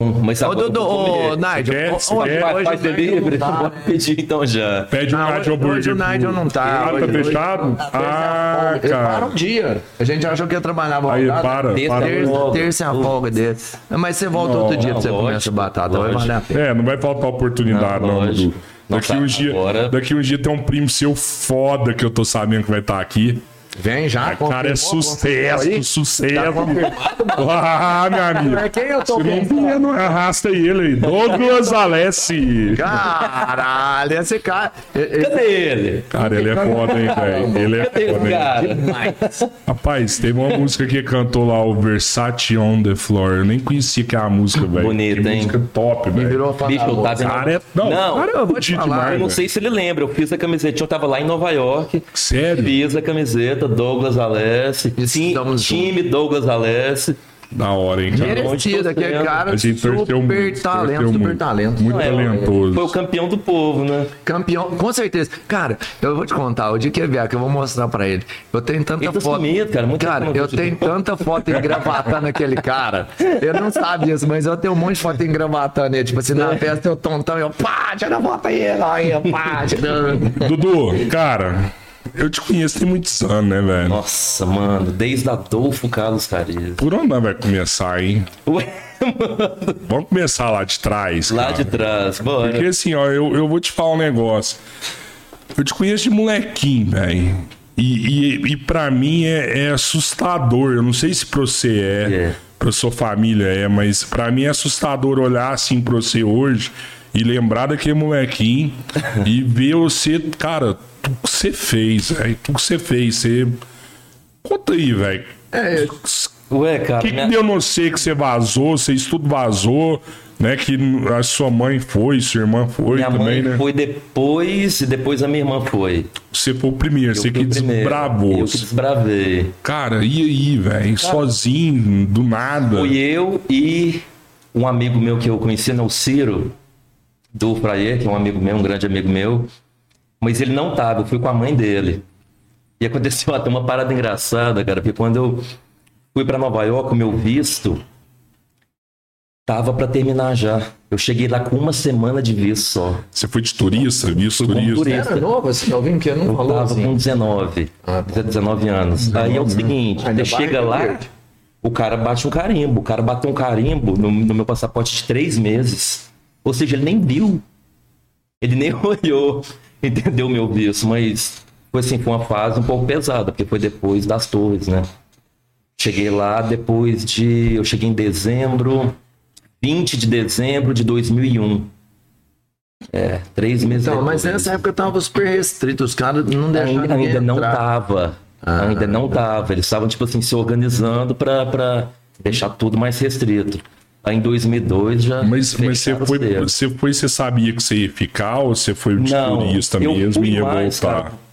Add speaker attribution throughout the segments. Speaker 1: Hum, Mas
Speaker 2: Ô,
Speaker 1: agora eu
Speaker 2: Dudu,
Speaker 1: vou comer.
Speaker 2: ô, Nigel,
Speaker 3: Quer?
Speaker 2: ô,
Speaker 3: Você
Speaker 2: ô,
Speaker 3: quer?
Speaker 1: Vai,
Speaker 2: hoje
Speaker 1: faz
Speaker 2: o Nigel
Speaker 1: delivery?
Speaker 2: não tá,
Speaker 1: Bora pedir então já.
Speaker 3: Pede um
Speaker 2: Não,
Speaker 3: rádio
Speaker 2: hoje- hoje
Speaker 3: hambúrguer.
Speaker 2: o Nigel
Speaker 3: pro-
Speaker 2: não tá, hoje-
Speaker 3: Ah, tá
Speaker 2: hoje-
Speaker 3: fechado? Ah,
Speaker 4: Ele para um
Speaker 3: cara.
Speaker 4: dia. A gente achou que ia trabalhar
Speaker 3: Aí,
Speaker 4: voltado.
Speaker 3: para,
Speaker 1: Terça,
Speaker 3: para.
Speaker 1: terça.
Speaker 2: Terça,
Speaker 1: Logo.
Speaker 2: terça é a folga dele. Mas você volta outro
Speaker 3: Não,
Speaker 2: dia pra você
Speaker 1: lógico,
Speaker 2: comer essa batata, vai
Speaker 1: lógico.
Speaker 2: valer a pena.
Speaker 3: É, não vai faltar oportunidade,
Speaker 1: Não,
Speaker 3: não,
Speaker 1: lógico.
Speaker 3: Dudu. Daqui
Speaker 1: Nossa,
Speaker 3: um, dia,
Speaker 1: agora-
Speaker 3: daqui um dia tem um primo seu foda que eu tô sabendo que vai estar aqui.
Speaker 4: Vem já.
Speaker 3: Ai, cara, é sucesso, sucesso. Ah, minha
Speaker 2: é
Speaker 3: amiga.
Speaker 4: quem eu tô
Speaker 3: Se não
Speaker 4: vendo?
Speaker 3: vier, não arrasta ele aí. Douglas Alessi.
Speaker 2: Caralho, esse cara. e- e-
Speaker 1: Cadê ele?
Speaker 3: Cara, ele é foda, hein, velho. Ele é
Speaker 1: Cadê
Speaker 3: foda,
Speaker 1: esse
Speaker 3: hein.
Speaker 1: cara?
Speaker 3: Rapaz, teve uma música que cantou lá, o Versace on the Floor. Eu nem conhecia que é a música, velho.
Speaker 1: Bonita,
Speaker 3: Que
Speaker 1: hein?
Speaker 3: Música top, velho.
Speaker 4: Virou fã
Speaker 1: Bicho,
Speaker 4: da
Speaker 1: eu
Speaker 4: boa.
Speaker 1: tava.
Speaker 3: O Cara, é... Não,
Speaker 1: Não,
Speaker 3: o cara,
Speaker 2: eu vou
Speaker 3: eu vou
Speaker 2: te falar,
Speaker 1: Eu
Speaker 3: demais,
Speaker 1: não
Speaker 3: velho.
Speaker 1: sei se ele lembra, eu fiz a camiseta, eu tava lá em Nova York,
Speaker 3: Sério?
Speaker 1: fiz a camiseta, Douglas Alessi, ti-
Speaker 3: um
Speaker 2: Estamos
Speaker 1: time Douglas Alessi.
Speaker 3: Da hora, hein, cara.
Speaker 2: Merecido, aquele
Speaker 3: A
Speaker 2: cara
Speaker 3: gente torceu
Speaker 2: é um super
Speaker 3: muito,
Speaker 2: talento,
Speaker 3: torceu
Speaker 2: super
Speaker 3: muito.
Speaker 2: talento.
Speaker 3: Muito
Speaker 1: É,
Speaker 3: talentoso.
Speaker 1: Foi o campeão do povo, né?
Speaker 2: Campeão, com certeza. Cara, eu vou te contar, o dia que ele vier, que eu vou mostrar pra ele. Eu tenho
Speaker 3: É
Speaker 2: tanta
Speaker 1: Ele tá
Speaker 2: foto.
Speaker 1: sumido, cara, muito tempo que eu
Speaker 2: eu
Speaker 1: não vejo
Speaker 2: tenho tanta foto engravatando aquele cara. Ele não sabe isso, mas eu tenho um monte de foto engravatando ele. Tipo assim, na
Speaker 4: É.
Speaker 2: festa eu tontão, eu pá, tira a foto aí, lá, aí, pá, tira.
Speaker 3: Dudu, cara, eu te conheço tem muitos anos, né, velho?
Speaker 1: Nossa, mano, desde Adolfo Carlos Cariz.
Speaker 3: Por onde nós vai começar, hein?
Speaker 1: Ué, mano,
Speaker 3: Vamos começar lá de trás,
Speaker 1: lá
Speaker 3: cara.
Speaker 1: de trás, bora.
Speaker 3: Porque assim, ó, eu, eu vou te falar um negócio. Eu te conheço de molequinho, velho. E, e, e pra mim é, é assustador. Eu não sei se pra você é,
Speaker 1: É.
Speaker 3: pra sua família é, mas pra mim é assustador olhar assim pra você hoje e lembrar daquele molequinho e ver você, cara, tudo que você fez, velho. Tudo que você fez. Você. Conta aí, velho.
Speaker 1: Ué, cara,
Speaker 3: O que, que
Speaker 1: minha-
Speaker 3: deu no ser que você vazou, vocês tudo vazou, né? Que a sua mãe foi, sua irmã foi
Speaker 1: minha mãe
Speaker 3: também, né?
Speaker 1: foi depois e depois a minha irmã foi.
Speaker 3: Você foi o primeiro, você
Speaker 1: Eu fui
Speaker 3: que
Speaker 1: o primeiro,
Speaker 3: desbravou.
Speaker 1: Eu que desbravei.
Speaker 3: Cara, e aí, velho? Sozinho, do nada.
Speaker 1: Fui eu e um amigo meu que eu conhecia, né, o Ciro, do Fraier, que é um amigo meu, um grande amigo meu. Mas ele não tava, eu fui com a mãe dele. E aconteceu até uma parada engraçada, cara, porque quando eu fui pra Nova York, o meu visto tava pra terminar já. Eu cheguei lá com uma semana de visto só.
Speaker 3: Você foi de turista, viu? Turista.
Speaker 1: como turista.
Speaker 4: Era novo assim, eu vim que não
Speaker 1: Eu
Speaker 4: falou
Speaker 1: tava com
Speaker 4: assim.
Speaker 1: 19, 19 anos. Aí é o seguinte,
Speaker 4: Ainda
Speaker 1: você
Speaker 4: barriga
Speaker 1: chega lá,
Speaker 4: verde.
Speaker 1: o cara bate um carimbo. O cara bateu um carimbo no, no meu passaporte de três meses. Ou seja, ele nem viu. Ele nem olhou, entendeu o meu visto. Mas foi assim, foi uma fase um pouco pesada, porque foi depois das torres, né? Cheguei lá depois de... Eu cheguei em dezembro, 20 de dezembro de 2001. É, três meses
Speaker 4: Então, mas
Speaker 1: depois.
Speaker 4: nessa época eu tava super restrito, os caras não deixaram
Speaker 1: Ainda,
Speaker 4: ninguém
Speaker 1: ainda não
Speaker 4: entrar. Ah.
Speaker 1: tava. ainda não tava. Eles estavam, tipo assim, se organizando pra, pra deixar tudo mais restrito. Aí em 2002 já.
Speaker 3: Mas, mas você,
Speaker 1: fecharam
Speaker 3: foi,
Speaker 1: cedo.
Speaker 3: você foi, você sabia que você ia ficar ou você foi de
Speaker 1: Não,
Speaker 3: turista
Speaker 1: eu
Speaker 3: mesmo
Speaker 1: fui
Speaker 3: e ia
Speaker 1: mais,
Speaker 3: voltar?
Speaker 1: cara.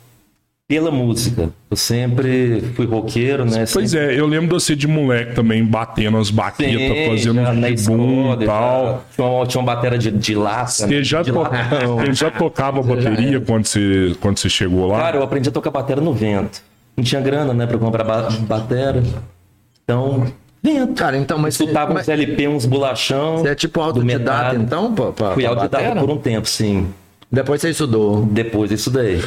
Speaker 1: Pela música. Eu sempre fui roqueiro, né?
Speaker 3: Pois
Speaker 1: sempre...
Speaker 3: é, eu lembro de você de moleque também, batendo as baquetas, fazendo um bum e tal.
Speaker 1: Tinha uma, tinha uma batera de, de laça. né?
Speaker 3: Você já,
Speaker 1: de
Speaker 3: to-
Speaker 1: latão.
Speaker 3: você já tocava bateria quando você, quando você chegou lá?
Speaker 1: Cara, eu aprendi a tocar batera no vento. Não tinha grana, né, pra comprar ba batera. Então, vento.
Speaker 4: Cara, então, mas,
Speaker 1: Escutava
Speaker 4: mas
Speaker 1: uns LP, uns bolachão.
Speaker 4: você é tipo
Speaker 1: do
Speaker 4: autodidata
Speaker 1: metal.
Speaker 4: então? Pra, pra,
Speaker 1: Fui
Speaker 4: pra
Speaker 1: autodidata
Speaker 4: batera?
Speaker 1: por um tempo, sim.
Speaker 4: Depois você estudou.
Speaker 1: Depois disso daí.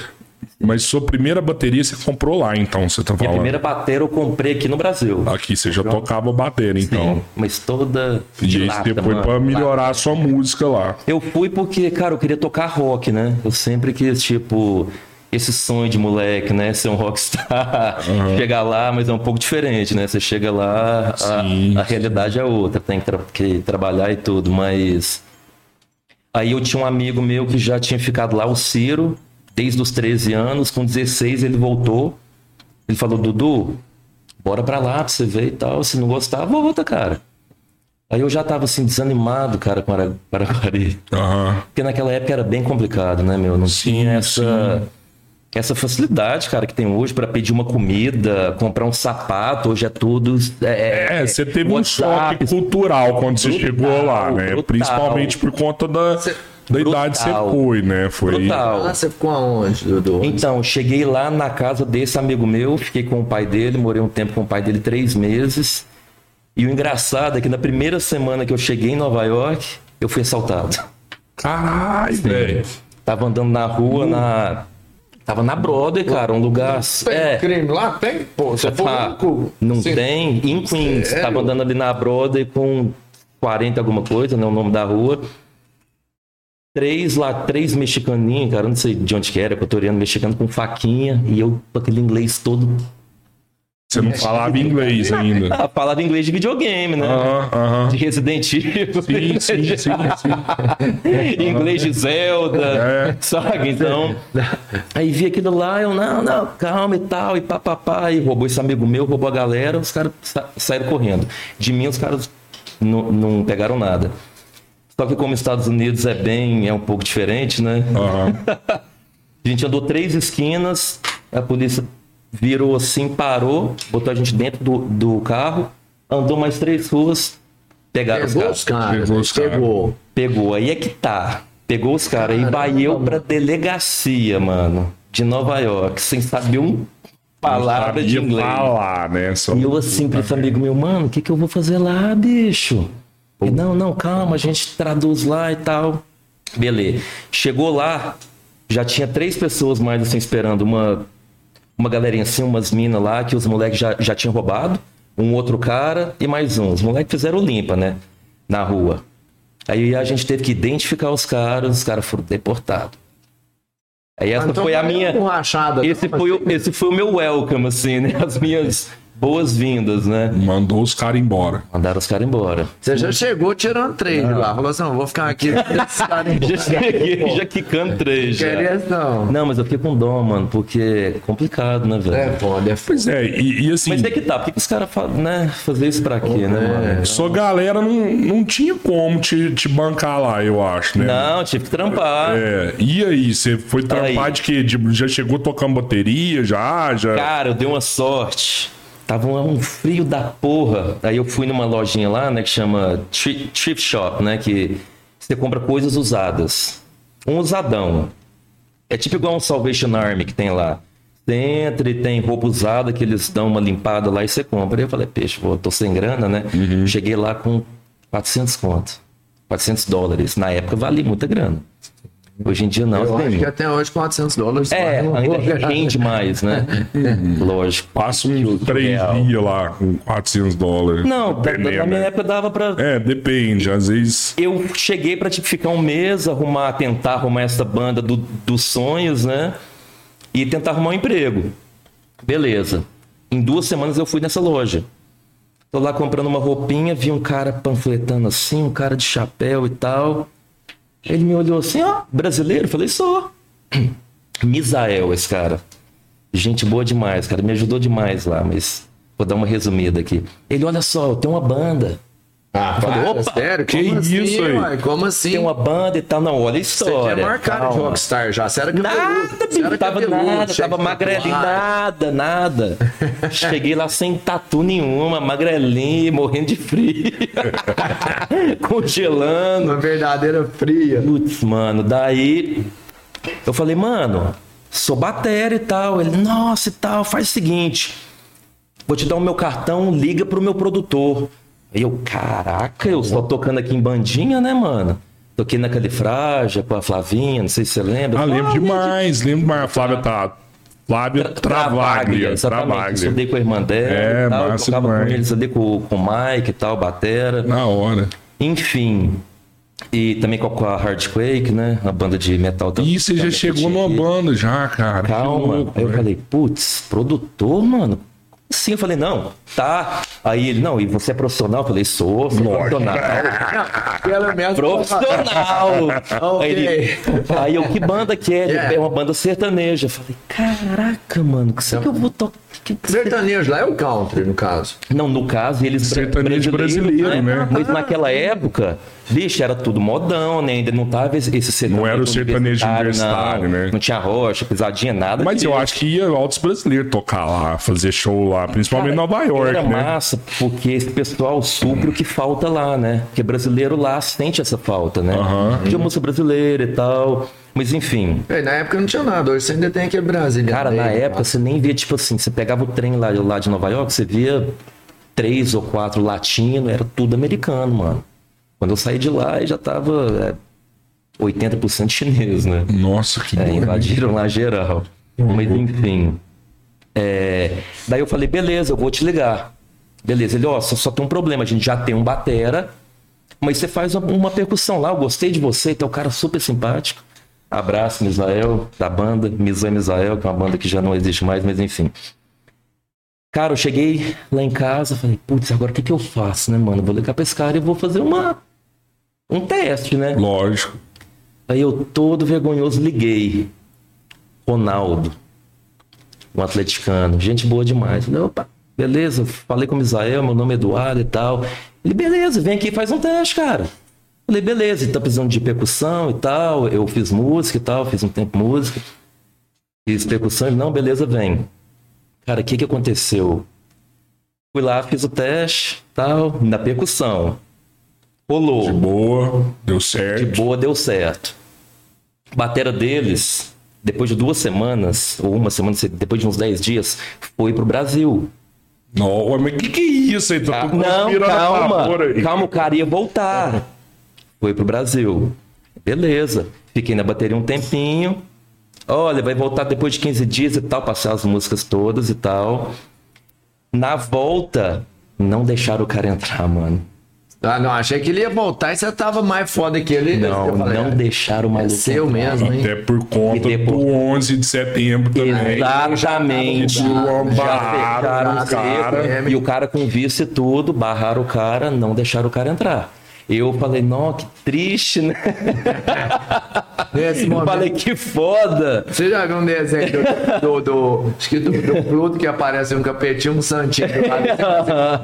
Speaker 3: Mas sua primeira bateria você comprou lá, então, você tá
Speaker 1: Minha
Speaker 3: falando.
Speaker 1: primeira batera eu comprei aqui no Brasil.
Speaker 3: Aqui você já tocava bateria, Ah, então.
Speaker 1: Sim, mas toda de
Speaker 3: E aí
Speaker 1: lata,
Speaker 3: você foi
Speaker 1: mano.
Speaker 3: pra melhorar a sua música lá.
Speaker 1: Eu fui porque, cara, eu queria tocar rock, né? Eu sempre quis, tipo, esse sonho de moleque, né? Ser um rockstar. Chegar lá, mas é um pouco diferente, né? Você chega lá,
Speaker 3: Sim,
Speaker 1: a, a realidade é outra. Tem que, tra- que trabalhar e tudo, mas... Aí eu tinha um amigo meu que já tinha ficado lá, o Ciro, desde os 13 anos. Com 16 ele voltou. Ele falou, Dudu, bora pra lá pra você ver e tal. Se não gostar, volta, cara. Aí eu já tava assim, desanimado, cara, com Ara- Araguari.
Speaker 3: Aham.
Speaker 1: Porque naquela época era bem complicado, né, meu? Não tinha essa, essa facilidade, cara, que tem hoje pra pedir uma comida, comprar um sapato. Hoje é tudo.
Speaker 3: É, você teve um choque
Speaker 1: WhatsApp,
Speaker 3: cultural quando você
Speaker 1: Brutal,
Speaker 3: chegou lá, né?
Speaker 1: brutal.
Speaker 3: Principalmente por conta da, da
Speaker 1: Brutal.
Speaker 3: idade que você foi, né? Foi.
Speaker 1: brutal.
Speaker 4: Ah, você ficou aonde, Dudu?
Speaker 1: Então, cheguei lá na casa desse amigo meu, fiquei com o pai dele, morei um tempo com o pai dele, três meses. E o engraçado é que na primeira semana que eu cheguei em Nova York, eu fui assaltado.
Speaker 3: Caralho, velho.
Speaker 1: Tava andando na rua,
Speaker 3: Hum.
Speaker 1: na. Tava na Broadway, cara, um lugar. É,
Speaker 2: crime lá? Tem? Pô, você foi
Speaker 1: Ah,
Speaker 2: louco.
Speaker 1: Não
Speaker 2: Sim.
Speaker 1: tem? Em Queens.
Speaker 2: Sério?
Speaker 1: Tava andando ali na Broadway com 40 alguma coisa, né? O nome da rua. Três lá, três mexicaninhos, cara, não sei de onde que era, equatoriano, mexicano, com faquinha. E eu com aquele inglês todo.
Speaker 3: Você
Speaker 1: É
Speaker 3: não falava
Speaker 1: tipo
Speaker 3: inglês ainda.
Speaker 1: Ah, falava inglês de videogame, né?
Speaker 3: Aham, aham.
Speaker 1: De Resident Evil.
Speaker 3: Ah. Sim, sim, sim, sim.
Speaker 1: inglês de Zelda,
Speaker 3: É.
Speaker 1: sabe? Então, aí vi aquilo lá, eu, não, não, calma e tal, e papapá, e roubou esse amigo meu, roubou a galera, os caras sa- saíram correndo. De mim, os caras não- não pegaram nada. Só que como os Estados Unidos é bem, é um pouco diferente, né?
Speaker 3: Aham.
Speaker 1: A gente andou três esquinas, a polícia virou assim, parou, botou a gente dentro do, do carro, andou mais três ruas, pegaram os
Speaker 4: Pegou
Speaker 1: caras.
Speaker 4: os caras.
Speaker 3: Pegou os caras.
Speaker 4: Pegou.
Speaker 1: Pegou, aí é que tá. Pegou os caras e vai eu pra delegacia, mano, de Nova York, sem saber um palavra de
Speaker 3: Sabia
Speaker 1: inglês.
Speaker 3: falar, né? Só...
Speaker 1: E eu assim pra esse amigo meu, mano, o que que eu vou fazer lá, bicho? Ele, não, não, calma, a gente traduz lá e tal. Beleza. Chegou lá, já tinha três pessoas mais assim esperando, uma uma galerinha assim, umas minas lá que os moleques já, já tinham roubado, um outro cara e mais um. Os moleques fizeram limpa, né? Na rua. Aí a gente teve que identificar os caras, os caras foram deportados. Aí
Speaker 2: Ah,
Speaker 1: essa
Speaker 2: então
Speaker 4: Então
Speaker 1: foi a minha.
Speaker 4: Rachada,
Speaker 1: Esse foi, o, esse foi o meu welcome, assim, né? As minhas boas-vindas, né?
Speaker 3: Mandou os caras embora.
Speaker 1: Mandaram os caras embora.
Speaker 4: Você já chegou tirando três de lá. Falou assim: não, vou ficar aqui. Esse cara
Speaker 1: Já cheguei, já quicando três, já.
Speaker 4: queria, não.
Speaker 1: Não, mas eu fiquei com dó, mano, porque é complicado, né, velho?
Speaker 4: É foda, é foda.
Speaker 3: Pois é, e, e assim,
Speaker 1: Mas é que tá, por que que os caras fa- né, fazer isso pra quê,
Speaker 4: é.
Speaker 1: né, mano?
Speaker 3: só galera não, não tinha como te, te bancar lá, eu acho, né?
Speaker 1: Não, tive que trampar.
Speaker 3: É, e aí, você foi trampar
Speaker 1: Aí.
Speaker 3: de quê? De- já chegou tocando bateria, já, já...
Speaker 1: Cara, eu dei uma sorte. Tava um, um frio da porra. Aí eu fui numa lojinha lá, né, que chama Thri- Thrift Shop, né, que você compra coisas usadas. Um usadão. É tipo igual um Salvation Army que tem lá. Você entra e tem roupa usada que eles dão uma limpada lá e você compra. Aí eu falei, peixe, vou, tô sem grana, né?
Speaker 4: Uhum.
Speaker 1: Cheguei lá com 400 conto. 400 dólares. Na época valia muita grana. Hoje em dia não.
Speaker 4: Eu
Speaker 1: você
Speaker 4: acho
Speaker 1: tem-
Speaker 4: que até hoje 400 dólares.
Speaker 1: é,
Speaker 4: não vou
Speaker 1: ainda
Speaker 4: viajar.
Speaker 1: rende mais, né?
Speaker 4: Uhum.
Speaker 1: Lógico.
Speaker 3: Passa uns três
Speaker 1: real.
Speaker 3: dias lá com 400 dólares.
Speaker 1: Não, da- da-
Speaker 3: Dependendo,
Speaker 1: na minha
Speaker 3: né?
Speaker 1: época dava pra.
Speaker 3: É, depende. Às vezes
Speaker 1: Eu cheguei pra tipo, ficar um mês, arrumar, tentar arrumar essa banda do- dos sonhos, né? E tentar arrumar um emprego. Beleza. Em duas semanas eu fui nessa loja. Tô lá comprando uma roupinha, vi um cara panfletando assim, um cara de chapéu e tal. Ele me olhou assim, ó, brasileiro? Eu falei, sou. Misael, esse cara. Gente boa demais, cara. Me ajudou demais lá, mas vou dar uma resumida aqui. Ele, olha só, eu tenho uma banda.
Speaker 4: Ah,
Speaker 1: Falei,
Speaker 4: para,
Speaker 1: opa,
Speaker 4: sério?
Speaker 3: que
Speaker 4: Como assim,
Speaker 3: isso aí?
Speaker 4: uai? Como assim?
Speaker 1: Tem uma banda e tal. Não, olha a
Speaker 4: Você
Speaker 1: história.
Speaker 4: tinha marcado de
Speaker 1: Calma.
Speaker 4: Rockstar já. Você era cabeludo.
Speaker 1: Nada,
Speaker 4: Você era
Speaker 1: bicho, tava
Speaker 4: cabeludo,
Speaker 1: nada,
Speaker 4: cheio
Speaker 1: tava
Speaker 4: de
Speaker 1: magrelinho,
Speaker 4: tatuagem.
Speaker 1: nada, nada. Cheguei lá sem tatu nenhuma, magrelinho, morrendo de frio, congelando.
Speaker 4: Uma verdadeira fria.
Speaker 1: Putz, mano, daí eu falei, mano, sou batera e tal. Ele, nossa e tal, faz o seguinte, vou te dar o meu cartão, liga pro meu produtor. Aí eu, caraca, eu só tocando aqui em bandinha, né, mano? Toquei na Califraja com a Flavinha, não sei se você lembra.
Speaker 3: Ah, lembro
Speaker 1: Ah,
Speaker 3: demais, lembro demais. A Flávia tá. Flávia Travaglia.
Speaker 1: exatamente. Eu
Speaker 3: Travaglia.
Speaker 1: Estudei com a irmã dela,
Speaker 3: É,
Speaker 1: e tal, eu
Speaker 3: massa
Speaker 1: tocava com
Speaker 3: demais.
Speaker 1: eles, estudei com, com o Mike e tal, batera.
Speaker 3: Na hora.
Speaker 1: Enfim. E também com a- com a Hardquake, né? A banda de metal também.
Speaker 3: E você já
Speaker 1: também que
Speaker 3: chegou
Speaker 1: tinha
Speaker 3: numa
Speaker 1: aqui.
Speaker 3: banda, já, cara. Que
Speaker 1: Calma.
Speaker 3: louco,
Speaker 1: Aí eu
Speaker 3: velho.
Speaker 1: falei, putz, produtor, mano? Sim, eu falei, não, tá. Aí ele, não, e você é profissional? Eu falei, sou, sou profissional.
Speaker 4: Pelo menos.
Speaker 1: Profissional! aí, ele, aí eu, que banda que é? Ele,
Speaker 4: Yeah.
Speaker 1: É uma banda sertaneja. Eu falei, caraca, mano, que será que eu vou tocar? que- que-
Speaker 4: Sertanejo lá é o country, no caso.
Speaker 1: Não, no caso, eles bra-
Speaker 3: Sertanejo brasileiro, né?
Speaker 1: Mas naquela época, bicho, era tudo modão, né? Ainda não tava esse esse sertanejo.
Speaker 3: era o sertanejo universitário,
Speaker 1: não.
Speaker 3: né?
Speaker 1: Não tinha rocha, pisadinha, nada.
Speaker 3: Mas eu acho que ia altos brasileiros tocar lá, fazer show lá, principalmente em Nova York,
Speaker 1: Era
Speaker 3: né?
Speaker 1: massa, porque esse pessoal supre o que falta lá, né? Porque brasileiro lá sente essa falta, né?
Speaker 3: Aham.
Speaker 1: De música brasileira e tal. Mas enfim.
Speaker 4: Véi, na época não tinha nada, hoje você ainda tem aqui Brasília.
Speaker 2: né?
Speaker 1: Cara, na
Speaker 4: Meio,
Speaker 1: época você nem via, tipo assim, você pegava o trem lá, lá de Nova York, você via três ou quatro latinos, era tudo americano, mano. Quando eu saí de lá, eu já tava é, 80% chinês, né?
Speaker 3: Nossa, que
Speaker 1: É,
Speaker 3: doido.
Speaker 1: invadiram lá geral. Mas enfim. É, daí eu falei, beleza, eu vou te ligar. Beleza, ele, ó, só, só tem um problema, a gente já tem um batera, mas você faz uma, uma percussão lá, eu gostei de você, tem um cara super simpático. Abraço, Misael, da banda, Mizan Misael, que é uma banda que já não existe mais, mas enfim. Cara, eu cheguei lá em casa, falei, putz, agora o que, que eu faço, né, mano? Vou ligar pra esse cara e vou fazer uma, um teste, né?
Speaker 3: Lógico.
Speaker 1: Aí eu todo vergonhoso liguei. Ronaldo, um atleticano, gente boa demais. Falei, opa, beleza, falei com o Misael, meu nome é Eduardo e tal. Ele, beleza, vem aqui e faz um teste, cara. Falei, beleza, ele tá precisando de percussão e tal. Eu fiz música e tal, fiz um tempo música. Fiz percussão, ele, não, beleza, vem. Cara, o que que aconteceu? Fui lá, fiz o teste, tal, na percussão. Rolou.
Speaker 3: De boa, deu
Speaker 1: De
Speaker 3: certo.
Speaker 1: boa deu certo. Batera deles, depois de duas semanas, ou uma semana, sei- depois de uns 10 dias, foi pro Brasil.
Speaker 3: Não, mas que que é isso aí? Tá
Speaker 1: Ah,
Speaker 3: tudo
Speaker 1: não,
Speaker 3: conspirando a
Speaker 1: calma.
Speaker 3: favor aí.
Speaker 1: Calma, o cara ia voltar. Foi pro Brasil. Beleza. Fiquei na bateria um tempinho. Olha, vai voltar depois de 15 dias e tal, passar as músicas todas e tal. Na volta, não deixaram o cara entrar, mano.
Speaker 2: Ah, não, achei que ele ia voltar e você tava mais foda que ele. né?
Speaker 1: Não,
Speaker 2: Eu falei, "Ah, é
Speaker 1: não deixaram o maluco
Speaker 2: seu
Speaker 1: entrar.
Speaker 2: mesmo, hein?
Speaker 3: Até por conta
Speaker 1: E depois-
Speaker 3: do 11 de setembro também.
Speaker 1: Exatamente.
Speaker 3: Lambaram
Speaker 1: Já fecharam
Speaker 3: o
Speaker 1: o cerco,
Speaker 3: cara.
Speaker 1: E o cara com vice e tudo, barraram o cara, não deixaram o cara entrar. Eu falei, não, que triste, né?
Speaker 2: Nesse
Speaker 1: Eu
Speaker 2: momento.
Speaker 1: falei, que foda.
Speaker 2: Você já viu um desenho do, do, do- acho que do, do Pluto que aparece um capetinho, um santinho do lado? assim,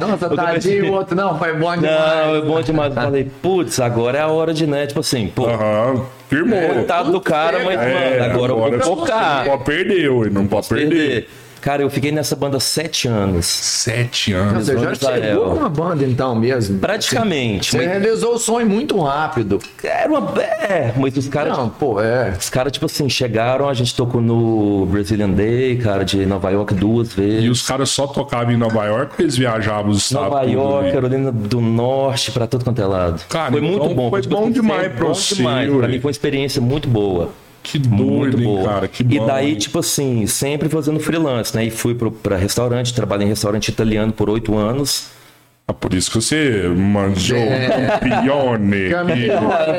Speaker 2: Nossa,
Speaker 1: O
Speaker 2: tadinho,
Speaker 1: capetinho.
Speaker 2: o outro não, foi bom demais.
Speaker 1: Não, é bom demais. Eu falei, putz, agora é a hora de, né? Tipo assim, pô,
Speaker 3: Aham, firmou.
Speaker 1: coitado do cara, mas,
Speaker 3: É,
Speaker 1: tá, mano, agora eu vou
Speaker 3: Não
Speaker 1: focar.
Speaker 3: pode perder, ué, não pode perder.
Speaker 1: Perder. Cara, eu fiquei nessa banda sete anos.
Speaker 3: Sete
Speaker 1: Tá
Speaker 3: anos.
Speaker 2: Você já
Speaker 1: Vamos lá,
Speaker 2: chegou
Speaker 1: é, ó.
Speaker 2: com uma banda então mesmo?
Speaker 1: Praticamente.
Speaker 2: Você
Speaker 1: Mas,
Speaker 2: realizou o sonho muito rápido.
Speaker 1: era uma... É, mas os caras
Speaker 2: Não, pô, é.
Speaker 1: Os caras, tipo assim, chegaram, a gente tocou no Brazilian Day, cara, de Nova York duas
Speaker 3: E
Speaker 1: vezes.
Speaker 3: os caras só tocavam em Nova York porque eles viajavam os estados.
Speaker 1: Nova
Speaker 3: tudo,
Speaker 1: York,
Speaker 3: né?
Speaker 1: Carolina do Norte, pra todo quanto é lado.
Speaker 3: Cara,
Speaker 1: foi muito
Speaker 3: então
Speaker 1: bom.
Speaker 3: foi
Speaker 1: tipo
Speaker 3: bom
Speaker 1: assim,
Speaker 3: demais pra
Speaker 1: bom
Speaker 3: você,
Speaker 1: demais.
Speaker 3: ué.
Speaker 1: Pra mim foi uma experiência muito boa.
Speaker 3: Que doido,
Speaker 1: muito
Speaker 3: hein,
Speaker 1: boa.
Speaker 3: cara. Que
Speaker 1: e
Speaker 3: bom.
Speaker 1: daí,
Speaker 3: hein?
Speaker 1: tipo assim, sempre fazendo freelance, né? E fui pro, pra restaurante, trabalhei em restaurante italiano por oito anos.
Speaker 3: Ah, por isso que você manjou um pione.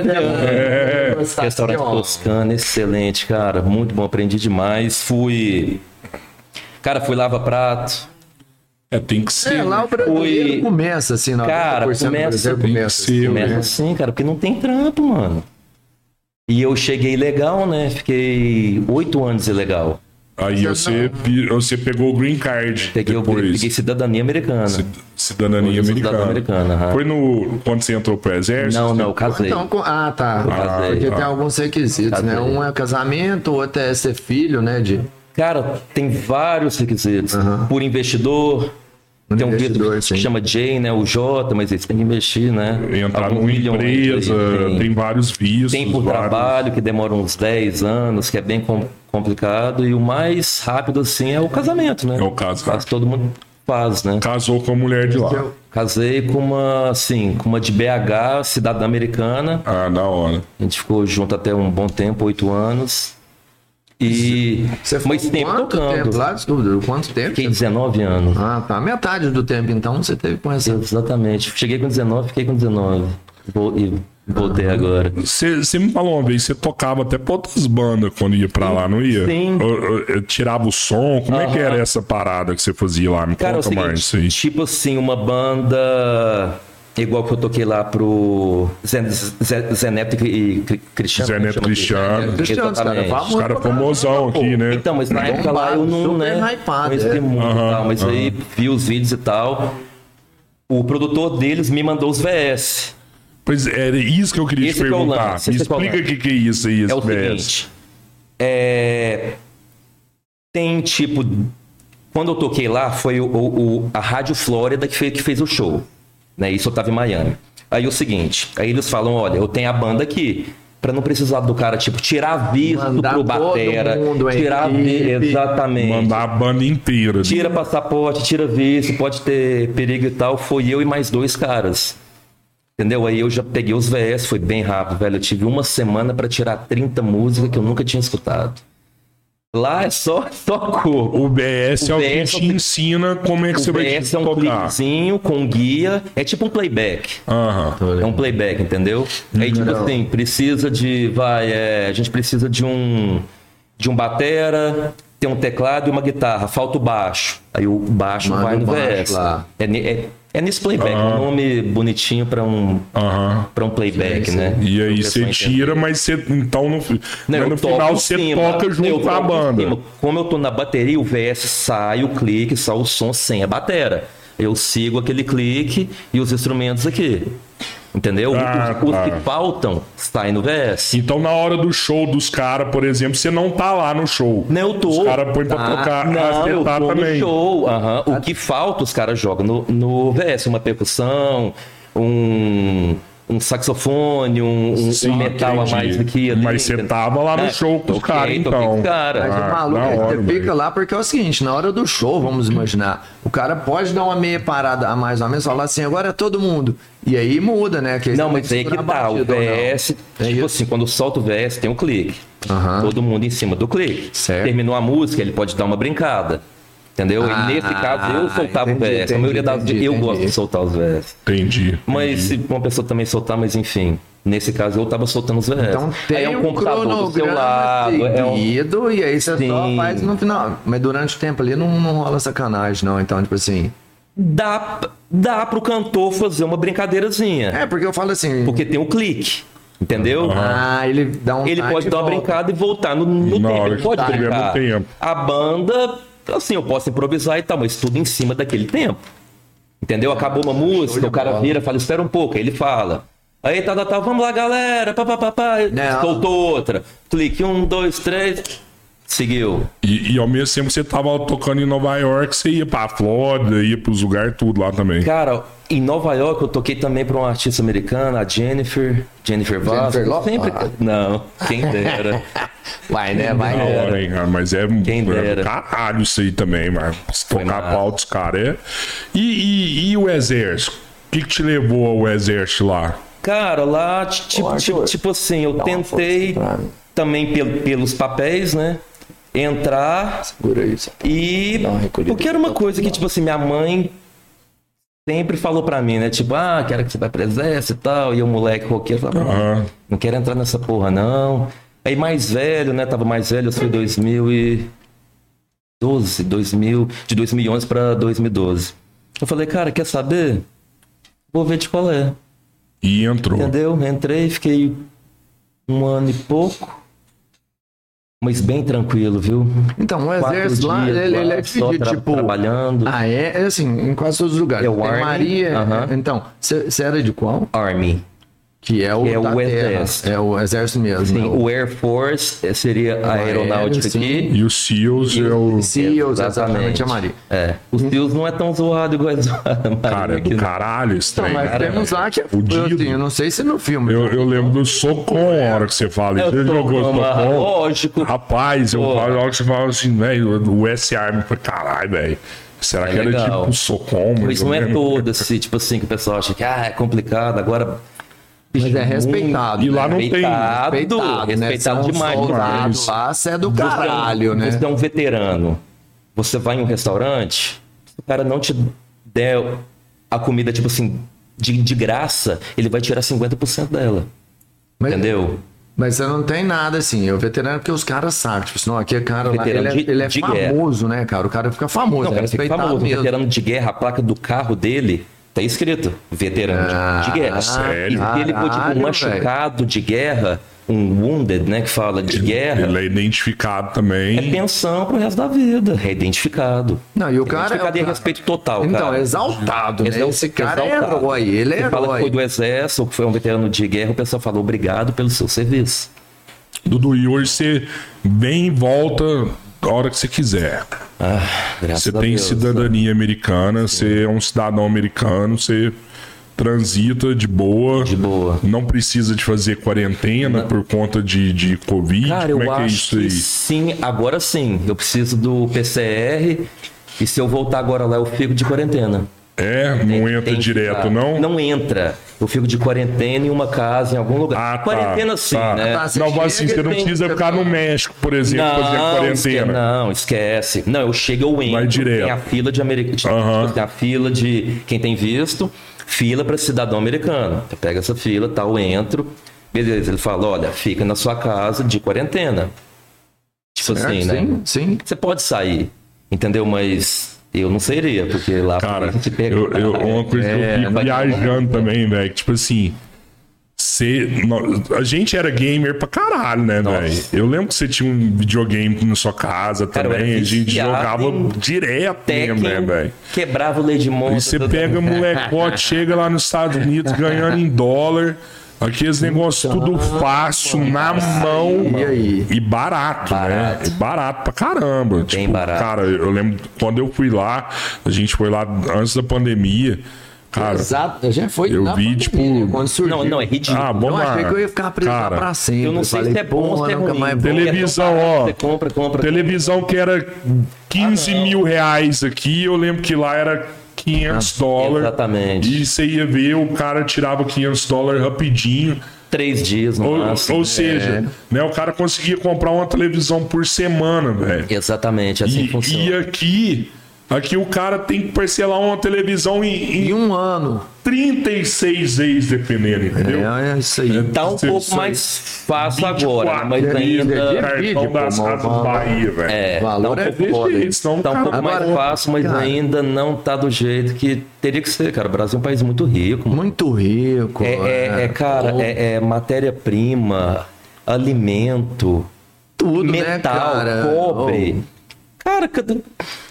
Speaker 2: É.
Speaker 1: Restaurante Toscana, excelente, cara. Muito bom, aprendi demais. Fui. Cara, fui lava-prato.
Speaker 3: É, tem que ser.
Speaker 2: É, lá o brasileiro
Speaker 1: Foi-
Speaker 2: começa assim, na
Speaker 1: Cara, começa-
Speaker 3: tem que
Speaker 2: começa.
Speaker 3: ser, ué.
Speaker 1: Começa assim, cara, porque não tem trampo, mano. E eu cheguei legal, né? Fiquei oito anos ilegal.
Speaker 3: Aí você, vi- você pegou o green card
Speaker 1: Peguei, o-
Speaker 3: depois.
Speaker 1: peguei cidadania americana.
Speaker 3: Cid- Cidadania
Speaker 1: Hoje eu sou cidadão
Speaker 3: americana.
Speaker 1: americano, aham.
Speaker 3: Foi no, quando você entrou pro exército?
Speaker 1: Não, não, eu casei.
Speaker 2: Então, co- ah, tá.
Speaker 1: casei.
Speaker 2: Porque
Speaker 3: Ah.
Speaker 2: tem alguns requisitos, né?
Speaker 1: Casei.
Speaker 2: Um é casamento, o outro é ser filho, né? De...
Speaker 1: Cara, tem vários requisitos. Por investidor, tem um
Speaker 2: investidor,
Speaker 1: visto que
Speaker 2: sim.
Speaker 1: chama J, né? O J, mas eles têm que investir, né?
Speaker 3: Entrar
Speaker 1: Alguns
Speaker 3: numa
Speaker 1: milhões aí,
Speaker 3: empresa,
Speaker 1: enfim.
Speaker 3: tem vários vistos.
Speaker 1: Tem por
Speaker 3: vários-
Speaker 1: trabalho, que demora uns 10 anos, que é bem com- complicado. E o mais rápido, assim, é o casamento, né?
Speaker 3: É o casamento.
Speaker 1: Quase todo mundo faz, né?
Speaker 3: Casou com a mulher de lá.
Speaker 1: Casei com uma, assim, com uma de BH, cidadã americana.
Speaker 3: Ah, da hora.
Speaker 1: A gente ficou junto até um bom tempo, oito anos. E
Speaker 2: Você ficou
Speaker 1: mas tempo
Speaker 2: quanto
Speaker 1: tocando.
Speaker 2: tempo lá? Desculpa, quanto tempo?
Speaker 1: Fiquei 19 anos.
Speaker 2: Ah, tá. Metade do tempo, então, você teve com essa.
Speaker 1: Exatamente. Cheguei com 19, fiquei com 19. Vou, e voltei agora.
Speaker 3: Você você me falou uma vez, você tocava até pra outras bandas quando ia pra lá, não ia?
Speaker 1: Sim.
Speaker 3: Ou- ou- eh, tirava o som, como é que
Speaker 1: Aham.
Speaker 3: era essa parada que você fazia lá? Me
Speaker 1: Cara, é o
Speaker 3: conta mais isso aí.
Speaker 1: seguinte, tipo assim, uma banda igual que eu toquei lá pro Zen- Zen- Zeneto e Cri- Cristiano.
Speaker 3: Zé
Speaker 1: como é
Speaker 3: Neto
Speaker 1: chama aqui?
Speaker 3: Cristiano,
Speaker 2: Cristianos, cara,
Speaker 1: Exatamente.
Speaker 2: famoso
Speaker 3: os caras
Speaker 2: pra caramba,
Speaker 3: famosão
Speaker 2: pô.
Speaker 3: aqui, né?
Speaker 1: Então, mas na época lá
Speaker 2: Bombado,
Speaker 1: eu não,
Speaker 2: super
Speaker 1: né?
Speaker 2: hypado,
Speaker 1: conheci
Speaker 2: é.
Speaker 1: muito e
Speaker 3: Aham,
Speaker 1: tal, mas
Speaker 3: aham.
Speaker 1: aí vi os vídeos e tal. O produtor deles me mandou os VS.
Speaker 3: Pois era isso que eu queria te
Speaker 1: Esse que é o
Speaker 3: perguntar.
Speaker 1: lance,
Speaker 3: Me
Speaker 1: esse que é o
Speaker 3: explica o
Speaker 1: lance.
Speaker 3: que, que é isso aí, esse
Speaker 1: É o
Speaker 3: BS.
Speaker 1: seguinte. É, Tem tipo. Quando eu toquei lá, foi o, o- o- a Rádio Flórida que fez, que fez o show. Né? Isso eu tava em Miami. Aí o seguinte, aí eles falam, olha, eu tenho a banda aqui. Pra não precisar do cara, tipo, tirar visto
Speaker 2: Mandar
Speaker 1: pro
Speaker 2: todo
Speaker 1: batera.
Speaker 2: mundo, hein?
Speaker 1: tirar vi-
Speaker 2: Equipe.
Speaker 1: Exatamente.
Speaker 3: Mandar a banda inteira. né?
Speaker 1: Tira passaporte, tira visto, pode ter perigo e tal. Foi eu e mais dois caras. Entendeu? Aí eu já peguei os VS, foi bem rápido, velho. Eu tive uma semana pra tirar 30 músicas que eu nunca tinha escutado. Lá é só, só corpo.
Speaker 3: O BS é o
Speaker 1: O
Speaker 3: que
Speaker 1: BS é o
Speaker 3: te
Speaker 1: que-
Speaker 3: ensina como é que
Speaker 1: O
Speaker 3: você vai
Speaker 1: VS
Speaker 3: te
Speaker 1: é um
Speaker 3: tocar.
Speaker 1: clipezinho com guia. É tipo um playback.
Speaker 3: Aham.
Speaker 1: É um playback, entendeu? Aí, tipo assim, precisa de. Vai, é, a gente precisa de um. De um batera, tem um teclado e uma guitarra. Falta o baixo. Aí o baixo
Speaker 2: Manda
Speaker 1: vai
Speaker 2: o
Speaker 1: no
Speaker 2: baixo
Speaker 1: VS.
Speaker 2: lá.
Speaker 1: É, ni- é, é nesse playback, é
Speaker 3: Ah.
Speaker 1: um nome bonitinho pra um,
Speaker 3: Aham.
Speaker 1: pra um playback, né?
Speaker 3: E
Speaker 1: Pra
Speaker 3: aí
Speaker 1: pessoa
Speaker 3: você
Speaker 1: entender.
Speaker 3: tira, mas você. Então no,
Speaker 1: Não,
Speaker 3: mas
Speaker 1: eu
Speaker 3: no
Speaker 1: toco
Speaker 3: final
Speaker 1: em
Speaker 3: você
Speaker 1: cima,
Speaker 3: toca junto
Speaker 1: eu
Speaker 3: com a
Speaker 1: toco em
Speaker 3: banda.
Speaker 1: cima. Como eu tô na bateria, o VS sai o clique, sai o som sem a batera. Eu sigo aquele clique e os instrumentos aqui. Entendeu?
Speaker 3: Ah,
Speaker 1: os, os
Speaker 3: tá.
Speaker 1: que faltam saem no VS.
Speaker 3: Então na hora do show dos caras, por exemplo, você não tá lá no show.
Speaker 1: Não, eu tô.
Speaker 3: Os caras põem pra
Speaker 2: Tá.
Speaker 3: tocar. ah,
Speaker 1: Não,
Speaker 3: você
Speaker 1: eu
Speaker 3: tá
Speaker 1: tô no
Speaker 3: também.
Speaker 1: show. aham. O que falta, os caras jogam no, no VS. Uma percussão, um, um saxofone, um, um- um
Speaker 3: Sim,
Speaker 1: metal a mais
Speaker 3: entendi.
Speaker 1: aqui. ali,
Speaker 3: Mas você
Speaker 1: entendeu?
Speaker 3: tava lá no
Speaker 1: É,
Speaker 3: show com os
Speaker 1: toquei,
Speaker 3: caras,
Speaker 1: toquei com
Speaker 3: então.
Speaker 1: os caras.
Speaker 2: Mas
Speaker 3: Ah,
Speaker 2: o maluco
Speaker 3: da
Speaker 2: é que
Speaker 3: hora,
Speaker 2: você fica
Speaker 3: velho.
Speaker 2: lá porque é o seguinte, na hora do show, vamos imaginar, o cara pode dar uma meia parada a mais ou a menos, falar assim, agora é todo mundo. E aí muda, né? Que aí
Speaker 1: Não,
Speaker 2: você
Speaker 1: mas
Speaker 2: tem
Speaker 1: aí que
Speaker 2: segurar a
Speaker 1: tá. O
Speaker 2: batida ou não.
Speaker 1: VS,
Speaker 2: É
Speaker 1: tipo
Speaker 2: isso.
Speaker 1: assim, quando solta o VS, tem um clique.
Speaker 2: Aham.
Speaker 1: Todo mundo em cima do clique.
Speaker 2: Certo.
Speaker 1: Terminou a música, ele pode dar uma brincada. Entendeu?
Speaker 2: Ah,
Speaker 1: e nesse caso, eu soltava
Speaker 2: entendi,
Speaker 1: o VS. a
Speaker 2: entendi,
Speaker 1: maioria das
Speaker 2: entendi,
Speaker 1: eu
Speaker 2: entendi.
Speaker 1: gosto de soltar os VS.
Speaker 3: Entendi.
Speaker 1: Mas se uma pessoa também soltar, mas enfim. Nesse caso, eu tava soltando os VS.
Speaker 2: Então tem
Speaker 1: Aí é um computador do seu
Speaker 2: cronograma
Speaker 1: lado. É um...
Speaker 2: seguido, e aí você só
Speaker 1: Sim.
Speaker 2: faz no final. Mas durante o tempo ali não, não rola sacanagem, não. Então, tipo assim...
Speaker 1: dá, dá pro cantor fazer uma brincadeirazinha.
Speaker 2: É, porque eu falo assim...
Speaker 1: Porque tem o clique. Entendeu?
Speaker 2: Ah, ele dá um...
Speaker 1: Ele
Speaker 2: time
Speaker 1: pode
Speaker 2: e
Speaker 1: dar uma
Speaker 2: volta.
Speaker 1: brincada e voltar no, no
Speaker 3: Na
Speaker 1: tempo.
Speaker 3: hora
Speaker 1: Ele
Speaker 3: que
Speaker 1: pode
Speaker 3: tiver no
Speaker 1: brincar.
Speaker 3: tempo.
Speaker 1: A banda, assim, eu posso improvisar e tal, mas tudo em cima daquele tempo. Entendeu? Acabou uma música, o cara
Speaker 2: bola.
Speaker 1: vira, fala, espera um pouco, aí ele fala. Aí tá, tá, tá, vamos lá, galera. Pá, pá, pá, pá.
Speaker 2: Não.
Speaker 1: Soltou outra. Clique, um, dois, três. Seguiu.
Speaker 3: E, e ao mesmo tempo que você tava tocando em Nova York, você ia pra Flórida, ia pros lugares tudo lá também.
Speaker 1: Cara, em Nova York eu toquei também pra uma artista americana, a Jennifer. Jennifer Vasquez.
Speaker 2: Lopez?
Speaker 1: Sempre...
Speaker 2: Ah.
Speaker 1: Não, quem dera.
Speaker 2: Vai, né? Vai,
Speaker 3: Da
Speaker 2: né?
Speaker 3: hora, hein, cara? Mas é,
Speaker 1: Quem
Speaker 3: é do
Speaker 1: dera.
Speaker 3: caralho isso aí também, mano. Se tocar
Speaker 1: nada.
Speaker 3: pau dos caras. É... E, e- e o exército? O que, que te levou ao exército lá?
Speaker 1: Cara, lá, ti- tipo,
Speaker 2: Arthur,
Speaker 1: tipo, tipo assim, eu tentei
Speaker 2: força pra mim.
Speaker 1: também pel- pelos papéis, né? Entrar
Speaker 2: Segura isso.
Speaker 1: e.
Speaker 2: uma recolhida.
Speaker 1: Porque era uma coisa que, tipo assim, minha mãe sempre falou pra mim, né? Tipo, ah, quero que você vai pro exército e tal. E o moleque roqueiro falava,
Speaker 3: Aham.
Speaker 1: não quero entrar nessa porra, não. Aí mais velho, né? Tava mais velho, eu fui 2012, 2000, de 2011 pra 2012. Eu falei, cara, quer saber? Vou ver de qual é.
Speaker 3: E entrou.
Speaker 1: Entendeu? Entrei, fiquei um ano e pouco. Mas bem tranquilo, viu?
Speaker 2: Então, o
Speaker 1: Quatro
Speaker 2: exército lá,
Speaker 1: dias
Speaker 2: ele, ele é
Speaker 1: lá, só
Speaker 2: dividido,
Speaker 1: tra-
Speaker 2: tipo...
Speaker 1: trabalhando.
Speaker 2: Ah, é? É assim, em quase todos os lugares.
Speaker 1: É o
Speaker 2: Tem
Speaker 1: Army,
Speaker 2: Maria...
Speaker 1: aham.
Speaker 2: Então, você era de qual?
Speaker 1: Army.
Speaker 2: Que é o
Speaker 1: Que é
Speaker 2: da
Speaker 1: o
Speaker 2: terra.
Speaker 1: exército.
Speaker 2: É o exército mesmo.
Speaker 1: Sim,
Speaker 2: né?
Speaker 1: o Air Force eh, seria a aeronáutica
Speaker 2: aéreo, sim.
Speaker 1: aqui.
Speaker 3: E o SEALs é o.
Speaker 2: SEALs, exatamente, a Maria. Uhum.
Speaker 1: É. Os Seals não é tão zoado igual a zoada.
Speaker 3: Cara, é
Speaker 1: cara.
Speaker 3: do
Speaker 1: né?
Speaker 3: caralho esse
Speaker 2: Então,
Speaker 3: trem.
Speaker 2: mas
Speaker 3: cara.
Speaker 2: temos lá que é
Speaker 3: Fudido.
Speaker 2: assim, eu não sei se no filme.
Speaker 3: Eu, eu lembro do Socon a hora que você fala.
Speaker 1: É,
Speaker 3: isso.
Speaker 1: o
Speaker 3: Você jogou
Speaker 1: Socon, ah,
Speaker 3: Socon?
Speaker 1: lógico.
Speaker 3: Rapaz, eu
Speaker 1: Pô.
Speaker 3: falo, a hora que você fala assim, velho, o S-Arm. Caralho, velho. Será
Speaker 1: É
Speaker 3: que era
Speaker 1: legal.
Speaker 3: tipo o Socon? mais
Speaker 1: Mas
Speaker 3: ou
Speaker 1: não é
Speaker 3: menos?
Speaker 1: todo assim, tipo assim, que o pessoal acha que ah, é complicado, agora.
Speaker 2: Mas é respeitado.
Speaker 3: E lá
Speaker 2: né?
Speaker 3: não tem.
Speaker 1: Respeitado, respeitado,
Speaker 2: né? Você é um
Speaker 1: demais. né?
Speaker 2: soldado
Speaker 3: demais.
Speaker 2: lá, você é do
Speaker 1: Você é um-
Speaker 2: caralho, né?
Speaker 1: Você é um veterano. Você vai em um restaurante, se o cara não te der a comida, tipo assim, de, de graça, ele vai tirar 50% dela.
Speaker 2: Mas- é,
Speaker 1: Entendeu?
Speaker 2: Mas você não tem nada assim. É o veterano porque os caras sabem. Tipo, senão aqui é cara lá, ele
Speaker 1: Veterano
Speaker 2: é,
Speaker 1: de-
Speaker 2: ele é
Speaker 1: de
Speaker 2: famoso, né, cara? O cara fica famoso,
Speaker 1: Não, o
Speaker 2: é
Speaker 1: cara fica
Speaker 2: respeitado
Speaker 1: famoso. Um
Speaker 2: mesmo.
Speaker 1: veterano de guerra, a placa do carro dele tá escrito veterano de- de guerra.
Speaker 3: sério?
Speaker 1: E se ele for tipo
Speaker 2: Ah, Caralho,
Speaker 1: um machucado de guerra, um wounded, né, que fala de guerra,
Speaker 3: Ele é identificado
Speaker 1: é
Speaker 3: também.
Speaker 1: pensão pro resto da vida. É identificado.
Speaker 2: Não, e o cara é o
Speaker 1: Identificado e é
Speaker 2: cara-
Speaker 1: respeito total,
Speaker 2: Então,
Speaker 1: cara.
Speaker 2: é exaltado, né?
Speaker 1: Exal-
Speaker 2: Esse cara
Speaker 1: um exaltado.
Speaker 2: é herói, ele é
Speaker 1: Você fala que foi
Speaker 2: herói.
Speaker 1: do exército, ou que foi um veterano de guerra, o pessoal fala obrigado pelo seu serviço.
Speaker 3: Dudu, e hoje você vem e volta a hora que você quiser.
Speaker 1: Ah, graças
Speaker 3: Você
Speaker 1: a
Speaker 3: tem
Speaker 1: Deus. né?
Speaker 3: cidadania americana, você é um cidadão americano, você transita de boa.
Speaker 1: De boa.
Speaker 3: Não precisa de fazer quarentena por conta de, de Covid.
Speaker 1: Cara,
Speaker 3: Como
Speaker 1: eu
Speaker 3: é que é
Speaker 1: acho
Speaker 3: isso aí?
Speaker 1: que sim, agora sim. Eu preciso do PCR e se eu voltar agora lá, eu fico de quarentena.
Speaker 3: É,
Speaker 1: Tem-
Speaker 3: não
Speaker 1: tem
Speaker 3: entra
Speaker 1: que
Speaker 3: direto,
Speaker 1: ficar.
Speaker 3: não?
Speaker 1: Não entra. Eu fico de quarentena em uma casa, em algum lugar.
Speaker 3: Ah, tá.
Speaker 1: quarentena sim,
Speaker 3: tá.
Speaker 1: né?
Speaker 2: Tá, você
Speaker 3: Não, mas assim,
Speaker 2: chega
Speaker 3: você não
Speaker 2: e tem-
Speaker 3: precisa ficar no México, por exemplo, fazer a
Speaker 1: esque-
Speaker 3: quarentena.
Speaker 1: não, esquece. Não, eu chego, eu entro.
Speaker 3: Vai direto.
Speaker 1: Tem a fila de americano.
Speaker 3: Aham.
Speaker 1: Tem a fila de quem tem visto, fila para cidadão americano. Eu pego essa fila, tal, entro. Beleza, ele fala: olha, fica na sua casa de quarentena. Tipo assim, né?
Speaker 2: Sim, sim.
Speaker 1: Você pode sair, entendeu? Mas eu não sairia, porque lá
Speaker 3: Cara,
Speaker 1: se pega.
Speaker 3: eu, eu- uma coisa
Speaker 1: É,
Speaker 3: que eu fico
Speaker 1: vai-
Speaker 3: viajando também, velho. que Tipo assim. Cê, nó- a gente era gamer pra caralho, né, velho? Eu lembro que você tinha um videogame na sua casa
Speaker 1: Cara, eu era
Speaker 3: também. A gente
Speaker 1: viciado
Speaker 3: jogava
Speaker 1: em
Speaker 3: direto
Speaker 1: Tekken,
Speaker 3: mesmo, né, velho?
Speaker 1: quebrava o Lady
Speaker 3: E
Speaker 1: Monster.
Speaker 3: você
Speaker 1: todo-
Speaker 3: pega molecote, chega lá nos Estados Unidos ganhando em dólar. Aqueles negócios tudo fácil, na mão.
Speaker 2: E aí?
Speaker 3: E barato, né?
Speaker 1: Barato.
Speaker 3: E barato pra caramba. Bem
Speaker 1: barato.
Speaker 3: Cara, eu lembro quando eu fui lá, a gente foi lá antes da pandemia. Cara,
Speaker 2: Exato, já foi.
Speaker 3: eu
Speaker 2: na
Speaker 3: vi,
Speaker 2: pandemia,
Speaker 3: tipo-
Speaker 2: né? Quando surgiu.
Speaker 1: Não, não, é ridículo.
Speaker 3: ah,
Speaker 2: Eu
Speaker 3: vamos lá.
Speaker 2: achei que eu ia ficar preso lá
Speaker 3: Cara,
Speaker 2: pra sempre.
Speaker 1: Eu não sei
Speaker 2: Falei,
Speaker 1: se é bom ou
Speaker 2: porra,
Speaker 1: se é
Speaker 2: nunca
Speaker 1: ruim.
Speaker 2: mais vou.
Speaker 3: Tele- Televisão,
Speaker 1: Porque é tão barato,
Speaker 3: ó.
Speaker 1: Você compra, compra.
Speaker 3: televisão que era 15 mil reais aqui, eu lembro que lá era 500 dólares.
Speaker 1: Exatamente.
Speaker 3: E você ia ver, o cara tirava 500 dólares rapidinho.
Speaker 1: Três dias no
Speaker 3: Ou,
Speaker 1: máximo.
Speaker 3: ou seja, né, o cara conseguia comprar uma televisão por semana, velho.
Speaker 1: Exatamente, assim
Speaker 3: E,
Speaker 1: funciona.
Speaker 3: e aqui, aqui o cara tem que parcelar uma televisão em,
Speaker 2: Em
Speaker 3: em
Speaker 2: um ano.
Speaker 3: 36 vezes, dependendo, entendeu?
Speaker 2: É, é isso aí.
Speaker 1: Tá um
Speaker 3: Você-
Speaker 1: pouco
Speaker 3: você-
Speaker 1: mais fácil
Speaker 3: 24
Speaker 1: agora, né? mas
Speaker 3: vezes,
Speaker 1: ainda.
Speaker 3: Cartão
Speaker 2: Vídeo,
Speaker 3: das
Speaker 2: pô,
Speaker 3: Casas do
Speaker 2: mano.
Speaker 3: Bahia, velho.
Speaker 1: É, tá um
Speaker 2: valor é
Speaker 1: pouco,
Speaker 3: Deixa
Speaker 2: foda, hein?
Speaker 3: isso, senão o
Speaker 1: tá um
Speaker 3: então, cara
Speaker 1: pouco mais
Speaker 2: Agora,
Speaker 1: fácil, mas
Speaker 2: cara.
Speaker 1: ainda não tá do jeito que teria que ser, cara. O Brasil é um país muito rico. mano.
Speaker 2: Muito rico.
Speaker 1: É, é, é, cara, é, é matéria-prima, alimento,
Speaker 2: tudo, né,
Speaker 1: é metal,
Speaker 2: cara? Oh.
Speaker 1: cobre. Cara, cadê-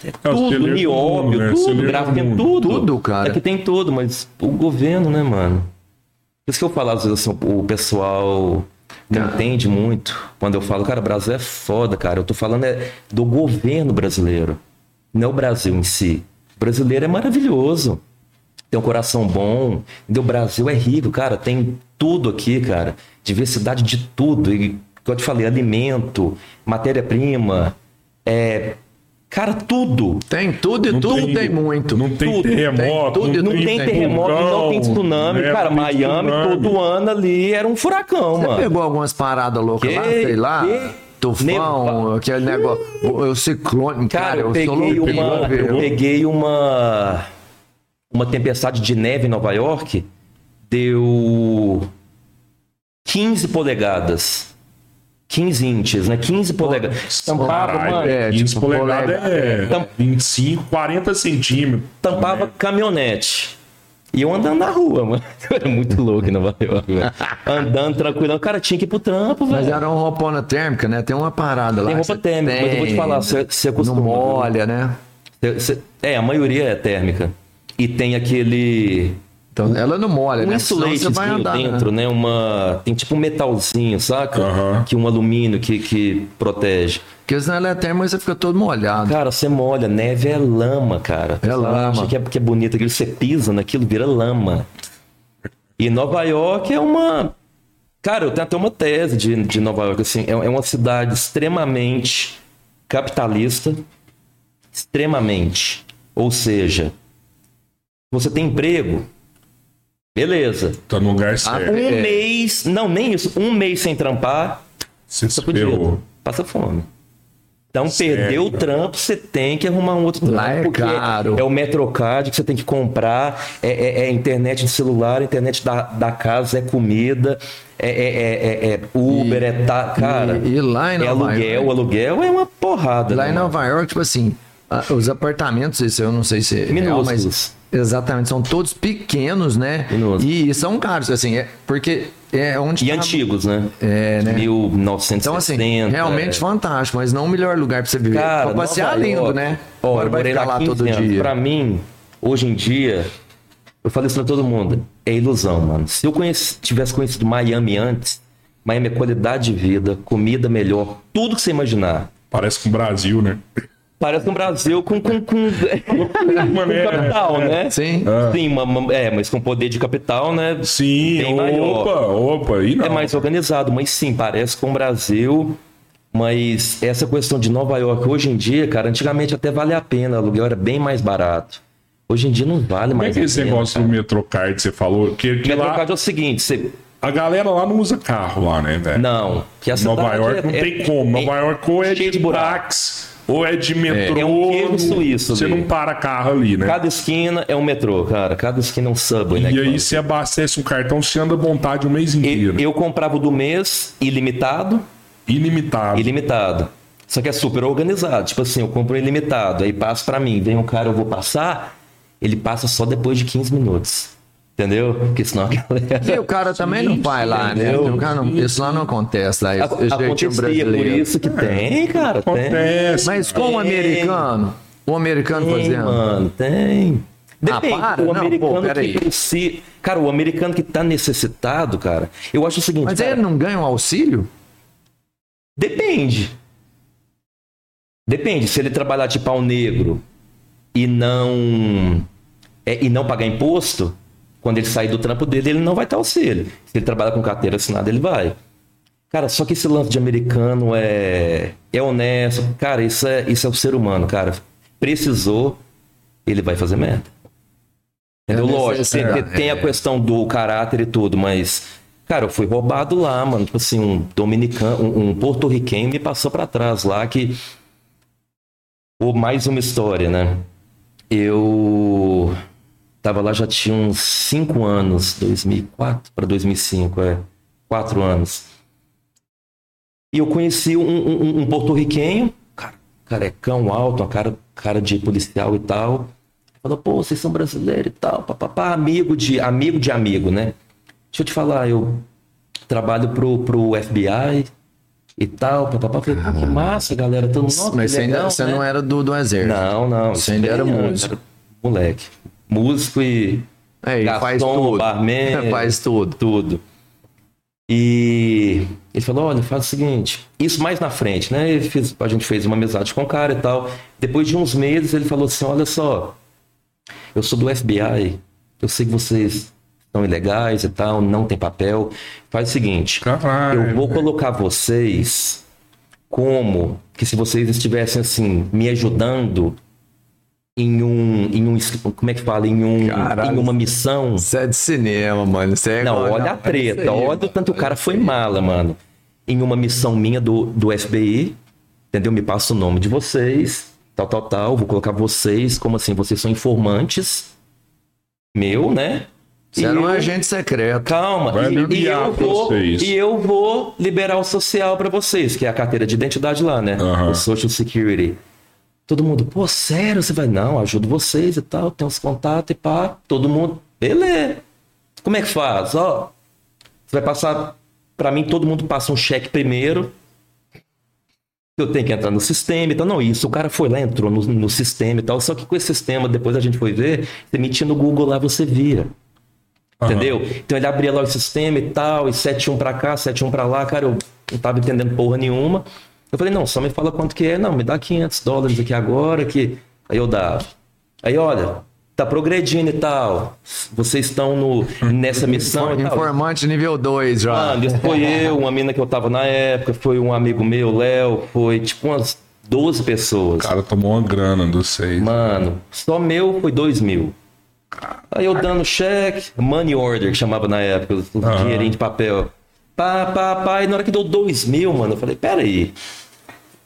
Speaker 1: é
Speaker 3: É, os
Speaker 1: tudo,
Speaker 3: celeiros do mundo,
Speaker 1: nióbio,
Speaker 3: né?
Speaker 1: tudo,
Speaker 3: Celeiro do
Speaker 1: grafeno,
Speaker 3: mundo.
Speaker 1: tudo.
Speaker 2: Tudo, cara.
Speaker 1: É que tem tudo, mas o governo, né, mano? Por isso que eu falo, às vezes, assim, o pessoal
Speaker 2: Tá.
Speaker 1: não entende muito quando eu falo, cara, o Brasil é foda, cara. Eu tô falando é do governo brasileiro, não é o Brasil em si. O brasileiro é maravilhoso. Tem um coração bom. entendeu? O Brasil é rico, cara. Tem tudo aqui, cara. Diversidade de tudo. E, como eu te falei, alimento, matéria-prima, é. Cara, tudo.
Speaker 2: Tem tudo e
Speaker 3: Não
Speaker 2: tudo tem, muito.
Speaker 3: Não tem
Speaker 1: Tudo.
Speaker 3: terremoto.
Speaker 2: Tem tudo,
Speaker 1: Não tem, terremoto, não tem tsunami.
Speaker 3: né?
Speaker 1: cara,
Speaker 3: Não tem
Speaker 1: Miami,
Speaker 3: tsunami.
Speaker 1: todo ano ali era um furacão,
Speaker 2: Você
Speaker 1: mano.
Speaker 2: pegou algumas paradas loucas
Speaker 1: Que-
Speaker 2: lá, sei lá?
Speaker 1: que-
Speaker 2: Tufão,
Speaker 1: Neva-
Speaker 2: aquele negócio. O, o ciclone, cara,
Speaker 1: Cara, eu
Speaker 2: eu sou
Speaker 1: peguei
Speaker 2: louco.
Speaker 1: uma. Eu peguei uma. Uma tempestade de neve em Nova York. Deu. 15 polegadas. 15 inches, né? 15 polegadas. Estampava,
Speaker 3: Caralho,
Speaker 1: mano.
Speaker 2: é,
Speaker 3: 15
Speaker 2: tipo,
Speaker 3: polegadas é
Speaker 1: Tam-
Speaker 3: 25, 40 centímetros. né?
Speaker 1: tampava caminhonete. E eu andando na rua, mano. Eu era muito louco em Nova York, velho. Andando tranquilo. Cara, tinha que ir pro trampo,
Speaker 2: Mas
Speaker 1: velho.
Speaker 2: era uma roupona térmica, né? Tem uma parada lá.
Speaker 1: Tem roupa
Speaker 2: que
Speaker 1: térmica, mas eu vou te
Speaker 2: tem,
Speaker 1: falar, você- você acostuma,
Speaker 2: Não
Speaker 1: viu?
Speaker 2: molha, né?
Speaker 1: Cê- cê- É, a maioria é térmica. E tem aquele.
Speaker 2: Então, ela não molha,
Speaker 1: Um
Speaker 2: né? Senão você vai
Speaker 1: insulatezinho
Speaker 2: andar, né?
Speaker 1: dentro, né? Uma. Tem tipo um metalzinho, saca?
Speaker 3: Aham.
Speaker 1: Que um alumínio que, que protege.
Speaker 2: Porque senão ela é térmica, você fica todo molhado.
Speaker 1: Cara, você molha, neve é lama, cara.
Speaker 2: É
Speaker 1: Você
Speaker 2: lama.
Speaker 1: Acha que é porque é bonito aquilo, você pisa naquilo, vira lama. E Nova York é uma. Cara, eu tenho até uma tese de, de Nova York, assim, é, é uma cidade extremamente capitalista. Extremamente. Ou seja, você tem emprego, beleza.
Speaker 3: Tá no lugar
Speaker 1: Um
Speaker 3: certo.
Speaker 2: É.
Speaker 1: mês, não, nem isso, um mês sem trampar,
Speaker 3: Você
Speaker 1: você
Speaker 3: se
Speaker 1: podia.
Speaker 3: ferrou.
Speaker 1: Passa fome. Então, perdeu o trampo, você tem que arrumar um outro trampo.
Speaker 2: Lá é
Speaker 1: porque
Speaker 2: caro.
Speaker 1: É o Metrocard que você tem que comprar, é, é- é internet de celular, internet da, da casa, é comida, é, é- é- é- é Uber, é tá, cara.
Speaker 2: e- e lá em
Speaker 1: é
Speaker 2: Nova
Speaker 1: aluguel,
Speaker 2: York?
Speaker 1: aluguel é uma porrada.
Speaker 2: Lá em
Speaker 1: né?
Speaker 2: Nova York, tipo assim, a- os apartamentos, isso eu não sei se é real,
Speaker 1: Minúsculos.
Speaker 2: mas exatamente, são todos pequenos, né?
Speaker 1: Minúsculos.
Speaker 2: E são caros, assim, é porque é onde
Speaker 1: E
Speaker 2: tá-
Speaker 1: antigos, né?
Speaker 2: É, né?
Speaker 1: 1960.
Speaker 2: Então, assim, realmente fantástico, mas não o melhor lugar pra você viver.
Speaker 1: é. Cara,
Speaker 2: pra passear
Speaker 1: Nova
Speaker 2: lindo,
Speaker 1: York.
Speaker 2: né?
Speaker 1: Ó,
Speaker 2: Agora
Speaker 1: eu
Speaker 2: vai
Speaker 1: morei
Speaker 2: ficar
Speaker 1: lá,
Speaker 2: lá
Speaker 1: 15
Speaker 2: todo
Speaker 1: anos.
Speaker 2: dia.
Speaker 1: Pra mim, hoje em dia, eu falo isso pra todo mundo, é ilusão, mano. Se eu conheci- tivesse conhecido Miami antes, Miami é qualidade de vida, comida melhor, tudo que você imaginar.
Speaker 3: Parece com o Brasil, né?
Speaker 1: Parece um Brasil com, com, com,
Speaker 3: Mano,
Speaker 1: com
Speaker 3: é-
Speaker 1: capital,
Speaker 3: é-
Speaker 1: né?
Speaker 2: Sim.
Speaker 1: Sim, uma- uma- é, mas com poder de capital, né?
Speaker 3: Sim,
Speaker 1: Bem maior.
Speaker 3: opa, opa. E não.
Speaker 1: É mais organizado, mas sim, parece com o Brasil. Mas essa questão de Nova York hoje em dia, cara, antigamente até vale a pena, o aluguel era bem mais barato. Hoje em dia não vale
Speaker 3: Como é
Speaker 1: mais
Speaker 3: que é esse
Speaker 1: a pena.
Speaker 3: negócio do Metrocard que você falou? Que, que lá,
Speaker 1: Metrocard é o seguinte, você...
Speaker 3: a galera lá não usa carro lá, né, velho?
Speaker 1: não, que a cidade
Speaker 3: Nova York
Speaker 1: é-
Speaker 3: não
Speaker 1: é-
Speaker 3: tem como. Nova
Speaker 1: é-
Speaker 3: York ou é
Speaker 1: cheio
Speaker 3: de
Speaker 1: de buraco.
Speaker 3: táxi, ou é de metrô.
Speaker 1: É um queijo suíço,
Speaker 3: Você
Speaker 1: velho.
Speaker 3: não para carro ali, né?
Speaker 1: Cada esquina é um metrô, cara. Cada esquina é um subway, né?
Speaker 3: E
Speaker 1: que
Speaker 3: aí
Speaker 1: fala.
Speaker 3: você abastece o cartão, você anda à vontade o mês inteiro.
Speaker 1: E- eu comprava o do mês ilimitado,
Speaker 3: Ilimitado.
Speaker 1: ilimitado. Só que é super organizado. Tipo assim, eu compro um ilimitado, aí passa pra mim, vem um cara, eu vou passar, ele passa só depois de 15 minutos. Entendeu? Porque senão a
Speaker 2: E
Speaker 1: galera.
Speaker 2: o cara também não vai lá, né?
Speaker 1: entendeu?
Speaker 2: O cara não- isso lá não acontece, lá. Esse
Speaker 1: A-
Speaker 2: jeitinho
Speaker 1: Acontecia por
Speaker 2: brasileiro. É.
Speaker 1: isso que tem, cara. Tem.
Speaker 3: Acontece.
Speaker 2: Mas com o americano, o americano
Speaker 1: Tem,
Speaker 2: fazendo.
Speaker 1: mano, tem.
Speaker 2: Ah,
Speaker 1: Depende,
Speaker 2: para.
Speaker 1: o
Speaker 2: Não, pô,
Speaker 1: americano
Speaker 2: peraí.
Speaker 1: que precisa. Cara, o americano que tá necessitado, cara, eu acho o seguinte.
Speaker 2: Mas
Speaker 1: cara,
Speaker 2: ele não ganha um auxílio?
Speaker 1: Depende. Depende. Se ele trabalhar de pau negro e não é, e não pagar imposto, quando ele sair do trampo dele, ele não vai ter auxílio. Se ele trabalhar com carteira assinada, ele vai. Cara, só que esse lance de americano é, é honesto. Cara, isso é, isso é o ser humano, cara. Precisou, ele vai fazer merda. Entendeu?
Speaker 2: É
Speaker 1: Lógico, tem,
Speaker 2: necessário,
Speaker 1: tem- tem a
Speaker 2: é.
Speaker 1: questão do caráter e tudo, mas, cara, eu fui roubado lá, mano. Tipo assim, um dominicano, um, um porto-riquenho me passou pra trás lá que. Ou mais uma história, né? Eu tava lá já tinha uns 5 anos, 2004 para 2005, é, 4 anos. E eu conheci um, um, um- um porto-riquenho, cara, carecão alto, uma cara, cara de policial e tal. Falou, pô, vocês são brasileiros e tal, papapá, amigo de amigo de amigo, né? Deixa eu te falar, eu trabalho pro, pro FBI e tal, papapá. Falei, pô, que massa, galera. Tão, nossa, que
Speaker 2: Mas você, ainda,
Speaker 1: legal,
Speaker 2: você
Speaker 1: né?
Speaker 2: não era do, do exército.
Speaker 1: Não, não.
Speaker 2: Você ainda era
Speaker 1: Estranho,
Speaker 2: músico.
Speaker 1: era Moleque. Músico e.
Speaker 2: É, e faz
Speaker 1: garçom,
Speaker 2: tudo.
Speaker 1: barman,
Speaker 2: Faz tudo.
Speaker 1: tudo. E ele falou: olha, faz o seguinte, isso mais na frente, né? Eu fiz- a gente fez uma amizade com o cara e tal. Depois de uns meses, ele falou assim: olha só, eu sou do FBI, eu sei que vocês são ilegais e tal, não tem papel. Faz o seguinte,
Speaker 3: Caralho,
Speaker 1: eu vou colocar vocês como que se vocês estivessem assim, me ajudando em um. Em um es- como é que fala? Em, um,
Speaker 2: Caralho.
Speaker 1: em uma missão.
Speaker 2: Isso é de cinema, mano. Isso é
Speaker 1: Não,
Speaker 2: igual-
Speaker 1: olha a
Speaker 2: mas isso aí,
Speaker 1: treta, olha o
Speaker 2: mano,
Speaker 1: tanto o cara
Speaker 2: isso
Speaker 1: foi
Speaker 2: aí.
Speaker 1: mala, mano. Em uma missão minha do, do FBI, entendeu? Me passa o nome de vocês, tal, tal, tal. Vou colocar vocês, como assim? Vocês são informantes meu, né?
Speaker 2: Você era um
Speaker 1: eu-
Speaker 2: agente secreto.
Speaker 1: Calma,
Speaker 3: Vai
Speaker 1: e- e,
Speaker 3: aliviar
Speaker 1: eu
Speaker 3: pra
Speaker 1: vou,
Speaker 3: vocês.
Speaker 1: e eu vou liberar o social pra vocês, que é a carteira de identidade lá, né?
Speaker 3: Aham.
Speaker 1: O Social Security. Todo mundo, pô, sério? Você vai, não, ajudo vocês e tal, tenho os contatos e pá. Todo mundo, beleza. Como é que faz? Ó, você vai passar. Pra mim, todo mundo passa um cheque primeiro. Eu tenho que entrar no sistema e tal. Não, isso. O cara foi lá, entrou no, no sistema e tal. Só que com esse sistema, depois a gente foi ver, você metia no Google lá, você via.
Speaker 3: Aham.
Speaker 1: Entendeu? Então ele abria lá o sistema e tal, e 7-1 pra cá, 7-1 pra lá, cara, eu não tava entendendo porra nenhuma. Eu falei, não, só me fala quanto que é, não, me dá 500 dólares aqui agora, que aí eu dava. Aí, olha, tá progredindo e tal, vocês estão no, nessa missão e tal.
Speaker 2: Informante nível 2 já.
Speaker 1: Mano, isso Ah, foi eu, uma mina que eu tava na época, foi um amigo meu, Léo, foi tipo umas 12 pessoas.
Speaker 3: O cara tomou uma grana do seis.
Speaker 1: Mano, só meu foi 2 mil. Aí eu dando cheque, money order, que chamava na época, o
Speaker 3: Aham.
Speaker 1: dinheirinho de papel. Pá, pá, pá. E na hora que deu 2 mil, mano, eu falei, peraí.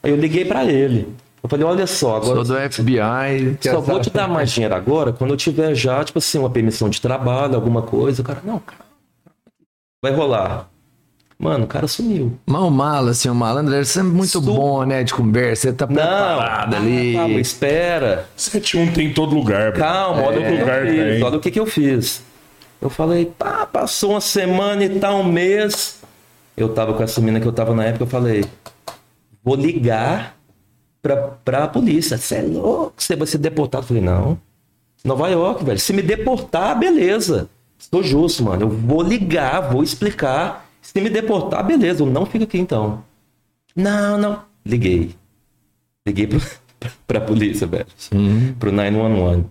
Speaker 1: Aí eu liguei pra ele. Eu falei, olha só, agora
Speaker 2: Sou do FBI. que
Speaker 1: só
Speaker 2: essa-
Speaker 1: vou te dar mais dinheiro agora quando eu tiver já, tipo assim, uma permissão de trabalho, alguma coisa. O cara, não, cara. Vai rolar. Mano, o cara sumiu.
Speaker 2: Mas o mala, assim, o malandro, ele é sempre muito
Speaker 1: Su-
Speaker 2: bom, né, de conversa. Você tá preparado
Speaker 1: Ah,
Speaker 2: ali.
Speaker 1: calma, espera.
Speaker 3: 7-1 tem em todo lugar. velho.
Speaker 1: Calma, olha, o que
Speaker 3: lugar
Speaker 1: eu fiz,
Speaker 3: tem.
Speaker 1: olha o que, que eu fiz. Eu falei, pá, passou uma semana e tal, um mês. Eu tava com essa mina que eu tava na época, eu falei, vou ligar pra, pra polícia. Você é louco, você vai ser deportado. Eu falei, não. Nova York, velho. Se me deportar, beleza. Estou justo, mano. Eu vou ligar, vou explicar. Se me deportar, beleza. Eu não fico aqui então. Não, não. Liguei. Liguei pro, pra polícia, velho. Pro 911.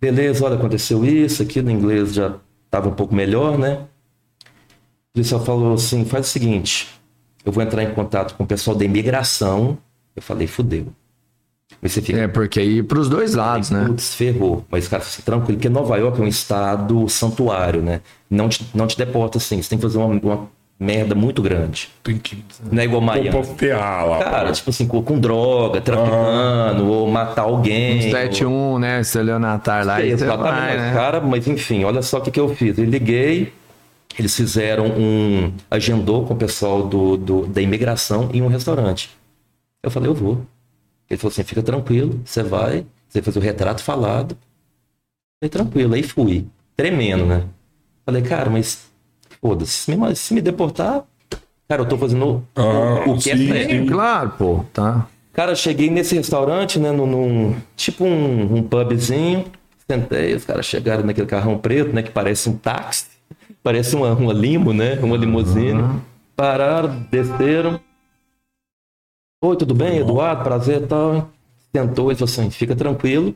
Speaker 1: Beleza, olha, aconteceu isso, aquilo, o inglês já tava um pouco melhor, né? O policial falou assim, faz o seguinte, eu vou entrar em contato com o pessoal da imigração. Eu falei, fudeu. Mas você fica assim,
Speaker 2: É, porque aí pros dois lados, né?
Speaker 1: Putz, ferrou. Mas, cara, fica tranquilo, porque Nova York é um estado santuário, né? Não te, não te deporta assim. Você tem que fazer uma, uma merda muito grande.
Speaker 3: Tem que
Speaker 1: Não é igual Miami.
Speaker 3: popopear lá.
Speaker 1: Cara, tipo assim, com, com droga, traficando, ou matar alguém. ou...
Speaker 2: 7-1, né? Estelionatário lá. Aí você
Speaker 1: Exatamente,
Speaker 2: vai, né?
Speaker 1: cara, mas enfim, olha só o que, que eu fiz. Eu liguei, eles fizeram um. agendou com o pessoal do, do- da imigração em um restaurante. Eu falei, eu vou. Ele falou assim: fica tranquilo, você vai, você faz o retrato falado. Falei, tranquilo, aí fui. Tremendo, né? Falei, cara, mas foda-se, se me, se me deportar, cara, eu tô fazendo o-
Speaker 3: Ah,
Speaker 1: o, que é
Speaker 3: sim,
Speaker 1: certo.
Speaker 3: sim.
Speaker 2: Claro, pô, tá.
Speaker 1: Cara, eu cheguei nesse restaurante, né? Num, num- tipo um, um pubzinho. Sentei, os caras chegaram naquele carrão preto, né? Que parece um táxi. Parece uma, uma limo, né? Uma limusine. Pararam, desceram. Oi, tudo bem, Eduardo? Prazer e tal. Sentou e falou assim: fica tranquilo.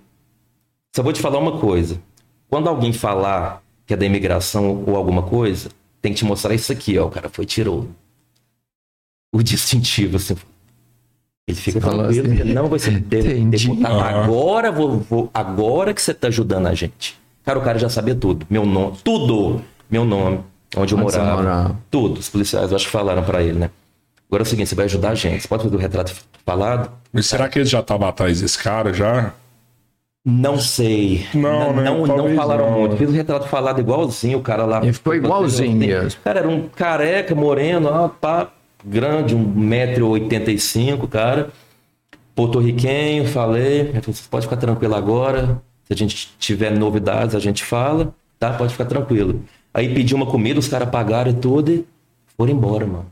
Speaker 1: Só vou te falar uma coisa. Quando alguém falar que é da imigração ou alguma coisa, tem que te mostrar isso aqui, ó. O cara foi e tirou. O distintivo, assim. Ele fica
Speaker 2: falou
Speaker 1: falando,
Speaker 2: assim,
Speaker 1: não, você deve
Speaker 2: entendi.
Speaker 1: deputado,
Speaker 3: Ah.
Speaker 1: Tá, agora vou, vou- agora que você tá ajudando a gente. Cara, o cara já sabia tudo. Meu nome, tudo! Meu nome, onde eu
Speaker 2: Onde você
Speaker 1: morava,
Speaker 2: morava.
Speaker 1: Tudo. Os policiais, eu acho que falaram pra ele, né? Agora é o seguinte, você vai ajudar a gente. Você pode fazer o retrato falado?
Speaker 3: Mas será que ele já tava atrás desse cara já?
Speaker 1: Não sei.
Speaker 3: Não, né?
Speaker 1: não, não
Speaker 3: Talvez
Speaker 1: falaram
Speaker 3: não. é.
Speaker 1: muito. Fiz o retrato falado igualzinho, o cara lá.
Speaker 2: E ficou igualzinho mesmo.
Speaker 1: Cara, era um careca, moreno, ah, pá, grande, 1,85m, cara. Porto-riquenho, falei. Ele falou, "Você pode ficar tranquilo agora. Se a gente tiver novidades, a gente fala, tá? Pode ficar tranquilo. Aí pedi uma comida, os caras pagaram e tudo e foram embora, mano.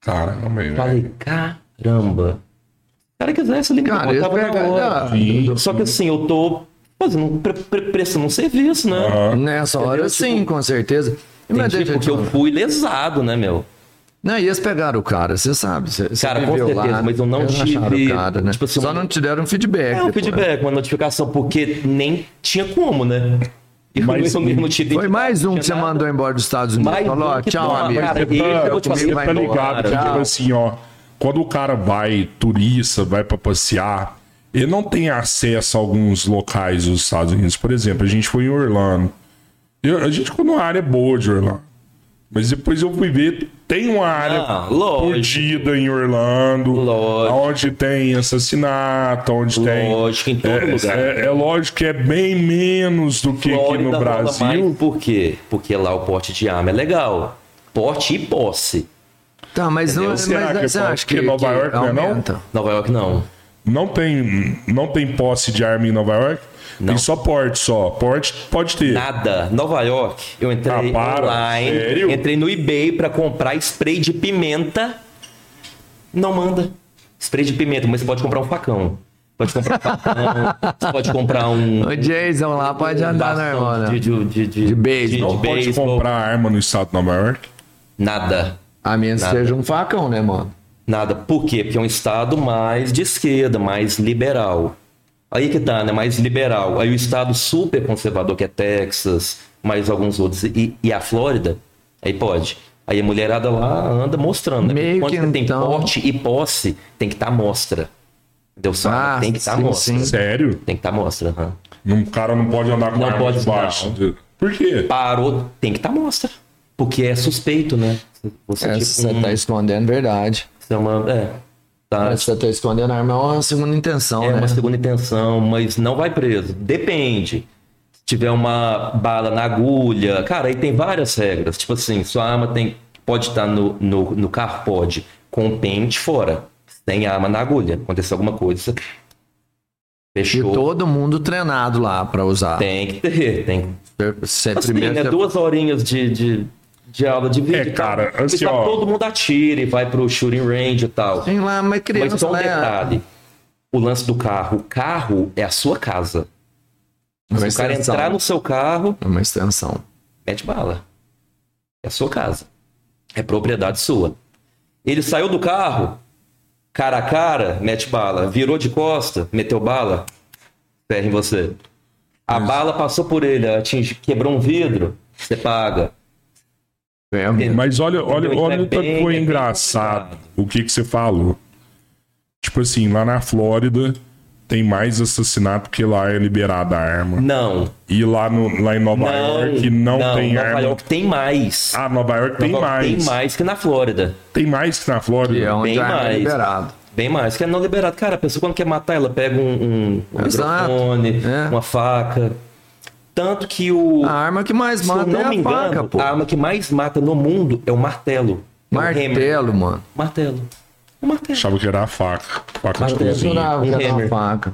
Speaker 3: Caramba, velho.
Speaker 1: Falei, caramba. Se o cara quisesse, ele me
Speaker 2: Cara, é, ah, eles
Speaker 1: botava na hora.
Speaker 2: pegaram.
Speaker 3: Sim.
Speaker 1: Só que assim, eu tô fazendo, um pre- pre- prestando um serviço, né?
Speaker 3: Aham.
Speaker 2: Nessa hora,
Speaker 1: Entendeu? Tipo,
Speaker 2: sim, com certeza. E, mas
Speaker 1: Entendi,
Speaker 2: deixa eu te
Speaker 1: porque eu
Speaker 2: falar.
Speaker 1: fui lesado, né, meu?
Speaker 2: Não, e eles pegaram o cara, você sabe. Você você
Speaker 1: Cara, com
Speaker 2: viveu
Speaker 1: certeza,
Speaker 2: lá,
Speaker 1: mas eu não
Speaker 2: eles acharam
Speaker 1: tive,
Speaker 2: O cara, né?
Speaker 1: tipo assim,
Speaker 2: Só
Speaker 1: um-
Speaker 2: não te deram um feedback.
Speaker 1: É um
Speaker 2: depois.
Speaker 1: feedback, uma notificação, porque nem tinha como, né? E
Speaker 3: Mas-
Speaker 1: eu mesmo não tinha
Speaker 2: Foi mais um que você
Speaker 1: nada.
Speaker 2: mandou embora dos Estados Unidos.
Speaker 1: Mais
Speaker 2: Falou,
Speaker 1: um
Speaker 2: ó,
Speaker 1: que
Speaker 2: tchau,
Speaker 1: toma,
Speaker 2: amigo.
Speaker 1: cara,
Speaker 2: Você
Speaker 1: e
Speaker 2: tá-
Speaker 1: eu vou te falar,
Speaker 2: comigo
Speaker 3: Você
Speaker 2: vai
Speaker 3: tá
Speaker 2: embora,
Speaker 3: ligado que,
Speaker 2: tchau.
Speaker 3: tipo assim, ó. Quando o cara vai, turista, vai pra passear, ele não tem acesso a alguns locais dos Estados Unidos. Por exemplo, a gente foi em Orlando. Eu- a gente ficou numa área boa de Orlando. Mas depois eu fui ver, tem uma área
Speaker 1: Ah, lógico.
Speaker 3: perdida em Orlando.
Speaker 1: Lógico.
Speaker 3: Onde tem assassinato, onde tem.
Speaker 1: Lógico, em todo
Speaker 3: é,
Speaker 1: lugar.
Speaker 3: É, é lógico que é bem menos do que aqui
Speaker 1: Flórida
Speaker 3: no
Speaker 1: rola
Speaker 3: Brasil.
Speaker 1: mais, por quê? Porque lá o porte de arma é legal. Porte e posse.
Speaker 2: Tá, mas, não, mas
Speaker 3: Será que
Speaker 2: você
Speaker 3: pode?
Speaker 2: acha que,
Speaker 3: Porque Nova York não é não?
Speaker 2: aumenta?
Speaker 1: Nova York não.
Speaker 3: Não tem, não tem posse de arma em Nova York? Tem só porte só. Porte pode ter.
Speaker 1: Nada. Nova York, eu entrei
Speaker 3: Ah, para.
Speaker 1: online,
Speaker 3: Sério?
Speaker 1: entrei no eBay pra comprar spray de pimenta. Não manda. Spray de pimenta, mas você pode comprar um facão. Pode comprar um facão, você pode comprar um.
Speaker 2: O Jason lá pode andar na
Speaker 1: bastão
Speaker 2: irmã.
Speaker 1: De,
Speaker 2: né?
Speaker 1: de, de, de,
Speaker 2: De beisebol.
Speaker 1: de-
Speaker 3: Não
Speaker 1: de
Speaker 3: pode
Speaker 1: beisebol.
Speaker 3: comprar arma no estado de Nova York.
Speaker 1: Nada.
Speaker 2: A menos que
Speaker 1: Nada.
Speaker 2: seja um facão, né, mano?
Speaker 1: Nada. Por quê? Porque é um estado mais de esquerda, mais liberal. Aí que tá, né? Mais liberal. Aí o estado super conservador, que é Texas, mais alguns outros, e, e a Flórida, aí pode. Aí a mulherada lá anda mostrando. Né?
Speaker 2: Meio
Speaker 1: Quando
Speaker 2: que
Speaker 1: você tem
Speaker 2: então-
Speaker 1: porte e posse, tem que estar tá à mostra. Entendeu? Só
Speaker 2: Ah,
Speaker 1: tem que estar tá à
Speaker 2: sim,
Speaker 1: mostra.
Speaker 2: sim.
Speaker 3: Sério?
Speaker 1: Tem que estar tá à mostra. aham.
Speaker 3: Um cara não pode andar com
Speaker 1: Não
Speaker 3: arma
Speaker 1: pode,
Speaker 3: debaixo. Por quê?
Speaker 1: Parou, tem que estar tá à mostra. Porque é suspeito, né? Você,
Speaker 2: É,
Speaker 1: tipo,
Speaker 2: você
Speaker 1: um-
Speaker 2: tá escondendo verdade.
Speaker 1: Isso é uma. É. Tá,
Speaker 2: Mas você tá escondendo a arma, é uma segunda intenção,
Speaker 1: é
Speaker 2: né?
Speaker 1: uma segunda intenção, mas não vai preso. Depende. Se tiver uma bala na agulha. Cara, aí tem várias regras. Tipo assim, sua arma tem, pode estar no, no, no carro, pode. Com o pente fora. Tem arma na agulha. Aconteceu alguma coisa.
Speaker 2: E
Speaker 1: Fechou.
Speaker 2: todo mundo treinado lá pra usar.
Speaker 1: Tem que ter. Tem.
Speaker 2: Você é
Speaker 1: Assim,
Speaker 2: primeiro
Speaker 1: né?
Speaker 2: você-
Speaker 1: Duas horinhas de. de... De aula de vídeo.
Speaker 3: É,
Speaker 1: e tal.
Speaker 3: cara, assim,
Speaker 1: Porque tá
Speaker 3: ó.
Speaker 1: Todo mundo atira e vai pro shooting range e tal.
Speaker 2: Tem lá, mas criança,
Speaker 1: Mas só um
Speaker 2: né?
Speaker 1: detalhe. O lance do carro. O carro é a sua casa.
Speaker 2: Uma
Speaker 1: Se o cara
Speaker 2: extensão.
Speaker 1: entrar no seu carro,
Speaker 2: É uma extensão.
Speaker 1: mete bala. É a sua casa. É propriedade sua. Ele saiu do carro, Cara a cara, mete bala. Virou de costa, meteu bala, ferra em você. A bala passou por ele, atinge, quebrou um vidro, você paga.
Speaker 2: Lembro.
Speaker 3: Mas olha, olha,
Speaker 1: Entendeu?
Speaker 3: olha
Speaker 1: Então é
Speaker 3: o tanto que
Speaker 1: bem- é
Speaker 3: foi
Speaker 1: bem
Speaker 3: engraçado
Speaker 1: complicado.
Speaker 3: o que, que você falou. Tipo assim, lá na Flórida tem mais assassinato porque lá é liberada a arma.
Speaker 1: Não,
Speaker 3: E lá, no, lá em Nova
Speaker 1: não,
Speaker 3: York não, tem
Speaker 1: Nova
Speaker 3: arma.
Speaker 1: York tem mais.
Speaker 3: Ah, Nova York tem
Speaker 1: Nova York
Speaker 3: mais.
Speaker 1: Tem mais que na Flórida.
Speaker 3: Tem mais que na
Speaker 2: Que é
Speaker 3: Flórida.
Speaker 2: onde
Speaker 1: Bem
Speaker 2: a arma é
Speaker 1: mais.
Speaker 2: liberado.
Speaker 1: Bem mais, que é não liberado. Cara, a pessoa quando quer matar, ela pega um, um, um
Speaker 2: Exato.
Speaker 1: microfone,
Speaker 2: É.
Speaker 1: uma faca. Tanto que o.
Speaker 2: A arma que mais
Speaker 1: se eu
Speaker 2: mata é
Speaker 1: não
Speaker 2: a
Speaker 1: me engano,
Speaker 2: faca, pô.
Speaker 1: a arma que mais mata no mundo é o martelo. É o hammer. Um
Speaker 2: Martelo, mano.
Speaker 1: martelo. É O martelo.
Speaker 3: Achava que era a faca. Faca
Speaker 1: Mas
Speaker 3: de
Speaker 1: tem
Speaker 3: cozinha.
Speaker 1: jurado.
Speaker 2: Jurava que era uma
Speaker 1: um hammer.
Speaker 2: faca.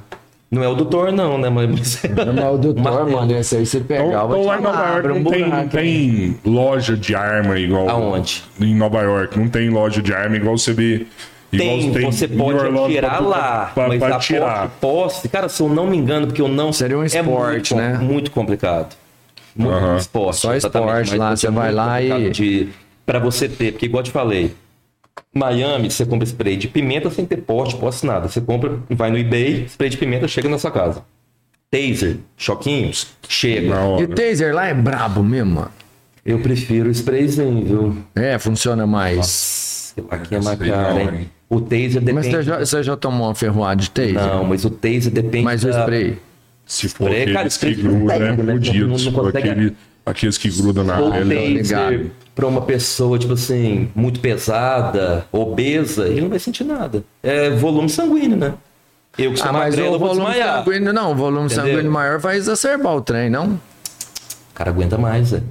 Speaker 1: Não é o do Thor, não, né? Mas.
Speaker 2: Não, mas o doutor,
Speaker 1: Martelo.
Speaker 2: mano, esse aí você pegar,
Speaker 3: Então,
Speaker 2: eu vou
Speaker 3: então
Speaker 2: te
Speaker 3: lá em Nova
Speaker 2: falar,
Speaker 3: York
Speaker 2: abre um
Speaker 3: não tem, não
Speaker 2: buraco.
Speaker 3: tem loja de arma igual.
Speaker 1: Aonde?
Speaker 3: Em Nova York. Não tem loja de arma igual você vê. igual
Speaker 1: Tem, você
Speaker 3: em
Speaker 1: pode
Speaker 3: Orlando
Speaker 1: atirar
Speaker 3: pra-
Speaker 1: lá,
Speaker 3: pra-
Speaker 1: mas
Speaker 3: pra
Speaker 1: a
Speaker 3: tirar.
Speaker 1: posse, posse, cara, se eu não me engano, porque eu não. É
Speaker 2: Seria um esporte,
Speaker 1: muito, com-
Speaker 2: né?
Speaker 1: Muito complicado. Muito
Speaker 3: Aham.
Speaker 1: esporte.
Speaker 2: Só
Speaker 1: exatamente,
Speaker 2: esporte
Speaker 1: mas
Speaker 2: lá,
Speaker 1: muito
Speaker 2: você vai lá e-
Speaker 1: complicado De, pra você ter, porque igual eu te falei, Miami, você compra spray de pimenta sem ter porte, posse nada. Você compra, vai no eBay, spray de pimenta chega na sua casa. Taser, choquinhos, chega.
Speaker 3: Na hora.
Speaker 2: E taser lá é brabo mesmo, mano.
Speaker 1: Eu prefiro o sprayzinho, viu?
Speaker 2: É, funciona mais.
Speaker 1: Sei lá que é
Speaker 3: Não sei não,
Speaker 1: macara, hein?
Speaker 3: hein?
Speaker 1: O taser depende.
Speaker 2: Mas você já, você já tomou uma ferroada de taser?
Speaker 1: Não, Ah, mas o taser depende.
Speaker 2: Mas o
Speaker 1: da-
Speaker 2: spray.
Speaker 3: Se for
Speaker 1: Spray, cara,
Speaker 3: aqueles que
Speaker 1: spray
Speaker 3: grudam,
Speaker 1: não
Speaker 3: é
Speaker 1: consegue, né?
Speaker 3: fodido.
Speaker 1: Não
Speaker 3: Se for
Speaker 1: consegue.
Speaker 3: aquele- aqueles que grudam na
Speaker 1: ou
Speaker 3: pele.
Speaker 1: taser
Speaker 2: Ah, tá ligado.
Speaker 1: pra uma pessoa, tipo assim, muito pesada, obesa, ele não vai sentir nada. É volume sanguíneo, né? Eu que sou
Speaker 2: Ah, mas
Speaker 1: magrelo,
Speaker 2: o
Speaker 1: eu vou
Speaker 2: volume
Speaker 1: desmaiar.
Speaker 2: sanguíneo, não, o volume
Speaker 1: é Entendeu?
Speaker 2: sanguíneo maior vai exacerbar o trem, não?
Speaker 1: O cara aguenta mais, velho.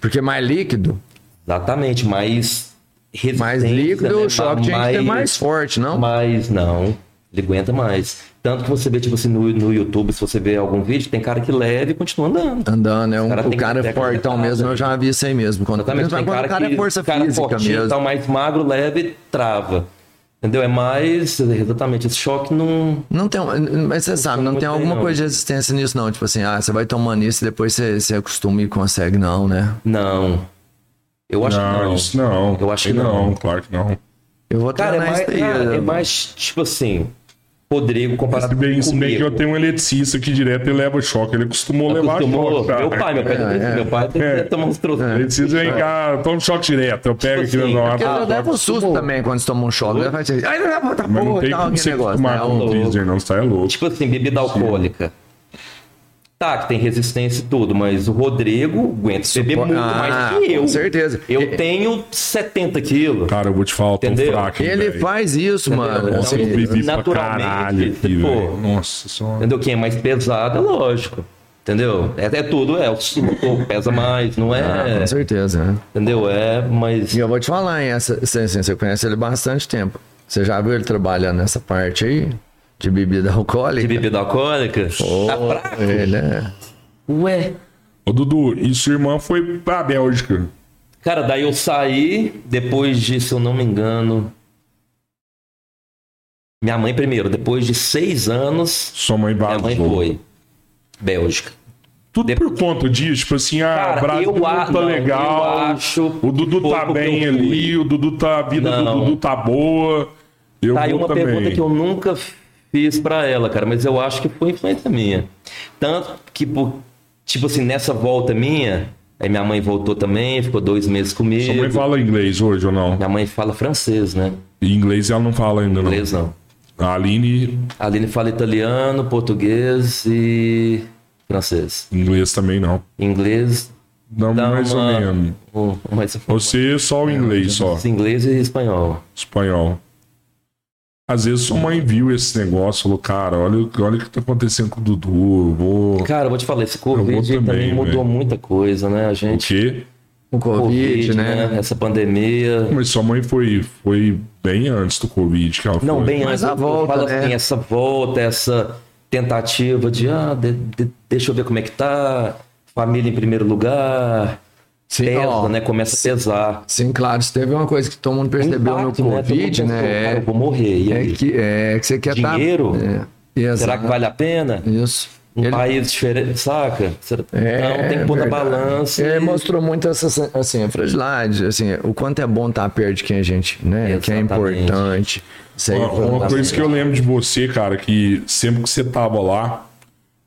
Speaker 2: Porque é mais líquido,
Speaker 1: Exatamente, mais resistência,
Speaker 2: mais líquido,
Speaker 1: né?
Speaker 2: o choque tinha que ser mais forte, não?
Speaker 1: Mas não, ele aguenta mais. Tanto que você vê, tipo assim, no, no YouTube, se você vê algum vídeo, tem cara que leva e continua andando.
Speaker 2: Andando, é um,
Speaker 1: cara tem
Speaker 2: o
Speaker 1: que
Speaker 2: cara
Speaker 1: ter
Speaker 2: é fortão
Speaker 1: capacidade.
Speaker 2: mesmo, eu já vi isso aí mesmo. Quando,
Speaker 1: Exatamente,
Speaker 2: quando
Speaker 1: tem
Speaker 2: o cara é força
Speaker 1: cara
Speaker 2: física
Speaker 1: fortinho,
Speaker 2: mesmo.
Speaker 1: Tá mais magro, leve, trava. Entendeu? É mais, exatamente, esse choque não...
Speaker 2: Não tem, um, mas você sabe, não
Speaker 1: muito
Speaker 2: tem
Speaker 1: bem,
Speaker 2: alguma
Speaker 1: não.
Speaker 2: coisa de resistência nisso, não. Tipo assim, ah, você vai tomando isso e depois você, você acostuma e consegue, não, né?
Speaker 1: Não. Eu acho que
Speaker 3: Não,
Speaker 1: não.
Speaker 3: isso não.
Speaker 1: Eu acho que não.
Speaker 3: Claro que não.
Speaker 2: Eu vou
Speaker 1: Cara, é
Speaker 2: treinar
Speaker 1: mais,
Speaker 2: isso aí. né,
Speaker 1: cara, é
Speaker 2: eu-
Speaker 1: mais, tipo assim, Rodrigo comparado
Speaker 3: Se bem, se bem
Speaker 1: comigo.
Speaker 3: que eu tenho um eletricista que direto ele leva choque. Ele costumou levar
Speaker 1: Acostumou-
Speaker 3: choque. tá?
Speaker 1: meu pai, meu pai,
Speaker 2: É,
Speaker 1: tem-
Speaker 2: é.
Speaker 1: meu pai tem que tomar uns troços.
Speaker 3: Ele precisa vem cá, toma um choque direto. Eu pego aqui
Speaker 1: Tipo assim,
Speaker 3: no
Speaker 2: Porque
Speaker 1: Ah,
Speaker 2: eu levo um susto também quando você toma um choque. Aí vai dizer, ai, não, não, tá
Speaker 3: Mas não
Speaker 2: porra,
Speaker 3: tem
Speaker 2: tal,
Speaker 3: como
Speaker 2: aquele
Speaker 3: você
Speaker 2: negócio.
Speaker 3: tomar
Speaker 2: Né?
Speaker 3: com
Speaker 2: Um-
Speaker 3: o
Speaker 1: louco.
Speaker 3: teaser, não. Você tá é louco.
Speaker 1: Tipo assim, bebida alcoólica. Tá, que tem resistência e tudo, mas o Rodrigo aguenta beber muito
Speaker 2: Ah,
Speaker 1: mais que eu.
Speaker 2: com certeza.
Speaker 1: Eu
Speaker 2: E-
Speaker 1: tenho 70 quilos.
Speaker 3: Cara, eu vou te falar, eu tô
Speaker 1: Entendeu?
Speaker 3: fraco. hein,
Speaker 2: Ele
Speaker 3: tipo, velho. um
Speaker 2: faz isso, mano. assim,
Speaker 1: Então,
Speaker 3: Nossa, eu
Speaker 1: Ele-
Speaker 3: bebi pra
Speaker 1: naturalmente,
Speaker 3: caralho aqui,
Speaker 1: pô.
Speaker 3: velho. Nossa senhora.
Speaker 1: Entendeu? Quem é mais pesado, é lógico. Entendeu? É, é tudo, é. O motor pesa mais, não é.
Speaker 2: Ah, Com certeza, né?
Speaker 1: Entendeu? É, mas.
Speaker 2: E eu vou te falar, hein? Essa, você, assim, você conhece ele há bastante tempo. Você já viu ele trabalhando nessa parte aí? De bebida alcoólica?
Speaker 1: De bebida alcoólica? Tá fraco?
Speaker 2: Ele é.
Speaker 1: Ué.
Speaker 3: Ô, Dudu, e sua irmã foi pra Bélgica.
Speaker 1: Cara, daí eu saí, depois de, se eu não me engano. Minha mãe primeiro, depois de seis anos,
Speaker 3: Sua mãe
Speaker 1: minha
Speaker 3: vazou.
Speaker 1: mãe foi. Bélgica.
Speaker 3: Tudo por conta disso, tipo assim, ah,
Speaker 1: Cara,
Speaker 3: Brasil
Speaker 1: eu a-
Speaker 3: tá
Speaker 1: não,
Speaker 3: legal,
Speaker 1: eu acho
Speaker 3: o Dudu
Speaker 1: que
Speaker 3: tá
Speaker 1: foi porque
Speaker 3: bem
Speaker 1: eu
Speaker 3: ali,
Speaker 1: fui.
Speaker 3: o Dudu tá, a vida do
Speaker 1: Não.
Speaker 3: Dudu tá boa, eu
Speaker 1: Tá aí
Speaker 3: vou
Speaker 1: uma
Speaker 3: também.
Speaker 1: pergunta que eu nunca fiz pra ela, cara, mas eu acho que foi influência minha. Tanto que, por- tipo assim, nessa volta minha, aí minha mãe voltou também, ficou dois meses comigo.
Speaker 3: Sua mãe fala inglês hoje ou não?
Speaker 1: Minha mãe fala francês, né?
Speaker 3: E inglês ela não fala ainda, não.
Speaker 1: Inglês não.
Speaker 3: A Aline,
Speaker 1: A Aline fala italiano, português e francês.
Speaker 3: inglês também não.
Speaker 1: Inglês,
Speaker 3: Não,
Speaker 1: dá
Speaker 3: mais
Speaker 1: uma-
Speaker 3: ou menos.
Speaker 1: um- mais ou
Speaker 3: Você é só o inglês, só.
Speaker 1: menos. Inglês e espanhol.
Speaker 3: Espanhol. Às vezes sua mãe viu esse negócio, falou, cara, olha, o- olha o que tá acontecendo com o Dudu, eu vou...
Speaker 1: Cara, eu vou te falar, esse Covid
Speaker 3: também,
Speaker 1: também, mudou
Speaker 3: velho.
Speaker 1: muita coisa, né? A
Speaker 3: O
Speaker 1: gente.
Speaker 3: quê?
Speaker 2: O um Covid, né?
Speaker 1: Essa pandemia.
Speaker 3: Mas sua mãe foi, foi bem antes do Covid que ela
Speaker 1: Não,
Speaker 3: foi.
Speaker 1: bem
Speaker 2: Mas
Speaker 1: antes.
Speaker 2: a
Speaker 1: eu
Speaker 2: volta,
Speaker 1: falo
Speaker 2: né?
Speaker 1: assim, essa volta, essa tentativa de, ah, de- de- deixa eu ver como é que tá, família em primeiro lugar,
Speaker 2: Sim,
Speaker 1: pesa,
Speaker 2: ó.
Speaker 1: né? Começa a pesar.
Speaker 2: Sim, claro. Se teve uma coisa que todo mundo percebeu
Speaker 1: Impacto,
Speaker 2: no
Speaker 1: né? Todo
Speaker 2: Covid,
Speaker 1: mundo
Speaker 2: né?
Speaker 1: pensou,
Speaker 2: é-
Speaker 1: cara, eu vou morrer. E
Speaker 2: É
Speaker 1: aí?
Speaker 2: que, é que você quer tá-
Speaker 1: Dinheiro?
Speaker 2: É,
Speaker 1: Será que vale a pena?
Speaker 2: Isso. é
Speaker 1: Um país diferente, saca? não, tem que pôr na
Speaker 2: verdade. É,
Speaker 1: balança.
Speaker 2: Ele mostrou muito essa, assim, a fragilidade, assim, o quanto é bom estar perto de quem a gente, né? Que é
Speaker 1: Exatamente.
Speaker 2: importante. Isso aí
Speaker 3: Uma,
Speaker 2: foi
Speaker 3: uma coisa que eu lembro de você, cara, que sempre que você tava lá,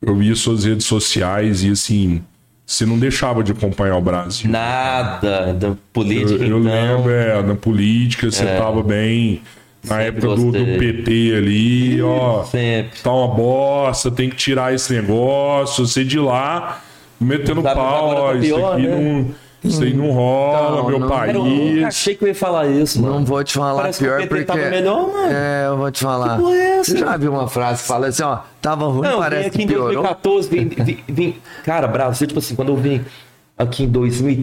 Speaker 3: eu via suas redes sociais e assim, você não deixava de acompanhar o Brasil.
Speaker 1: Nada da política,
Speaker 3: Eu, eu
Speaker 1: então.
Speaker 3: lembro, é, na política você tava bem. Na
Speaker 1: É. Sempre
Speaker 3: época do, do
Speaker 1: gostei.
Speaker 3: PT ali, ó.
Speaker 1: sempre.
Speaker 3: Tá uma bosta, tem que tirar esse negócio. Você de lá, metendo
Speaker 1: Sabe,
Speaker 3: pau,
Speaker 1: agora
Speaker 3: ó,
Speaker 1: tá
Speaker 3: isso
Speaker 1: pior,
Speaker 3: aqui
Speaker 1: né?
Speaker 3: não. Isso aí não rola,
Speaker 2: Então,
Speaker 3: meu
Speaker 2: não-
Speaker 1: Cara, eu nunca
Speaker 3: país.
Speaker 1: achei que eu ia falar isso, mano.
Speaker 2: Não vou te falar
Speaker 1: Parece que o
Speaker 2: pior
Speaker 1: PT
Speaker 2: porque.
Speaker 1: tava melhor, mano.
Speaker 2: É, eu vou te falar.
Speaker 1: Que porra é essa?
Speaker 2: Você já viu uma frase que fala assim, ó, tava ruim,
Speaker 1: Não, eu vim
Speaker 2: parece
Speaker 1: aqui
Speaker 2: que
Speaker 1: em
Speaker 2: piorou.
Speaker 1: 2014, vim, vim- vim- Cara, Brasil, tipo assim, quando eu vim aqui em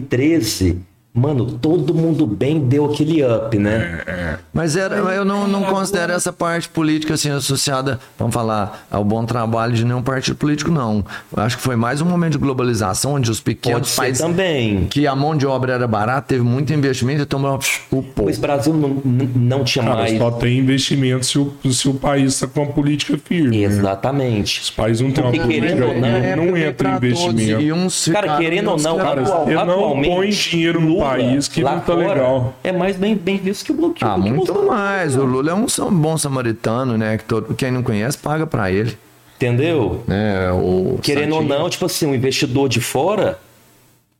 Speaker 1: 2013, mano, todo mundo bem deu aquele up,
Speaker 3: É,
Speaker 1: né?
Speaker 2: Mas era, eu não, não considero essa parte política assim associada, vamos falar, ao bom trabalho de nenhum partido político, não. Eu Acho que foi mais um momento de globalização onde os
Speaker 1: Pode
Speaker 2: pequenos
Speaker 1: ser
Speaker 2: países
Speaker 1: também.
Speaker 2: que a mão de obra era barata, teve muito investimento e tomou o pô.
Speaker 1: Mas Brasil não, não tinha
Speaker 3: Cara,
Speaker 1: mais.
Speaker 3: só tem investimento se o, se o país tá com uma política firme. né?
Speaker 1: Exatamente.
Speaker 3: Os países não têm uma
Speaker 1: Porque
Speaker 3: política
Speaker 1: querendo ou
Speaker 3: firme,
Speaker 1: não,
Speaker 3: não,
Speaker 1: é
Speaker 3: entra
Speaker 2: E
Speaker 3: investimento.
Speaker 2: uns
Speaker 1: Cara,
Speaker 2: ficaram,
Speaker 1: querendo ou
Speaker 2: uns
Speaker 1: não,
Speaker 2: ficaram.
Speaker 1: atual-
Speaker 3: você não
Speaker 1: atualmente,
Speaker 3: põe dinheiro no país que
Speaker 1: lá
Speaker 3: não tá
Speaker 1: fora,
Speaker 3: legal.
Speaker 1: É mais bem, bem visto que o bloqueio.
Speaker 2: Ah,
Speaker 1: do que
Speaker 2: muito
Speaker 1: Bolsonaro.
Speaker 2: mais. O Lula é um sam- bom samaritano, né? Que todo, quem não conhece paga pra ele.
Speaker 1: Entendeu?
Speaker 2: Né? O
Speaker 1: Querendo ou não, tipo assim, um investidor de fora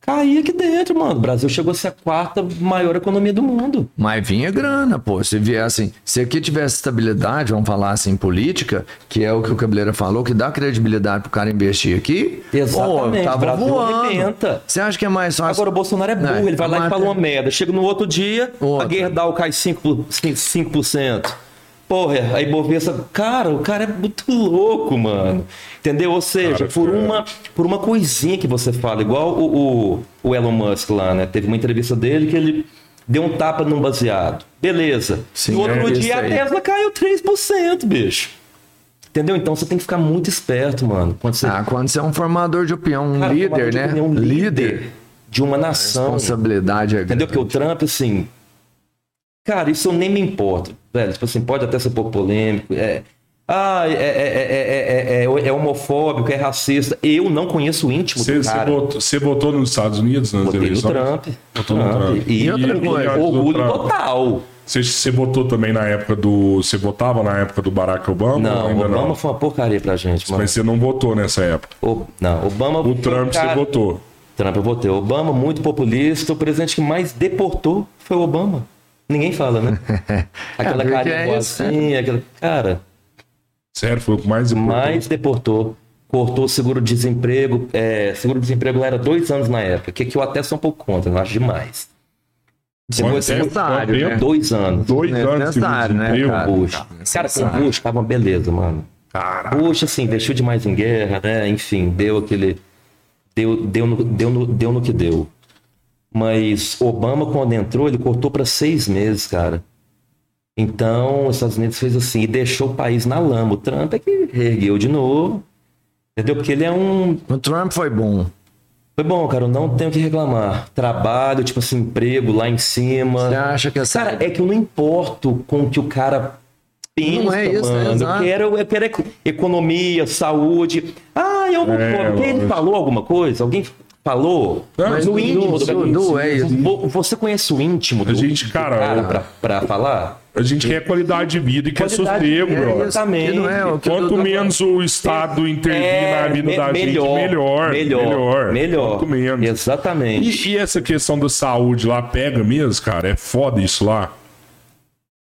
Speaker 1: caía aqui dentro, mano. O Brasil chegou a ser a quarta maior economia do mundo.
Speaker 2: Mas vinha grana, pô. Se viesse, se aqui tivesse estabilidade, vamos falar assim, política, que é o que o Cabeleira falou, que dá credibilidade pro cara investir aqui.
Speaker 1: Exatamente,
Speaker 2: Pô, tava
Speaker 1: Brasil
Speaker 2: voando.
Speaker 1: arrebenta.
Speaker 2: Você acha que é mais fácil?
Speaker 1: Agora o Bolsonaro é burro,
Speaker 2: Né?
Speaker 1: ele vai lá e
Speaker 2: Mata-
Speaker 1: fala uma merda. Chega no outro dia,
Speaker 2: Outra.
Speaker 1: a Gerdau cai 5%. 5%. Porra, aí Bovespa. Cara, o cara é muito louco, mano. Entendeu? Ou seja,
Speaker 3: Cara,
Speaker 2: é.
Speaker 1: por
Speaker 3: cara.
Speaker 1: uma, por uma coisinha que você fala, igual o, o, o Elon Musk lá, né? Teve uma entrevista dele que ele deu um tapa num baseado. Beleza.
Speaker 2: Sim,
Speaker 1: no outro
Speaker 2: é isso
Speaker 1: dia
Speaker 2: aí.
Speaker 1: a Tesla caiu 3%, bicho. Entendeu? Então você tem que ficar muito esperto, mano. Quando você.
Speaker 2: Ah, quando você é um formador de opinião, um
Speaker 1: Cara,
Speaker 2: líder,
Speaker 1: tomar
Speaker 2: né?
Speaker 1: opinião, Um líder de uma nação.
Speaker 2: Responsabilidade é grande.
Speaker 1: Entendeu? Porque o Trump, assim. Cara, isso eu nem me importo, velho. Tipo assim, pode até ser um pouco polêmico. É, ah, é, é, é, é, é, é- é homofóbico, é racista. Eu não conheço o íntimo
Speaker 3: Você,
Speaker 1: do
Speaker 3: você
Speaker 1: cara.
Speaker 3: votou, você votou nos Estados Unidos nas
Speaker 1: Botei no
Speaker 3: eleições?
Speaker 1: Trump.
Speaker 3: Votou no
Speaker 1: Trump.
Speaker 3: Trump.
Speaker 1: E,
Speaker 2: E outra coisa,
Speaker 3: aliás, do
Speaker 1: orgulho
Speaker 3: Trump.
Speaker 1: total.
Speaker 3: Você, você votou também na época do. Você votava na época do Barack Obama?
Speaker 1: Não,
Speaker 3: ou ainda
Speaker 1: Obama
Speaker 3: não.
Speaker 1: foi uma porcaria pra gente, mano.
Speaker 3: Mas você não votou nessa época.
Speaker 1: O- não, Obama. um
Speaker 3: O Trump você votou.
Speaker 1: Trump eu votei. Obama, muito populista. O presidente que mais deportou foi o Obama. Ninguém fala, né? Aquela
Speaker 2: porque
Speaker 1: carinha
Speaker 2: é isso,
Speaker 1: assim,
Speaker 3: né?
Speaker 1: aquela. Cara.
Speaker 3: Sério, foi o que mais votou.
Speaker 1: mais deportou. Cortou o seguro-desemprego. É, seguro-desemprego lá era dois anos na época, que, que eu até sou um pouco contra, eu acho demais. Depois,
Speaker 3: Quanto tempo? Quanto
Speaker 2: Necessário,
Speaker 3: tempo?
Speaker 2: né?
Speaker 1: dois anos.
Speaker 3: Dois anos de
Speaker 2: Necessário, né,
Speaker 3: desemprego.
Speaker 2: cara?
Speaker 1: Bush. Cara, com
Speaker 2: Necessário.
Speaker 1: Bush tava uma beleza, mano.
Speaker 3: Caraca.
Speaker 1: Bush, assim, investiu demais em guerra, né? Enfim, deu aquele. Deu, deu, no, deu, no, deu no que deu. Mas Obama, quando entrou, ele cortou para seis meses, cara. Então, os Estados Unidos fez assim e deixou o país na lama. O Trump é que reergueu de novo. Entendeu? Porque ele é um.
Speaker 2: O Trump foi bom.
Speaker 1: Foi bom, cara, eu não tenho o que reclamar. Trabalho, tipo assim, emprego lá em cima.
Speaker 2: Você acha que essa-
Speaker 1: Cara, é que eu não importo com o que o cara pensa,
Speaker 2: Não é isso, é
Speaker 1: mano. eu,
Speaker 2: exato.
Speaker 1: quero, eu quero eco- economia, saúde. Ah, eu não
Speaker 3: É,
Speaker 1: pobre. Ele
Speaker 3: lógico.
Speaker 1: falou alguma coisa? Alguém falou?
Speaker 2: É.
Speaker 3: Não,
Speaker 1: Mas
Speaker 3: mas
Speaker 1: no
Speaker 3: não,
Speaker 1: íntimo do
Speaker 2: não, não é isso.
Speaker 1: Vo- Você conhece o íntimo do,
Speaker 3: A gente,
Speaker 1: do
Speaker 3: cara, é. eu-
Speaker 1: pra, pra falar?
Speaker 3: A gente quer qualidade de vida e quer
Speaker 1: né? Qualidade de
Speaker 3: sossego,
Speaker 1: vida,
Speaker 3: brother.
Speaker 1: exatamente. Também.
Speaker 2: E não é o que o
Speaker 3: Quanto
Speaker 2: Dudu-
Speaker 3: menos o Estado intervir na vida
Speaker 1: É, me-
Speaker 3: da
Speaker 1: melhor,
Speaker 3: gente, melhor.
Speaker 1: Melhor. Melhor.
Speaker 3: Quanto menos.
Speaker 1: Exatamente.
Speaker 3: E, e essa questão da saúde lá pega mesmo, cara? É foda isso lá.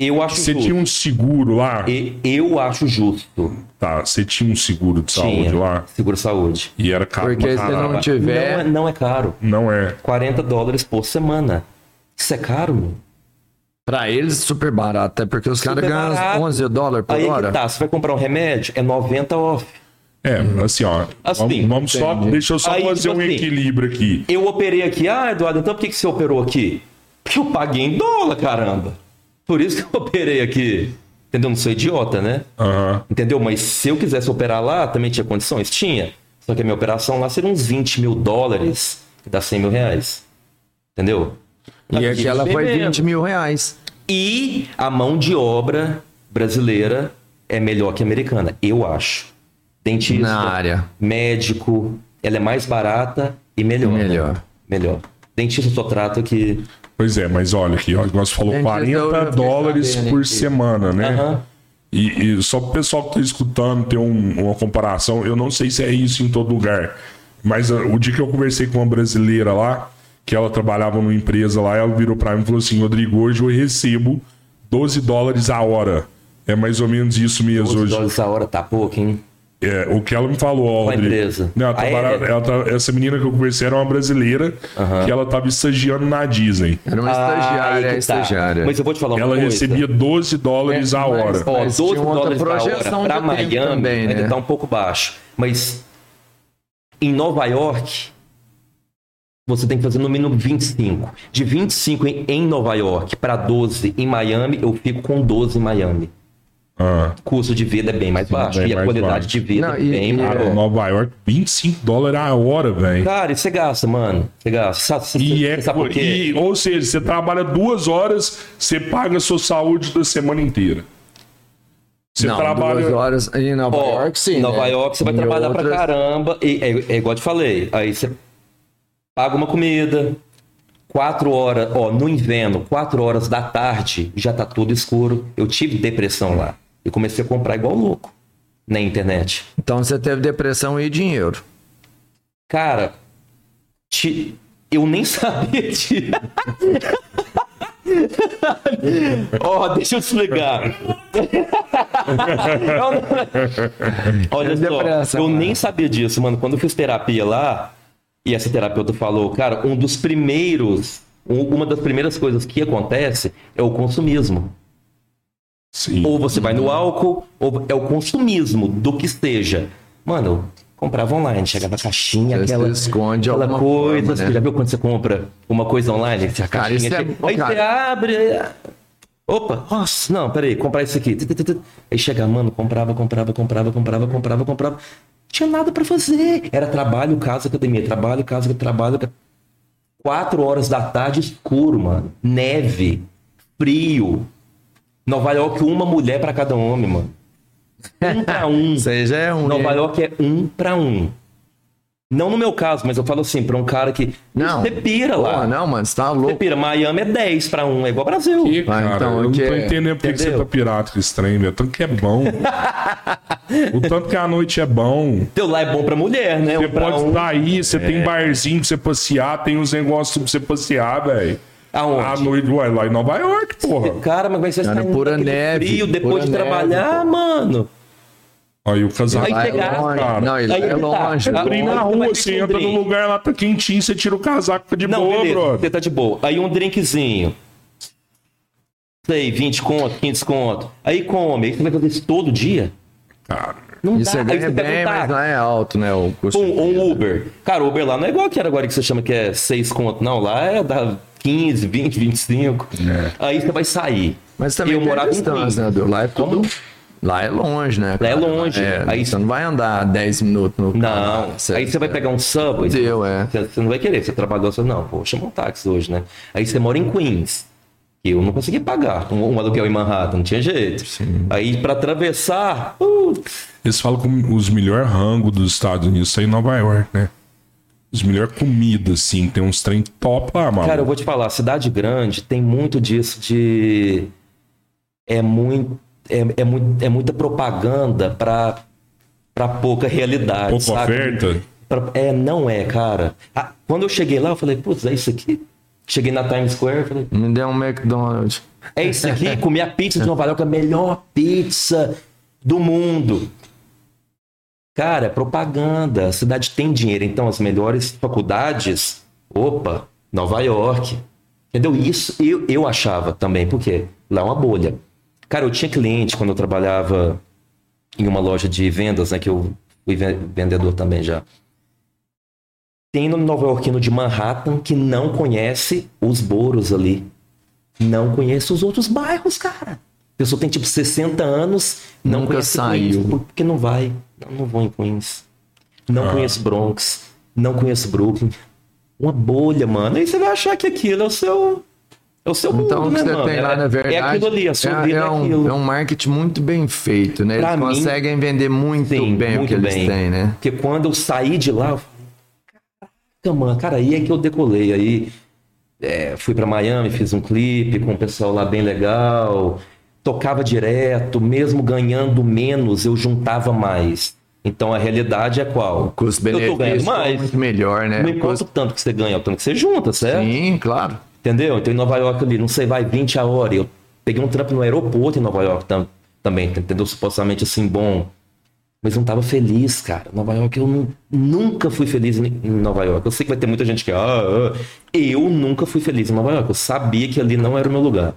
Speaker 1: Eu acho
Speaker 3: Você
Speaker 1: justo.
Speaker 3: tinha um seguro lá?
Speaker 1: E- Eu acho justo.
Speaker 3: Tá, você tinha um seguro de saúde
Speaker 1: Tinha.
Speaker 3: lá?
Speaker 1: Seguro saúde.
Speaker 3: E era caro
Speaker 2: Porque
Speaker 3: pra
Speaker 2: você não
Speaker 3: caralho.
Speaker 2: tinha- tiver-
Speaker 1: Não, é, não é caro.
Speaker 3: Não é.
Speaker 1: 40 dólares por semana. Isso é caro, meu.
Speaker 2: Pra eles, super barato. Até porque os caras
Speaker 1: Super barato.
Speaker 2: ganham 11 dólares É por
Speaker 1: Aí
Speaker 2: hora.
Speaker 1: que tá, você vai comprar um remédio, é 90 off.
Speaker 3: É, assim, ó.
Speaker 1: Assim,
Speaker 3: vamos vamos só. Deixa eu só
Speaker 1: Aí,
Speaker 3: fazer
Speaker 1: tipo
Speaker 3: um
Speaker 1: assim,
Speaker 3: equilíbrio aqui.
Speaker 1: Eu operei aqui, ah, Eduardo, então por que, que você operou aqui? Porque eu paguei em dólar, caramba. Por isso que eu operei aqui. Entendeu? Não sou idiota, né?
Speaker 3: Aham.
Speaker 1: Entendeu? Mas se eu quisesse operar lá, também tinha condições? Tinha. Só que a minha operação lá seria uns 20 mil dólares, que dá 100 mil reais. Entendeu?
Speaker 2: E aqui ela foi
Speaker 1: Bebendo.
Speaker 2: 20 mil reais.
Speaker 1: E a mão de obra brasileira é melhor que a americana, eu acho. dentista,
Speaker 2: Na área.
Speaker 1: médico. Ela é mais barata e melhor. né?
Speaker 2: Melhor.
Speaker 1: Melhor. Dentista só trata que.
Speaker 3: Pois é, mas olha aqui, ó, igual você falou,
Speaker 2: Gente, eu
Speaker 3: 40
Speaker 2: já fiquei
Speaker 3: dólares
Speaker 2: sabendo
Speaker 3: por
Speaker 2: aqui.
Speaker 3: semana, né?
Speaker 1: Aham.
Speaker 3: E, e só pro pessoal que tá escutando ter um- uma comparação, eu não sei se é isso em todo lugar, mas ah, o dia que eu conversei com uma brasileira lá, que ela trabalhava numa empresa lá, ela virou pra mim e falou assim: Rodrigo, hoje eu recebo 12 dólares a hora. É mais ou menos isso mesmo
Speaker 1: 12
Speaker 3: hoje.
Speaker 1: dólares a hora tá pouco, hein?
Speaker 3: É, o que ela me falou, ó,
Speaker 1: Qual
Speaker 3: Rodrigo.
Speaker 1: empresa?
Speaker 3: Não, ela
Speaker 1: Ah, é?
Speaker 3: trabalhava- ela tra- essa menina que eu conversei era uma brasileira que ela tava estagiando na Disney.
Speaker 2: Era uma
Speaker 1: Ah, aí que
Speaker 2: estagiária,
Speaker 1: tá.
Speaker 2: é estagiária.
Speaker 1: Mas eu vou te falar uma
Speaker 3: Ela
Speaker 1: coisa. É,
Speaker 3: recebia 12 dólares a
Speaker 2: mas-
Speaker 3: hora.
Speaker 1: Ó,
Speaker 2: Mas
Speaker 1: 12
Speaker 2: tinha outra
Speaker 1: dólares da
Speaker 2: projeção
Speaker 1: hora pra
Speaker 2: de tempo
Speaker 1: Miami
Speaker 2: também,
Speaker 1: ainda
Speaker 2: né?
Speaker 1: tá um pouco baixo. Mas em Nova York, você tem que fazer no mínimo 25. De 25 em, em Nova York para 12 em Miami, eu fico com 12 em Miami.
Speaker 3: Ah.
Speaker 1: O custo de vida é bem mais baixo
Speaker 3: bem
Speaker 1: e a
Speaker 3: mais
Speaker 1: qualidade
Speaker 3: baixo.
Speaker 1: de vida
Speaker 2: Não,
Speaker 1: é
Speaker 2: e-
Speaker 1: bem
Speaker 2: e-
Speaker 1: maior.
Speaker 3: Cara, Nova York, 25 dólares a hora, velho.
Speaker 1: Cara, e você gasta, mano. Você gasta. Sabe, você-
Speaker 3: E
Speaker 1: você
Speaker 3: é,
Speaker 1: sabe por quê?
Speaker 3: e, ou seja, você trabalha duas horas, você paga a sua saúde da semana inteira. Você
Speaker 2: não, duas
Speaker 3: trabalha.
Speaker 2: horas em Nova
Speaker 1: Ó,
Speaker 2: York, sim.
Speaker 1: Nova
Speaker 2: né?
Speaker 1: York você vai
Speaker 2: Em
Speaker 1: trabalhar pra
Speaker 2: outras-
Speaker 1: caramba. E, é, é igual eu te falei. Aí você paga uma comida. Quatro horas, ó, no inverno, quatro horas da tarde, já tá tudo escuro. Eu tive depressão lá. Eu comecei a comprar igual louco na internet.
Speaker 2: Então você teve depressão e dinheiro.
Speaker 1: Cara, te- eu nem sabia de. Ó, deixa eu desligar. Olha só,
Speaker 2: Depressa,
Speaker 1: eu
Speaker 2: mano.
Speaker 1: nem sabia disso, mano. Quando eu fiz terapia lá, e essa terapeuta falou, cara, um dos primeiros, um- uma das primeiras coisas que acontece é o consumismo.
Speaker 3: Sim.
Speaker 1: Ou você vai no álcool, ou é o consumismo do que esteja. Mano, eu comprava online, chegava a caixinha,
Speaker 2: Você
Speaker 1: aquela,
Speaker 2: se esconde
Speaker 1: aquela
Speaker 2: alguma
Speaker 1: coisa.
Speaker 2: forma,
Speaker 1: você
Speaker 2: né?
Speaker 1: já viu quando você compra uma coisa online? Você, a
Speaker 2: Cara,
Speaker 1: caixinha
Speaker 2: isso é-
Speaker 1: chega-
Speaker 2: ô,
Speaker 1: aí você
Speaker 2: cara.
Speaker 1: abre. aí- Opa, nossa, não, peraí, comprar isso aqui. Tu, tu, tu, tu. Aí chega, mano, comprava, comprava, comprava, comprava, comprava, comprava. Não Tinha nada pra fazer. Era trabalho, casa, academia, trabalho, casa, trabalho. ca- Quatro horas da tarde, escuro, mano. Neve, frio, Nova York, uma mulher pra cada homem, mano. Um pra um.
Speaker 2: Isso aí já é um.
Speaker 1: Nova
Speaker 2: né?
Speaker 1: York é um pra um. Não no meu caso, mas eu falo assim, pra um cara que.
Speaker 2: Não.
Speaker 1: Você pira lá.
Speaker 2: Porra, não, mano, você tá
Speaker 1: Você
Speaker 2: louco.
Speaker 1: pira. Miami é 10 pra um, é igual Brasil.
Speaker 3: E,
Speaker 2: Ah,
Speaker 3: cara,
Speaker 2: então,
Speaker 3: eu não
Speaker 2: que
Speaker 3: tô
Speaker 2: é-
Speaker 3: entendendo por que você
Speaker 1: entendeu?
Speaker 3: tá pirata com esse trem, velho. Tanto que é bom. o tanto que a noite é bom.
Speaker 1: Teu lá é bom pra mulher, né?
Speaker 3: Você
Speaker 1: Um pra
Speaker 3: pode
Speaker 1: um.
Speaker 3: sair, você tem barzinho pra você passear, tem uns negócios pra você passear, velho.
Speaker 1: Aonde?
Speaker 3: A noite, ué, lá em Nova York, porra.
Speaker 1: Cara, mas vai ser
Speaker 2: Cara, pura neve,
Speaker 1: frio depois
Speaker 2: pura
Speaker 1: de
Speaker 2: neve,
Speaker 1: trabalhar, mano.
Speaker 3: Aí o casaco.
Speaker 1: Aí
Speaker 2: Lá é
Speaker 1: pegar,
Speaker 2: longe.
Speaker 3: cara.
Speaker 2: Não, ele
Speaker 1: Aí que
Speaker 2: é
Speaker 1: tá.
Speaker 2: longe.
Speaker 1: Tá
Speaker 3: Abrir
Speaker 1: Onde
Speaker 3: na
Speaker 1: você
Speaker 3: rua,
Speaker 1: vai
Speaker 3: você entra
Speaker 1: descobrir?
Speaker 3: num lugar, lá tá quentinho, você tira o casaco, tá de
Speaker 1: Não,
Speaker 3: boa,
Speaker 1: beleza,
Speaker 3: brother.
Speaker 1: você tá de boa. Aí um drinkzinho. Sei, 20 conto, 15 conto. Aí come. Aí você vai fazer isso todo dia?
Speaker 3: Cara,
Speaker 1: Não
Speaker 2: E você
Speaker 1: Aí
Speaker 2: ganha
Speaker 1: você pega um
Speaker 2: é bem, mas
Speaker 1: táxi.
Speaker 2: não é alto, né? O custo.
Speaker 1: Pum,
Speaker 2: de
Speaker 1: ou
Speaker 2: vida.
Speaker 1: um Uber. Cara, o Uber lá não é igual que era agora que você chama que é 6 conto, não. Lá é da 15, 20, 25. Aí você vai sair.
Speaker 2: É. Mas também
Speaker 1: eu
Speaker 2: tem
Speaker 1: morava em Queens.
Speaker 2: distância, né, Edu? Lá é tudo.
Speaker 1: Como?
Speaker 2: Lá é longe, né? cara?
Speaker 1: é longe. Aí-
Speaker 2: aí você não vai andar 10 minutos no
Speaker 1: Não. aí você vai pegar um subway.
Speaker 2: Deu, é.
Speaker 1: Você, você não vai querer. Você trabalhou, você não, vou chamar um táxi hoje, né? Aí você mora em Queens. Eu não consegui pagar um, um aluguel em Manhattan, não tinha jeito. Aí pra atravessar, putz,
Speaker 3: eles falam que os melhores rangos dos Estados Unidos tem em Nova York, né? Os melhores comidas, assim, tem uns trem top lá, mano.
Speaker 1: Cara, eu vou te falar, cidade grande tem muito disso de. É muito. É, é, muito, é muita propaganda pra, pra pouca realidade.
Speaker 3: Pouca
Speaker 1: saca?
Speaker 3: oferta?
Speaker 1: Pra- é, não é, cara. Ah, quando eu cheguei lá, eu falei, putz, é isso aqui? Cheguei na Times Square, eu falei,
Speaker 2: Me deu um McDonald's.
Speaker 1: é isso aqui? Comi a pizza de Nova York, a melhor pizza do mundo. Cara, é propaganda. A cidade tem dinheiro, então as melhores faculdades, opa, Nova York. Entendeu? Isso eu, eu achava também, porque lá é uma bolha. Cara, eu tinha cliente quando eu trabalhava em uma loja de vendas, né? Que eu fui ve- vendedor também já. Tem no Nova Yorkino de Manhattan que não conhece os boros ali não conheço os outros bairros, cara. A pessoa tem tipo 60 anos, não
Speaker 2: Nunca
Speaker 1: conhece
Speaker 2: saiu.
Speaker 1: Queens, porque não vai. Não, não vou em Queens. Não
Speaker 3: Ah.
Speaker 1: conheço Bronx, não conheço Brooklyn. Uma bolha, mano. Aí você vai achar que aquilo é o seu É o seu mundo,
Speaker 2: Então, o que
Speaker 1: né,
Speaker 2: você
Speaker 1: mano?
Speaker 2: tem
Speaker 1: é,
Speaker 2: lá, na verdade.
Speaker 1: É aquilo ali, a sua
Speaker 2: é,
Speaker 1: vida é,
Speaker 2: é um,
Speaker 1: aquilo.
Speaker 2: é um marketing muito bem feito, né? Eles
Speaker 1: Pra mim,
Speaker 2: conseguem vender muito
Speaker 1: Sim,
Speaker 2: bem o
Speaker 1: muito
Speaker 2: que eles têm, né?
Speaker 1: Porque quando eu saí de lá, eu falei, caraca, mano, cara, aí é que eu decolei. Aí é, fui pra Miami, fiz um clipe com um pessoal lá bem legal, tocava direto, mesmo ganhando menos, eu juntava mais. Então a realidade é qual? eu tô ganhando
Speaker 2: Custo-benefício é
Speaker 1: mais.
Speaker 2: muito melhor, né?
Speaker 1: Não importa o tanto que você ganha, é o tanto que você junta, certo?
Speaker 2: Sim, claro.
Speaker 1: Entendeu? Então em Nova York ali, não sei, vai 20 a hora. Eu peguei um trampo no aeroporto em Nova York tam- também, tá- entendeu? Supostamente assim, bom. Mas não tava feliz, cara. Nova York, eu nu- nunca fui feliz em em Nova York. Eu sei que vai ter muita gente que. Ah, ah. Eu nunca fui feliz em Nova York. Eu sabia que ali não era o meu lugar.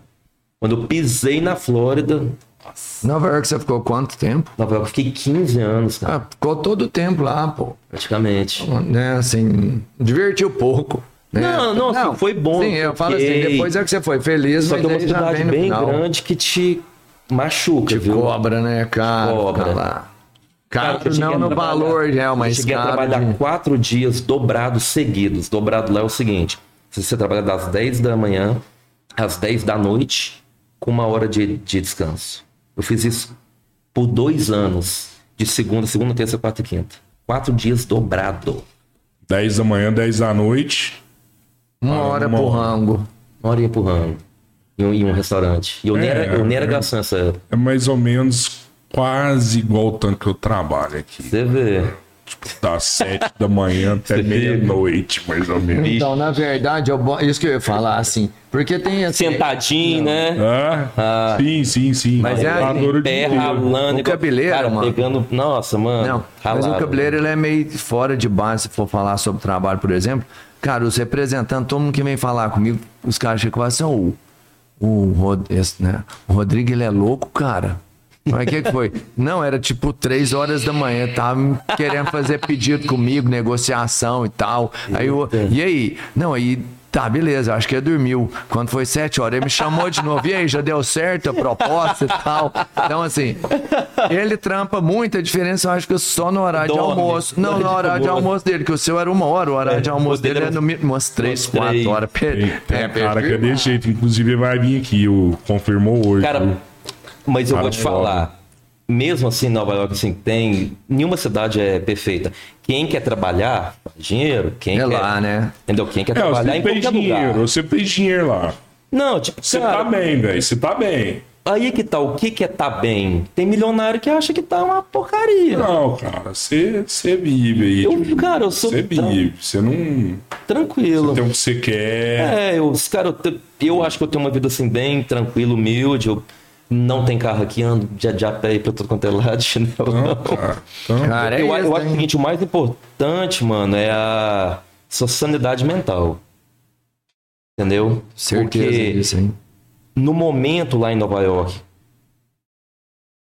Speaker 1: Quando eu pisei na Flórida,
Speaker 2: Nova York você ficou quanto tempo?
Speaker 1: Nova York, eu fiquei 15 anos, cara,
Speaker 2: Ah, ficou todo o tempo lá, pô.
Speaker 1: praticamente.
Speaker 2: Né, assim, divertiu pouco. né?
Speaker 1: Não, não, assim, foi bom,
Speaker 2: Sim, eu falo assim,
Speaker 1: ok.
Speaker 2: depois é que você foi feliz,
Speaker 1: Só
Speaker 2: mas
Speaker 1: que é uma
Speaker 2: aí já
Speaker 1: cidade
Speaker 2: vem no
Speaker 1: bem
Speaker 2: final.
Speaker 1: grande que te machuca,
Speaker 2: Te
Speaker 1: viu?
Speaker 2: cobra, né, cara?
Speaker 1: Cobra.
Speaker 2: Ficar lá.
Speaker 1: Cara,
Speaker 2: Caro,
Speaker 1: eu cheguei
Speaker 2: não
Speaker 1: a
Speaker 2: no
Speaker 1: trabalhar-
Speaker 2: valor real,
Speaker 1: eu
Speaker 2: mas
Speaker 1: cheguei a
Speaker 2: caro.
Speaker 1: trabalhar
Speaker 2: de-
Speaker 1: quatro dias dobrados seguidos. Dobrado lá é o seguinte: se você trabalha das 10 da manhã às 10 da noite, com uma hora de, de descanso. Eu fiz isso por dois anos. De segunda, segunda, terça, quarta e quinta. Quatro dias dobrado.
Speaker 3: 10 da manhã, 10 da noite.
Speaker 2: Uma hora por rango.
Speaker 1: Uma hora empurrando. Em um, em um restaurante. E eu nem
Speaker 3: É,
Speaker 1: era, eu nem era
Speaker 3: é.
Speaker 1: garçom nessa época.
Speaker 3: É mais ou menos quase igual o tanto que eu trabalho aqui.
Speaker 1: Você vê.
Speaker 3: Tipo, das 7 da manhã até meia-noite, mais ou menos.
Speaker 2: Então, na verdade, eu bo- isso que eu ia falar, assim, porque tem assim,
Speaker 1: Sentadinho, né?
Speaker 3: Hã?
Speaker 1: Ah.
Speaker 3: sim, sim, sim.
Speaker 1: Mas é
Speaker 3: Trabalhador
Speaker 1: em
Speaker 3: Tá de
Speaker 1: pé,
Speaker 3: dinheiro.
Speaker 1: ralando.
Speaker 2: O
Speaker 1: igual-
Speaker 2: cabeleireiro,
Speaker 1: cara,
Speaker 2: mano.
Speaker 1: pegando... Nossa, mano.
Speaker 2: Não, mas
Speaker 1: ralado.
Speaker 2: o cabeleireiro ele é meio fora de base se for falar sobre trabalho, por exemplo. Cara, os representantes, todo mundo que vem falar comigo, os caras chegam e falam assim, "Ô, o, Rod- esse, né? o Rodrigo ele é louco, cara. Mas o que, que foi? Não, era tipo três horas da manhã, tava querendo fazer pedido comigo, negociação e tal. Aí eu, e aí? Não, aí tá, beleza, acho que ele dormiu. Quando foi sete horas, ele me chamou de novo. E aí, já deu certo a proposta e tal? Então, assim, ele trampa muito, a diferença eu acho que é só no horário de
Speaker 1: Dorme.
Speaker 2: almoço. Não,
Speaker 1: Dorme
Speaker 2: no
Speaker 1: de
Speaker 2: horário de
Speaker 1: almoço.
Speaker 2: almoço dele, que o seu era uma hora, o horário
Speaker 1: É,
Speaker 2: de almoço
Speaker 1: o dele
Speaker 2: dele Tipo é
Speaker 1: era
Speaker 2: no mínimo umas três,
Speaker 1: umas três.
Speaker 2: quatro horas.
Speaker 3: Tem, tem
Speaker 2: É,
Speaker 3: cara que é desse jeito. Inclusive, vai vir aqui. O, confirmou hoje. É,
Speaker 1: Cara,
Speaker 3: viu?
Speaker 1: mas eu
Speaker 3: Cara,
Speaker 1: vou te
Speaker 3: é
Speaker 1: falar. Mesmo assim, Nova York, assim, tem. Nenhuma cidade é perfeita. Quem quer trabalhar, faz dinheiro. Quem
Speaker 2: É
Speaker 1: quer.
Speaker 2: lá, né?
Speaker 1: Entendeu? Quem quer
Speaker 3: É,
Speaker 1: trabalhar
Speaker 3: você
Speaker 1: em
Speaker 3: fez
Speaker 1: qualquer
Speaker 3: dinheiro.
Speaker 1: lugar.
Speaker 3: Você fez dinheiro lá.
Speaker 1: Não, tipo,
Speaker 3: Você
Speaker 1: cara,
Speaker 3: tá bem, velho. Você tá bem.
Speaker 1: aí que tá. O que que é tá bem? Tem milionário que acha que tá uma porcaria.
Speaker 3: Não, cara. Você você vive aí.
Speaker 1: Eu, cara, eu sou
Speaker 3: Você
Speaker 1: tão-
Speaker 3: vive. Você não
Speaker 1: Tranquilo.
Speaker 3: tem o que você quer.
Speaker 1: É, eu, os cara, eu, te- eu acho que eu tenho uma vida assim, bem tranquila, humilde. Eu não tem carro aqui, ando de, de a pé aí pra todo quanto é lado, chinelo.
Speaker 3: Não,
Speaker 1: não.
Speaker 3: cara. Então,
Speaker 2: Cara, é
Speaker 1: eu,
Speaker 2: isso,
Speaker 1: eu acho o
Speaker 2: hein?
Speaker 1: seguinte, o mais importante, mano, é a sua sanidade mental. Entendeu?
Speaker 2: Certeza
Speaker 1: Porque
Speaker 2: disso, hein?
Speaker 1: no momento lá em Nova York,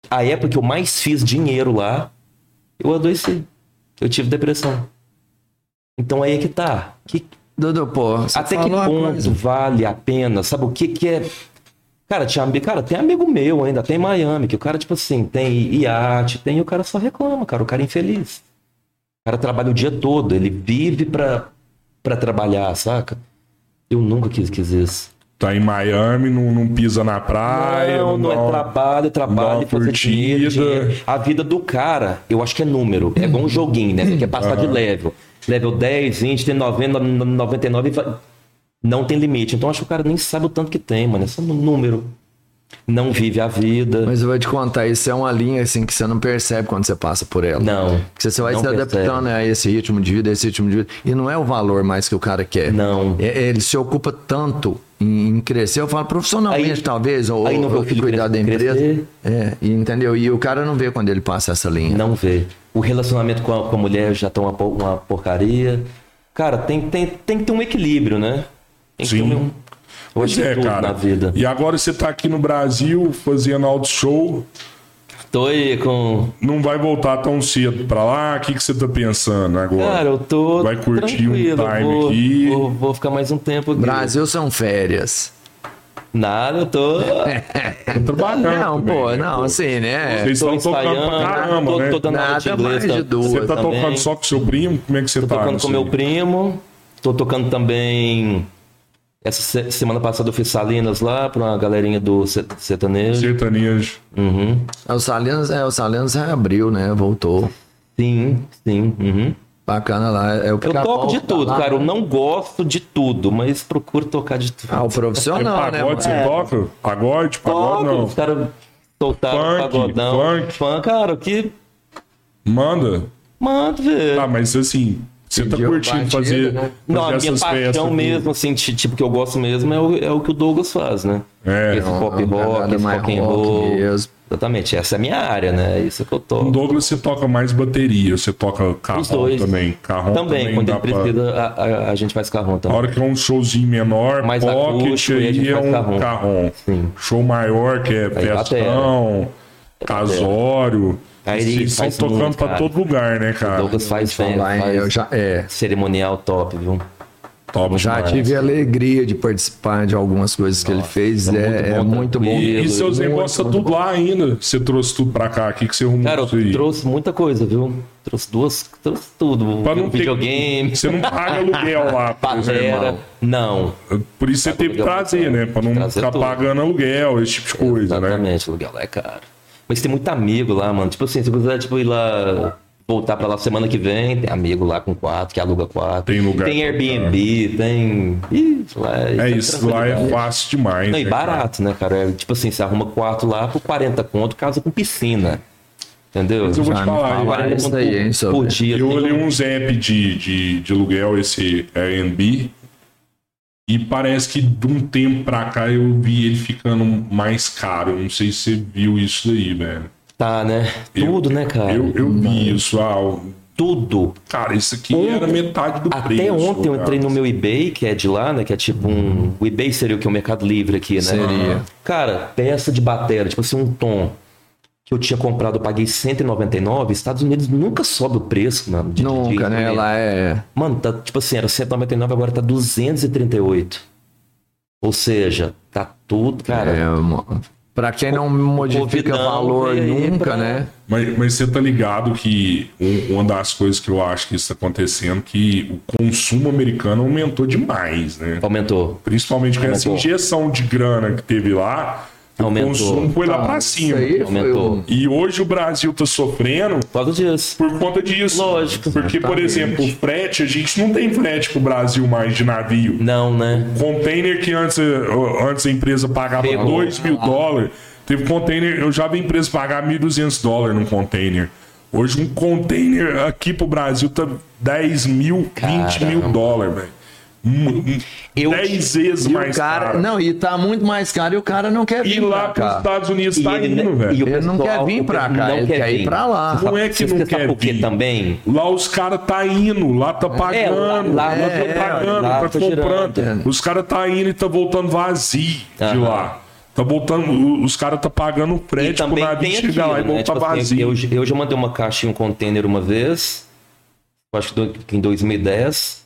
Speaker 1: a época que eu mais fiz dinheiro lá, eu adoeci. Eu tive depressão. Então aí é que tá. Que,
Speaker 2: Dudu, pô, você
Speaker 1: até que
Speaker 2: falou uma
Speaker 1: ponto
Speaker 2: coisa.
Speaker 1: vale a pena? Sabe o que que é? Cara, tinha, ami- cara, tem amigo meu ainda, tem Miami, que o cara, tipo assim, tem iate, tem, e o cara só reclama, cara, o cara é infeliz. O cara trabalha o dia todo, ele vive pra, pra trabalhar, saca? Eu nunca quis, quis isso.
Speaker 3: tá em Miami, não, não pisa na praia.
Speaker 1: não, não, é trabalho, é
Speaker 3: dá um
Speaker 1: trabalho,
Speaker 3: uma
Speaker 1: é fazer dinheiro,
Speaker 3: curtida.
Speaker 1: dinheiro. A vida do cara, eu acho que é número. É igual um joguinho, né? Você quer passar de level. Level 10, 20, tem 90, 99 e vai... Não tem limite. Então acho que o cara nem sabe o tanto que tem, mano. É só um número. Não vive a vida.
Speaker 2: Mas eu vou te contar, isso é uma linha assim que você não percebe quando você passa por ela.
Speaker 1: Não.
Speaker 2: Porque você vai
Speaker 1: Não
Speaker 2: se
Speaker 1: percebe.
Speaker 2: adaptando a esse ritmo de vida, a esse ritmo de vida. E não é o valor mais que o cara quer.
Speaker 1: Não.
Speaker 2: É- ele se ocupa tanto em, em crescer, eu falo profissionalmente,
Speaker 1: Aí-
Speaker 2: talvez, ou,
Speaker 1: aí não vê o
Speaker 2: ou
Speaker 1: filho
Speaker 2: cuidar da
Speaker 1: crescer.
Speaker 2: empresa. É, e entendeu? E o cara não vê quando ele passa essa linha.
Speaker 1: Não vê. O relacionamento com a, com a mulher já tá uma, por- uma porcaria. Cara, tem, tem, tem que ter um equilíbrio, né? Tem que
Speaker 3: Sim.
Speaker 1: ter um... Eu acho
Speaker 3: Pois
Speaker 1: que
Speaker 3: é,
Speaker 1: tudo
Speaker 3: cara.
Speaker 1: na vida.
Speaker 3: E agora você tá aqui no Brasil fazendo auto show.
Speaker 1: Tô aí com...
Speaker 3: Não vai voltar tão cedo pra lá? O que, que você tá pensando agora?
Speaker 1: Cara, eu tô.
Speaker 3: Vai curtir um
Speaker 1: tranquilo, eu
Speaker 3: time
Speaker 1: vou,
Speaker 3: aqui.
Speaker 1: Vou, vou ficar mais um tempo aqui.
Speaker 2: Brasil são férias.
Speaker 1: Nada, eu tô.
Speaker 2: É,
Speaker 3: Tô trabalhando.
Speaker 2: Não,
Speaker 3: também,
Speaker 2: pô,
Speaker 3: né?
Speaker 2: não, assim, né?
Speaker 3: Vocês
Speaker 1: tô
Speaker 3: estão tocando pra
Speaker 1: ensaiando,
Speaker 3: caramba,
Speaker 1: tô,
Speaker 3: né?
Speaker 1: tô dando aula de
Speaker 2: Nada
Speaker 1: inglês.
Speaker 2: mais de
Speaker 1: tá-
Speaker 2: duas.
Speaker 3: Você tá
Speaker 1: também.
Speaker 3: tocando só com seu primo? Como é que você
Speaker 1: Tô
Speaker 3: tá?
Speaker 1: tocando
Speaker 3: nisso
Speaker 1: com meu
Speaker 3: aí?
Speaker 1: primo, tô tocando também Essa se- semana passada eu fiz Salinas lá pra uma galerinha do se- sertanejo.
Speaker 3: Sertanejo.
Speaker 1: Uhum.
Speaker 2: O Salinas, é, o Salinas reabriu, né? Voltou.
Speaker 1: Sim, sim. uhum.
Speaker 2: Bacana lá. É o
Speaker 1: Eu toco de tudo,
Speaker 2: lá,
Speaker 1: cara. Eu
Speaker 2: né?
Speaker 1: não gosto de tudo, mas procuro tocar de tudo.
Speaker 2: Ah, o
Speaker 3: É
Speaker 2: profissional, né?
Speaker 3: pagode,
Speaker 2: mano?
Speaker 3: você toca? Pagode, pagode
Speaker 1: Toco, tá. os
Speaker 3: não.
Speaker 1: caras soltaram o
Speaker 3: Funk,
Speaker 1: pagodão.
Speaker 3: funk.
Speaker 1: Cara, o que.
Speaker 3: Manda.
Speaker 1: Mano, velho.
Speaker 3: Ah, mas assim, você tá
Speaker 2: Pediu
Speaker 3: curtindo
Speaker 2: batida,
Speaker 3: fazer,
Speaker 2: né?
Speaker 3: fazer
Speaker 1: é, Não, a minha
Speaker 3: essas festas.
Speaker 1: paixão
Speaker 3: com-
Speaker 1: mesmo, assim, ti- tipo, que eu gosto mesmo é o, é o que o Douglas faz, né?
Speaker 3: É,
Speaker 1: esse
Speaker 3: é uma-
Speaker 1: pop
Speaker 2: uma
Speaker 1: rock,
Speaker 2: pegada
Speaker 1: esse
Speaker 2: um mais
Speaker 1: rock and
Speaker 2: rock
Speaker 1: roll.
Speaker 2: mesmo.
Speaker 1: Exatamente, essa é a minha área, né? Isso que eu
Speaker 3: Com
Speaker 1: toco.
Speaker 3: o Douglas você toca mais bateria, você toca
Speaker 1: Os
Speaker 3: carrão
Speaker 1: dois.
Speaker 3: também. Carrão também,
Speaker 1: também, quando
Speaker 3: dá
Speaker 1: ele
Speaker 3: pra...
Speaker 1: precisa, a, a- a gente faz carrão
Speaker 3: A
Speaker 1: também.
Speaker 3: hora que é um showzinho menor,
Speaker 1: Mais
Speaker 3: pocket,
Speaker 1: acústico, e a gente
Speaker 3: aí é
Speaker 1: faz
Speaker 3: um
Speaker 1: carrom.
Speaker 3: carrão.
Speaker 1: Sim.
Speaker 3: Show maior, que é festão, casório.
Speaker 1: Aí ele
Speaker 3: Vocês estão
Speaker 1: faz
Speaker 3: tocando
Speaker 1: muito,
Speaker 3: pra
Speaker 1: cara.
Speaker 3: todo lugar, né,
Speaker 1: O
Speaker 3: cara?
Speaker 1: Douglas faz, faz,
Speaker 2: Falar, hein? Eu
Speaker 1: faz
Speaker 2: já, é,
Speaker 1: cerimonial top, viu?
Speaker 3: Top
Speaker 2: já
Speaker 3: demais.
Speaker 2: tive a alegria de participar de algumas coisas que ele fez. É, é muito bom.
Speaker 1: tranquilo.
Speaker 3: E seus
Speaker 2: Muito,
Speaker 3: negócios a
Speaker 2: muito
Speaker 3: dublar ainda. Você trouxe tudo pra cá, o que, que você arrumou
Speaker 1: um Cara, eu
Speaker 3: isso aí?
Speaker 1: trouxe muita coisa, viu? Trouxe duas, trouxe tudo.
Speaker 3: Pra não ter-
Speaker 1: um videogame,
Speaker 3: Você não paga aluguel lá, por
Speaker 1: patera.
Speaker 3: exemplo.
Speaker 1: Não,
Speaker 3: Por isso você teve que trazer, né? Pra não
Speaker 1: Trazer
Speaker 3: ficar
Speaker 1: tudo.
Speaker 3: pagando aluguel, esse tipo de coisa, né?
Speaker 1: Exatamente, o lugar lá é caro. Mas tem muito amigo lá, mano. Tipo assim, se você quiser tipo, ir lá, voltar pra lá semana que vem, tem amigo lá com quatro, que aluga quatro.
Speaker 3: Tem lugar
Speaker 1: Tem
Speaker 3: pra
Speaker 1: Airbnb, tem. Ih, lá
Speaker 3: É isso, lá é
Speaker 1: tranquilidade.
Speaker 3: fácil demais.
Speaker 1: Não, e
Speaker 3: né, cara?
Speaker 1: barato, né, cara? É, tipo assim, você arruma quatro lá por 40 conto, casa com piscina. Entendeu?
Speaker 3: Mas eu vou te
Speaker 2: me
Speaker 3: falar,
Speaker 2: fala.
Speaker 3: eu-
Speaker 1: 40
Speaker 2: isso
Speaker 1: conto
Speaker 2: aí, hein,
Speaker 1: por,
Speaker 2: sobre.
Speaker 1: dia.
Speaker 3: Eu
Speaker 1: tem
Speaker 3: olhei
Speaker 1: um-
Speaker 3: uns apps de, de, de aluguel, esse Airbnb, e parece que de um tempo pra cá eu vi ele ficando mais caro. Eu Não sei se você viu isso daí, velho.
Speaker 1: Tá, né?
Speaker 3: Eu-
Speaker 1: Tudo, né, cara?
Speaker 3: Eu, eu vi isso, ah, o-
Speaker 1: Tudo.
Speaker 3: cara, isso aqui era metade do
Speaker 1: Até
Speaker 3: preço.
Speaker 1: ontem eu
Speaker 3: cara.
Speaker 1: entrei no meu eBay, que é de lá, né? Que é tipo um. O eBay seria o que? O Mercado Livre aqui, né?
Speaker 2: Seria.
Speaker 1: Cara, peça de bateria, tipo assim, um tom que eu tinha comprado, eu paguei 199. Estados Unidos nunca sobe o preço, mano. de- de-
Speaker 2: Nunca,
Speaker 1: de-
Speaker 2: né? Ela é.
Speaker 1: Mano, tá, tipo assim, era 199, agora tá 238. Ou seja, tá tudo,
Speaker 2: é
Speaker 1: cara.
Speaker 2: uma- pra quem não modifica
Speaker 1: Covidão
Speaker 2: valor
Speaker 1: veio aí
Speaker 2: nunca,
Speaker 1: pra-
Speaker 2: né?
Speaker 3: Mas, mas você tá ligado que um- uma das coisas que eu acho que está acontecendo é que o consumo americano aumentou demais, né?
Speaker 1: Aumentou.
Speaker 3: Principalmente com essa
Speaker 1: Aumentou.
Speaker 3: injeção de grana que teve lá,
Speaker 1: Aumentou.
Speaker 3: o consumo foi lá pra
Speaker 2: Tá, Isso
Speaker 3: cima.
Speaker 2: aí foi
Speaker 1: Aumentou.
Speaker 2: um-
Speaker 3: E hoje o Brasil tá sofrendo
Speaker 1: Por causa disso.
Speaker 3: por conta disso.
Speaker 1: Lógico.
Speaker 3: Porque, por exemplo, o frete, a gente não tem frete pro Brasil mais de navio.
Speaker 1: Não, né?
Speaker 3: Container que antes, eh, antes a empresa pagava
Speaker 1: Pegou.
Speaker 3: 2 mil dólares, teve container, eu já vi empresa pagar 1.200 dólares num container. Hoje um container aqui pro Brasil tá 10 mil, 20 mil dólares, velho. Hum, hum,
Speaker 1: Eu-
Speaker 3: 10 vezes
Speaker 2: E o
Speaker 3: mais
Speaker 2: cara.
Speaker 3: caro.
Speaker 2: Não, e tá muito mais caro e o cara não quer vir.
Speaker 3: e lá
Speaker 2: pra
Speaker 3: pros
Speaker 2: cá.
Speaker 3: Estados Unidos tá
Speaker 1: ele-
Speaker 3: indo, velho.
Speaker 1: e o
Speaker 2: Ele não quer vir
Speaker 1: o
Speaker 2: pra
Speaker 1: pessoal
Speaker 2: cá, ele quer ir pra lá.
Speaker 1: Você
Speaker 3: Não
Speaker 1: sabe-
Speaker 3: é que
Speaker 1: você
Speaker 3: não
Speaker 1: sabe
Speaker 3: quer
Speaker 1: por quê
Speaker 3: vir.
Speaker 1: também?
Speaker 3: Lá os caras tá indo, lá tá pagando,
Speaker 1: É, lá-
Speaker 3: lá,
Speaker 1: lá-
Speaker 3: tá
Speaker 1: é,
Speaker 3: pagando,
Speaker 1: lá
Speaker 3: tá
Speaker 1: tá
Speaker 3: comprando.
Speaker 1: girando.
Speaker 3: Os caras tá indo e tá voltando vazio de
Speaker 1: Aham.
Speaker 3: lá. Tá voltando, o- os caras tá pagando o
Speaker 1: E
Speaker 3: prédio pro
Speaker 1: também
Speaker 3: navio
Speaker 1: tem aquilo,
Speaker 3: chegar lá e
Speaker 1: né?
Speaker 3: voltar
Speaker 1: Tipo assim,
Speaker 3: vazio.
Speaker 1: eu, eu já mandei uma caixa em um container uma vez, eu acho que do- que em 2010.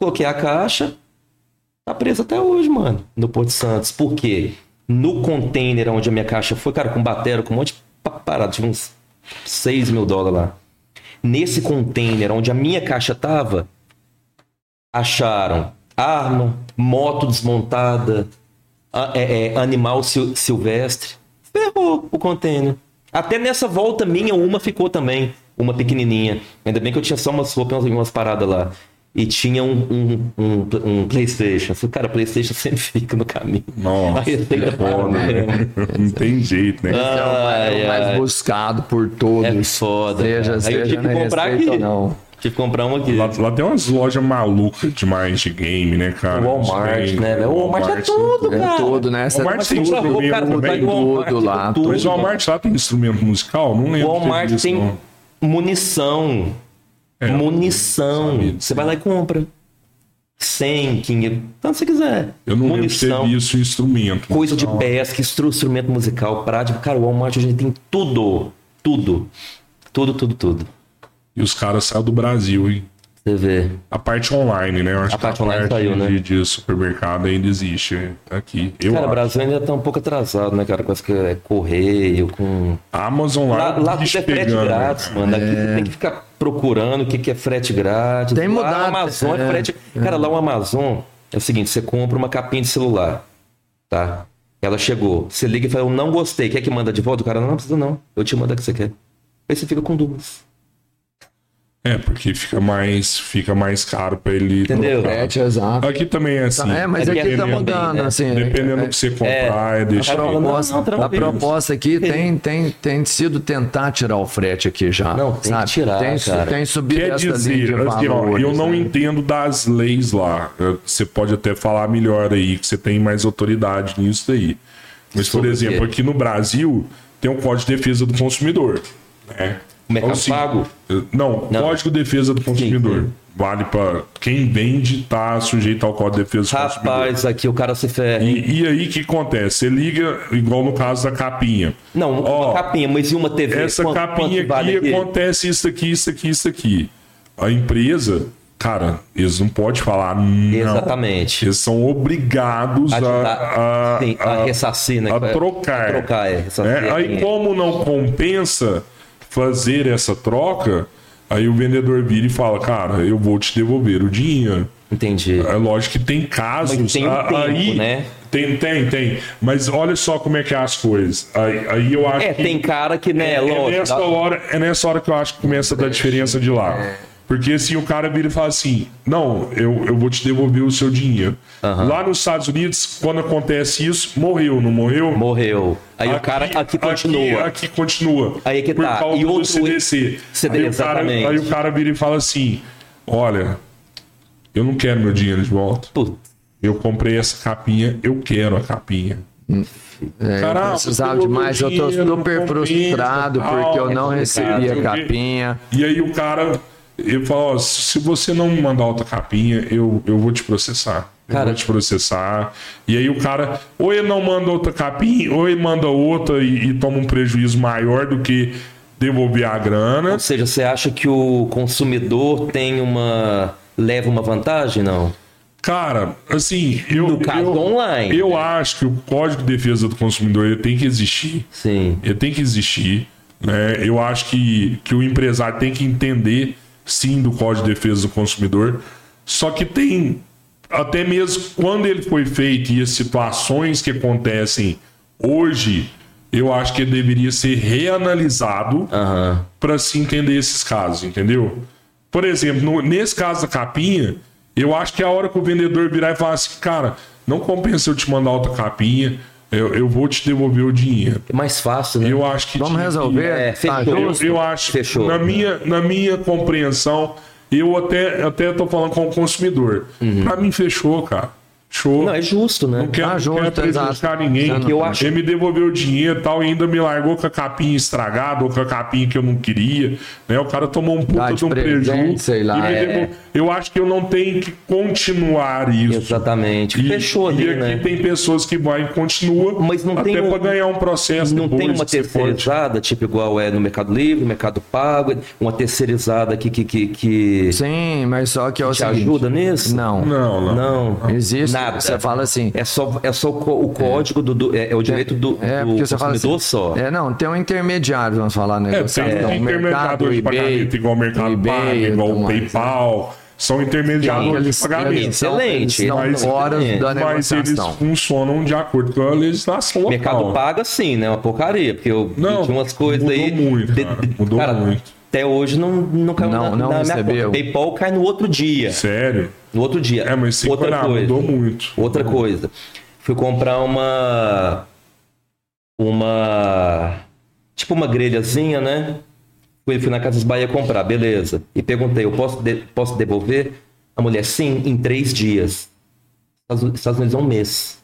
Speaker 1: Coloquei a caixa, tá presa até hoje, mano, no Porto Santos. Por quê? No container onde a minha caixa foi, cara, com batera, com um monte de pa- parada, tinha uns 6 mil dólares lá. Nesse container onde a minha caixa tava, acharam arma, moto desmontada, a- é- é, animal sil- silvestre. Ferrou o container. Até nessa volta minha, uma ficou também. Uma pequenininha. Ainda bem que eu tinha só umas roupas e umas paradas lá. E tinha um, um, um, um PlayStation. Eu falei, cara, PlayStation sempre fica no caminho. é
Speaker 3: Nossa,
Speaker 1: Aí eu tenho Ah. que-
Speaker 3: foda, né? Não tem jeito, né?
Speaker 2: É o mais, é o mais
Speaker 1: Ai, ai.
Speaker 2: buscado por todos.
Speaker 1: É foda.
Speaker 2: né? Seja,
Speaker 1: cara. Aí
Speaker 2: seja,
Speaker 1: eu tive que
Speaker 2: né,
Speaker 1: comprar
Speaker 2: respeito
Speaker 1: aqui.
Speaker 2: ou não.
Speaker 1: Tive que comprar um aqui.
Speaker 3: Lá, lá tem umas lojas malucas demais de game, né, cara?
Speaker 1: Walmart,
Speaker 3: Tem-
Speaker 1: né? velho? O Walmart, é tudo,
Speaker 2: É
Speaker 1: cara.
Speaker 2: tudo, né? Essa-
Speaker 3: Walmart
Speaker 1: Mas
Speaker 3: tem
Speaker 1: tu já
Speaker 3: tudo
Speaker 1: vou,
Speaker 3: mesmo,
Speaker 1: cara, tu vai
Speaker 3: velho.
Speaker 1: no Walmart,
Speaker 2: Tudo lá,
Speaker 1: tem
Speaker 3: Mas o
Speaker 1: tudo.
Speaker 3: Walmart lá tem instrumento musical? Não lembro.
Speaker 1: O
Speaker 3: se
Speaker 1: Walmart
Speaker 3: teve isso,
Speaker 1: tem
Speaker 3: não.
Speaker 1: munição.
Speaker 3: É,
Speaker 1: munição.
Speaker 3: sabia disso.
Speaker 1: Você vai lá e compra. 100, 500, tanto você quiser.
Speaker 3: Eu não lembro se
Speaker 1: munição,
Speaker 3: teve isso instrumento.
Speaker 1: coisa de pesca, instru- instrumento musical, prático. Cara, o Walmart hoje em dia tem tudo. Tudo. Tudo, tudo, tudo.
Speaker 3: E os caras saíram do Brasil, hein?
Speaker 1: Você vê.
Speaker 3: A parte online, né? Eu acho
Speaker 1: A parte online saiu,
Speaker 3: de,
Speaker 1: né?
Speaker 3: de supermercado ainda existe né? aqui. Eu
Speaker 1: cara, o
Speaker 3: acho.
Speaker 1: Brasil ainda tá um pouco atrasado, né, cara? Com as que é correio, com.
Speaker 3: A Amazon lá,
Speaker 1: Lá,
Speaker 3: o
Speaker 1: lá tudo é
Speaker 3: bicho
Speaker 1: frete
Speaker 3: pegando, né?
Speaker 1: grátis, mano. Aqui você tem que ficar procurando o que, que é frete grátis.
Speaker 2: Tem
Speaker 1: Lá
Speaker 2: mudado,
Speaker 1: o Amazon é,
Speaker 2: é,
Speaker 1: frete. Cara, lá o Amazon é o seguinte: você compra uma capinha de celular, tá? Ela chegou, você liga e fala, eu não gostei, quer que manda de volta? O cara, não, não precisa não, eu te mando a que você quer. Aí você fica com duas.
Speaker 3: É, porque fica mais, fica mais caro pra ele.
Speaker 1: Entendeu?
Speaker 3: trocar.
Speaker 2: É, exato.
Speaker 3: Aqui também é assim. É,
Speaker 2: É, mas aqui tá
Speaker 1: Dependendo,
Speaker 2: mudando,
Speaker 1: né?
Speaker 2: assim.
Speaker 3: Dependendo do que você comprar, é, deixar.
Speaker 1: Tá bom.
Speaker 2: proposta,
Speaker 1: Não, não,
Speaker 2: a
Speaker 1: tranquilo.
Speaker 2: proposta aqui tem, tem, tem sido tentar tirar o frete aqui já.
Speaker 1: Não, tem que
Speaker 2: sabe?
Speaker 1: tirar,
Speaker 2: Tem, su-
Speaker 1: cara.
Speaker 2: tem subido
Speaker 3: Quer
Speaker 2: essa linha de
Speaker 3: dizer, assim, ó,
Speaker 2: valores,
Speaker 3: eu não
Speaker 2: né?
Speaker 3: entendo das leis lá. Eu- Você pode até falar melhor aí, que você tem mais autoridade nisso daí. Mas, por
Speaker 1: Sobre o quê?
Speaker 3: exemplo, aqui no Brasil tem um Código de Defesa do Consumidor. Né?
Speaker 1: Mercado é Pago?
Speaker 3: Não,
Speaker 1: Não.
Speaker 3: Código de Defesa do Consumidor. Vale para quem vende tá sujeito ao Código de Defesa do Consumidor.
Speaker 1: Rapaz, aqui o cara se ferra.
Speaker 3: E, e aí o que acontece? Você liga, igual no caso da capinha.
Speaker 1: Não,
Speaker 3: Ó,
Speaker 1: uma capinha, mas e uma TV?
Speaker 3: Essa
Speaker 1: Quanto-
Speaker 3: capinha
Speaker 1: quanto vale
Speaker 3: aqui é acontece isso aqui, isso aqui, isso aqui. A empresa, cara, eles não podem falar. Não.
Speaker 1: Exatamente.
Speaker 3: Eles são obrigados a,
Speaker 1: Ajudar,
Speaker 3: a,
Speaker 1: tá- sim, a ressarcir, né,
Speaker 3: a
Speaker 1: que é-
Speaker 3: trocar.
Speaker 1: a trocar, é, ressarcir
Speaker 3: Né?
Speaker 1: a
Speaker 3: Aí,
Speaker 1: quem-
Speaker 3: como não compensa fazer essa troca, aí o vendedor vira e fala: Cara, eu vou te devolver o dinheiro.
Speaker 1: Entendi.
Speaker 3: É lógico que tem casos.
Speaker 1: Mas tem um
Speaker 3: a-
Speaker 1: tempo,
Speaker 3: aí,
Speaker 1: né?
Speaker 3: Tem, tem, tem. Mas olha só como é que é as coisas. Aí, aí eu acho
Speaker 1: É,
Speaker 3: que.
Speaker 1: tem cara que, né,
Speaker 3: É,
Speaker 1: lógico.
Speaker 3: nessa
Speaker 1: dá- É.
Speaker 3: hora, é nessa hora que eu acho que começa a dar diferença de lá. Porque assim, o cara vira e fala assim: não, eu, eu vou te devolver o seu dinheiro. Lá nos Estados Unidos, quando acontece isso, morreu, não morreu?
Speaker 1: Morreu. Aí o cara aqui continua.
Speaker 3: Aqui, continua.
Speaker 1: Aí que
Speaker 3: por
Speaker 1: tá.
Speaker 3: causa
Speaker 1: E
Speaker 3: do
Speaker 1: outro-
Speaker 3: CDC.
Speaker 1: CD,
Speaker 3: aí, o cara,
Speaker 1: exatamente.
Speaker 3: aí o cara vira e fala assim: olha, eu não quero meu dinheiro de volta.
Speaker 1: Putz,
Speaker 3: Eu comprei essa capinha, eu quero a capinha.
Speaker 2: É, eu
Speaker 3: Caraca,
Speaker 2: precisava
Speaker 3: você
Speaker 2: de mais, eu tô
Speaker 3: botou
Speaker 2: super
Speaker 3: dinheiro, não compensa,
Speaker 2: frustrado
Speaker 3: tal,
Speaker 2: porque eu
Speaker 3: é
Speaker 2: não
Speaker 3: complicado,
Speaker 2: recebi a
Speaker 3: não sei o quê.
Speaker 2: capinha.
Speaker 3: E aí o cara, eu falo, ó, se você não me mandar outra capinha, eu, eu vou te processar. Eu
Speaker 1: Cara-
Speaker 3: vou te processar. E aí o cara, ou ele não manda outra capinha, ou ele manda outra e, e toma um prejuízo maior do que devolver a grana.
Speaker 1: Ou seja, você acha que o consumidor tem uma. leva uma vantagem? Não.
Speaker 3: Cara, assim, eu.
Speaker 1: No caso
Speaker 3: eu,
Speaker 1: online, né?
Speaker 3: Eu acho que o Código de Defesa do Consumidor ele tem que existir.
Speaker 1: Sim.
Speaker 3: ele tem que existir. Né? Eu acho que, que o empresário tem que entender, sim, do Código de Defesa do Consumidor. Só que tem, até mesmo quando ele foi feito e as situações que acontecem hoje, eu acho que ele deveria ser reanalisado
Speaker 1: Aham.
Speaker 3: para se entender esses casos, entendeu? Por exemplo, no- nesse caso da capinha, eu acho que é a hora que o vendedor virar e falar assim, cara, não compensa eu te mandar outra capinha, eu, eu vou te devolver o dinheiro.
Speaker 1: É mais fácil, né?
Speaker 3: Eu acho que
Speaker 2: Vamos
Speaker 3: tinha que-
Speaker 2: resolver?
Speaker 1: É,
Speaker 2: tá
Speaker 1: fechou.
Speaker 3: Eu,
Speaker 2: justo?
Speaker 3: eu acho.
Speaker 1: Fechou.
Speaker 3: Na minha, na minha compreensão, eu até até tô falando com o consumidor. Pra mim fechou, cara. Show.
Speaker 1: Uhum. Não, é justo, né?
Speaker 3: Não quero,
Speaker 2: Tá justo,
Speaker 3: não quero prejudicar
Speaker 2: exato.
Speaker 3: ninguém.
Speaker 1: Sim, eu acho-
Speaker 3: Ele me devolveu o dinheiro e tal, e ainda me largou com a capinha estragada ou com a capinha que eu não queria. Né? O cara tomou um puta
Speaker 2: Dá
Speaker 3: de,
Speaker 2: de
Speaker 3: um
Speaker 2: presente,
Speaker 3: prejuízo.
Speaker 2: Tá sei lá,
Speaker 3: e me
Speaker 2: é.
Speaker 3: devol- Eu acho que eu não tenho que continuar isso.
Speaker 1: Exatamente.
Speaker 3: E,
Speaker 1: Fechou ali,
Speaker 3: e aqui
Speaker 1: né?
Speaker 3: tem pessoas que vai e continua
Speaker 1: Mas não
Speaker 3: até
Speaker 1: tem um-
Speaker 3: para ganhar um processo
Speaker 1: Não
Speaker 3: depois,
Speaker 1: tem uma
Speaker 3: que você pode-
Speaker 1: terceirizada, tipo igual é no Mercado Livre, Mercado Pago, uma terceirizada que. que, que, que...
Speaker 2: Sim, mas só que é o
Speaker 1: Te
Speaker 2: seguinte,
Speaker 1: ajuda nisso?
Speaker 2: Não.
Speaker 3: Não, não.
Speaker 1: Não.
Speaker 2: Existe.
Speaker 1: Nada.
Speaker 2: Você fala assim.
Speaker 1: É só, é só o co- o código do, do- é, é o direito do,
Speaker 2: É,
Speaker 1: do
Speaker 2: porque você fala
Speaker 1: consumidor
Speaker 2: assim,
Speaker 1: só.
Speaker 2: É, não, tem um intermediário, vamos falar, né?
Speaker 3: É, tem um intermediador de pagamento igual o Mercado Pago, igual o PayPal. São intermediadores de pagamento.
Speaker 1: eles- Excelente.
Speaker 3: Mas-
Speaker 2: Não, horas da
Speaker 3: Mas eles
Speaker 2: negociação.
Speaker 3: funcionam de acordo com a legislação local.
Speaker 1: Mercado Pago, sim, né? Uma porcaria, porque eu
Speaker 3: Não,
Speaker 1: tinha umas coisas
Speaker 3: mudou
Speaker 1: aí.
Speaker 3: muito, cara, mudou muito.
Speaker 1: Até hoje não, não caiu na,
Speaker 2: Não, não
Speaker 1: na minha
Speaker 2: recebeu.
Speaker 1: conta. PayPal cai no outro dia.
Speaker 3: Sério?
Speaker 1: No outro dia.
Speaker 3: É, mas se
Speaker 1: Outra
Speaker 3: parar,
Speaker 1: coisa.
Speaker 3: mudou muito.
Speaker 1: Outra coisa. Fui comprar uma. Uma. Tipo uma grelhazinha, né? Fui, fui na Casas Bahia comprar, beleza. E perguntei, eu posso, de- posso devolver? A mulher, sim, em três dias. Estados Estados Unidos é um mês.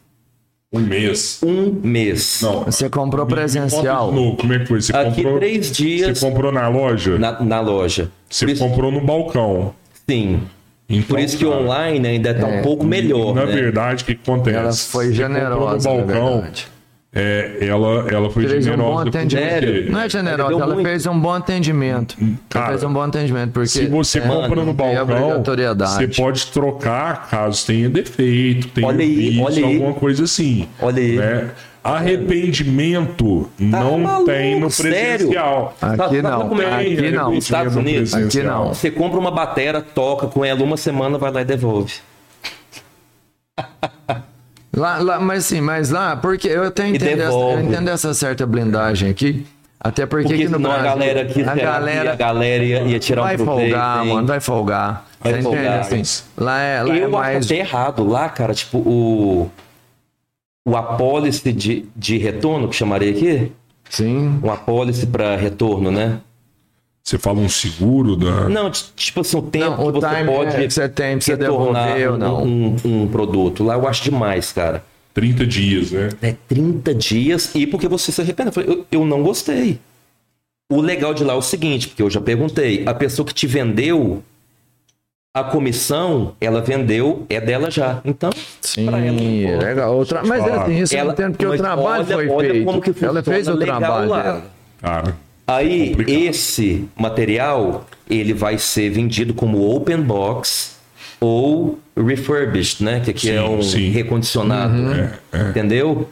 Speaker 3: Um mês.
Speaker 1: Um mês.
Speaker 3: Não.
Speaker 2: Você comprou
Speaker 3: Me- me
Speaker 2: presencial.
Speaker 3: conta de novo, como é que foi? Você
Speaker 1: Aqui
Speaker 3: comprou,
Speaker 1: três dias
Speaker 3: Você comprou na loja?
Speaker 1: na, na loja.
Speaker 3: Você
Speaker 1: Por isso-
Speaker 3: comprou no balcão.
Speaker 1: Sim.
Speaker 3: Então,
Speaker 1: Por isso que
Speaker 3: cara,
Speaker 1: online ainda está um pouco melhor.
Speaker 3: Na
Speaker 1: né?
Speaker 3: verdade, o que acontece?
Speaker 2: Ela foi
Speaker 3: Você comprou
Speaker 2: generosa,
Speaker 3: No
Speaker 2: na
Speaker 3: balcão,
Speaker 2: verdade.
Speaker 3: é, ela, ela foi
Speaker 2: Fez um bom
Speaker 3: generosa. por quê?
Speaker 2: atendimento.
Speaker 1: Sério?
Speaker 2: Não é generosa,
Speaker 1: Ela deu
Speaker 2: ela
Speaker 1: muito.
Speaker 2: fez um bom atendimento.
Speaker 3: Hum, Cara,
Speaker 2: ela fez um bom atendimento, porque.
Speaker 3: Se você compra no
Speaker 2: É, tem
Speaker 3: balcão,
Speaker 2: obrigatoriedade.
Speaker 3: você pode trocar caso tenha defeito, tenha
Speaker 1: Olha aí,
Speaker 3: vício,
Speaker 1: olha aí.
Speaker 3: alguma coisa assim.
Speaker 1: Olha aí. Tá
Speaker 3: né? Arrependimento não
Speaker 1: maluco,
Speaker 3: tem no
Speaker 1: sério?
Speaker 3: presencial. Tá
Speaker 2: Aqui
Speaker 1: Sabe- sabe
Speaker 2: não,
Speaker 1: como é que-
Speaker 3: né?
Speaker 2: aqui não.
Speaker 1: Nos Estados Unidos, aqui
Speaker 2: não.
Speaker 1: Você compra uma batera, toca com ela uma semana, vai lá e devolve.
Speaker 2: Lá, lá, mas sim, mas lá, porque eu até entendo, essa, eu
Speaker 1: devolve.
Speaker 2: entendo essa certa blindagem aqui. Até porque,
Speaker 1: Porque
Speaker 2: aqui no
Speaker 1: senão a
Speaker 2: Brasil,
Speaker 1: galera é aqui,
Speaker 2: a galera
Speaker 1: a galera ia, ia tirar
Speaker 2: vai
Speaker 1: um proveito.
Speaker 2: folgar,
Speaker 1: hein?
Speaker 2: mano, vai folgar.
Speaker 1: Vai
Speaker 2: Você entende,
Speaker 1: folgar.
Speaker 2: assim? Lá é, lá é
Speaker 1: eu
Speaker 2: mais.
Speaker 1: acho até errado. Lá, cara, tipo, o. O apólice de, de retorno, que chamaria aqui?
Speaker 2: Sim.
Speaker 1: Um apólice para retorno, né?
Speaker 3: Você fala um seguro da.
Speaker 1: Não, t- tipo assim, o tempo
Speaker 2: Não, o
Speaker 1: que você
Speaker 2: time
Speaker 1: pode.
Speaker 2: é que você tem pra você
Speaker 1: retornar
Speaker 2: devolver ou
Speaker 1: um-
Speaker 2: não.
Speaker 1: Um, um produto. Lá eu acho demais, cara.
Speaker 3: 30 dias, né?
Speaker 1: É 30 dias e porque você se arrepende. Eu, falei, eu, eu não gostei. O legal de lá é o seguinte, porque eu já perguntei, a pessoa que te vendeu a comissão, ela vendeu, é dela já. Então,
Speaker 2: Sim, é
Speaker 1: pra ela, pô,
Speaker 2: legal. O tra- Mas
Speaker 3: falar.
Speaker 2: assim, isso eu
Speaker 1: Ela-
Speaker 2: entendo porque o
Speaker 1: mas
Speaker 2: trabalho
Speaker 1: olha-
Speaker 2: foi
Speaker 1: olha
Speaker 2: feito.
Speaker 1: como que
Speaker 2: Ela
Speaker 1: funciona
Speaker 2: fez o
Speaker 1: legal
Speaker 2: trabalho
Speaker 1: lá.
Speaker 2: dela.
Speaker 3: Cara.
Speaker 1: Aí,
Speaker 3: É Complicado.
Speaker 1: esse material, ele vai ser vendido como open box ou refurbished, né? Que aqui é
Speaker 3: Sim,
Speaker 1: um
Speaker 3: sim.
Speaker 1: recondicionado,
Speaker 2: Uhum.
Speaker 3: É, é.
Speaker 1: Entendeu?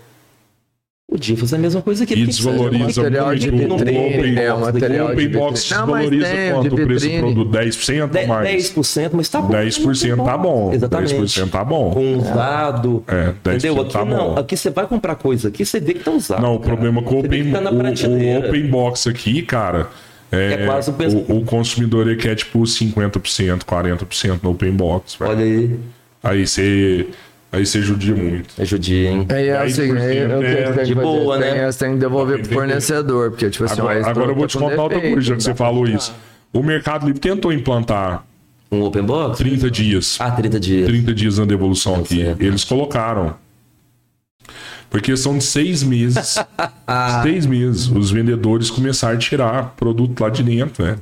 Speaker 1: O dia faz a mesma coisa que
Speaker 3: E
Speaker 1: pizza, né?
Speaker 3: desvaloriza
Speaker 2: Material de
Speaker 3: muito o
Speaker 2: vitrine, é, o
Speaker 3: Open Box. O
Speaker 2: material de
Speaker 3: Open Box
Speaker 2: vitrine. Não, mas
Speaker 3: desvaloriza
Speaker 2: tem,
Speaker 3: quanto
Speaker 2: de
Speaker 3: o preço do
Speaker 2: vitrine.
Speaker 3: produto? 10%
Speaker 1: De-
Speaker 3: a mais?
Speaker 1: 10%, mas tá bom.
Speaker 3: 10% tá bom.
Speaker 1: Exatamente.
Speaker 3: 10% tá bom.
Speaker 1: Com usado.
Speaker 3: É, 10%
Speaker 1: entendeu? Aqui
Speaker 3: tá
Speaker 1: não.
Speaker 3: bom.
Speaker 1: Aqui você vai comprar coisa aqui, você vê que tá usado.
Speaker 3: Não, o
Speaker 1: cara.
Speaker 3: problema com o
Speaker 1: Você vê
Speaker 3: open,
Speaker 1: que tá na
Speaker 3: o- o,
Speaker 1: prateleira.
Speaker 3: open box aqui, cara, é,
Speaker 1: É quase o mesmo.
Speaker 3: o, o consumidor ele quer tipo 50%, 40% no open box. velho.
Speaker 1: Olha aí.
Speaker 3: Aí você aí você judia muito.
Speaker 1: É judia, hein?
Speaker 2: Aí é
Speaker 3: 10%
Speaker 2: assim, eu eu
Speaker 3: é
Speaker 2: tenho que
Speaker 1: de
Speaker 2: fazer,
Speaker 1: boa,
Speaker 2: tem,
Speaker 1: né?
Speaker 2: Você tem que devolver pro fornecedor, porque tipo assim, ó,
Speaker 3: Agora,
Speaker 2: esse
Speaker 3: agora eu vou te
Speaker 2: produto tá
Speaker 3: contar
Speaker 2: com
Speaker 3: outra
Speaker 2: defeito,
Speaker 3: coisa, já que você
Speaker 2: não dá pra
Speaker 3: falou
Speaker 2: comprar.
Speaker 3: isso. O Mercado Livre tentou implantar
Speaker 1: Um open box?
Speaker 3: 30 dias.
Speaker 1: Ah, 30 dias.
Speaker 3: 30 dias na devolução aqui.
Speaker 1: Tá certo.
Speaker 3: Eles colocaram. Porque são de seis meses. seis meses. Os vendedores começaram a tirar produto lá de dentro, né?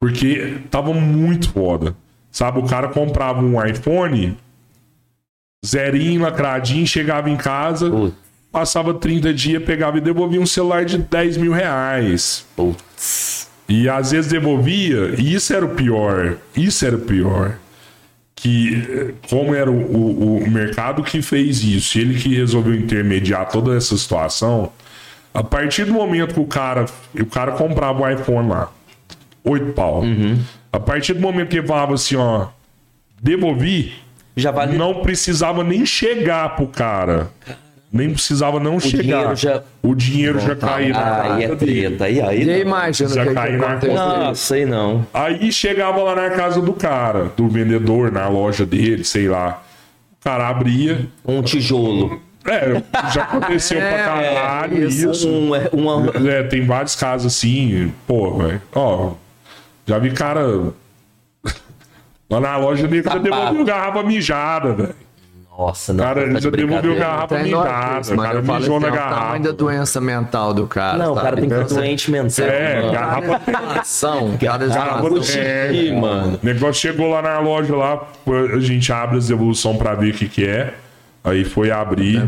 Speaker 3: Porque tava muito foda. Sabe, o cara comprava um iPhone, zerinho, lacradinho, chegava em casa,
Speaker 1: Putz,
Speaker 3: passava 30 dias, pegava e devolvia um celular de 10 mil reais.
Speaker 1: putz.
Speaker 3: E às vezes devolvia, e isso era o pior. Isso era o pior. Que eh, como era o, o, o mercado que fez isso, ele que resolveu intermediar toda essa situação, a partir do momento que o cara, o cara comprava o iPhone lá, oito pau.
Speaker 1: Uhum.
Speaker 3: A partir do momento que ele falava assim, ó, devolvi,
Speaker 1: Já vale
Speaker 3: não precisava nem chegar pro cara. Nem precisava não chegar.
Speaker 1: dinheiro já-
Speaker 3: O dinheiro já caía na
Speaker 1: Ah, aí é
Speaker 3: conta dele.
Speaker 1: treta. Aí, aí.
Speaker 2: E aí,
Speaker 1: não.
Speaker 2: imagina o
Speaker 3: Já
Speaker 2: que que
Speaker 3: caiu na
Speaker 2: acontece.
Speaker 3: conta.
Speaker 1: Não, sei não.
Speaker 3: Aí chegava lá na casa do cara, do vendedor, na loja dele, sei lá. O cara abria.
Speaker 1: Um tijolo.
Speaker 3: É, já aconteceu
Speaker 2: É,
Speaker 3: pra caralho isso.
Speaker 1: Um, é, uma...
Speaker 3: É, tem vários casos assim, pô, velho. Ó, já vi cara. Lá na loja dele já
Speaker 1: Sapato.
Speaker 3: devolveu garrafa mijada, velho.
Speaker 1: Nossa, não.
Speaker 3: Cara,
Speaker 1: tá
Speaker 3: ele
Speaker 1: de
Speaker 3: já devolveu
Speaker 1: brincadeira.
Speaker 3: garrafa
Speaker 2: Tá enorme,
Speaker 3: mijada. O
Speaker 2: mano.
Speaker 3: cara
Speaker 2: Eu falo
Speaker 3: mijou
Speaker 2: assim,
Speaker 3: na
Speaker 2: é o tamanho da
Speaker 3: garrafa.
Speaker 2: doença mental do cara.
Speaker 1: Não, o
Speaker 2: sabe?
Speaker 1: cara tem que um ser
Speaker 2: Então,
Speaker 1: doente mental.
Speaker 3: É,
Speaker 1: mano.
Speaker 3: garrafa
Speaker 2: Ação, cara, já
Speaker 3: Cara,
Speaker 2: nasceu-
Speaker 3: você- É,
Speaker 1: Ih,
Speaker 3: cara.
Speaker 1: mano.
Speaker 3: O negócio chegou lá na loja lá, a gente abre as devoluções pra ver o que que é. Aí foi abrir.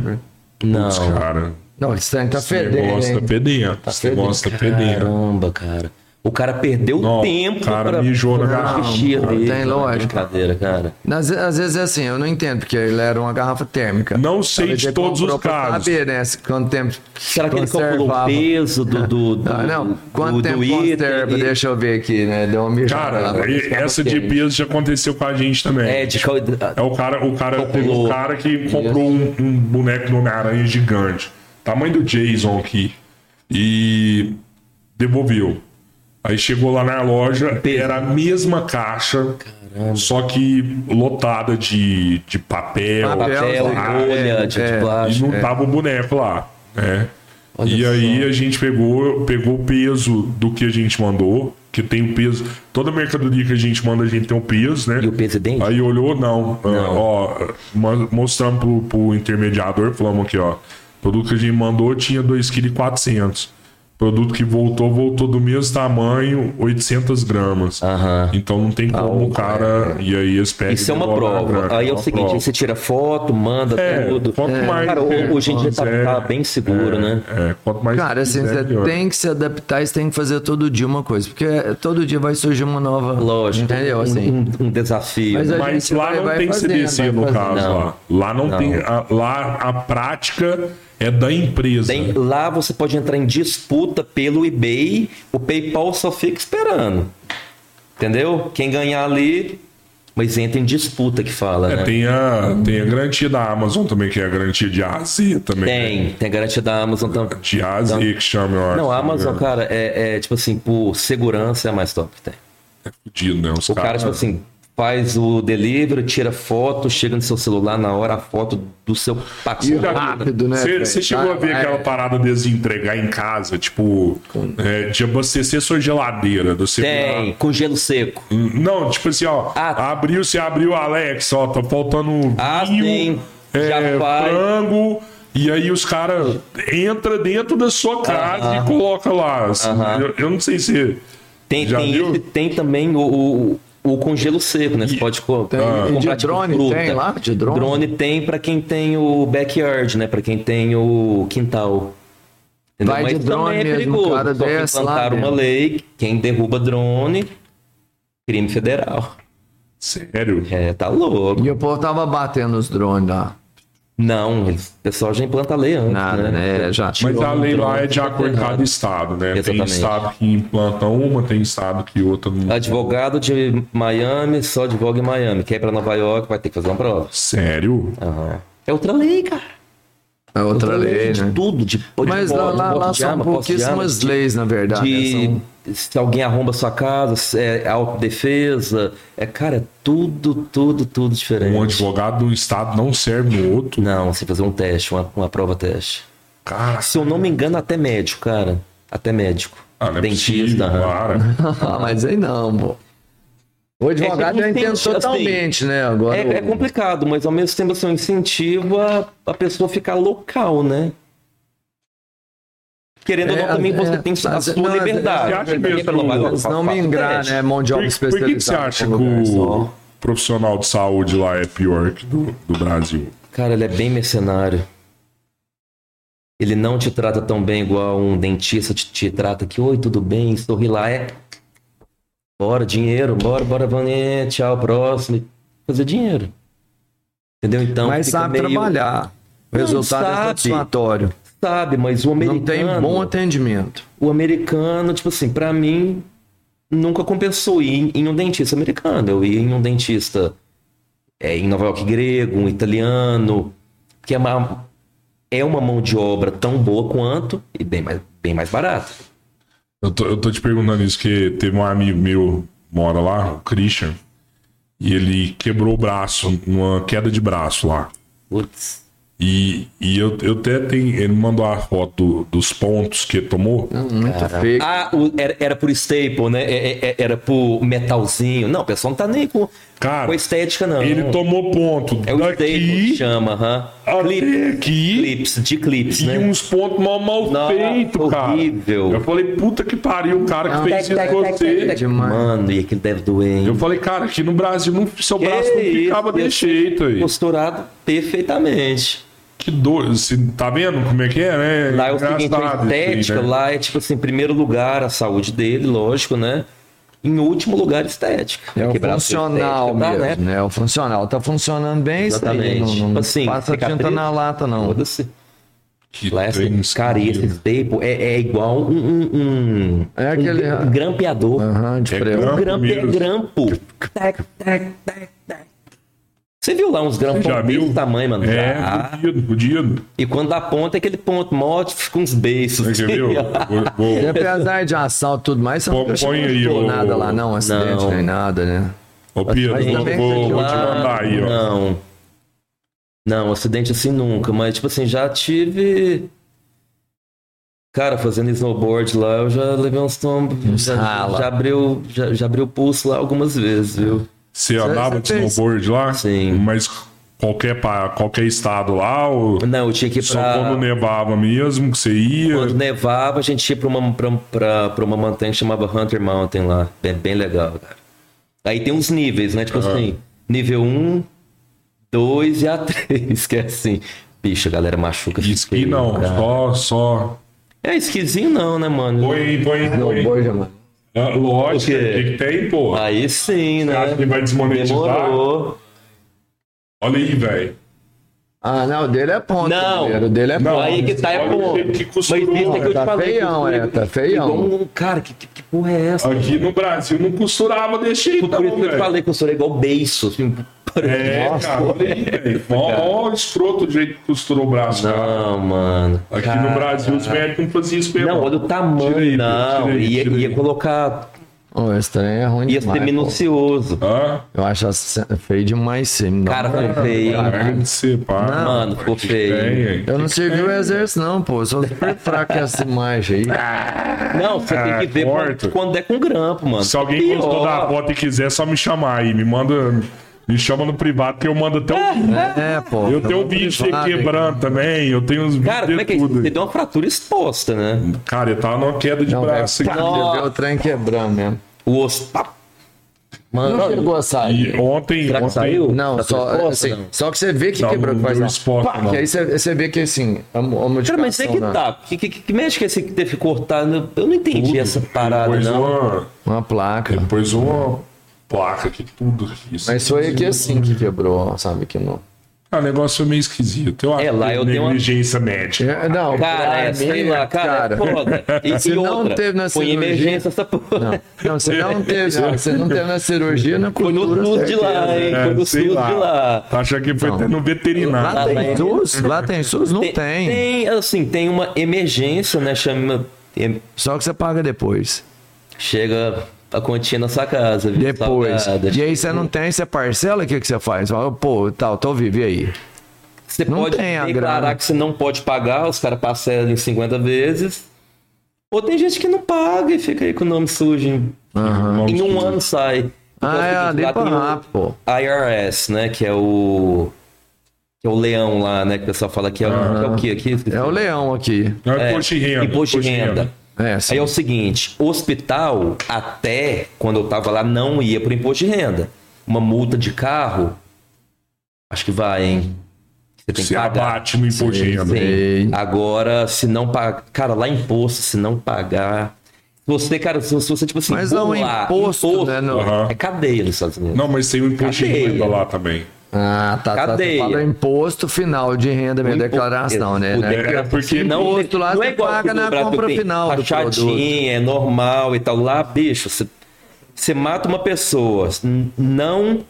Speaker 1: Não.
Speaker 3: Putz, cara.
Speaker 2: Não, esse trem tá
Speaker 3: Você gosta
Speaker 2: fedendo. hein?
Speaker 3: fedendo. Você gosta fedendo.
Speaker 1: Caramba, Tá cara. O cara perdeu
Speaker 3: Não,
Speaker 1: tempo
Speaker 3: o cara
Speaker 1: pra
Speaker 3: mijou na
Speaker 1: pra
Speaker 3: garrafa.
Speaker 1: xixi
Speaker 2: Não
Speaker 1: dele.
Speaker 2: tem
Speaker 1: cara.
Speaker 2: lógica.
Speaker 1: Brincadeira, cara.
Speaker 2: Às, ve- às vezes é assim, eu não entendo, porque ele era uma garrafa térmica.
Speaker 3: Não sei
Speaker 2: Talvez
Speaker 3: de
Speaker 2: ele
Speaker 3: todos os
Speaker 2: comprou pra
Speaker 3: casos.
Speaker 2: Saber, né? se- Quanto tempo.
Speaker 1: Será que ele calculou o
Speaker 2: conservava.
Speaker 1: peso do. do, do
Speaker 2: Ah, não, quanto
Speaker 1: do,
Speaker 2: tempo
Speaker 1: do item
Speaker 2: conserva?
Speaker 1: e-
Speaker 2: Deixa eu ver aqui, né? Deu uma mijada. lá pra
Speaker 3: Cara, e-
Speaker 2: buscar
Speaker 3: essa
Speaker 2: você.
Speaker 3: de peso já aconteceu com a gente também.
Speaker 1: É, de cal...
Speaker 3: É o cara, o cara, teve
Speaker 1: Calculou.
Speaker 3: um cara que comprou um, um boneco do Homem-Aranha gigante. Tamanho do Jason aqui. E devolveu. Aí chegou lá na loja,
Speaker 1: Peso.
Speaker 3: era a mesma caixa, só que lotada de, de papel,
Speaker 1: papel,
Speaker 2: Ah,
Speaker 1: bolha, de tipo, ah,
Speaker 2: é,
Speaker 1: de
Speaker 3: e
Speaker 1: plástico.
Speaker 3: não tava o boneco lá, né? e
Speaker 1: só.
Speaker 3: aí a gente pegou, pegou o peso do que a gente mandou, que tem o peso. Toda mercadoria que a gente manda, a gente tem o peso, né?
Speaker 1: E o é presidente?
Speaker 3: Aí olhou, não. Ah, ó, ma- mostramos pro, pro intermediador, falamos aqui, ó. Produto que a gente mandou tinha 2,4 kg. Produto que voltou, voltou do mesmo tamanho, 800 gramas.
Speaker 1: Aham. Ah,
Speaker 3: Então não tem como o cara. E aí eles pegam. e
Speaker 1: Isso é uma
Speaker 3: devolvem a
Speaker 1: prova.
Speaker 3: grana,
Speaker 1: Aí é
Speaker 3: uma
Speaker 1: o seguinte,
Speaker 3: prova.
Speaker 1: aí você tira foto, manda
Speaker 3: É,
Speaker 1: tudo.
Speaker 3: quanto mais.
Speaker 1: Cara, ho- hoje em dia tá,
Speaker 3: é,
Speaker 1: tá bem seguro,
Speaker 3: é,
Speaker 1: né?
Speaker 3: É, quanto mais.
Speaker 2: Cara, assim,
Speaker 3: quiser,
Speaker 2: você
Speaker 3: melhor.
Speaker 2: tem que se adaptar e você tem que fazer todo dia uma coisa, porque todo dia vai surgir uma nova.
Speaker 1: Lógico.
Speaker 2: Entendeu?
Speaker 1: um-
Speaker 2: Assim.
Speaker 1: Um, um desafio.
Speaker 2: Mas a
Speaker 3: Mas
Speaker 2: gente
Speaker 3: lá
Speaker 2: vai-
Speaker 3: não
Speaker 2: vai
Speaker 3: tem
Speaker 2: fazendo,
Speaker 3: CDC,
Speaker 2: vai
Speaker 3: no
Speaker 2: fazendo.
Speaker 3: caso. Lá, lá não, tem. a- lá a prática é da empresa.
Speaker 1: Tem- lá você pode entrar em disputa pelo eBay, o PayPal só fica esperando. Entendeu? Quem ganhar ali Mas entra em disputa que fala,
Speaker 3: É,
Speaker 1: né?
Speaker 3: tem, a, tem a garantia da Amazon também, que é a garantia de AZ também. né?
Speaker 1: Tem, tem a garantia da Amazon também.
Speaker 3: De AZ que chama, eu acho.
Speaker 1: Não, a Amazon,
Speaker 3: né?
Speaker 1: cara, é, é, tipo assim, por segurança é a mais top que tem.
Speaker 3: É fudido, né? Os
Speaker 1: O cara, tipo assim, faz o delivery, tira foto, chega no seu celular na hora a foto do seu
Speaker 2: E
Speaker 1: pacote.
Speaker 2: o cara- rápido, né, velho?
Speaker 3: Você chegou a ver
Speaker 2: Ah,
Speaker 3: aquela parada deles entregar em casa, tipo, é, de abastecer sua geladeira, do seu.
Speaker 1: Tem, com gelo seco.
Speaker 3: Não, tipo assim, ó,
Speaker 1: Ah.
Speaker 3: abriu, você abriu, Alex, ó, tá faltando
Speaker 1: Ah,
Speaker 3: vinho,
Speaker 1: sim. Já
Speaker 3: é,
Speaker 1: faz.
Speaker 3: frango, e aí os caras entra dentro da sua casa e coloca lá. assim. eu, eu não sei se...
Speaker 1: Tem,
Speaker 3: Já
Speaker 1: tem,
Speaker 3: viu?
Speaker 1: esse- tem também o, o, o com gelo seco, né? Você pode co
Speaker 2: Tem.
Speaker 1: comprar
Speaker 2: E de
Speaker 1: tipo,
Speaker 2: drone
Speaker 1: fruta.
Speaker 2: tem lá? De drone?
Speaker 1: tem pra quem tem o backyard, né? Pra quem tem o quintal. Entendeu?
Speaker 2: Vai de
Speaker 1: também é
Speaker 2: drone mesmo, o cara
Speaker 1: Só que
Speaker 2: desce lá
Speaker 1: implantaram uma
Speaker 2: mesmo.
Speaker 1: lei, quem derruba drone, crime federal.
Speaker 3: Sério?
Speaker 1: É, tá louco.
Speaker 2: E o povo tava batendo os drones lá.
Speaker 1: Não, eles- o pessoal já implanta a lei antes,
Speaker 2: Nada, né? Já
Speaker 3: Mas a lei lá é de
Speaker 1: Tirou um
Speaker 3: acordo com
Speaker 1: drone.
Speaker 3: cada estado, né? Tem
Speaker 1: Exatamente.
Speaker 3: estado que implanta uma, tem estado que outra não.
Speaker 1: Advogado de Miami, só advoga em Miami. Quer ir pra Nova York, vai ter que fazer uma prova.
Speaker 3: Sério?
Speaker 1: Aham. É outra lei, cara.
Speaker 2: É outra lei,
Speaker 1: de
Speaker 2: né?
Speaker 1: tudo, de pode
Speaker 2: Mas
Speaker 1: pode,
Speaker 2: lá, lá,
Speaker 1: pode
Speaker 2: lá
Speaker 1: de
Speaker 2: são
Speaker 1: arma, posse de arma,
Speaker 2: pouquíssimas leis, na verdade. né?
Speaker 1: de,
Speaker 2: São-
Speaker 1: se alguém arromba sua casa, se é autodefesa, é cara, é tudo, tudo, tudo diferente.
Speaker 3: Um advogado de um estado não serve no outro.
Speaker 1: Não, você fazer um teste, uma, uma prova teste.
Speaker 3: Cara,
Speaker 1: Se eu não me engano, até médico, cara, até médico.
Speaker 3: ah, não é possível,
Speaker 1: Dentista, aham.
Speaker 3: para.
Speaker 2: Ah, mas aí não, pô. O
Speaker 1: É que
Speaker 2: advogado eu
Speaker 1: não tem,
Speaker 2: entendo
Speaker 1: assim,
Speaker 2: totalmente, né? Agora,
Speaker 1: É, é
Speaker 2: o-
Speaker 1: complicado, mas ao mesmo tempo assim, um incentivo a, a pessoa ficar local, né? Querendo ou
Speaker 2: É,
Speaker 1: não, também
Speaker 2: é,
Speaker 1: você tem a
Speaker 2: mas-
Speaker 1: sua
Speaker 2: não,
Speaker 1: liberdade.
Speaker 3: você acha
Speaker 1: Quem
Speaker 3: mesmo,
Speaker 1: quer pra Nova York,
Speaker 2: é, Eles não
Speaker 1: faça
Speaker 2: me
Speaker 1: um
Speaker 2: engana,
Speaker 1: teste.
Speaker 2: né? Mão de obra
Speaker 3: Por, por que, que você
Speaker 2: especializada
Speaker 3: acha
Speaker 2: em
Speaker 3: que
Speaker 2: lugar só.
Speaker 3: o profissional de saúde lá é pior que do, do Brasil?
Speaker 1: Cara, ele é bem mercenário. Ele não te trata tão bem igual um dentista te, te trata que, oi, tudo bem, sorri lá, é. Bora, dinheiro, bora, bora, Vané, tchau, próximo. e Fazer dinheiro. Entendeu? Então.
Speaker 2: Mas
Speaker 1: fica
Speaker 2: sabe
Speaker 1: meio-
Speaker 2: trabalhar. O
Speaker 1: Não
Speaker 2: resultado é
Speaker 1: sabe.
Speaker 2: satisfatório.
Speaker 1: Sabe, mas o americano.
Speaker 2: Não tem bom atendimento.
Speaker 1: O americano, tipo assim, pra mim, nunca compensou ir em- em um dentista americano. Eu ia em um dentista é, em Nova York grego, um italiano, que é uma, é uma mão de obra tão boa quanto e bem mais, bem mais barata.
Speaker 3: Eu tô, eu tô te perguntando isso, que teve um amigo meu, mora lá, o Christian, e ele quebrou o braço, numa queda de braço lá.
Speaker 1: Putz,
Speaker 3: E, e eu, eu até tenho. Ele mandou a foto do- dos pontos que tomou.
Speaker 2: Muito feio.
Speaker 1: Ah, o- era, era por staple, né? É- é- é- Era por metalzinho. Não, o pessoal não tá nem com,
Speaker 3: Cara,
Speaker 1: com estética, não.
Speaker 3: Ele tomou ponto
Speaker 1: é o staple que
Speaker 3: daqui
Speaker 1: chama, aham.
Speaker 3: até
Speaker 1: Clip-
Speaker 3: aqui.
Speaker 1: Clips, de clips,
Speaker 3: E
Speaker 1: né?
Speaker 3: uns pontos mal, mal
Speaker 1: Nossa,
Speaker 3: feito, cara.
Speaker 1: horrível.
Speaker 3: Eu falei, puta que pariu, o cara que fez isso com
Speaker 1: Ah, é
Speaker 3: você.
Speaker 2: demais.
Speaker 1: Mano, e aquele deve doer, hein?
Speaker 3: Eu falei, cara, aqui no Brasil não- seu braço não
Speaker 1: isso,
Speaker 3: ficava
Speaker 1: eu
Speaker 3: desse jeito aí.
Speaker 1: costurado perfeitamente.
Speaker 3: Que dor. Você tá vendo como é que é, né?
Speaker 1: Lá é o seguinte, a
Speaker 3: Engraçado isso aí,
Speaker 1: estética,
Speaker 3: né?
Speaker 1: lá é tipo assim, em primeiro lugar a saúde dele, lógico, né? Em último lugar, estética.
Speaker 2: É o
Speaker 1: Porque Brasil
Speaker 2: funcional
Speaker 1: estética um tá,
Speaker 2: mesmo, né? É o funcional. Tá funcionando bem isso aí.
Speaker 1: Exatamente.
Speaker 2: Não, não
Speaker 1: Assim,
Speaker 2: passa
Speaker 1: cicatriz,
Speaker 2: tinta na lata, não.
Speaker 1: Foda-se.
Speaker 3: Que
Speaker 1: Lá é assim,
Speaker 3: trem
Speaker 1: cara, e esse
Speaker 3: esquisito.
Speaker 1: staple é, é igual um, um, um-
Speaker 2: É aquele-
Speaker 1: um grampeador.
Speaker 2: Aham, de
Speaker 3: É
Speaker 2: freio.
Speaker 1: Um
Speaker 3: Grampo
Speaker 1: grampo é
Speaker 3: mesmo.
Speaker 1: grampo. Tac, tac, tac, tac. Você viu lá uns grampos
Speaker 3: Já
Speaker 1: é desse
Speaker 3: viu?
Speaker 1: tamanho, mano? Ah. Já.
Speaker 3: É, fudido, fudido.
Speaker 1: E quando dá ponta, é aquele ponto morte, fica uns beiços.
Speaker 3: Você viu? Vou- vou-
Speaker 2: E apesar de assalto e tudo mais, você
Speaker 3: Põe-
Speaker 2: não
Speaker 3: põe aí
Speaker 2: chegou
Speaker 3: o-
Speaker 2: nada lá, não. Acidente,
Speaker 1: Não.
Speaker 2: nem nada, né?
Speaker 3: Ô, Pedro,
Speaker 2: Mas
Speaker 3: vou,
Speaker 2: também
Speaker 3: vou-
Speaker 2: tem
Speaker 3: vou te
Speaker 1: Ah,
Speaker 3: mandar aí, ó.
Speaker 1: Não. Não, acidente assim nunca, mas tipo assim, já tive. Cara, fazendo snowboard lá, eu já levei uns tombos. Já,
Speaker 2: rala.
Speaker 1: já, abriu, já, já abriu o pulso lá algumas vezes, viu?
Speaker 3: Você andava de
Speaker 2: cê fez?
Speaker 3: snowboard lá?
Speaker 1: Sim.
Speaker 3: Mas qualquer, pa- qualquer estado lá? Ou
Speaker 1: Não, eu tinha que ir
Speaker 3: só
Speaker 1: pra.
Speaker 3: quando nevava mesmo que você ia?
Speaker 1: Ah. Quando nevava, a gente ia pra uma, pra, pra, pra uma montanha que chamava Hunter Mountain lá. É bem legal, cara. Aí tem uns níveis, né? Tipo assim, nível 1, 2 e a 3, que é assim. Bicho, a galera machuca.
Speaker 3: E esqui
Speaker 1: feio,
Speaker 3: não,
Speaker 1: cara.
Speaker 3: só, só.
Speaker 1: É esquisinho não, né, mano?
Speaker 3: Põe, põe, põe.
Speaker 2: Boa, mano.
Speaker 3: Ah,
Speaker 1: O
Speaker 3: Lógico, o
Speaker 1: quê?
Speaker 3: que, que tem, pô?
Speaker 1: Aí sim,
Speaker 3: Você acha
Speaker 1: né?
Speaker 3: que vai desmonetizar?
Speaker 1: Demorou.
Speaker 3: Olha aí, velho.
Speaker 2: Ah, não, o dele é ponto.
Speaker 1: Não.
Speaker 2: primeiro, O dele é
Speaker 3: Não,
Speaker 2: ponto.
Speaker 1: Aí que tá é
Speaker 3: olha o
Speaker 1: pô.
Speaker 3: jeito que
Speaker 1: Mas isso
Speaker 3: costurou,
Speaker 1: é que eu
Speaker 2: tá
Speaker 1: te falei.
Speaker 2: feião,
Speaker 1: que
Speaker 2: é, tá feião.
Speaker 1: Igual um cara, que, que, que porra é essa?
Speaker 3: Aqui no Brasil não costurava desse
Speaker 1: Por
Speaker 3: jeito,
Speaker 1: isso
Speaker 3: não,
Speaker 1: que eu te
Speaker 3: tá velho.
Speaker 1: falei que eu sou igual beiço. Assim,
Speaker 3: É,
Speaker 1: Nossa,
Speaker 3: cara, olha aí, velho. Ó, ó o escroto do jeito que costurou o braço, cara.
Speaker 1: Não, mano.
Speaker 3: Aqui no Brasil os médicos não faziam isso mesmo.
Speaker 1: Não, olha o tamanho,
Speaker 3: Tira aí,
Speaker 1: não. é-
Speaker 3: tira aí,
Speaker 1: ia,
Speaker 3: tira aí.
Speaker 1: ia colocar.
Speaker 2: Ô, esse trem é ruim
Speaker 1: Ia ser
Speaker 2: demais. pô.
Speaker 1: minucioso.
Speaker 3: Hã?
Speaker 2: Eu acho assim, feio demais ser. não.
Speaker 1: Cara, ficou feio, hein?
Speaker 3: Caralho, você, pá.
Speaker 1: Mano, ficou feio.
Speaker 3: Tem,
Speaker 2: eu não servi o exército, não, pô. Eu sou super fraco essa imagem aí.
Speaker 1: Não, você tem que ver
Speaker 3: corta.
Speaker 1: quando, quando é com grampo, mano.
Speaker 3: Se alguém
Speaker 1: Pior.
Speaker 3: gostou da foto e quiser, é só me chamar aí. Me manda. Me chama no privado que eu mando até um.
Speaker 1: né?
Speaker 2: É, pô.
Speaker 3: Eu tenho um vídeo de você quebrando também. Eu tenho uns
Speaker 1: Cara, como é
Speaker 3: vídeos
Speaker 1: que é
Speaker 3: de
Speaker 1: isso?
Speaker 3: tudo.
Speaker 1: Você deu uma fratura exposta, né?
Speaker 3: Cara, eu tava numa queda de
Speaker 2: Não,
Speaker 3: braço.
Speaker 2: velho,
Speaker 3: aqui.
Speaker 2: pá, deu o trem quebrando mesmo.
Speaker 1: O osso. Ah, pá,
Speaker 2: Mano, não chegou a sair.
Speaker 3: E ontem.
Speaker 1: tá. será que
Speaker 3: ontem
Speaker 1: saiu?
Speaker 2: Não,
Speaker 1: Fratura
Speaker 2: só,
Speaker 1: exposta,
Speaker 2: assim,
Speaker 1: não? um
Speaker 2: só que você vê que
Speaker 3: Não,
Speaker 2: quebrou que
Speaker 3: não
Speaker 2: faz
Speaker 3: deu
Speaker 2: lá.
Speaker 3: esporte,
Speaker 2: Pá,
Speaker 3: não.
Speaker 2: que aí você, você vê que assim, a, mo- a
Speaker 1: Cara,
Speaker 2: modificação...
Speaker 1: mas é que
Speaker 2: da-
Speaker 1: tá. Que, que, que mexe que esse que teve que cortar? Eu eu não entendi essa parada,
Speaker 3: Depois
Speaker 1: Ah, não.
Speaker 3: uma,
Speaker 2: Uma placa.
Speaker 3: depois uma placa aqui, tudo. Isso.
Speaker 2: Mas foi aqui assim que quebrou, sabe? Que não...
Speaker 3: Ah, o negócio é meio esquisito. Eu acho
Speaker 1: É, lá
Speaker 3: que
Speaker 1: eu dei uma-
Speaker 3: negligência médica.
Speaker 2: É, Não,
Speaker 1: Cara,
Speaker 2: pra
Speaker 1: é, sei
Speaker 2: mim,
Speaker 1: lá, cara, é foda. E,
Speaker 2: se
Speaker 1: e
Speaker 2: não
Speaker 1: outra,
Speaker 2: teve na
Speaker 1: foi em
Speaker 2: cirurgia-
Speaker 1: emergência essa porra.
Speaker 2: Não, não, você não teve, não, você não teve na cirurgia, na
Speaker 1: Foi no
Speaker 2: cultura.
Speaker 1: SUS de lá, hein?
Speaker 3: É,
Speaker 1: Foi no
Speaker 3: sei
Speaker 1: SUS
Speaker 3: lá.
Speaker 1: de lá.
Speaker 3: Tá achando que foi até no veterinário.
Speaker 2: Lá
Speaker 1: Lá
Speaker 2: tem
Speaker 1: tem.
Speaker 2: SUS? Lá tem SUS? Não tem.
Speaker 1: Ah, Tem, assim, tem uma emergência, né? Chama. em-
Speaker 2: Só que você paga depois.
Speaker 1: Chega a continha na sua casa, viu?
Speaker 2: Depois.
Speaker 1: Salgada.
Speaker 2: E aí você não tem, você parcela, o que, que você faz? Fala, pô, tal, tô vivo, e
Speaker 1: Então,
Speaker 2: aí?
Speaker 1: Você
Speaker 2: não
Speaker 1: pode
Speaker 2: tem a grana.
Speaker 1: declarar que você não pode pagar, os caras parcelam em 50 vezes. Ou tem gente que não paga e fica aí com o nome sujo. Em, em um ano sai.
Speaker 2: Ah, é,
Speaker 1: Então,
Speaker 2: dei
Speaker 1: lá
Speaker 2: pra
Speaker 1: tem o
Speaker 2: lá, pô.
Speaker 1: IRS, né? Que é o. Que é o leão lá, né? Que o pessoal fala que é, o- que é o que aqui? Esqueci.
Speaker 2: É o leão aqui.
Speaker 3: Não é imposto de renda.
Speaker 1: Imposto de renda.
Speaker 2: É, assim.
Speaker 1: Aí é o seguinte, hospital, até quando eu tava lá, não ia pro imposto de renda. Uma multa de carro, acho que vai, hein? Você tem que
Speaker 3: Você
Speaker 1: pagar.
Speaker 3: abate no imposto de renda.
Speaker 1: Sim.
Speaker 2: Ei.
Speaker 1: Agora, se não pagar. Cara, lá imposto, se não pagar. Se Você, cara, se se você, tipo assim,
Speaker 2: Mas não,
Speaker 1: burlar
Speaker 2: imposto, né, no-
Speaker 3: Aham.
Speaker 1: É cadeia nos Estados Unidos.
Speaker 3: Não, mas tem o imposto de
Speaker 1: Cadeia.
Speaker 3: renda lá também.
Speaker 2: Ah, tá, tá. Você
Speaker 1: Cadeia.
Speaker 2: fala imposto final de renda, minha
Speaker 1: O impo-
Speaker 2: declaração, né?
Speaker 1: o
Speaker 2: né?
Speaker 1: declaração,
Speaker 3: É, porque
Speaker 1: se
Speaker 2: o outro lado você
Speaker 1: é igual
Speaker 2: paga
Speaker 1: aqui no
Speaker 2: na
Speaker 1: Brasil,
Speaker 2: compra
Speaker 1: tem
Speaker 2: final do produto.
Speaker 1: Rachadinha, é normal e tal. Lá, bicho, você, você mata uma pessoa, n- não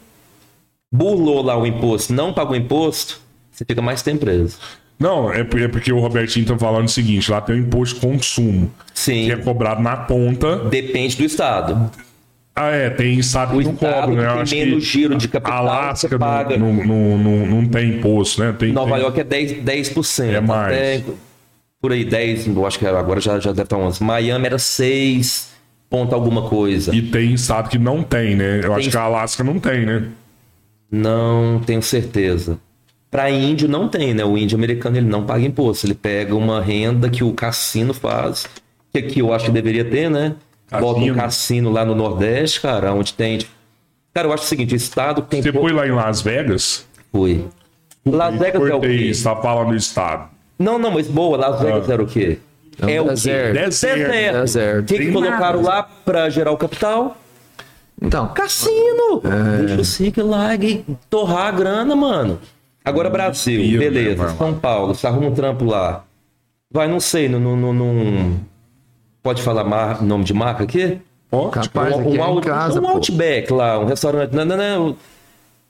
Speaker 1: burlou lá o imposto, não pagou imposto, você fica mais tempo preso.
Speaker 3: Não, é por- é porque o Robertinho tá falando o seguinte: lá tem o imposto de consumo,
Speaker 1: Sim,
Speaker 3: que é cobrado na ponta.
Speaker 1: depende do estado.
Speaker 3: Ah, é, tem estado
Speaker 1: O
Speaker 3: que não
Speaker 1: estado
Speaker 3: cobra, né?
Speaker 1: que
Speaker 3: Eu
Speaker 1: tem
Speaker 3: acho
Speaker 1: menos
Speaker 3: que
Speaker 1: giro de capital,
Speaker 3: Alasca
Speaker 1: você paga.
Speaker 3: Não, não, não, não tem imposto, né? Tem,
Speaker 1: Nova
Speaker 3: tem-
Speaker 1: York é 10%. 10%
Speaker 3: É mais.
Speaker 1: até por aí, 10, eu acho que agora já, já deve estar 11. Miami era 6 ponto alguma coisa.
Speaker 3: E tem estado que não tem, né? Eu acho que a Alasca não tem, né?
Speaker 1: Não tenho certeza. Para índio não tem, né? O índio americano ele não paga imposto, ele pega uma renda que o cassino faz, que aqui eu acho que deveria ter, né? Bota um
Speaker 3: Cassino.
Speaker 1: cassino lá no Nordeste, cara, onde tem. Cara, eu acho o seguinte, o estado que tem
Speaker 3: Você
Speaker 1: pouco-
Speaker 3: foi lá em Las Vegas?
Speaker 1: Fui. Las Vegas é o
Speaker 3: Cortei,
Speaker 1: quê?
Speaker 3: Você tá falando do estado.
Speaker 1: Não, não, mas boa, Las
Speaker 3: Ah.
Speaker 1: Vegas era o quê?
Speaker 2: É um
Speaker 1: o quê?
Speaker 2: deserto.
Speaker 1: Deserto.
Speaker 2: Deserto.
Speaker 1: O que, que
Speaker 3: Tem
Speaker 1: colocaram lá pra gerar o capital?
Speaker 2: Então,
Speaker 1: Cassino!
Speaker 3: É.
Speaker 1: Deixa o SIC lá e torrar a grana, mano. Agora Brasil,
Speaker 3: Pio, né,
Speaker 1: beleza.
Speaker 3: mano?
Speaker 1: São Paulo, você arruma um trampo lá. Vai, não sei, num. num- num- Pode falar mar- nome de marca aqui?
Speaker 3: Ótimo.
Speaker 2: capaz aqui é em
Speaker 1: out-
Speaker 2: casa,
Speaker 1: um
Speaker 2: pô.
Speaker 1: Outback lá, um restaurante. Não, não, não.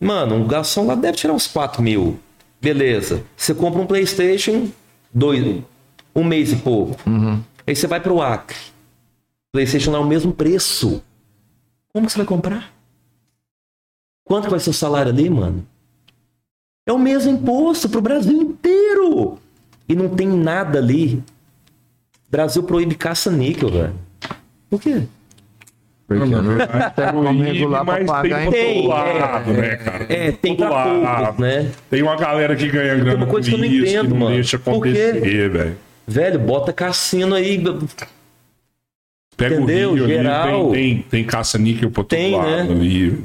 Speaker 1: Mano, um garçom lá deve tirar uns 4 mil. Beleza. Você compra um Playstation, dois, um mês e pouco.
Speaker 2: Uhum.
Speaker 1: Aí você vai pro Acre. Playstation lá é o mesmo preço. Como que você vai comprar? Quanto que vai ser o salário ali, mano? É o mesmo imposto pro Brasil inteiro. E não tem nada ali. Brasil proíbe caça-níquel, velho. Por quê?
Speaker 2: porque não, não tem como
Speaker 3: Proíbe,
Speaker 2: regular pra
Speaker 3: mas
Speaker 2: pagar
Speaker 3: tem pra
Speaker 2: em
Speaker 1: Tem,
Speaker 3: todo lado,
Speaker 1: é,
Speaker 3: né, cara?
Speaker 1: É, tem pra
Speaker 3: Todo
Speaker 1: poucos, né?
Speaker 3: Tem uma galera que ganha grana
Speaker 1: uma coisa
Speaker 3: com
Speaker 1: que eu não
Speaker 3: isso,
Speaker 1: entendo,
Speaker 3: que não
Speaker 1: mano.
Speaker 3: deixa
Speaker 1: Por quê?
Speaker 3: acontecer, velho.
Speaker 1: Velho, bota cassino aí.
Speaker 3: Pega
Speaker 1: Entendeu?
Speaker 3: o Rio
Speaker 1: Geral.
Speaker 3: ali, tem, tem, tem caça-níquel pra todo
Speaker 1: Tem, né?
Speaker 3: lado. E...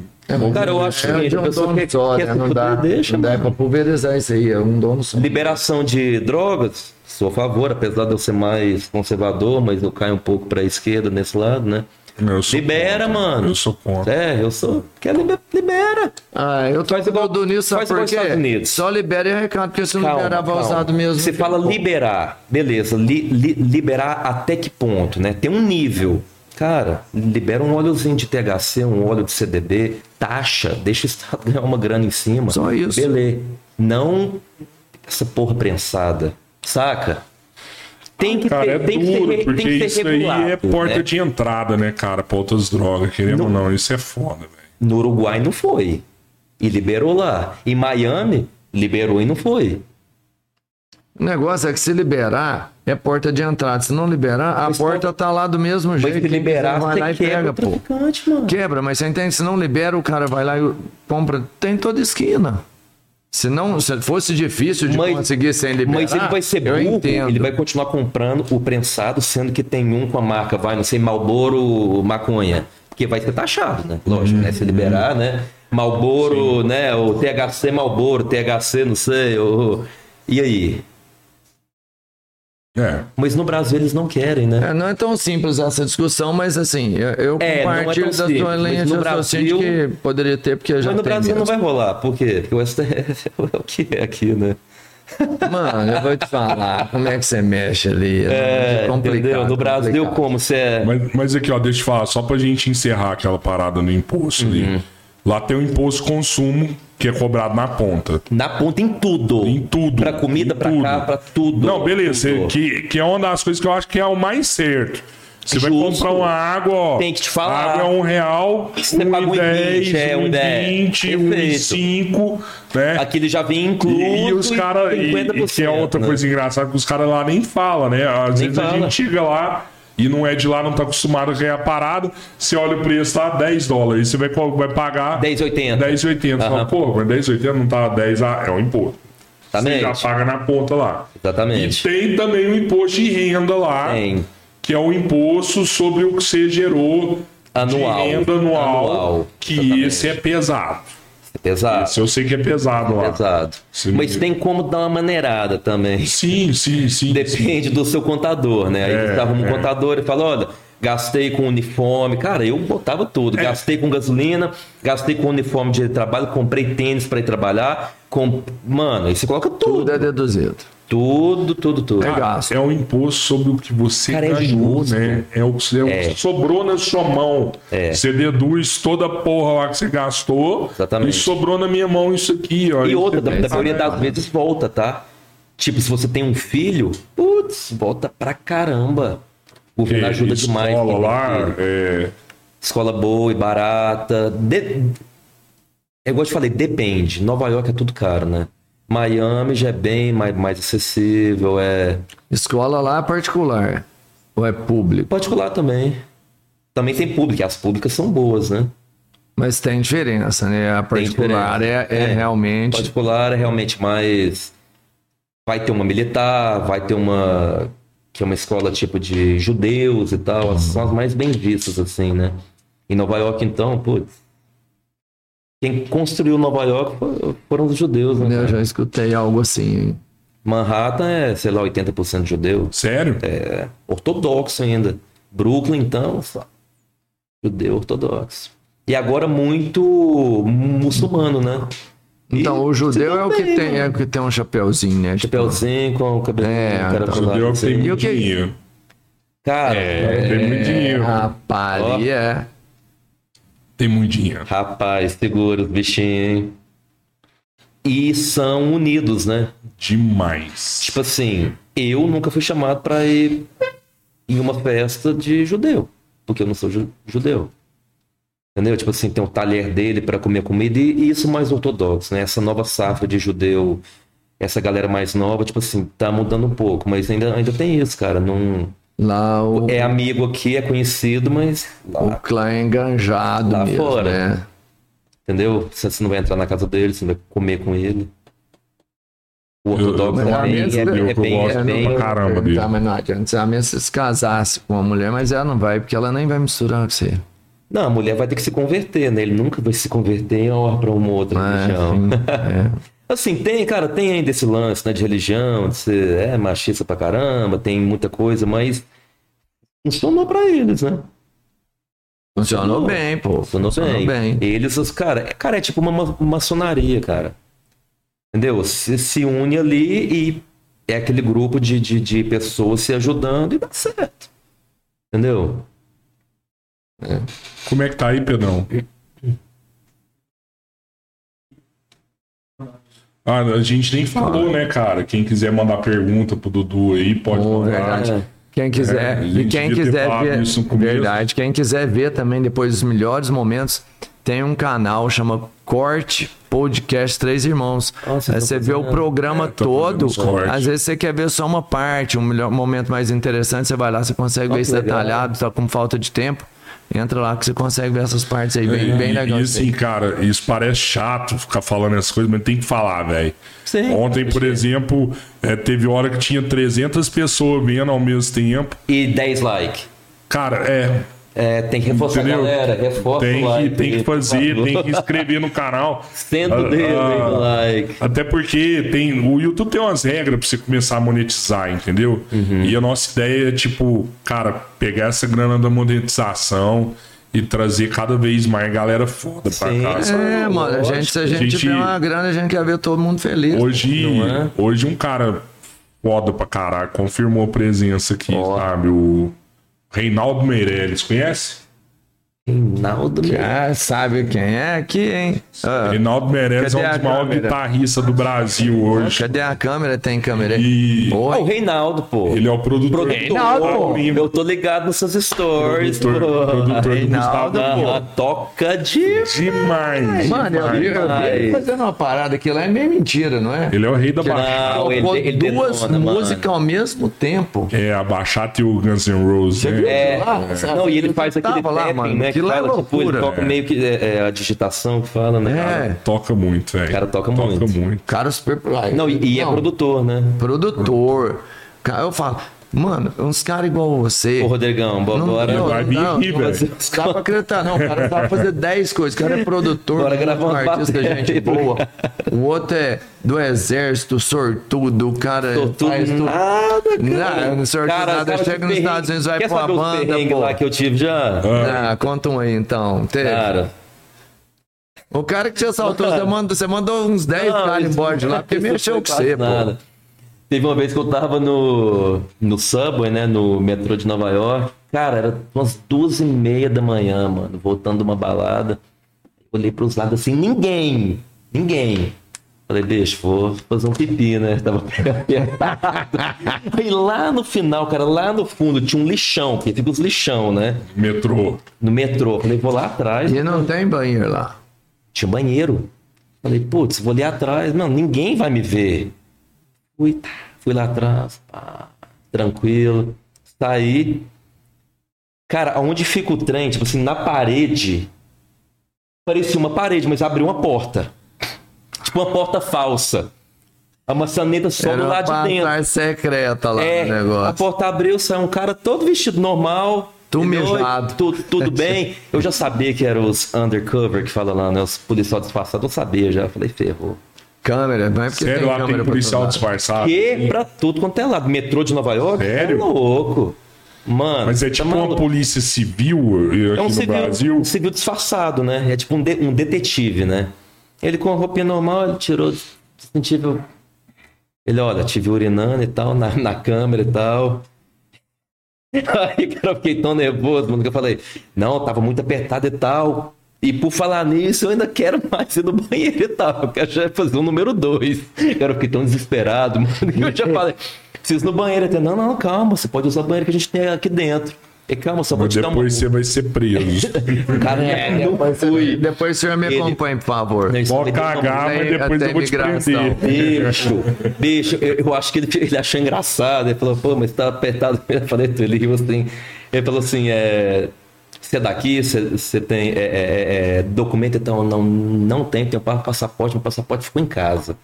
Speaker 1: Cara, eu acho
Speaker 2: É
Speaker 1: que
Speaker 2: de
Speaker 1: a
Speaker 2: um
Speaker 1: pessoa
Speaker 2: dono
Speaker 1: quer,
Speaker 2: só,
Speaker 1: quer
Speaker 2: né?
Speaker 1: se
Speaker 2: Não
Speaker 1: fuder,
Speaker 2: dá,
Speaker 1: deixa,
Speaker 2: não dá
Speaker 1: mano.
Speaker 2: pra pulverizar isso aí, é um dono só.
Speaker 1: Liberação de drogas, sou a favor, apesar de eu ser mais conservador, mas eu caio um pouco pra esquerda nesse lado, né?
Speaker 3: Eu sou
Speaker 1: Libera,
Speaker 3: contra.
Speaker 1: mano.
Speaker 3: Eu sou contra.
Speaker 1: É, eu sou. Quer libera. libera.
Speaker 2: Ah, eu tô
Speaker 1: Faz
Speaker 2: com
Speaker 1: igual-
Speaker 2: o do Nilson, sabe
Speaker 1: faz igual
Speaker 2: por
Speaker 1: os Estados
Speaker 2: quê?
Speaker 1: Unidos.
Speaker 2: Só libera e recado, porque se não
Speaker 1: Calma,
Speaker 2: liberar, vai
Speaker 1: calma.
Speaker 2: usado mesmo.
Speaker 1: Você fala liberar, beleza. li- li- liberar até que ponto, né? Tem um nível. Cara, libera um óleozinho de THC, um óleo de CDB, taxa, deixa o Estado ganhar uma grana em cima.
Speaker 2: Só isso.
Speaker 1: Beleza. Não essa porra prensada, saca? Tem que
Speaker 3: Cara,
Speaker 1: ter,
Speaker 3: é
Speaker 1: tem que
Speaker 3: duro,
Speaker 1: ser re- tem
Speaker 3: porque
Speaker 1: que ser
Speaker 3: isso aí
Speaker 1: regulado,
Speaker 3: é porta
Speaker 1: né?
Speaker 3: de entrada, né, cara, pra outras drogas, querendo ou não. Isso é foda, velho.
Speaker 1: No Uruguai não foi. E liberou lá. Em Miami, liberou e não foi.
Speaker 2: O negócio é que se liberar, é porta de entrada. Se não liberar, a
Speaker 1: Mas então-
Speaker 2: porta tá lá do mesmo
Speaker 1: Mas
Speaker 2: jeito.
Speaker 1: se liberar,
Speaker 2: vai lá
Speaker 1: você
Speaker 2: e
Speaker 1: quebra
Speaker 2: pega,
Speaker 1: o
Speaker 2: pô.
Speaker 1: traficante, mano.
Speaker 2: Quebra, mas você entende? Se não libera, o cara vai lá e compra. Tem toda esquina. Se não, se fosse difícil de conseguir sem liberar,
Speaker 1: Mas ele vai ser
Speaker 2: eu
Speaker 1: burro,
Speaker 2: entendo.
Speaker 1: ele vai continuar comprando o prensado, sendo que tem um com a marca, vai, não sei, Malboro Maconha. Porque vai ser taxado, né? Lógico, né? Se liberar, né? Malboro, né? O THC Malboro, THC, não sei. o- E aí?
Speaker 3: É.
Speaker 1: Mas no Brasil eles não querem, né?
Speaker 2: É, não é tão simples essa discussão, mas assim, eu, eu
Speaker 1: É, não é
Speaker 2: compartilho
Speaker 1: tão
Speaker 2: da sua
Speaker 1: simples,
Speaker 2: linha
Speaker 1: mas
Speaker 2: de
Speaker 1: no
Speaker 2: raciocínio
Speaker 1: Brasil-
Speaker 2: que poderia ter, porque É, já
Speaker 1: Mas no
Speaker 2: tem
Speaker 1: Brasil não
Speaker 2: mesmo.
Speaker 1: vai rolar. Por quê? Porque o STF é o que é aqui, né?
Speaker 2: Mano, eu vou te falar, como é que você mexe ali?
Speaker 1: É, entendeu? No Brasil,
Speaker 2: complicado.
Speaker 1: como? Você é.
Speaker 3: Mas, mas aqui, ó, deixa eu falar, só pra gente encerrar aquela parada no imposto
Speaker 1: Uhum.
Speaker 3: ali. Lá tem o imposto consumo, que é cobrado na ponta.
Speaker 1: Na ponta em tudo.
Speaker 3: Em tudo.
Speaker 1: Pra comida,
Speaker 3: em
Speaker 1: pra
Speaker 3: tudo.
Speaker 1: cá, pra tudo.
Speaker 3: Não, beleza.
Speaker 1: Tudo.
Speaker 3: Que, que é uma das coisas que eu acho que é o mais certo. Você vai
Speaker 1: Justo.
Speaker 3: comprar uma água, ó.
Speaker 1: Tem que te falar.
Speaker 3: A água é um real,
Speaker 1: Você
Speaker 3: um
Speaker 1: paga
Speaker 3: e
Speaker 1: um e
Speaker 3: dez,
Speaker 1: vinte, é,
Speaker 3: um
Speaker 1: um
Speaker 3: e
Speaker 1: dez.
Speaker 3: vinte, um e
Speaker 1: Perfeito.
Speaker 3: cinco, né?
Speaker 1: Aqui ele já vem incluído.
Speaker 3: E, e os caras. E, e que é outra
Speaker 1: né?
Speaker 3: coisa engraçada, que os caras lá nem falam, né? Às
Speaker 1: Nem
Speaker 3: vezes a
Speaker 1: fala.
Speaker 3: gente chega lá e não é de lá, não tá acostumado a ganhar parada. Você olha o preço, tá 10 dólares. Você vai, co- vai
Speaker 1: É.
Speaker 3: pagar
Speaker 1: 10,80.
Speaker 3: 10,80. Você fala,
Speaker 1: Aham. Tá
Speaker 3: pô, mas 10,80 não tá 10, ah, é um imposto. Você
Speaker 1: Exatamente.
Speaker 3: já paga na ponta lá.
Speaker 1: Exatamente.
Speaker 3: E tem também o imposto de renda lá,
Speaker 1: Tem.
Speaker 3: que é o imposto sobre o que você gerou
Speaker 1: Anual.
Speaker 3: de renda anual,
Speaker 1: Anual,
Speaker 3: que
Speaker 1: exatamente.
Speaker 3: esse é pesado.
Speaker 1: É pesado.
Speaker 3: Esse eu sei que é pesado lá.
Speaker 1: pesado.
Speaker 3: Sim.
Speaker 1: Mas tem como dar uma maneirada também.
Speaker 3: Sim, sim, sim. sim.
Speaker 1: Depende do seu contador, né? Aí
Speaker 3: É,
Speaker 1: você arruma um
Speaker 3: é.
Speaker 1: contador e fala, olha, gastei com uniforme. Cara, eu botava
Speaker 3: É.
Speaker 1: tudo. Gastei com gasolina, gastei com uniforme de trabalho, comprei tênis pra ir trabalhar. Com... Mano, aí você coloca
Speaker 2: Tudo
Speaker 1: tudo.
Speaker 2: é deduzido.
Speaker 1: Tudo, tudo, tudo.
Speaker 2: É
Speaker 3: Cara,
Speaker 2: gasto.
Speaker 3: é um imposto sobre o que você
Speaker 1: Cara, é
Speaker 3: ganhou,
Speaker 1: justo.
Speaker 3: né? É o, que- é o
Speaker 1: É.
Speaker 3: que sobrou na sua mão.
Speaker 1: É.
Speaker 3: Você deduz toda a porra lá que você gastou
Speaker 1: Exatamente.
Speaker 3: e sobrou na minha mão isso é aqui. Ó,
Speaker 1: E outra, da, da
Speaker 2: pensa,
Speaker 1: maioria
Speaker 2: né?
Speaker 1: das vezes volta, tá? Tipo, se você tem um filho, putz, volta pra caramba. O
Speaker 3: que
Speaker 1: governo ajuda demais. quem
Speaker 3: Escola
Speaker 1: tem
Speaker 3: lá,
Speaker 1: filho.
Speaker 3: é,
Speaker 1: Escola boa e barata. De... é Eu gosto de falar, depende. Nova York é tudo caro, né? Miami já é bem mais, mais acessível, é
Speaker 2: Escola lá é particular ou é público,
Speaker 1: particular também. Também tem pública, e as públicas são boas, né?
Speaker 2: mas tem diferença, né? A particular é,
Speaker 1: diferença.
Speaker 2: é
Speaker 1: É.
Speaker 2: realmente
Speaker 1: particular é realmente mais. Vai ter uma militar, vai ter uma. que é uma escola tipo de judeus e tal. As, são as mais bem vistas, assim, né? Em Nova York, então, putz. Quem construiu Nova York fo- foram os judeus, né?
Speaker 2: Eu
Speaker 1: cara?
Speaker 2: já escutei algo assim.
Speaker 1: Manhattan é, sei lá, 80% judeu.
Speaker 3: sério?
Speaker 1: É ortodoxo ainda. Brooklyn, então, só. Judeu ortodoxo. E agora muito muçulmano, né? E
Speaker 2: Então, o
Speaker 1: se
Speaker 2: judeu
Speaker 1: dá
Speaker 2: é o que
Speaker 1: bem,
Speaker 2: tem,
Speaker 1: né?
Speaker 2: é o que tem um chapéuzinho, né? Tipo,
Speaker 1: Chapeuzinho com o cabelo
Speaker 2: É,
Speaker 1: o cara
Speaker 2: então.
Speaker 1: pra lá,
Speaker 3: Judeu que
Speaker 1: assim.
Speaker 3: tem
Speaker 2: E o
Speaker 3: muito
Speaker 2: que-
Speaker 3: dinheiro. É,
Speaker 1: Cara, é.
Speaker 3: Tem muito dinheiro.
Speaker 2: é, ah. Rapaz,
Speaker 1: Ó.
Speaker 2: e é.
Speaker 3: Tem muito dinheiro.
Speaker 1: rapaz, segura os bichinhos, hein? E são unidos, né?
Speaker 3: Demais.
Speaker 1: Tipo assim, eu nunca fui chamado pra ir em uma festa de judeu, porque eu não sou ju- judeu. Entendeu? Tipo assim, tem o talher dele pra comer comida e e isso mais ortodoxo, né? Essa nova safra de judeu, essa galera mais nova, tipo assim, tá mudando um pouco, mas ainda, ainda tem isso, cara. Não
Speaker 2: Lá o,
Speaker 1: é amigo aqui, é conhecido, mas
Speaker 2: o clã é enganjado
Speaker 1: Lá
Speaker 2: mesmo,
Speaker 1: fora.
Speaker 2: né?
Speaker 1: Entendeu? Você você não vai entrar na casa dele, você não vai comer com ele. O
Speaker 3: Eu-
Speaker 1: ortodoxo
Speaker 3: eu-
Speaker 1: também é,
Speaker 2: eu- eu-
Speaker 1: é,
Speaker 3: eu
Speaker 1: bem.
Speaker 3: gosto
Speaker 1: É bem
Speaker 3: pra caramba,
Speaker 2: Tá,
Speaker 3: bicho.
Speaker 2: mas não adianta. Se a minha se casasse com uma mulher, mas ela não vai, porque ela nem vai misturar com você.
Speaker 1: não, a mulher vai ter que se converter, né? Ele nunca vai se converter para uma outra
Speaker 2: Mas,
Speaker 1: religião.
Speaker 2: né? enfim, é.
Speaker 1: Assim, tem, cara, tem ainda esse lance, né, de religião, de ser é, machista pra caramba, tem muita coisa, mas funcionou pra eles, né?
Speaker 2: Funcionou bem, pô.
Speaker 1: Funcionou bem. Eles, os cara, é- cara, é tipo uma ma- maçonaria, cara. Entendeu? Se, se une ali e é aquele grupo de, de, de pessoas se ajudando e dá certo. Entendeu?
Speaker 3: Como é que tá aí, Pedrão? Ah, a gente nem falou, né, cara? Quem quiser mandar pergunta pro Dudu aí, pode
Speaker 2: Pô,
Speaker 3: mandar.
Speaker 2: verdade.
Speaker 1: É.
Speaker 2: Quem quiser,
Speaker 3: É, a gente
Speaker 2: e quem
Speaker 3: devia ter
Speaker 2: quiser
Speaker 3: falado
Speaker 2: ver,
Speaker 3: isso no começo.
Speaker 2: verdade, quem quiser ver também depois os melhores momentos, tem um canal chama Corte Podcast Três Irmãos.
Speaker 1: Nossa,
Speaker 2: Aí
Speaker 1: tô
Speaker 2: você vê o
Speaker 1: fazendo-
Speaker 2: programa
Speaker 3: É, tô fazendo
Speaker 2: todo,
Speaker 3: os cortes.
Speaker 2: às vezes você quer ver só uma parte, um melhor, momento mais interessante, você vai lá, você consegue ver
Speaker 1: que
Speaker 2: isso
Speaker 1: legal.
Speaker 2: detalhado, tá com falta de tempo, entra lá que você consegue ver essas partes aí, bem,
Speaker 3: e,
Speaker 2: bem legal.
Speaker 3: e
Speaker 2: de ver.
Speaker 3: assim, cara, isso parece chato ficar falando essas coisas, mas tem que falar, velho.
Speaker 1: Sim.
Speaker 3: Ontem, por exemplo, eh, teve hora que tinha 300 pessoas vendo ao mesmo tempo.
Speaker 1: E 10 likes.
Speaker 3: Cara, é.
Speaker 1: É, tem que reforçar
Speaker 3: Entendeu?
Speaker 1: a galera, reforça
Speaker 3: tem,
Speaker 1: o like.
Speaker 3: que, tem que
Speaker 1: aí, por
Speaker 3: fazer,
Speaker 1: favor.
Speaker 3: tem que Ah, inscrever no canal.
Speaker 1: Senta o dedo aí no like.
Speaker 3: Até porque tem, o YouTube tem umas regras pra você começar a monetizar, entendeu?
Speaker 2: Uhum.
Speaker 3: E a nossa ideia é, tipo, cara, pegar essa grana da monetização e trazer cada vez mais galera foda
Speaker 1: Sim.
Speaker 3: pra casa.
Speaker 2: É, mano, a gente, se a gente,
Speaker 3: assim, Gente-
Speaker 2: tiver uma grana, a gente quer ver todo mundo feliz.
Speaker 3: Hoje,
Speaker 1: Não é?
Speaker 3: hoje um cara foda pra caralho confirmou presença aqui, sabe? O Reinaldo Meirelles, conhece?
Speaker 1: Reinaldo Meirelles.
Speaker 2: Ah, sabe quem é aqui, hein? Ah,
Speaker 3: Reinaldo Meirelles
Speaker 2: Cadê
Speaker 3: é um dos
Speaker 2: a
Speaker 3: maiores
Speaker 2: câmera?
Speaker 3: guitarristas do Brasil hoje.
Speaker 2: cadê a câmera? Tem câmera aí?
Speaker 3: E
Speaker 1: Ah, o
Speaker 2: Oi.
Speaker 1: Reinaldo, pô.
Speaker 3: ele é o produtor.
Speaker 1: Produtor, Eu tô ligado nos seus stories,
Speaker 3: Produtor,
Speaker 1: pô.
Speaker 3: produtor do Gustavo.
Speaker 1: Ah, toca de.
Speaker 3: Demais.
Speaker 2: Mano, eu vi, eu vi ele
Speaker 1: Mas-
Speaker 2: fazendo uma parada que lá é meio mentira, não é?
Speaker 3: Ele é o rei da bachata.
Speaker 1: tá Não, ele,
Speaker 2: Pô,
Speaker 1: ele
Speaker 2: duas
Speaker 1: detona, mano.
Speaker 2: músicas ao mesmo tempo.
Speaker 3: É, a bachata e o Guns N' Roses. né?
Speaker 1: É,
Speaker 2: lá?
Speaker 1: não, e ele faz
Speaker 2: Eu
Speaker 1: aquele
Speaker 2: tava lá,
Speaker 1: tapping,
Speaker 2: mano.
Speaker 1: né?
Speaker 2: Aquilo lá é
Speaker 1: fala, tipo, ele
Speaker 2: loucura,
Speaker 1: toca
Speaker 3: velho.
Speaker 1: meio que é, é, a digitação que fala, né? cara?
Speaker 2: É,
Speaker 3: Toca muito, velho.
Speaker 1: Cara, toca muito.
Speaker 2: cara super.
Speaker 1: Não, e, e é
Speaker 2: Não,
Speaker 1: produtor, né?
Speaker 2: produtor. Cara, eu falo, mano, uns caras igual você.
Speaker 1: Ô, Rodrigão, bo-
Speaker 2: não-
Speaker 1: bora.
Speaker 2: não,
Speaker 3: Vai vir
Speaker 2: não,
Speaker 3: aqui,
Speaker 2: não,
Speaker 3: velho.
Speaker 2: Não dá pra acreditar, não. O cara sabe fazer 10 coisas. O cara é produtor,
Speaker 1: Bora
Speaker 2: um
Speaker 1: gravar uma
Speaker 2: artista,
Speaker 1: bateria aí
Speaker 2: gente
Speaker 1: pro
Speaker 2: boa. O outro é do exército, sortudo. O cara
Speaker 1: Sortudo né?
Speaker 2: faz tudo.
Speaker 1: nada, cara.
Speaker 2: Não, não sortudo nada.
Speaker 1: sabe
Speaker 2: Chega
Speaker 1: que
Speaker 2: nos Estados
Speaker 1: perrengue-
Speaker 2: Unidos, vai
Speaker 1: Quer
Speaker 2: pra uma
Speaker 1: saber os
Speaker 2: banda,
Speaker 1: perrengues
Speaker 2: pô.
Speaker 1: lá que eu tive já?
Speaker 2: Ah, conta um aí, então. Teve.
Speaker 1: Cara,
Speaker 2: O cara que te assaltou, você mandou, você mandou uns 10
Speaker 1: Não,
Speaker 2: caras
Speaker 1: Ah, isso
Speaker 2: embora de lá, porque
Speaker 1: isso
Speaker 2: mexeu
Speaker 1: foi
Speaker 2: com você,
Speaker 1: quase nada.
Speaker 2: pô.
Speaker 1: Teve uma vez que eu tava no, no Subway, né? No metrô de Nova York. Cara, era umas duas e meia da manhã, mano. Voltando de uma balada. Olhei pros lados assim, ninguém. Ninguém. Falei, bicho, vou fazer um pipi, né? Tava apertado. Aí lá no final, cara, lá no fundo tinha um lixão, que fica os lixão, né?
Speaker 3: Metrô.
Speaker 1: No metrô. Falei, vou lá atrás.
Speaker 2: E não tem banheiro lá.
Speaker 1: Tinha banheiro. Falei, putz, vou ali atrás. Não, ninguém vai me ver. Fui, tá, fui lá atrás, pá, tranquilo. Saí. Cara, aonde fica o trem? Tipo assim, na parede. Parecia uma parede, mas abriu uma porta. Tipo uma porta falsa. A maçaneta só
Speaker 2: Era
Speaker 1: do
Speaker 2: uma
Speaker 1: lado de dentro.
Speaker 2: passagem secreta lá
Speaker 1: É,
Speaker 2: no
Speaker 1: a
Speaker 2: negócio.
Speaker 1: porta abriu, saiu um cara todo vestido normal.
Speaker 2: Tu
Speaker 1: de noite,
Speaker 2: mijado.
Speaker 1: tu- tudo bem. Eu já sabia que eram os undercover que fala lá, né? Os policiais disfarçados. Eu sabia já. Falei, ferrou.
Speaker 2: Câmera, não é porque
Speaker 3: Sério,
Speaker 2: tem
Speaker 3: lá
Speaker 2: câmera
Speaker 3: tem
Speaker 2: pra
Speaker 3: policial
Speaker 2: todo lado.
Speaker 3: disfarçado.
Speaker 1: Que pra tudo quanto é lado. Metrô de Nova York?
Speaker 3: Sério?
Speaker 1: Tá louco. Mano.
Speaker 3: Mas é
Speaker 1: tá
Speaker 3: tipo uma
Speaker 1: maluco.
Speaker 3: polícia civil eh, aqui
Speaker 1: É um
Speaker 3: no
Speaker 1: civil,
Speaker 3: Brasil.
Speaker 1: um civil disfarçado, né? É tipo um, de- um detetive, né? Ele com a roupinha normal, ele tirou. Sentiu. Ele, olha, tive urinando e tal, na, na câmera e tal. Aí, cara, eu fiquei tão nervoso, mano, que eu falei, não, tava muito apertado e tal. E por falar nisso, eu ainda quero mais ir no banheiro e tal. Eu quero já fazer o número dois. Cara, eu fiquei tão desesperado, mano, que eu já falei, preciso ir no banheiro. Ele, não, não, calma, você pode usar o banheiro que a gente tem aqui dentro. E calma, só vou
Speaker 3: Mas
Speaker 1: te dar uma
Speaker 3: depois você vai ser preso.
Speaker 1: Cara, não fui.
Speaker 2: Depois o senhor me
Speaker 1: Ele-
Speaker 2: acompanhe, por favor.
Speaker 1: Não, isso é me
Speaker 3: Pode
Speaker 1: deu uma
Speaker 3: cagar, mas
Speaker 2: tem-
Speaker 3: depois eu
Speaker 2: tem
Speaker 3: vou te
Speaker 2: migração.
Speaker 3: prender.
Speaker 1: Bicho, bicho, eu, eu acho que ele, ele achou engraçado. Ele falou, pô, mas tá apertado. Eu falei, tu, ele riu assim. Ele falou assim: é, você é daqui, você, você tem é, é, é, é, documento, então não, não tem, tem um passaporte, meu passaporte ficou em casa.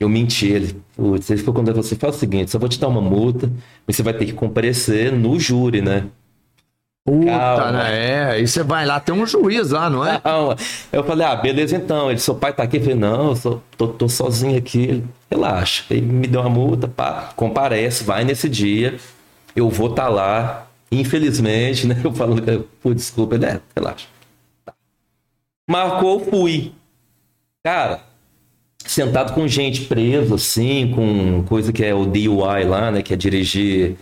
Speaker 1: Eu menti ele. Putz, ele ficou contando você, faz o seguinte, só vou te dar uma multa, mas você vai ter que comparecer no júri, né?
Speaker 2: Puta,
Speaker 1: Calma.
Speaker 2: né? É, aí você vai lá, tem um juiz lá, não é?
Speaker 1: Não. Eu falei, ah, beleza então. Ele, seu pai tá aqui? Eu falei, não, eu sou- tô, tô sozinho aqui. Ele, relaxa. Ele me deu uma multa, pá, comparece, vai nesse dia. Eu vou estar lá. Infelizmente, né? Eu falando que eu- pô, desculpa, né? Relaxa. Tá. Marcou, fui. Cara, sentado com gente preso, assim, com coisa que é o DUI lá, né? Que é dirigir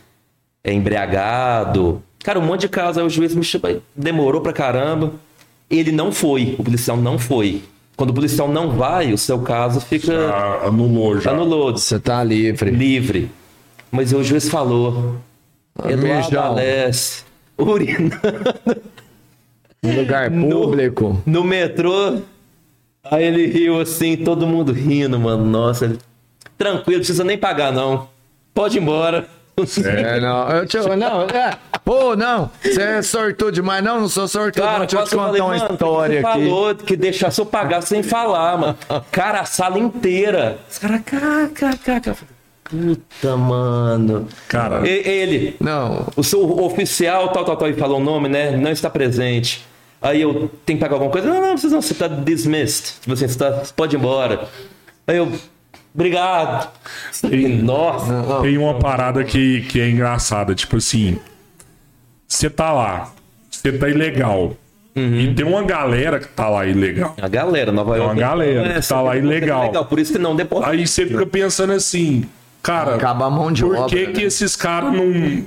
Speaker 1: é, embriagado. Cara, um monte de caso. Aí o juiz me chama, demorou pra caramba. Ele não foi, o policial não foi. Quando o policial não vai, o seu caso fica
Speaker 3: Ah, anulou já.
Speaker 1: anulou,
Speaker 2: Você tá livre.
Speaker 1: livre. Mas o juiz falou,
Speaker 3: Ah,
Speaker 1: Eduardo
Speaker 2: mijão.
Speaker 1: Alessio, urinando
Speaker 2: No Um lugar
Speaker 1: No-
Speaker 2: público.
Speaker 1: no metrô. Aí ele riu assim, todo mundo rindo, mano. Nossa, ele... tranquilo, não precisa nem pagar, não. Pode ir embora.
Speaker 2: É, não. Eu te, não, é. Pô, não. Você é sortudo demais. Não, não sou sortudo.
Speaker 1: Cara,
Speaker 2: não. Deixa eu te
Speaker 1: quase que eu
Speaker 2: contar
Speaker 1: falei,
Speaker 2: uma
Speaker 1: mano, por que
Speaker 2: história
Speaker 1: que você
Speaker 2: aqui.
Speaker 1: falou que deixasse eu pagar sem falar, mano. Cara, a sala inteira. Os caras, caca, Puta, mano.
Speaker 3: Cara.
Speaker 1: E- ele,
Speaker 2: Não.
Speaker 1: o seu oficial, tal, tal, tal, e falou o nome, né? Não está presente. Aí eu tenho que pagar alguma coisa. Não, não, vocês não, você tá dismissed. Tipo assim, Você, tá, você pode ir embora. Aí eu, obrigado. Nossa.
Speaker 3: Tem uma parada que, que é engraçada, tipo assim. Você tá lá, você tá ilegal.
Speaker 2: Uhum.
Speaker 3: E tem uma galera que tá lá ilegal.
Speaker 1: A galera, Nova York.
Speaker 3: É
Speaker 1: É,
Speaker 3: uma galera que tá lá
Speaker 1: essa-
Speaker 3: ilegal.
Speaker 1: Por isso que não deporta.
Speaker 3: Aí você fica pensando assim, cara,
Speaker 2: Acaba a mão de
Speaker 3: por
Speaker 2: obra. né?
Speaker 3: que, que esses caras não,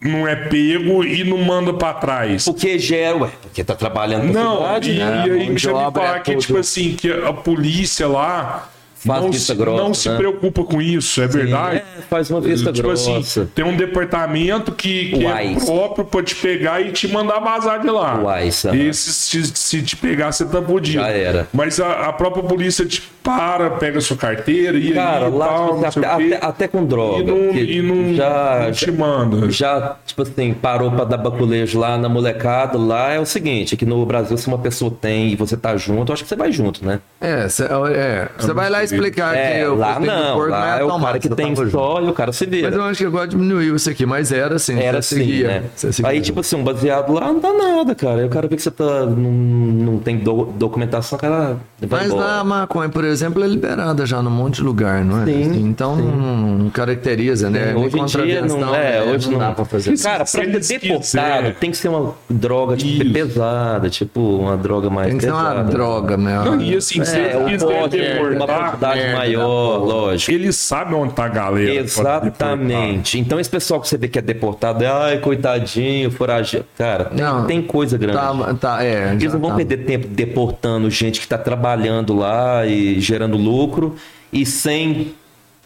Speaker 3: não é pego e não manda pra trás?
Speaker 1: Porque gera, ué, porque tá trabalhando na
Speaker 3: Não, é
Speaker 1: cidade,
Speaker 3: e,
Speaker 1: né?
Speaker 2: né?
Speaker 3: e
Speaker 2: A mão
Speaker 3: aí
Speaker 2: de
Speaker 3: já me
Speaker 2: obra
Speaker 3: falar
Speaker 2: é
Speaker 3: que,
Speaker 2: tudo.
Speaker 3: tipo assim, que a polícia lá
Speaker 1: Faz
Speaker 3: não,
Speaker 1: vista
Speaker 3: se,
Speaker 1: grossa,
Speaker 3: não se
Speaker 1: né?
Speaker 3: preocupa com isso, é verdade?
Speaker 1: É, faz uma vista
Speaker 3: tipo
Speaker 1: grossa.
Speaker 3: assim, tem um departamento que, que é
Speaker 1: Uais.
Speaker 3: próprio pra te pegar e te mandar vazar de lá.
Speaker 1: Uais, aham.
Speaker 3: Esse, se, se te pegar, você tá fudido.
Speaker 1: é Já era.
Speaker 3: Mas a, a própria polícia te para, pega sua carteira e
Speaker 1: Cara,
Speaker 3: aí,
Speaker 1: lá,
Speaker 3: tal,
Speaker 1: tipo,
Speaker 3: não
Speaker 1: até,
Speaker 3: sei o quê,
Speaker 1: até- até com droga.
Speaker 3: e não,
Speaker 1: que
Speaker 3: e não-
Speaker 1: já,
Speaker 3: não te manda.
Speaker 1: já, tipo assim, parou pra dar baculejo lá na molecada. Lá é o seguinte: aqui no Brasil, se uma pessoa tem e você tá junto, eu acho que você vai junto, né?
Speaker 2: É, você é, cê vai lá explicar que
Speaker 1: É,
Speaker 2: o
Speaker 1: lá
Speaker 2: presidente do
Speaker 1: não.
Speaker 2: porco
Speaker 1: Lá é o
Speaker 2: automático,
Speaker 1: cara que
Speaker 2: você
Speaker 1: tem
Speaker 2: tava junto.
Speaker 1: só e o cara se vira.
Speaker 2: tá Mas eu acho que agora diminuiu isso aqui, mas era assim.
Speaker 1: Era
Speaker 2: você
Speaker 1: assim,
Speaker 2: seguia,
Speaker 1: né?
Speaker 2: você seguia.
Speaker 1: Aí, tipo assim, um baseado lá não dá nada, cara. Aí o cara vê que você tá, não, não tem do- documentação, o cara vai
Speaker 2: Mas
Speaker 1: embora.
Speaker 2: lá a maconha, por exemplo, é liberada já num monte de lugar, não é?
Speaker 1: Sim,
Speaker 2: Assim, então não, não caracteriza, né? Nem
Speaker 1: hoje em dia não
Speaker 2: contravenção,
Speaker 1: é,
Speaker 2: né?
Speaker 1: hoje não,
Speaker 2: dá pra fazer.
Speaker 1: Cara,
Speaker 3: Se
Speaker 1: pra
Speaker 3: eles
Speaker 1: ser deportado
Speaker 3: quiser.
Speaker 1: tem que ser uma droga tipo,
Speaker 3: Isso.
Speaker 1: pesada, tipo uma droga mais
Speaker 2: Tem que ser uma
Speaker 1: pesada.
Speaker 2: droga, né?
Speaker 3: Não, e assim, se
Speaker 1: É,
Speaker 3: eles
Speaker 1: um
Speaker 3: quiserem
Speaker 1: porte, uma
Speaker 2: Tá
Speaker 3: deportar,
Speaker 1: quantidade
Speaker 2: merda,
Speaker 1: maior,
Speaker 2: né?
Speaker 1: lógico.
Speaker 3: eles sabem onde tá a galera. pra
Speaker 2: tá.
Speaker 3: deportar.
Speaker 1: Exatamente. Então esse pessoal que você vê que é deportado, é, ai, coitadinho, foragido. Cara, tem-
Speaker 2: Não.
Speaker 1: tem coisa grande.
Speaker 2: Tá, tá, é.
Speaker 1: né, Eles
Speaker 2: já
Speaker 1: não vão
Speaker 2: tá.
Speaker 1: perder tempo deportando gente que está trabalhando lá e gerando lucro e sem,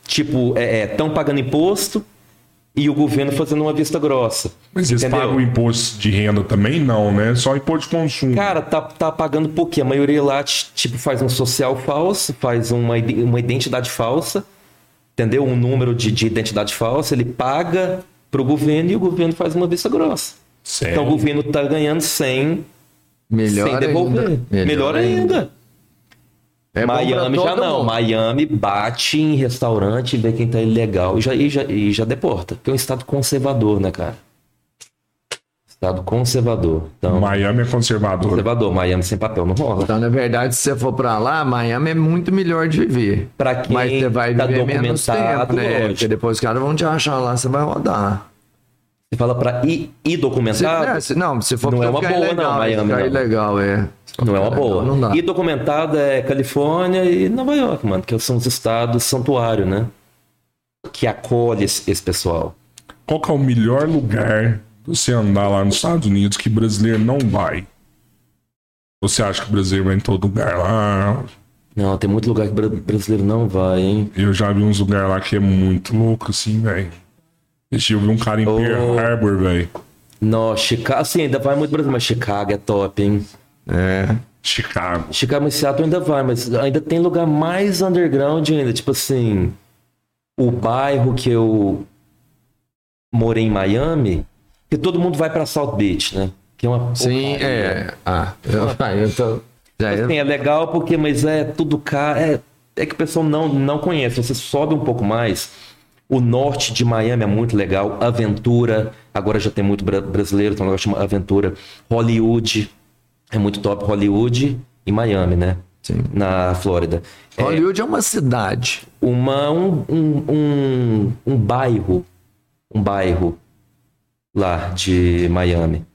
Speaker 1: tipo, estão pagando imposto e o governo fazendo uma vista grossa.
Speaker 3: Mas eles
Speaker 1: Entendeu?
Speaker 3: pagam o imposto de renda também? Não, né? Só imposto de consumo.
Speaker 1: Cara, tá, tá pagando por quê? A maioria lá, t- tipo, faz um social falso, faz uma, ide- uma identidade falsa, entendeu? Um número de, de identidade falsa, ele paga pro governo e o governo faz uma vista grossa.
Speaker 3: Sério?
Speaker 1: Então o governo tá ganhando 100
Speaker 2: Melhor
Speaker 1: sem devolver.
Speaker 2: ainda.
Speaker 1: Melhor, ainda.
Speaker 2: É bom pra
Speaker 1: Miami já
Speaker 2: todo
Speaker 1: não.
Speaker 2: mundo.
Speaker 1: Miami bate em restaurante, vê quem tá ilegal e já, e já, e já deporta. Porque é um estado conservador, né, cara? Estado conservador. Então,
Speaker 3: Miami é conservador.
Speaker 1: conservador, Miami sem papel, não rola.
Speaker 2: Então, na verdade, se você for pra lá, Miami é muito melhor de viver.
Speaker 1: Pra quem
Speaker 2: Mas você vai
Speaker 1: tá
Speaker 2: viver menos
Speaker 1: documentado,
Speaker 2: tempo, né?
Speaker 1: lógico.
Speaker 2: Porque depois os caras vão te achar lá, você vai rodar.
Speaker 1: Você fala pra ir, ir
Speaker 2: Se- né,
Speaker 1: documentado,
Speaker 2: se- não, se for
Speaker 1: Tá. Não
Speaker 2: pra
Speaker 1: é uma
Speaker 2: ficar
Speaker 1: boa, não,
Speaker 2: ilegal,
Speaker 1: Miami,
Speaker 2: ficar
Speaker 1: não.
Speaker 2: ilegal, é.
Speaker 1: não é uma boa.
Speaker 2: Não dá.
Speaker 1: E documentado é Califórnia e Nova York, mano, que são os estados santuário, né? Que acolhe esse, esse pessoal.
Speaker 3: Qual que é o melhor lugar pra você andar lá nos Estados Unidos que brasileiro não vai? Você acha que brasileiro vai em todo lugar lá?
Speaker 1: Não, tem muito lugar que bra- brasileiro não vai, hein?
Speaker 3: Eu já vi uns lugares lá que é muito louco, assim, velho. Deixa eu ver um cara em
Speaker 1: Ô.
Speaker 3: Pearl Harbor, velho.
Speaker 1: Não, Chicago, assim, ainda vai muito brasileiro, mas Chicago é top, hein?
Speaker 2: É.
Speaker 3: Chicago.
Speaker 1: Chicago e Seattle ainda vai, mas ainda tem lugar mais underground ainda. Tipo assim, o bairro que eu morei em Miami, que todo mundo vai pra South Beach, né? Que é uma
Speaker 2: Sim,
Speaker 1: porcaria.
Speaker 2: é. Ah, eu, ah, eu tô. Já
Speaker 1: Assim,
Speaker 2: eu,
Speaker 1: é legal porque, mas é tudo caro. É, é que o pessoal não, não conhece. Você sobe um pouco mais. O norte de Miami é muito legal. Aventura. Agora já tem muito bra- brasileiro, tem um negócio chamado Aventura. Hollywood. É muito top. Hollywood e Miami, né?
Speaker 2: Sim.
Speaker 1: Na Flórida. É
Speaker 2: Hollywood é uma cidade.
Speaker 1: uma, um, um, um, um bairro. Um bairro lá de Miami.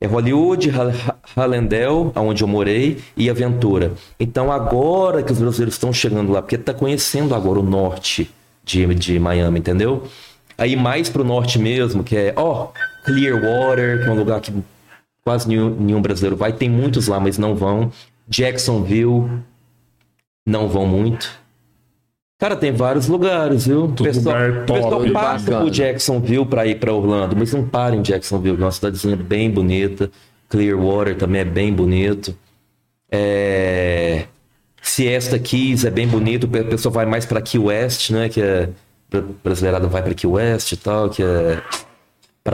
Speaker 1: É Hollywood, Ha- Ha- Hallandale, onde eu morei, e Aventura. Então agora que os brasileiros estão chegando lá, porque tá conhecendo agora o norte de, de Miami, entendeu? Aí mais pro norte mesmo, que é, ó, Clearwater, que é um lugar que quase nenhum, nenhum brasileiro vai. Tem muitos lá, mas não vão. Jacksonville, não vão muito. Cara, tem vários lugares, viu? O pessoal,
Speaker 3: lugar
Speaker 1: o pessoal
Speaker 3: top,
Speaker 1: passa
Speaker 2: bacana.
Speaker 1: por Jacksonville pra ir pra Orlando, mas não para em Jacksonville, que é uma cidadezinha bem bonita. Clearwater também é bem bonito. É... Siesta Keys é bem bonito, o pe- pessoal vai mais pra Key West, né? Que é... bra- Brasileirada vai pra Key West e tal, que é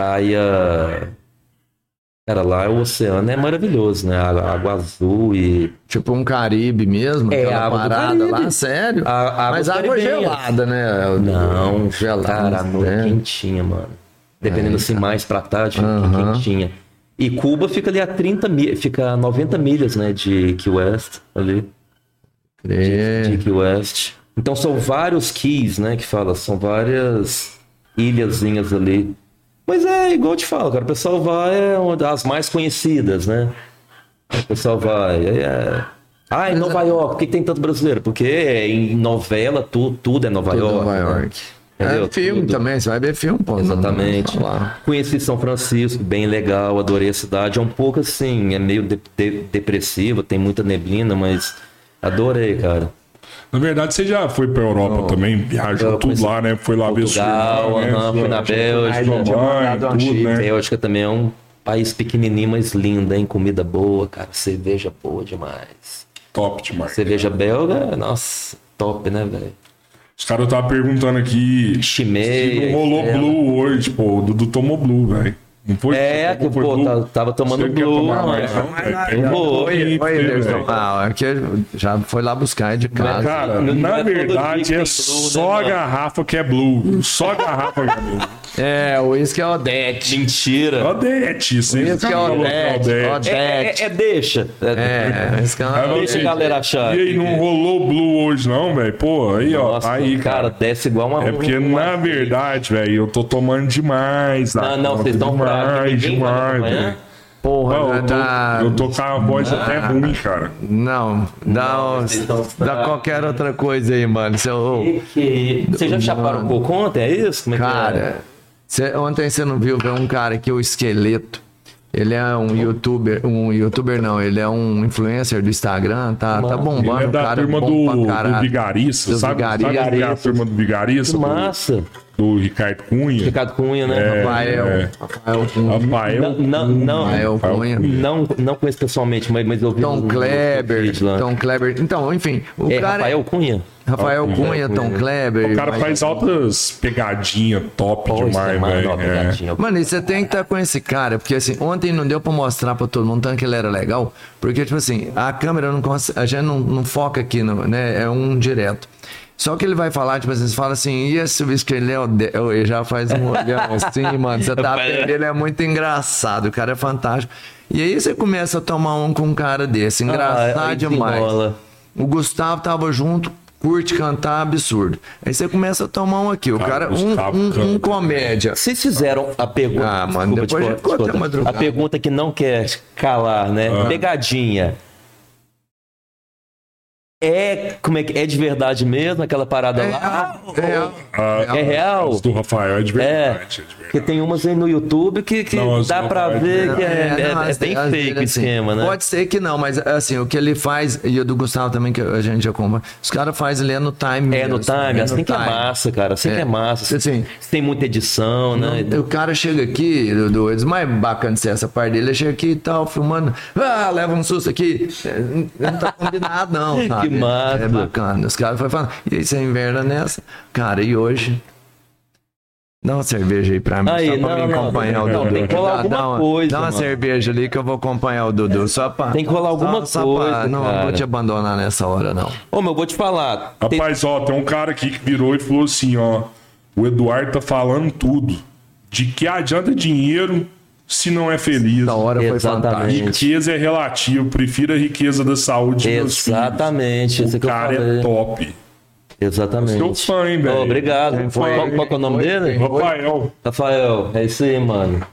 Speaker 1: praia... Cara, lá o oceano é maravilhoso, né? A- Água azul e
Speaker 2: Tipo um Caribe mesmo,
Speaker 1: É,
Speaker 2: aquela
Speaker 1: água do
Speaker 2: parada
Speaker 1: Caribe.
Speaker 2: lá, sério.
Speaker 1: A- água
Speaker 2: Mas
Speaker 1: do
Speaker 2: água
Speaker 1: Caribe. é
Speaker 2: gelada, né?
Speaker 1: Não,
Speaker 2: gelada.
Speaker 1: Cara, a noite
Speaker 2: né? É,
Speaker 1: quentinha, mano. Dependendo assim, mais pra tarde, fica
Speaker 2: Aham.
Speaker 1: quentinha. E Cuba fica ali a 30 milhas, fica a 90 milhas, né, de Key West, ali,
Speaker 2: É.
Speaker 1: de Key West. Então são vários keys, né, que fala, são várias ilhazinhas ali. Mas é igual eu te falo, cara, o pessoal vai, é uma das mais conhecidas, né? O pessoal vai, é... é... Ah, em Nova York, por que que tem tanto brasileiro? Porque é em novela tu, tudo é Nova
Speaker 2: Tudo
Speaker 1: York.
Speaker 2: Nova
Speaker 1: né?
Speaker 2: York.
Speaker 1: Entendeu?
Speaker 2: É filme
Speaker 1: Tudo.
Speaker 2: também, você vai ver filme, pô.
Speaker 1: Exatamente.
Speaker 2: Vamos falar.
Speaker 1: Conheci São Francisco, bem legal, adorei a cidade. É um pouco assim, é meio de- de- depressiva, tem muita neblina, mas adorei, cara.
Speaker 3: Na verdade, você já foi pra Europa também,
Speaker 1: Eu
Speaker 3: viajou tudo
Speaker 1: conheci
Speaker 3: lá, né? Foi lá
Speaker 1: Portugal,
Speaker 3: ver
Speaker 1: aham, fui na Bélgica,
Speaker 3: sua
Speaker 1: tinha um
Speaker 3: mãe,
Speaker 4: mandado uma
Speaker 3: tudo,
Speaker 4: chifre.
Speaker 3: né?
Speaker 1: Bélgica também é um país pequenininho, mas lindo, hein? Comida boa, cara, cerveja boa demais.
Speaker 3: Top demais.
Speaker 1: Cerveja belga, nossa, top, né, velho?
Speaker 3: Os caras estavam perguntando aqui
Speaker 1: Chimei,
Speaker 3: se não rolou
Speaker 1: é.
Speaker 3: Blue hoje, pô. O Dudu tomou Blue, velho. Não foi?
Speaker 1: É,
Speaker 3: Não
Speaker 1: que, pô, tá- tava tomando
Speaker 3: Você quer
Speaker 1: Blue,
Speaker 3: tomar mais,
Speaker 1: né?
Speaker 3: não, velho?
Speaker 1: Eu vou,
Speaker 3: Tem
Speaker 1: oi,
Speaker 3: isso,
Speaker 2: Oi,
Speaker 3: né,
Speaker 2: Anderson.
Speaker 3: velho?
Speaker 2: Ah, é que já foi lá buscar de casa.
Speaker 3: Cara,
Speaker 1: Não é
Speaker 3: na
Speaker 1: todo dia
Speaker 3: verdade é
Speaker 1: que tem Blue, né,
Speaker 3: só a
Speaker 1: mano?
Speaker 3: garrafa que é Blue. Só a garrafa que é Blue.
Speaker 2: É, o uísque é Odete.
Speaker 1: Mentira.
Speaker 3: Odete, sim.
Speaker 2: Esse que é Odete, Odete.
Speaker 1: É, é- é deixa.
Speaker 2: É, o uísque é
Speaker 3: Aí
Speaker 2: Odete.
Speaker 1: Deixa a
Speaker 3: você-
Speaker 1: galera achar.
Speaker 3: E aí, não rolou Blue hoje, não, velho? Pô, aí, ó.
Speaker 1: Nossa,
Speaker 3: aí,
Speaker 1: cara, tá desce igual uma
Speaker 3: É porque, na verdade, velho, eu tô tomando demais. dá
Speaker 1: Não, não,
Speaker 3: conta
Speaker 1: vocês um estão fracos.
Speaker 3: Demais,
Speaker 1: Ninguém vai né?
Speaker 3: demais,
Speaker 1: amanhã?
Speaker 3: velho.
Speaker 2: Porra, né?
Speaker 3: Não, eu,
Speaker 2: dá.
Speaker 3: tô, eu tô com a voz até ruim, cara.
Speaker 2: Não, dá, um-
Speaker 1: vocês tão-
Speaker 2: dá qualquer outra coisa aí, mano. Seu, ô,
Speaker 1: Que... Vocês já chaparam o cocô ontem? É isso? Como é que é?
Speaker 2: cara, cê- ontem você não viu ver um cara aqui, o esqueleto. Ele é um youtuber, um youtuber não, ele é um influencer do Instagram, tá, tá bombando.
Speaker 3: Ele é
Speaker 2: o
Speaker 3: da
Speaker 2: cara
Speaker 3: turma
Speaker 2: bom
Speaker 3: do,
Speaker 2: pra
Speaker 3: do
Speaker 2: caralho.
Speaker 3: Vigarista,
Speaker 2: Do
Speaker 3: sabe? Sabe
Speaker 2: Vigarista.
Speaker 3: quem é a turma do Vigarista?
Speaker 1: Que
Speaker 3: Do,
Speaker 1: massa.
Speaker 3: do Ricardo Cunha.
Speaker 1: Ricardo Cunha, né?
Speaker 2: Rafael,
Speaker 3: É.
Speaker 2: Rafael Cunha.
Speaker 1: Não,
Speaker 3: Rafael.
Speaker 1: não, não,
Speaker 2: Rafael Ah, é Cunha.
Speaker 1: não, não conheço pessoalmente, mas, mas eu vi.
Speaker 2: Tom
Speaker 1: no- no
Speaker 2: Kleber,
Speaker 1: vídeo lá.
Speaker 2: Tom Kleber. Então, enfim, o
Speaker 1: É,
Speaker 2: cara
Speaker 1: Rafael Cunha?
Speaker 2: Rafael Cunha, Tom Kleber.
Speaker 3: O cara
Speaker 2: mas-
Speaker 3: faz altas pegadinhas top
Speaker 1: Pô, isso é
Speaker 3: demais,
Speaker 1: maravilhoso,
Speaker 3: velho. É.
Speaker 1: gatinho.
Speaker 2: Mano, e você tem que estar com esse cara, porque assim, ontem não deu pra mostrar pra todo mundo tanto que ele era legal, porque tipo assim, a câmera não consegue, a gente não, não foca aqui, no, né? É um direto. Só que ele vai falar, tipo assim, você fala assim, e esse bicho ele é o de... Ô, Ele já faz um olhão assim, mano, você tá perdendo, ele é muito engraçado, o cara é fantástico. E aí você começa a tomar um com um cara desse, engraçado
Speaker 1: Ah, aí
Speaker 2: demais.
Speaker 1: desenrola.
Speaker 2: O Gustavo tava junto, curte cantar, absurdo. Aí você começa a tomar um aqui, o
Speaker 3: Cara,
Speaker 2: cara,
Speaker 3: o
Speaker 2: um,
Speaker 3: Gustavo
Speaker 2: um- um
Speaker 3: canta.
Speaker 2: comédia.
Speaker 1: Vocês fizeram a pergunta.
Speaker 2: Ah, mano,
Speaker 1: Desculpa,
Speaker 2: depois
Speaker 1: te
Speaker 2: a
Speaker 1: cortar,
Speaker 2: gente conta Ah.
Speaker 1: te cortar.
Speaker 2: madrugada.
Speaker 1: A pergunta que não quer calar, né? Pegadinha. É, como é que é de verdade mesmo aquela parada Tá lá?
Speaker 2: É real.
Speaker 3: Ah,
Speaker 1: É real?
Speaker 3: as Do Rafael é de
Speaker 1: É,
Speaker 3: verdade. É, de
Speaker 1: porque
Speaker 3: verdade.
Speaker 1: tem umas aí no YouTube que, que
Speaker 3: Não, as
Speaker 1: dá
Speaker 3: não
Speaker 1: pra
Speaker 3: faz,
Speaker 1: ver
Speaker 3: né?
Speaker 1: que é, é-
Speaker 2: não,
Speaker 1: é
Speaker 2: as-
Speaker 1: bem
Speaker 2: as
Speaker 1: fake o
Speaker 2: dele, assim,
Speaker 1: esquema, né?
Speaker 2: Pode ser que não, mas assim, o que ele faz, e o do Gustavo também, que a gente já compra, os caras fazem ali é no time.
Speaker 1: É no
Speaker 2: mesmo,
Speaker 1: time,
Speaker 2: é
Speaker 1: assim
Speaker 2: no
Speaker 1: que é
Speaker 2: time.
Speaker 1: massa, cara. Assim
Speaker 2: É.
Speaker 1: que é massa.
Speaker 2: Assim,
Speaker 1: Se tem muita edição, né?
Speaker 2: O cara chega aqui, do, do eles mais é bacana de ser essa parte dele, ele chega aqui e tal, filmando, ah, leva um susto aqui. É, Não tá combinado, não,
Speaker 1: Que
Speaker 2: sabe?
Speaker 1: massa.
Speaker 2: É bacana. Os caras foram falando, e aí você inverna nessa? Cara, e hoje? Dá uma cerveja aí pra mim,
Speaker 1: Aí,
Speaker 2: só pra
Speaker 1: não,
Speaker 2: me
Speaker 1: não,
Speaker 2: acompanhar
Speaker 1: tem-
Speaker 2: o
Speaker 1: não,
Speaker 2: Dudu.
Speaker 1: tem que rolar
Speaker 2: dá,
Speaker 1: alguma
Speaker 2: dá uma,
Speaker 1: coisa,
Speaker 2: dá uma
Speaker 1: mano.
Speaker 2: cerveja ali que eu vou acompanhar o Dudu, só pra...
Speaker 1: Tem que rolar alguma
Speaker 2: só,
Speaker 1: coisa,
Speaker 2: Pra, não, não vou
Speaker 1: cara.
Speaker 2: te abandonar nessa hora, não.
Speaker 1: Ô, meu, eu vou te falar. Tem-
Speaker 3: Rapaz, ó, tem um cara aqui que virou e falou assim, ó. O Eduardo tá falando tudo. De que adianta dinheiro se não é feliz.
Speaker 2: Essa hora foi
Speaker 1: Exatamente.
Speaker 2: fantástica.
Speaker 3: Riqueza é relativo, prefiro a riqueza da saúde. de meus filhos.
Speaker 1: Exatamente, esse
Speaker 3: O
Speaker 1: que eu
Speaker 3: cara
Speaker 1: falei.
Speaker 3: é top.
Speaker 1: Exatamente.
Speaker 3: Seu é um fã, hein, velho?
Speaker 1: Ô, obrigado.
Speaker 2: foi?
Speaker 1: Qual, qual que é o nome é dele?
Speaker 3: Rafael,
Speaker 1: Rafael, é isso aí, mano.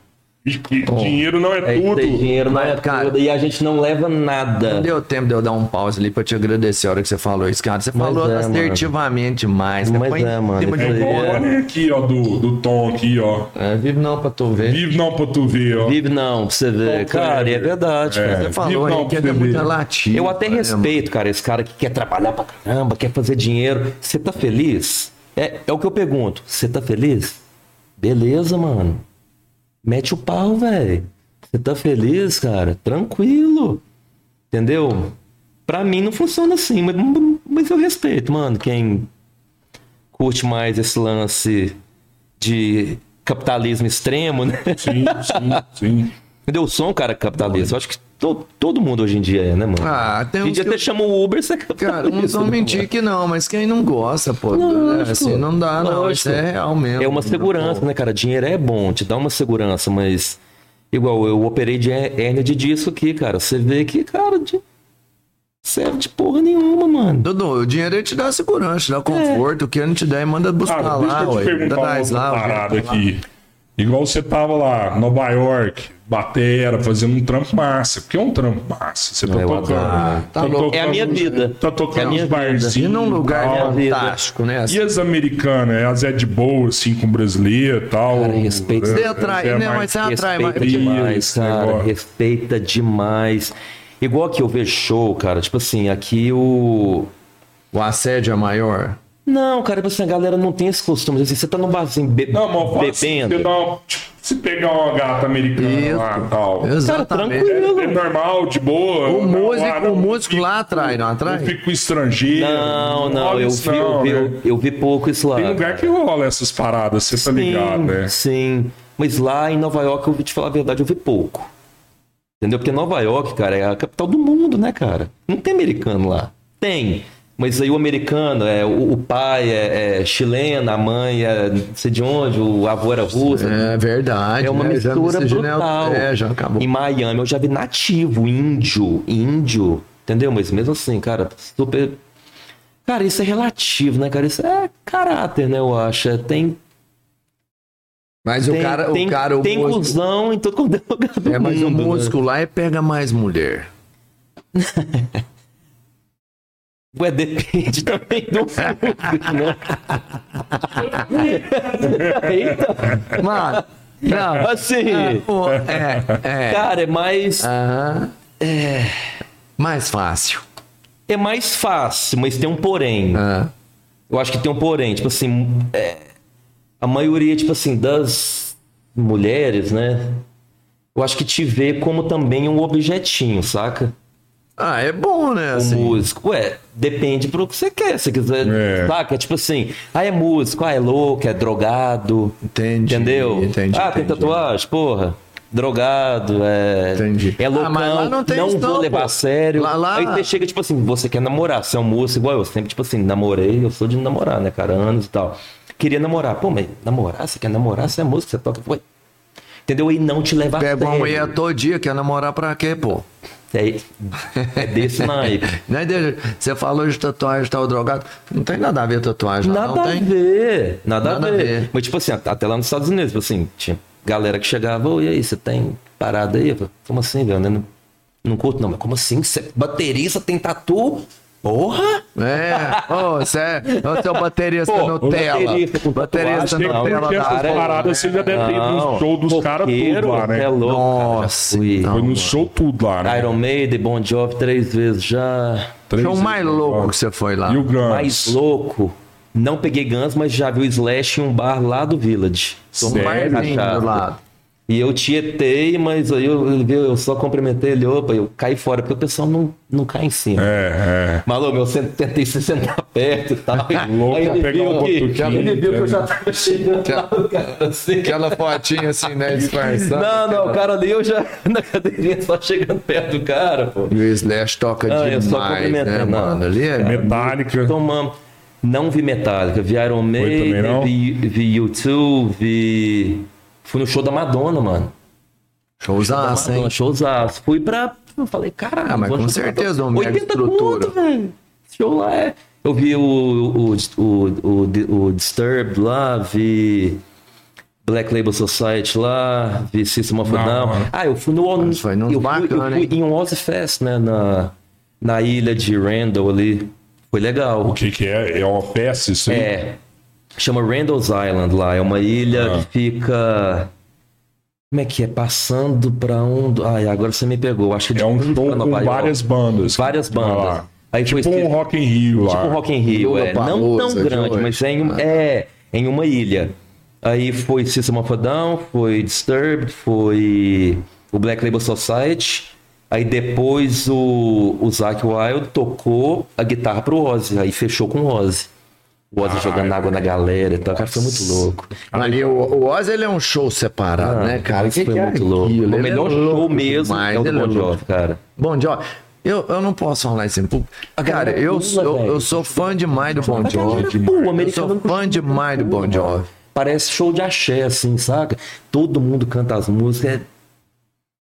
Speaker 3: E que dinheiro não é tudo.
Speaker 1: Tem dinheiro na
Speaker 2: Mas, cara-
Speaker 1: tudo e a gente não leva nada.
Speaker 2: Não deu tempo de eu dar um pause ali pra te agradecer a hora que você falou isso, cara. Você falou
Speaker 1: é, mano.
Speaker 2: assertivamente demais. Você
Speaker 1: Mas
Speaker 2: foi em
Speaker 1: é, mano,
Speaker 2: cima de
Speaker 1: isso aí
Speaker 2: tudo.
Speaker 1: é-
Speaker 3: Olha aqui, ó, do, do Tom aqui, ó.
Speaker 2: É, vive não pra tu ver.
Speaker 3: Vive não pra tu ver, ó.
Speaker 1: Vive não, pra você ver.
Speaker 3: Completo.
Speaker 1: Cara, e é verdade.
Speaker 3: É.
Speaker 1: cara.
Speaker 2: Você falou
Speaker 3: vive não
Speaker 2: aí que
Speaker 3: pra
Speaker 2: ele é
Speaker 3: tu
Speaker 2: muito
Speaker 3: ver.
Speaker 2: relativo.
Speaker 1: Eu até
Speaker 2: né,
Speaker 1: respeito, cara, esse cara que quer trabalhar pra caramba, quer fazer dinheiro. Você tá feliz? É, é o que eu pergunto. Você tá feliz? Beleza, mano. Mete o pau, velho. Você tá feliz, cara? Tranquilo. Entendeu? Pra mim não funciona assim, mas, mas eu respeito, mano, quem curte mais esse lance de capitalismo extremo, né?
Speaker 3: Sim, sim, sim.
Speaker 1: Entendeu? O som, cara, é capitalista. Eu acho que to- todo mundo hoje em dia é, né, mano?
Speaker 2: Ah, tem
Speaker 1: Hoje em
Speaker 2: uns
Speaker 1: dia
Speaker 2: que
Speaker 1: até
Speaker 2: eu-
Speaker 1: chama o Uber, você é
Speaker 2: Cara, não
Speaker 1: capitalista,
Speaker 2: vão
Speaker 1: né,
Speaker 2: mentir que não, mas quem não gosta, pô,
Speaker 1: Lógico.
Speaker 2: é, assim, não dá, não. Isso
Speaker 1: Lógico.
Speaker 2: é real mesmo.
Speaker 1: mano? É uma segurança, né, cara? Dinheiro é bom, te dá uma segurança, mas. Igual, eu operei de her- hérnia de disco aqui, cara. Você vê que, cara, de... serve de porra nenhuma, mano.
Speaker 2: Dudu, o dinheiro ele te dá segurança,
Speaker 1: É.
Speaker 2: te dá conforto, o que ele não te der, manda buscar
Speaker 3: Cara,
Speaker 2: lá,
Speaker 3: deixa eu te
Speaker 2: ué.
Speaker 3: perguntar uma
Speaker 2: Traz
Speaker 3: outra
Speaker 2: lá, ué.
Speaker 3: parada aqui. Igual você tava lá, Nova York, batera, fazendo um trampo massa. Porque é um trampo massa. Você tá
Speaker 1: Eu
Speaker 3: tocando.
Speaker 1: adoro.
Speaker 2: Tá
Speaker 3: tá
Speaker 2: louco.
Speaker 3: tocando-
Speaker 1: É a minha vida.
Speaker 3: Tá tocando
Speaker 1: É a minha
Speaker 3: uns
Speaker 1: vida.
Speaker 2: E
Speaker 3: barzinhos.
Speaker 2: num lugar
Speaker 3: tal.
Speaker 1: vida.
Speaker 2: fantástico, né?
Speaker 3: E as americanas? É as é de boa, assim, com brasileiro e tal.
Speaker 1: Cara, respeito.
Speaker 3: É,
Speaker 2: Você
Speaker 3: é
Speaker 2: atrai, né? Mas você atrai
Speaker 1: Respeita
Speaker 2: mais.
Speaker 3: mas-
Speaker 1: demais,
Speaker 3: Esse
Speaker 1: cara.
Speaker 3: negócio.
Speaker 1: Respeita demais. Igual aqui eu vejo show, cara. Tipo assim, aqui o.
Speaker 2: O assédio é maior.
Speaker 1: Não, cara, tipo assim, a galera não tem esse costume. Assim, você tá num barzinho be-
Speaker 3: Não, mas eu falo assim,
Speaker 1: bebendo.
Speaker 3: você dá uma- tipo, se pegar uma gata americana lá e tal.
Speaker 2: Exatamente.
Speaker 1: tranquilo.
Speaker 3: É normal, de boa.
Speaker 2: O
Speaker 3: Não,
Speaker 2: músico,
Speaker 3: lá não
Speaker 2: o músico
Speaker 3: fica-
Speaker 2: lá atrai, não
Speaker 3: Não
Speaker 2: atrai?
Speaker 3: fico estrangeiro.
Speaker 1: Não, não,
Speaker 3: rola
Speaker 1: eu
Speaker 3: isso
Speaker 1: vi, eu,
Speaker 3: não,
Speaker 1: vi,
Speaker 3: né?
Speaker 1: eu, eu vi pouco isso lá.
Speaker 3: Tem lugar que rola essas paradas, você tá
Speaker 1: sim,
Speaker 3: ligado, né?
Speaker 1: Sim. Mas lá em Nova York, eu vou te falar a verdade, eu vi pouco. Entendeu? Porque Nova York, cara, é a capital do mundo, né, cara? Não tem americano lá. Tem. Mas aí o americano, é, o, o pai é, é chileno, a mãe é não sei de onde, o avô era russo.
Speaker 2: É verdade.
Speaker 1: É uma
Speaker 2: né? Já
Speaker 1: mistura
Speaker 2: miscigeneu-
Speaker 1: brutal.
Speaker 2: É, já acabou.
Speaker 1: Em Miami eu já vi nativo, índio, índio, entendeu? Mas mesmo assim, cara, super. Cara, isso é relativo, né, cara? Isso é caráter, né? Eu acho. É, Tem,
Speaker 2: Mas o
Speaker 1: tem,
Speaker 2: cara,
Speaker 1: tem,
Speaker 2: o cara, o
Speaker 1: tem
Speaker 2: músico.
Speaker 1: cuzão em todo quanto é lugar do
Speaker 2: É, mas o
Speaker 1: mundo, né?
Speaker 2: músico lá é pega mais mulher.
Speaker 1: Ué, depende também do músico, né? Eita,
Speaker 2: Mano, não.
Speaker 1: Então, assim,
Speaker 2: o- É, é.
Speaker 1: cara, é mais.
Speaker 2: Aham. Mais fácil.
Speaker 1: É mais fácil, mas tem um porém.
Speaker 2: Ah,
Speaker 1: Eu acho que tem um porém, tipo assim, é, a maioria, tipo assim, das mulheres, né? Eu acho que te vê como também um objetinho, saca?
Speaker 2: Ah, é bom, né?
Speaker 1: O
Speaker 2: Assim.
Speaker 1: músico, ué, depende pro que você quer. Se você quiser,
Speaker 3: É.
Speaker 1: saca? Tipo assim, ah, é músico, ah, é louco, é drogado.
Speaker 2: Entendi,
Speaker 1: Entendeu?
Speaker 2: entendi,
Speaker 1: ah, tem
Speaker 2: entendi.
Speaker 1: tatuagem, porra. Drogado, é.
Speaker 2: Entendi.
Speaker 1: É loucão,
Speaker 2: Ah, mas lá
Speaker 1: não,
Speaker 2: não tem isso
Speaker 1: vou
Speaker 2: não,
Speaker 1: levar
Speaker 2: pô.
Speaker 1: a sério.
Speaker 2: Lá- lá-
Speaker 1: Aí você chega, tipo assim, você quer namorar, você é um moço igual eu. Sempre, tipo assim, namorei, eu sou de namorar, né, cara? Anos e tal. Queria namorar. Pô, mas namorar, você quer namorar, você é moço, você toca. Ué. Entendeu? E não te levar a
Speaker 2: Pega uma mulher
Speaker 1: sério.
Speaker 2: todo dia, quer namorar pra quê, pô?
Speaker 1: É, é desse naipe.
Speaker 2: Né, Dejo? Você falou de tatuagem, tal, drogado. Não tem nada a ver tatuagem, lá,
Speaker 1: Nada
Speaker 2: não
Speaker 1: a
Speaker 2: tem?
Speaker 1: ver. Nada,
Speaker 2: Nada
Speaker 1: a
Speaker 2: a
Speaker 1: ver.
Speaker 2: ver.
Speaker 1: Mas, tipo assim, até lá nos Estados Unidos, tipo assim, tinha galera que chegava, ô, e aí, você tem parada aí? Eu falei, Como assim, velho? Não, não curto, não. Mas como assim? Você é baterista, tem tatu? Porra!
Speaker 2: É, ô, você é ô, seu baterista
Speaker 1: Pô,
Speaker 2: Nutella.
Speaker 1: baterista com
Speaker 2: baterista
Speaker 1: tatuagem, não,
Speaker 2: Nutella
Speaker 1: porque
Speaker 2: da
Speaker 1: essas
Speaker 2: Apple,
Speaker 3: paradas
Speaker 2: né?
Speaker 3: você já deve ter ido no show dos caras tudo lá, né?
Speaker 1: É louco,
Speaker 2: Nossa,
Speaker 1: cara, já fui.
Speaker 2: então.
Speaker 3: Foi no show tudo lá, né?
Speaker 1: Iron Maiden, Bon Jovi, três vezes já.
Speaker 3: Três
Speaker 2: Show mais
Speaker 3: vezes,
Speaker 2: louco
Speaker 3: ó.
Speaker 2: que você foi lá.
Speaker 3: E o Guns?
Speaker 1: Mais louco. Não peguei Guns, mas já vi o Slash em um bar lá do Village.
Speaker 2: Um
Speaker 3: Sério?
Speaker 2: barzinho
Speaker 1: Cachaça.
Speaker 2: do lado.
Speaker 1: E eu tietei, mas aí eu, eu- eu só cumprimentei ele, opa, eu caí fora, porque o pessoal não, não cai em cima.
Speaker 3: É, é.
Speaker 1: Malu, eu sen- tentei se sentar perto e tal.
Speaker 3: Louco
Speaker 1: aí
Speaker 3: pra
Speaker 1: ele
Speaker 3: pegar
Speaker 1: viu,
Speaker 3: um
Speaker 1: que,
Speaker 3: batuquinho,
Speaker 1: ele viu que eu já
Speaker 3: né?
Speaker 1: tava chegando lá do cara, assim.
Speaker 2: Aquela fotinha assim, né, disfarçada.
Speaker 1: Não, não, o cara ali, eu já na cadeirinha, só chegando perto do cara, pô.
Speaker 2: E o Slash toca
Speaker 1: Ah, eu só
Speaker 2: demais, né,
Speaker 1: cumprimentei, não.
Speaker 2: mano? Ali é...
Speaker 3: Metallica.
Speaker 1: Tomamos. Então, Não vi Metallica, vi Iron
Speaker 3: também
Speaker 1: Maiden,
Speaker 3: não?
Speaker 1: vi, vi U2, vi... Fui no show da Madonna, mano.
Speaker 2: Showzaço, hein?
Speaker 1: Madonna, showzaço. Fui pra. Eu falei, caralho.
Speaker 2: Ah, mas
Speaker 1: vou
Speaker 2: com
Speaker 1: no show da
Speaker 2: certeza,
Speaker 1: Madonna.
Speaker 2: uma mega
Speaker 1: 80 conto,
Speaker 2: estrutura.
Speaker 1: velho. Esse Show lá é. Eu vi o, o, o, o, o, o Disturbed lá, vi. Black Label Society lá, vi System of a
Speaker 3: Da
Speaker 1: Down.
Speaker 3: hora.
Speaker 1: Ah, eu fui no On-
Speaker 2: Mas foi num
Speaker 1: eu, fui, eu
Speaker 2: bacana,
Speaker 1: fui
Speaker 2: hein?
Speaker 1: em um Ozzy Fest, né, na, na ilha de Randall ali. Foi legal.
Speaker 3: O que que é? É uma peça isso aí?
Speaker 1: É. Chama Randall's Island lá, é uma ilha
Speaker 3: Ah.
Speaker 1: que fica Como é que é? Passando pra um. Ai, agora você me pegou. Acho que
Speaker 3: É um
Speaker 1: de-
Speaker 3: show
Speaker 1: pra
Speaker 3: com
Speaker 1: tipo, Nova York.
Speaker 3: várias bandas.
Speaker 1: Várias
Speaker 3: Vai lá.
Speaker 1: bandas. Aí foi
Speaker 3: Tipo um
Speaker 1: escrito-
Speaker 3: Rock in Rio lá.
Speaker 1: Tipo o Rock in Rio, é. Não tão
Speaker 4: Lollapalooza,
Speaker 1: grande,
Speaker 4: Joey.
Speaker 1: mas é em,
Speaker 4: Ah.
Speaker 1: é em uma ilha. Aí foi System of a Down, foi Disturbed, foi o Black Label Society. Aí depois o, o Zac Wild tocou a guitarra pro Ozzy, aí fechou com o Ozzy. O Ozzy jogando água na galera e tal, cara, foi muito louco.
Speaker 4: Ali, o, o Oz, ele é um show separado,
Speaker 1: Ah,
Speaker 4: né, cara?
Speaker 1: isso
Speaker 4: Que
Speaker 1: foi
Speaker 4: que é
Speaker 1: muito louco.
Speaker 4: aquilo?
Speaker 1: O
Speaker 4: Ele
Speaker 1: melhor
Speaker 4: é
Speaker 1: show
Speaker 4: louco
Speaker 1: mesmo
Speaker 4: demais,
Speaker 1: é o do
Speaker 4: ele é
Speaker 1: Bon
Speaker 4: louco.
Speaker 1: Jovi, cara.
Speaker 2: Bon Jovi. Eu, eu não posso falar isso em público. Cara, eu,
Speaker 1: pula,
Speaker 2: eu,
Speaker 1: velho.
Speaker 2: eu sou fã demais do Bon
Speaker 1: Mas a galera
Speaker 2: Jovi.
Speaker 1: pula, o
Speaker 2: Eu
Speaker 1: americano
Speaker 2: sou
Speaker 1: não costuma
Speaker 2: fã demais do Bon Jovi.
Speaker 1: Parece show de axé, assim, saca? Todo mundo canta as músicas. é-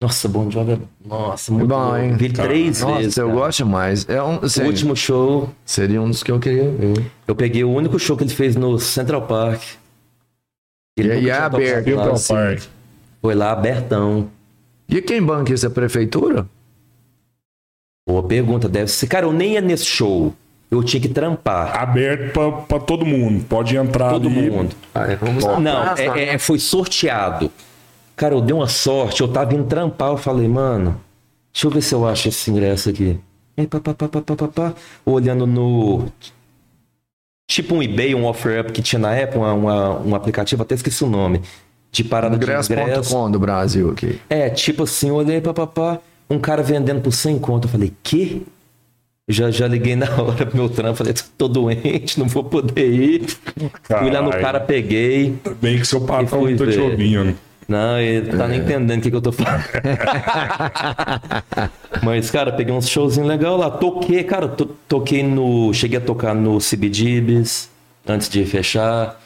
Speaker 1: Nossa, Bon Jovi é... Nossa, muito
Speaker 2: Bom,
Speaker 1: bom,
Speaker 2: hein?
Speaker 1: Vi três vezes,
Speaker 2: Nossa, eu
Speaker 1: cara.
Speaker 2: gosto demais. É um,
Speaker 1: O
Speaker 2: assim,
Speaker 1: último show,
Speaker 2: Seria um dos que eu queria ver.
Speaker 1: eu peguei o único show que ele fez no Central Park.
Speaker 2: E-
Speaker 1: nunca
Speaker 2: e é
Speaker 1: tinha tocado
Speaker 2: aberto,
Speaker 1: lá,
Speaker 3: Central
Speaker 1: assim.
Speaker 3: Park.
Speaker 1: Foi lá, abertão.
Speaker 2: E quem banca isso? é A prefeitura?
Speaker 1: Boa pergunta, deve ser. Cara, eu nem ia nesse show. Eu tinha que trampar.
Speaker 3: Aberto pra, pra todo mundo. Pode entrar
Speaker 1: Todo
Speaker 3: ali.
Speaker 1: mundo.
Speaker 2: Ah, vamos
Speaker 1: Não, é- é- foi sorteado. Cara, eu dei uma sorte, eu tava indo trampar, eu falei, mano, deixa eu ver se eu acho esse ingresso aqui. E pá, pá, pá, pá, pá, pá, pá, olhando no. Tipo um eBay, um offer-up que tinha na época, uma, uma- um aplicativo, até esqueci o nome. De parada de ingresso.
Speaker 2: Ingresso.com do Brasil aqui.
Speaker 1: É, tipo assim, eu olhei, papapá, um cara vendendo por 100 conto. Eu falei, que? Já, já liguei na hora pro meu trampo, falei, tô doente, não vou poder ir. Fui lá no
Speaker 3: Caralho.
Speaker 1: cara, peguei.
Speaker 3: Bem que seu patrão
Speaker 1: E fui
Speaker 3: não tá te
Speaker 1: ver.
Speaker 3: ouvindo.
Speaker 1: Não, ele tá
Speaker 2: É.
Speaker 1: nem entendendo o que, que eu tô falando. Mas, cara, peguei uns showzinhos legal lá. Toquei, cara, to- toquei no. Cheguei a tocar no CBGBs antes de fechar.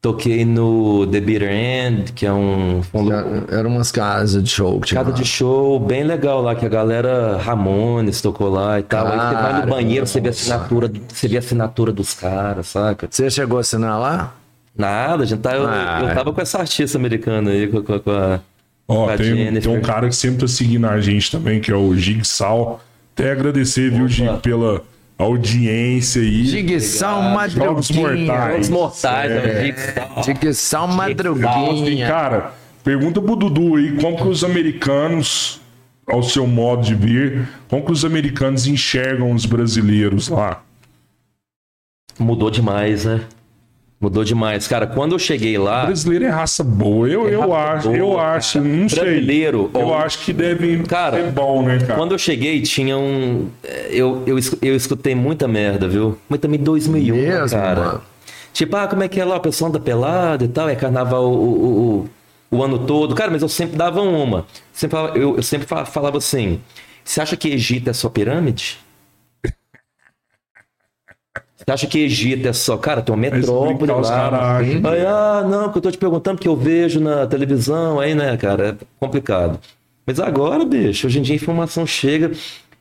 Speaker 1: Toquei no The Bitter End, que é um. um
Speaker 2: Já- Eram umas casas de show que tinha.
Speaker 1: Cada
Speaker 2: lá.
Speaker 1: de show bem legal lá, que a galera Ramones tocou lá e tal. Aí você vai
Speaker 2: Cara,
Speaker 1: no banheiro, você vê, a
Speaker 2: nossa.
Speaker 1: assinatura, você vê a assinatura dos caras, saca?
Speaker 2: Você chegou a assinar lá?
Speaker 1: Nada, a gente tá, eu,
Speaker 2: Ah,
Speaker 1: eu
Speaker 2: é.
Speaker 1: tava com essa artista americana aí, com, com- com a. com
Speaker 3: Ó,
Speaker 1: a
Speaker 3: tem,
Speaker 1: Jennifer.
Speaker 3: tem um cara que sempre tá seguindo a gente também, que é o Jigsaw. Até agradecer, viu, Gig, pela audiência aí.
Speaker 2: Diguição
Speaker 3: Jogos
Speaker 2: Madruguinha.
Speaker 3: Mortais.
Speaker 1: Os mortais,
Speaker 3: É.
Speaker 1: né, Dick?
Speaker 2: Diguição
Speaker 3: Assim,
Speaker 2: Madruguinha.
Speaker 3: cara, pergunta pro Dudu aí como que os americanos, ao seu modo de ver, como que os americanos enxergam os brasileiros lá?
Speaker 1: Mudou demais, né? Mudou demais. Cara, quando eu cheguei
Speaker 3: O
Speaker 1: lá,
Speaker 3: brasileiro é raça boa, eu, eu
Speaker 1: Ah. raça
Speaker 3: acho,
Speaker 1: boa,
Speaker 3: eu
Speaker 1: cara.
Speaker 3: acho, não sei.
Speaker 1: Brasileiro,
Speaker 3: Eu
Speaker 1: ó,
Speaker 3: acho que deve
Speaker 1: Cara,
Speaker 3: ser bom, né, cara?
Speaker 1: quando eu cheguei, tinha um. Eu, eu, es- eu escutei muita merda, viu? Mas também 2001,
Speaker 2: Mesmo,
Speaker 1: né, cara.
Speaker 2: mano?
Speaker 1: Tipo, ah, como é que é lá? O pessoal anda pelado e tal, é carnaval o, o, o, o ano todo. Cara, mas eu sempre dava uma. Sempre falava- eu, eu sempre fa- falava assim: você acha que Egito é só pirâmide? Você acha que Egito é só. Cara, tem uma metrópole
Speaker 3: brincar os
Speaker 1: lá. né?
Speaker 3: caras acham. é.
Speaker 1: Aí, ah, não, que eu tô te perguntando porque eu vejo na televisão, aí, né, cara, é complicado. Mas agora, bicho, hoje em dia a informação chega.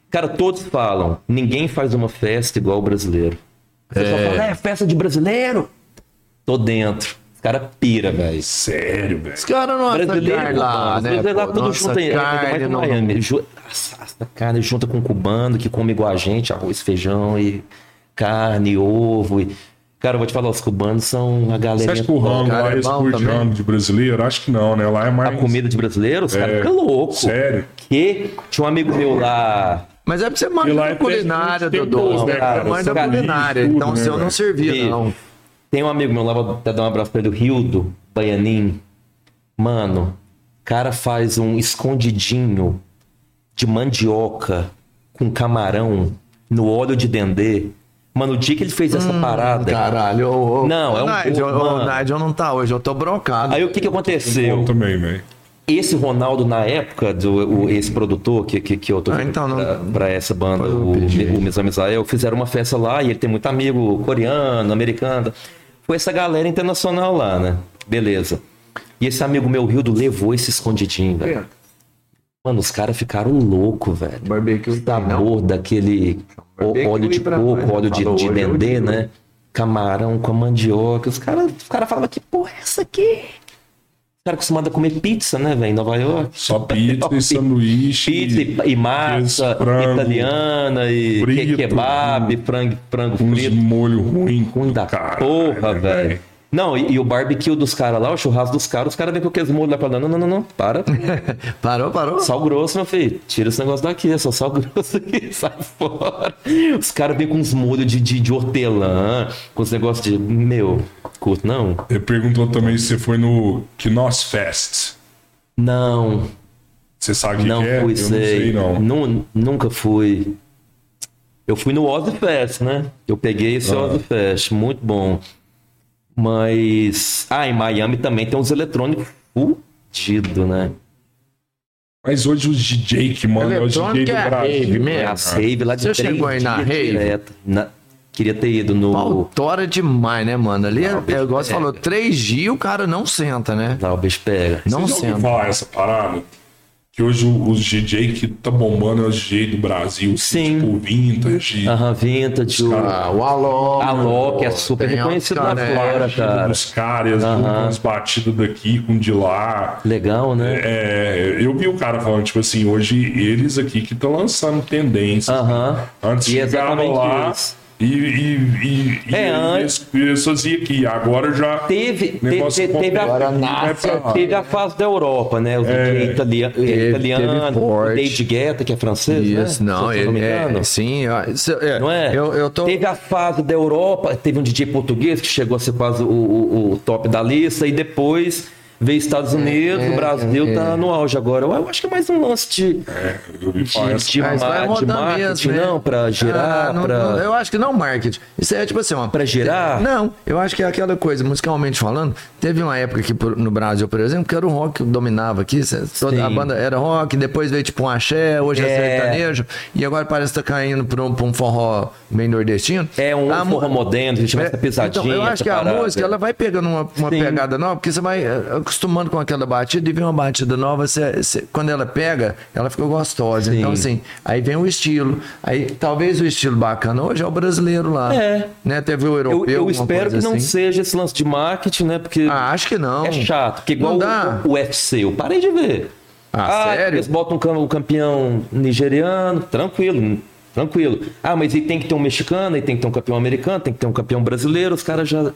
Speaker 1: Cara, todos falam, ninguém faz uma festa igual o brasileiro. Você só fala, é festa de brasileiro? Tô dentro. Os caras pira, velho.
Speaker 3: Sério, velho.
Speaker 2: Os caras não
Speaker 1: Brasileiro,
Speaker 2: assinar lá,
Speaker 1: os
Speaker 2: né?
Speaker 1: brasileiros é lá
Speaker 2: pô?
Speaker 1: tudo
Speaker 2: Nossa,
Speaker 1: junto aí,
Speaker 2: carne
Speaker 1: ainda mais
Speaker 2: não-
Speaker 1: em Miami. Ju- Assa carne junta com cubano que come igual a gente, arroz, feijão e carne, ovo. E... Cara, eu vou te falar, os cubanos são a
Speaker 3: Você
Speaker 1: galera.
Speaker 3: acha que o rango
Speaker 2: cara,
Speaker 3: lá
Speaker 2: é
Speaker 3: é
Speaker 2: bom
Speaker 3: curte
Speaker 2: também.
Speaker 3: rango de brasileiro? Acho que não, né? Lá é mais.
Speaker 1: A comida Tá de brasileiro, os caras
Speaker 3: É.
Speaker 1: ficam loucos.
Speaker 3: Sério?
Speaker 1: Que tinha um amigo meu lá.
Speaker 2: Mas é pra você
Speaker 3: E
Speaker 2: mais
Speaker 3: lá
Speaker 2: da
Speaker 3: é festa
Speaker 2: culinária,
Speaker 3: de
Speaker 2: Dodô.
Speaker 3: tempos,
Speaker 1: né,
Speaker 2: Cara,
Speaker 1: cara?
Speaker 2: mais da
Speaker 1: Cara,
Speaker 2: culinária.
Speaker 3: tudo,
Speaker 2: Então,
Speaker 3: né,
Speaker 2: se eu não
Speaker 3: velho?
Speaker 2: servia, não.
Speaker 1: Tem um amigo meu lá, vou até dar um abraço pra ele, o Rildo Baianin. Mano, o cara faz um escondidinho de mandioca com camarão no óleo de dendê. Mano, o dia que ele fez essa parada.
Speaker 2: Caralho, ô, ô.
Speaker 1: Não, é um-
Speaker 2: Nigel, ô,
Speaker 1: mano.
Speaker 2: Nigel não tá hoje, eu tô brocado.
Speaker 1: Aí o que, que
Speaker 3: Bom
Speaker 1: aconteceu?
Speaker 3: também, velho.
Speaker 1: Esse Ronaldo, na época, do, o- esse produtor que, que, que eu tô
Speaker 2: Ah, então não-
Speaker 1: pra, pra essa banda, o,
Speaker 2: pedir.
Speaker 1: o Mizar Misael, fizeram uma festa lá e ele tem muito amigo coreano, americano. Foi essa galera internacional lá, né? Beleza. E esse amigo meu, Rildo, levou esse escondidinho,
Speaker 2: É.
Speaker 1: velho. Mano, os caras ficaram loucos, velho.
Speaker 2: Barbecue tá
Speaker 1: Sabor daquele ó-
Speaker 2: Barbecue
Speaker 1: óleo de
Speaker 2: pra
Speaker 1: coco,
Speaker 3: né?
Speaker 2: nós,
Speaker 1: óleo de,
Speaker 2: falou
Speaker 1: de
Speaker 2: hoje,
Speaker 1: dendê,
Speaker 2: hoje.
Speaker 1: né? Camarão com a mandioca. Os caras os cara falavam, que porra é essa aqui? cara acostumado a comer pizza, né, velho? Em Nova York.
Speaker 3: Só pizza e sanduíche.
Speaker 1: Pizza e, e massa,
Speaker 3: Esse frango,
Speaker 1: italiana e
Speaker 3: frito,
Speaker 1: que- kebab, frango, frango
Speaker 3: Uns
Speaker 1: frito.
Speaker 3: molho ruim.
Speaker 1: Ruim da
Speaker 3: caralho,
Speaker 1: porra,
Speaker 3: né,
Speaker 1: velho. Não, e, e o barbecue dos caras lá, o churrasco dos caras, os caras vêm com aqueles molhos lá falando, não, não, não, não, para.
Speaker 2: Parou, parou?
Speaker 1: Sal grosso, meu filho. Tira esse negócio daqui, é só sal grosso aqui, sai fora. Os caras vêm com uns molhos de, de, de hortelã, com os negócios de. Meu, curto, não.
Speaker 3: Ele perguntou também se você foi no Knoss Fest.
Speaker 1: Não,
Speaker 3: Você sabe o que
Speaker 1: não
Speaker 3: que é?
Speaker 1: fui,
Speaker 3: Eu não
Speaker 1: sei.
Speaker 3: sei, não.
Speaker 1: Nu- nunca fui. Eu fui no Ozzy Fest, né? Eu peguei esse
Speaker 3: Ah.
Speaker 1: Ozzy Fest, muito bom. Mas. Ah, em Miami também tem uns eletrônicos fudido, né?
Speaker 3: Mas hoje os DJ que manda é o DJ do
Speaker 4: Eletrônica é rave
Speaker 3: Brasil.
Speaker 1: É
Speaker 4: mesmo.
Speaker 1: a save lá de
Speaker 4: Você
Speaker 1: três
Speaker 4: chegou aí na
Speaker 1: dias
Speaker 4: rave?
Speaker 1: direto. Na- Queria ter ido no.
Speaker 2: Pautora demais, né, mano? Ali, é,
Speaker 1: bicho,
Speaker 2: é igual você
Speaker 1: é.
Speaker 2: falou, três dias o cara não senta, né?
Speaker 1: Lá o bicho pega.
Speaker 2: Não
Speaker 3: Você já ouviu
Speaker 2: senta.
Speaker 3: falar essa parada? Que hoje o- os DJ que tá bombando é os DJ do Brasil. assim,
Speaker 1: Sim.
Speaker 3: Tipo vintage.
Speaker 1: Aham, vintage. O...
Speaker 3: caras-
Speaker 4: Ah, o Alô.
Speaker 1: Alô, que é super
Speaker 4: Tem
Speaker 1: reconhecido
Speaker 4: outros
Speaker 1: lá
Speaker 2: né?
Speaker 4: caras, é.
Speaker 1: fora, cara.
Speaker 3: Os caras,
Speaker 1: Aham.
Speaker 3: umas batidas daqui com de lá.
Speaker 1: Legal, né?
Speaker 3: É, eu vi o cara falando, tipo assim, hoje eles aqui que estão lançando tendências.
Speaker 1: Aham.
Speaker 3: Antes
Speaker 1: E é
Speaker 3: chegaram
Speaker 1: exatamente
Speaker 3: lá
Speaker 1: isso.
Speaker 3: e, e, e, e
Speaker 1: É,
Speaker 3: eles- eles faziam aqui. Agora já
Speaker 1: Teve,
Speaker 3: o
Speaker 1: teve,
Speaker 3: negócio
Speaker 1: teve, teve
Speaker 3: agora
Speaker 1: a,
Speaker 3: nasce.
Speaker 1: teve a fase da Europa, né? O DJ italiano,
Speaker 2: é. Teve- teve
Speaker 1: italiano o
Speaker 2: forte.
Speaker 1: David Guetta, que é francês,
Speaker 2: Isso,
Speaker 1: né?
Speaker 2: não,
Speaker 1: Se eu não
Speaker 2: ele
Speaker 1: me engano.
Speaker 2: é, sim, ó, isso, é,
Speaker 1: Não é?
Speaker 2: Eu, eu tô...
Speaker 1: Teve a fase da Europa, teve um DJ português que chegou a ser quase o, o- o top da lista, e depois veio Estados
Speaker 2: É,
Speaker 1: Unidos, o Brasil tá no auge agora. Eu, eu acho que é mais um lance de,
Speaker 3: É, eu vi falar
Speaker 1: de,
Speaker 3: essa
Speaker 1: de,
Speaker 2: Mas vai
Speaker 1: ma- de
Speaker 2: rodando
Speaker 1: marketing,
Speaker 2: mesmo, né?
Speaker 1: não, pra girar,
Speaker 2: Ah, não-
Speaker 1: pra...
Speaker 2: não, eu acho que não marketing. Isso é tipo assim, uma...
Speaker 1: Pra girar?
Speaker 2: Não, eu acho que é aquela coisa, musicalmente falando, teve uma época aqui por- no Brasil, por exemplo, que era o rock que dominava aqui, cê- toda a
Speaker 1: Sim.
Speaker 2: banda era rock, depois veio tipo um axé, hoje é,
Speaker 1: É.
Speaker 2: sertanejo, e agora parece que tá caindo pra um, pra um forró meio nordestino.
Speaker 1: É um
Speaker 2: A mu-
Speaker 1: forró moderno, que chama essa pesadinha.
Speaker 2: Então, eu acho
Speaker 1: essa
Speaker 2: que a
Speaker 1: parada.
Speaker 2: música, ela vai pegando uma, uma
Speaker 1: Sim.
Speaker 2: pegada nova, porque você vai eh, acostumando com aquela batida e vem uma batida nova, você, você- quando ela pega, ela fica gostosa.
Speaker 1: Sim.
Speaker 2: Então, assim, aí vem o estilo. Aí, talvez o estilo bacana hoje é o brasileiro lá.
Speaker 1: É.
Speaker 2: Né? Teve o
Speaker 1: Eu,
Speaker 2: europeu,
Speaker 1: eu
Speaker 2: alguma
Speaker 1: espero que
Speaker 2: coisa
Speaker 1: não
Speaker 2: assim.
Speaker 1: seja esse lance de marketing, né? Porque
Speaker 2: Ah, acho que não.
Speaker 1: é chato. Porque igual
Speaker 2: Não dá.
Speaker 1: o, o UFC, eu parei de ver.
Speaker 2: Ah, sério?
Speaker 1: Eles botam um cam- o campeão nigeriano, tranquilo, tranquilo. Ah, mas aí tem que ter um mexicano, aí tem que ter um campeão americano, tem que ter um campeão brasileiro, os caras já,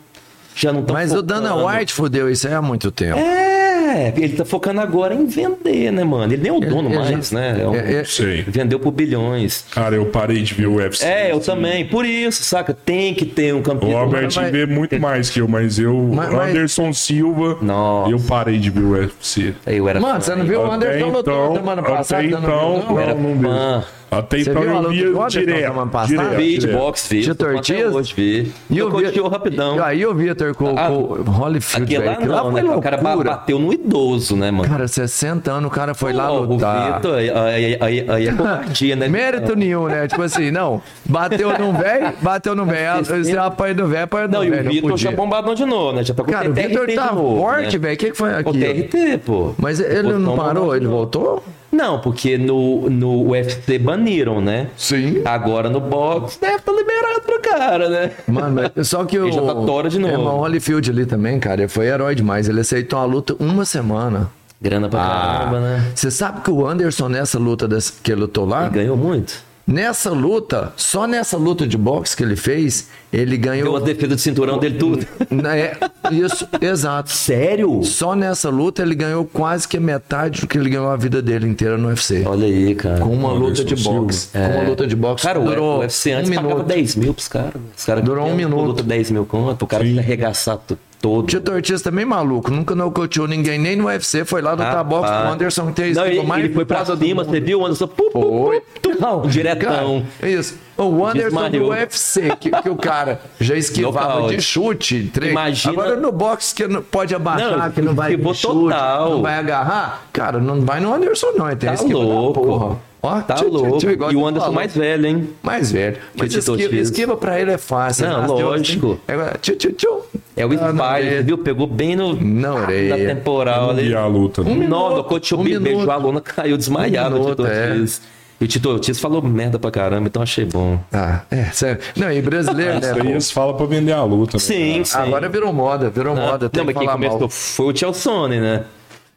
Speaker 1: já não estão
Speaker 2: Mas o Dana White fudeu isso aí há muito tempo.
Speaker 1: É, ele tá focando agora em vender, né, mano? Ele nem é o dono
Speaker 2: ele já-
Speaker 1: mais, né? É um-
Speaker 2: É, é-
Speaker 3: Sei.
Speaker 1: Vendeu por bilhões.
Speaker 3: Cara, eu parei de ver o UFC.
Speaker 1: É, eu também. Por isso, saca? Tem que ter um campeão.
Speaker 3: O Albert
Speaker 2: Mas-
Speaker 3: vê muito mais que eu, mas eu.
Speaker 2: Mas- mas-
Speaker 3: Anderson Silva.
Speaker 1: Nossa.
Speaker 3: eu parei de ver o UFC.
Speaker 1: Eu era
Speaker 2: Mano, você não viu o
Speaker 3: Até
Speaker 2: Anderson
Speaker 3: então,
Speaker 2: lutou semana
Speaker 3: até
Speaker 2: passada? né,
Speaker 3: então,
Speaker 2: não, viu,
Speaker 3: não,
Speaker 2: não?
Speaker 1: Era
Speaker 3: não vi.
Speaker 1: fã.
Speaker 3: Até
Speaker 2: Você
Speaker 3: então
Speaker 2: viu a
Speaker 3: eu
Speaker 2: luta
Speaker 3: via
Speaker 2: do Anderson
Speaker 3: direto.
Speaker 2: semana passada?
Speaker 3: direto,
Speaker 1: Vi de
Speaker 3: direto.
Speaker 1: boxe, vi.
Speaker 2: Vitor
Speaker 1: Tô até
Speaker 2: Dias?
Speaker 1: hoje, vi.
Speaker 2: E o
Speaker 1: Nocauteou
Speaker 2: Vitor,
Speaker 1: rapidão.
Speaker 2: e aí o Vitor com,
Speaker 1: Ah,
Speaker 2: com o Holyfield,
Speaker 1: Aquele
Speaker 2: velho,
Speaker 1: lá
Speaker 2: aquilo
Speaker 1: não,
Speaker 2: é lá
Speaker 1: né?
Speaker 2: foi
Speaker 1: O cara ba-
Speaker 2: loucura.
Speaker 1: bateu no idoso, né, mano?
Speaker 2: Cara, 60 anos, o cara foi lá
Speaker 1: Pô, O
Speaker 2: lutar.
Speaker 1: Vitor, aí, aí, aí, aí é covardia, né?
Speaker 2: Mérito nenhum, né? Tipo assim, não. Bateu num velho, bateu no velho. Você apanha do velho, apanha do
Speaker 1: Não, e
Speaker 2: velho.
Speaker 1: o Vitor já
Speaker 2: podia.
Speaker 1: bombadão de novo, né? Já tá com
Speaker 2: Cara, o
Speaker 1: TRT
Speaker 2: Vitor
Speaker 1: de
Speaker 2: tá
Speaker 1: novo, né?
Speaker 2: forte, velho. O que, que foi
Speaker 1: O
Speaker 2: aqui?
Speaker 1: TRT, pô.
Speaker 2: Mas ele
Speaker 1: Botou
Speaker 2: não
Speaker 1: um
Speaker 2: parou?
Speaker 1: bombadão
Speaker 2: Ele
Speaker 1: de novo.
Speaker 2: voltou?
Speaker 1: Não, porque no, no UFC baniram, né?
Speaker 2: Sim.
Speaker 1: Agora no boxe deve tá liberado pro cara, né?
Speaker 2: Mano, mas- só que o.
Speaker 1: Ele já tá tora de novo.
Speaker 2: É, mas o Holyfield ali também, cara. Ele foi herói demais. Ele aceitou a luta uma semana.
Speaker 1: Grana pra
Speaker 2: Ah.
Speaker 1: caramba, né?
Speaker 2: Você sabe que o Anderson, nessa luta das- que ele lutou lá,
Speaker 1: Ele ganhou muito.
Speaker 2: nessa luta, só nessa luta de boxe que ele fez, ele
Speaker 1: Deu
Speaker 2: ganhou.
Speaker 1: as defesas de cinturão dele tudo.
Speaker 2: É, isso, exato.
Speaker 1: Sério?
Speaker 2: Só nessa luta ele ganhou quase que a metade do que ele ganhou a vida dele inteira no UFC.
Speaker 1: Olha aí, cara.
Speaker 2: Com uma luta
Speaker 3: Anderson
Speaker 2: de
Speaker 3: Silva.
Speaker 2: boxe. Com uma luta de boxe
Speaker 1: É. Cara,
Speaker 2: que durou
Speaker 1: o UFC antes
Speaker 2: um
Speaker 1: pagava
Speaker 2: minuto.
Speaker 1: 10 mil pros caras. né? Os caras
Speaker 2: Durou um
Speaker 1: queriam, pô,
Speaker 2: minuto.
Speaker 1: Luta 10 mil conto, o cara
Speaker 3: Sim.
Speaker 1: tinha arregaçado todo.
Speaker 2: Tito Ortiz também maluco, nunca nocauteou ninguém, nem no UFC, foi lá lutar boxe com o Anderson, que tem
Speaker 1: Ah, Não,
Speaker 2: esquiva
Speaker 1: ele, ele foi pra
Speaker 2: foda do
Speaker 1: cima,
Speaker 2: mundo.
Speaker 1: você viu? O Anderson. Pu, pu,
Speaker 2: Foi.
Speaker 1: pu, tum, Um
Speaker 2: Cara,
Speaker 1: diretão.
Speaker 2: isso. O Anderson
Speaker 1: Desmaiou.
Speaker 2: do UFC, que, que o cara já esquivava
Speaker 1: Nocaute.
Speaker 2: de chute, treino.
Speaker 1: Imagina-
Speaker 2: Agora no boxe que não pode abaixar,
Speaker 1: Não,
Speaker 2: que não vai
Speaker 1: esquivou
Speaker 2: de chute,
Speaker 1: total.
Speaker 2: não vai agarrar. Cara, não vai no Anderson não, ele tem
Speaker 1: Tá
Speaker 2: esquiva da porra.
Speaker 1: louco.
Speaker 2: Ó,
Speaker 1: tá
Speaker 2: tchau, tchau,
Speaker 1: louco.
Speaker 2: tchau, igual
Speaker 1: e o
Speaker 2: você
Speaker 1: Anderson
Speaker 2: falou.
Speaker 1: mais velho, hein?
Speaker 2: Mais velho. Mas
Speaker 1: Editor
Speaker 2: esquiva,
Speaker 1: X.
Speaker 2: esquiva pra ele é fácil.
Speaker 1: Não,
Speaker 2: nasceu
Speaker 1: lógico.
Speaker 2: assim. Agora, tchau, tchau, tchau.
Speaker 1: É o
Speaker 2: Ah, não,
Speaker 1: Spider,
Speaker 2: é-
Speaker 1: viu? Pegou bem no,
Speaker 2: Na orelha.
Speaker 1: na temporal
Speaker 3: Eu vi
Speaker 1: ali.
Speaker 3: a luta. né?
Speaker 1: Um
Speaker 2: minuto,
Speaker 1: Nossa, o Tio
Speaker 2: um
Speaker 1: Bi beijou
Speaker 2: minuto.
Speaker 1: a aluna, caiu desmaiado
Speaker 2: Um
Speaker 1: o Tito
Speaker 2: minuto, é.
Speaker 1: Ortiz. E o Tito Ortiz falou merda pra caramba, então achei bom.
Speaker 2: Ah, é, sério. Não, e brasileiro, né?
Speaker 3: Isso aí eles falam pra vender a luta. né,
Speaker 1: Sim,
Speaker 2: É,
Speaker 3: cara?
Speaker 1: sim.
Speaker 2: Agora virou moda, virou moda. Tem
Speaker 1: Não,
Speaker 2: que
Speaker 1: mas quem
Speaker 2: falar
Speaker 1: começou
Speaker 2: mal.
Speaker 1: foi o Chelsone, né?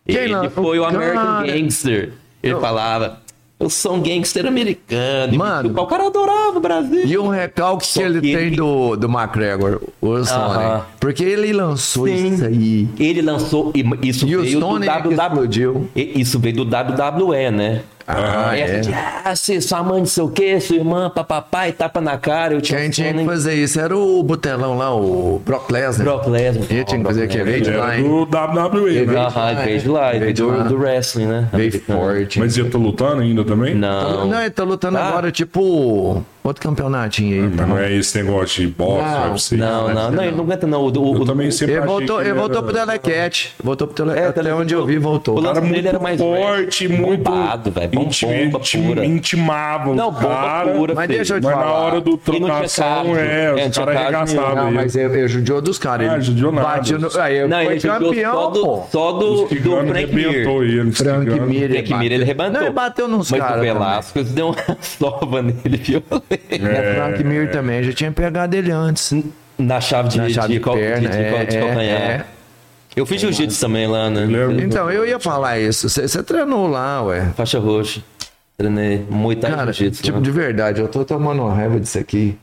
Speaker 2: Quem
Speaker 1: ele
Speaker 2: não?
Speaker 1: foi o
Speaker 2: O
Speaker 1: American
Speaker 2: cara.
Speaker 1: Gangster. Ele falava, eu sou um gangster americano. e
Speaker 2: Mano.
Speaker 1: O cara adorava o Brasil.
Speaker 2: E o recalque que
Speaker 1: Só
Speaker 2: ele
Speaker 1: que
Speaker 2: tem
Speaker 1: ele-
Speaker 2: do, do McGregor, o Sony.
Speaker 1: Aham.
Speaker 2: Porque ele lançou isso aí.
Speaker 1: Ele lançou, e isso
Speaker 2: E o
Speaker 1: veio do
Speaker 2: Stone é que
Speaker 1: WWE.
Speaker 2: explodiu.
Speaker 1: E- Isso veio do WWE, né?
Speaker 2: Ah,
Speaker 1: Aí a
Speaker 2: é.
Speaker 1: gente, ah, se sua mãe não sei o quê, sua irmã, papapá, e tapa na cara, eu tinha
Speaker 2: Quem
Speaker 1: um
Speaker 2: tinha
Speaker 1: sono
Speaker 2: que
Speaker 1: em
Speaker 2: fazer isso era o Botelão lá, o Brock Lesnar.
Speaker 1: Brock Lesnar.
Speaker 2: Ele tinha que fazer que veio de lá,
Speaker 3: Era
Speaker 2: hein?
Speaker 3: É do WWE, né?
Speaker 1: Aham,
Speaker 2: lá,
Speaker 1: veio de
Speaker 2: é.
Speaker 1: lá,
Speaker 2: Veio de lá.
Speaker 1: do, do wrestling, né?
Speaker 2: Veio forte.
Speaker 3: Mas eu tô lutando ainda também?
Speaker 1: Não.
Speaker 2: Não, ele tá lutando
Speaker 1: Ah.
Speaker 2: agora, tipo, outro campeonatinho aí.
Speaker 3: Mas não é esse negócio de boxe,
Speaker 2: Não, é né?
Speaker 3: UFC.
Speaker 1: Não, não, não, ele não aguenta não. O, o,
Speaker 3: Eu
Speaker 1: o-
Speaker 3: também sempre
Speaker 2: Ele
Speaker 3: achei
Speaker 2: voltou,
Speaker 3: que
Speaker 2: ele voltou pro
Speaker 3: era-
Speaker 2: Telecat. Voltou pro Telecat.
Speaker 1: É,
Speaker 2: até
Speaker 1: Telecat.
Speaker 2: onde eu vi, voltou.
Speaker 1: O lance
Speaker 3: Cara
Speaker 1: dele
Speaker 3: muito
Speaker 1: era mais
Speaker 3: forte,
Speaker 1: velho,
Speaker 3: muito...
Speaker 1: bombado, velho, bom-
Speaker 3: inti-
Speaker 1: bomba
Speaker 3: inti-
Speaker 1: pura.
Speaker 3: Intimava o
Speaker 1: Não, bomba
Speaker 3: cara,
Speaker 1: pura,
Speaker 2: Mas
Speaker 1: filho.
Speaker 2: deixa eu te
Speaker 3: Mas na
Speaker 2: falar.
Speaker 3: hora do
Speaker 1: E não tinha
Speaker 3: trocação,
Speaker 1: cardio.
Speaker 3: é,
Speaker 1: É, não
Speaker 3: os
Speaker 1: tinha
Speaker 3: caras
Speaker 1: cardio
Speaker 3: arregaçavam
Speaker 2: Não,
Speaker 3: ele.
Speaker 2: mas ele ele judiou dos caras.
Speaker 3: Ah,
Speaker 2: ele
Speaker 3: judiou nada.
Speaker 2: Bateu no... Aí, ele
Speaker 1: Não,
Speaker 2: foi
Speaker 1: ele jogou
Speaker 2: campeão,
Speaker 1: só
Speaker 2: pô.
Speaker 1: do, só do,
Speaker 3: Os
Speaker 1: do
Speaker 3: ciganos
Speaker 1: Frank Mir.
Speaker 3: arrebentou ele. os
Speaker 2: Frank
Speaker 3: ciganos.
Speaker 2: Mir.
Speaker 1: Frank Mir, ele arrebentou.
Speaker 2: Não, ele bateu nos
Speaker 1: Mas
Speaker 2: caras
Speaker 1: o Velasquez deu uma sova nele, violenta.
Speaker 2: É, Frank Mir também. Já tinha pegado ele antes.
Speaker 1: Na chave de,
Speaker 2: Na chave de,
Speaker 1: de, cal- de-
Speaker 2: perna.
Speaker 1: de cal-
Speaker 2: é,
Speaker 1: de
Speaker 2: é,
Speaker 1: calcanhar.
Speaker 2: é.
Speaker 1: Eu fiz jiu-jitsu também lá, né?
Speaker 3: lembro.
Speaker 2: Então, eu ia falar isso. Você você treinou lá, ué.
Speaker 1: Faixa roxa. Treinei Muay Thai
Speaker 2: Cara,
Speaker 1: e jiu-jitsu.
Speaker 2: tipo,
Speaker 1: né?
Speaker 2: de verdade, eu tô tomando uma raiva disso aqui.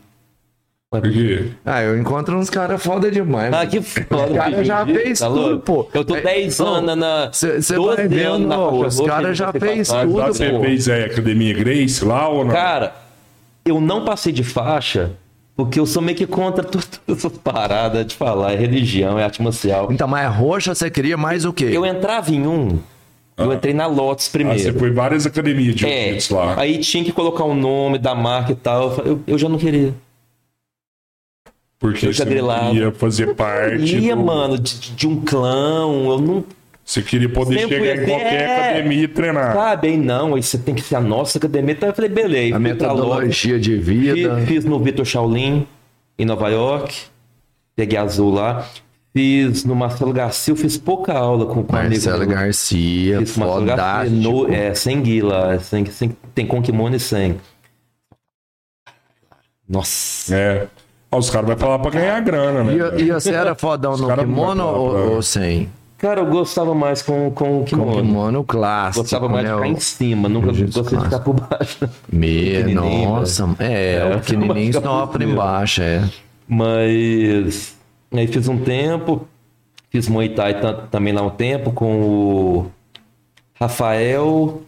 Speaker 3: Por quê?
Speaker 2: Ah, eu encontro uns caras foda demais.
Speaker 1: Ah,
Speaker 2: mano.
Speaker 1: que foda.
Speaker 2: Os caras
Speaker 1: bicho,
Speaker 2: já
Speaker 1: jiu-jitsu,
Speaker 2: fez
Speaker 1: tá
Speaker 2: tudo,
Speaker 1: louco?
Speaker 2: pô.
Speaker 1: Eu tô
Speaker 2: É,
Speaker 1: 10
Speaker 2: não,
Speaker 1: anos na.
Speaker 2: cê- cê
Speaker 1: 12
Speaker 2: vai
Speaker 1: anos
Speaker 2: vendo,
Speaker 1: na
Speaker 2: ó,
Speaker 1: faixa
Speaker 2: os
Speaker 1: roxa,
Speaker 2: caras já
Speaker 1: sei
Speaker 2: fez
Speaker 1: passar.
Speaker 2: tudo,
Speaker 3: Lá você
Speaker 2: pô.
Speaker 3: fez a Academia Grace lá ou não?
Speaker 1: Cara, eu não passei de faixa porque eu sou meio que contra todas essas paradas de falar. É religião, é arte marcial.
Speaker 2: Então, mas roxa você queria mais o quê?
Speaker 1: Eu entrava em um, eu entrei na Lotus
Speaker 3: Ah, você
Speaker 1: primeiro.
Speaker 3: foi em várias academias de
Speaker 1: É,
Speaker 3: jiu-jitsu lá.
Speaker 1: aí tinha que colocar o nome da marca e tal. Eu, falei- eu- eu já não queria.
Speaker 3: Porque
Speaker 1: eu já
Speaker 3: você não
Speaker 1: grilava.
Speaker 3: queria fazer parte.
Speaker 1: Ia,
Speaker 3: do-
Speaker 1: mano, de, de um clã, eu não.
Speaker 3: Você queria poder
Speaker 1: Sempre
Speaker 3: chegar em
Speaker 1: fui assim,
Speaker 3: qualquer
Speaker 1: é.
Speaker 3: academia e treinar.
Speaker 1: Sabe, aí não, aí você tem que ser a nossa academia. Então eu falei, beleza.
Speaker 2: A
Speaker 1: fui pra Lotus.
Speaker 2: metodologia de
Speaker 1: Fiz,
Speaker 2: vida.
Speaker 1: fiz no Vitor Shaolin, em Nova York. Peguei azul lá. Fiz no Marcelo Garcia, eu fiz pouca aula com, com um amigo
Speaker 2: Marcelo
Speaker 1: meu.
Speaker 2: Garcia, é
Speaker 1: Fiz com Marcelo Garcia,
Speaker 2: fodástico.
Speaker 1: no, é, sem guila, sem, sem, tem com kimono e sem. Nossa.
Speaker 3: É. Ah, os caras vão falar pra ganhar grana, né?
Speaker 2: E, e você era fodão no
Speaker 3: caras não
Speaker 2: kimono
Speaker 3: vão
Speaker 2: ou,
Speaker 3: falar pra-
Speaker 2: ou sem?
Speaker 1: Cara, eu gostava mais com, com o
Speaker 2: Com
Speaker 1: kimono.
Speaker 2: kimono clássico.
Speaker 1: Gostava mais de
Speaker 2: né?
Speaker 1: ficar em cima, nunca
Speaker 2: Jesus
Speaker 1: gostei de
Speaker 2: Cristo.
Speaker 1: ficar por baixo.
Speaker 2: Me,
Speaker 1: pequenininho,
Speaker 2: nossa, é,
Speaker 1: É,
Speaker 2: o pequenininho
Speaker 1: fica
Speaker 2: sopra
Speaker 1: possível.
Speaker 2: embaixo, é.
Speaker 1: Mas aí fiz um tempo, fiz Muay Thai ta- também lá um tempo com o Rafael.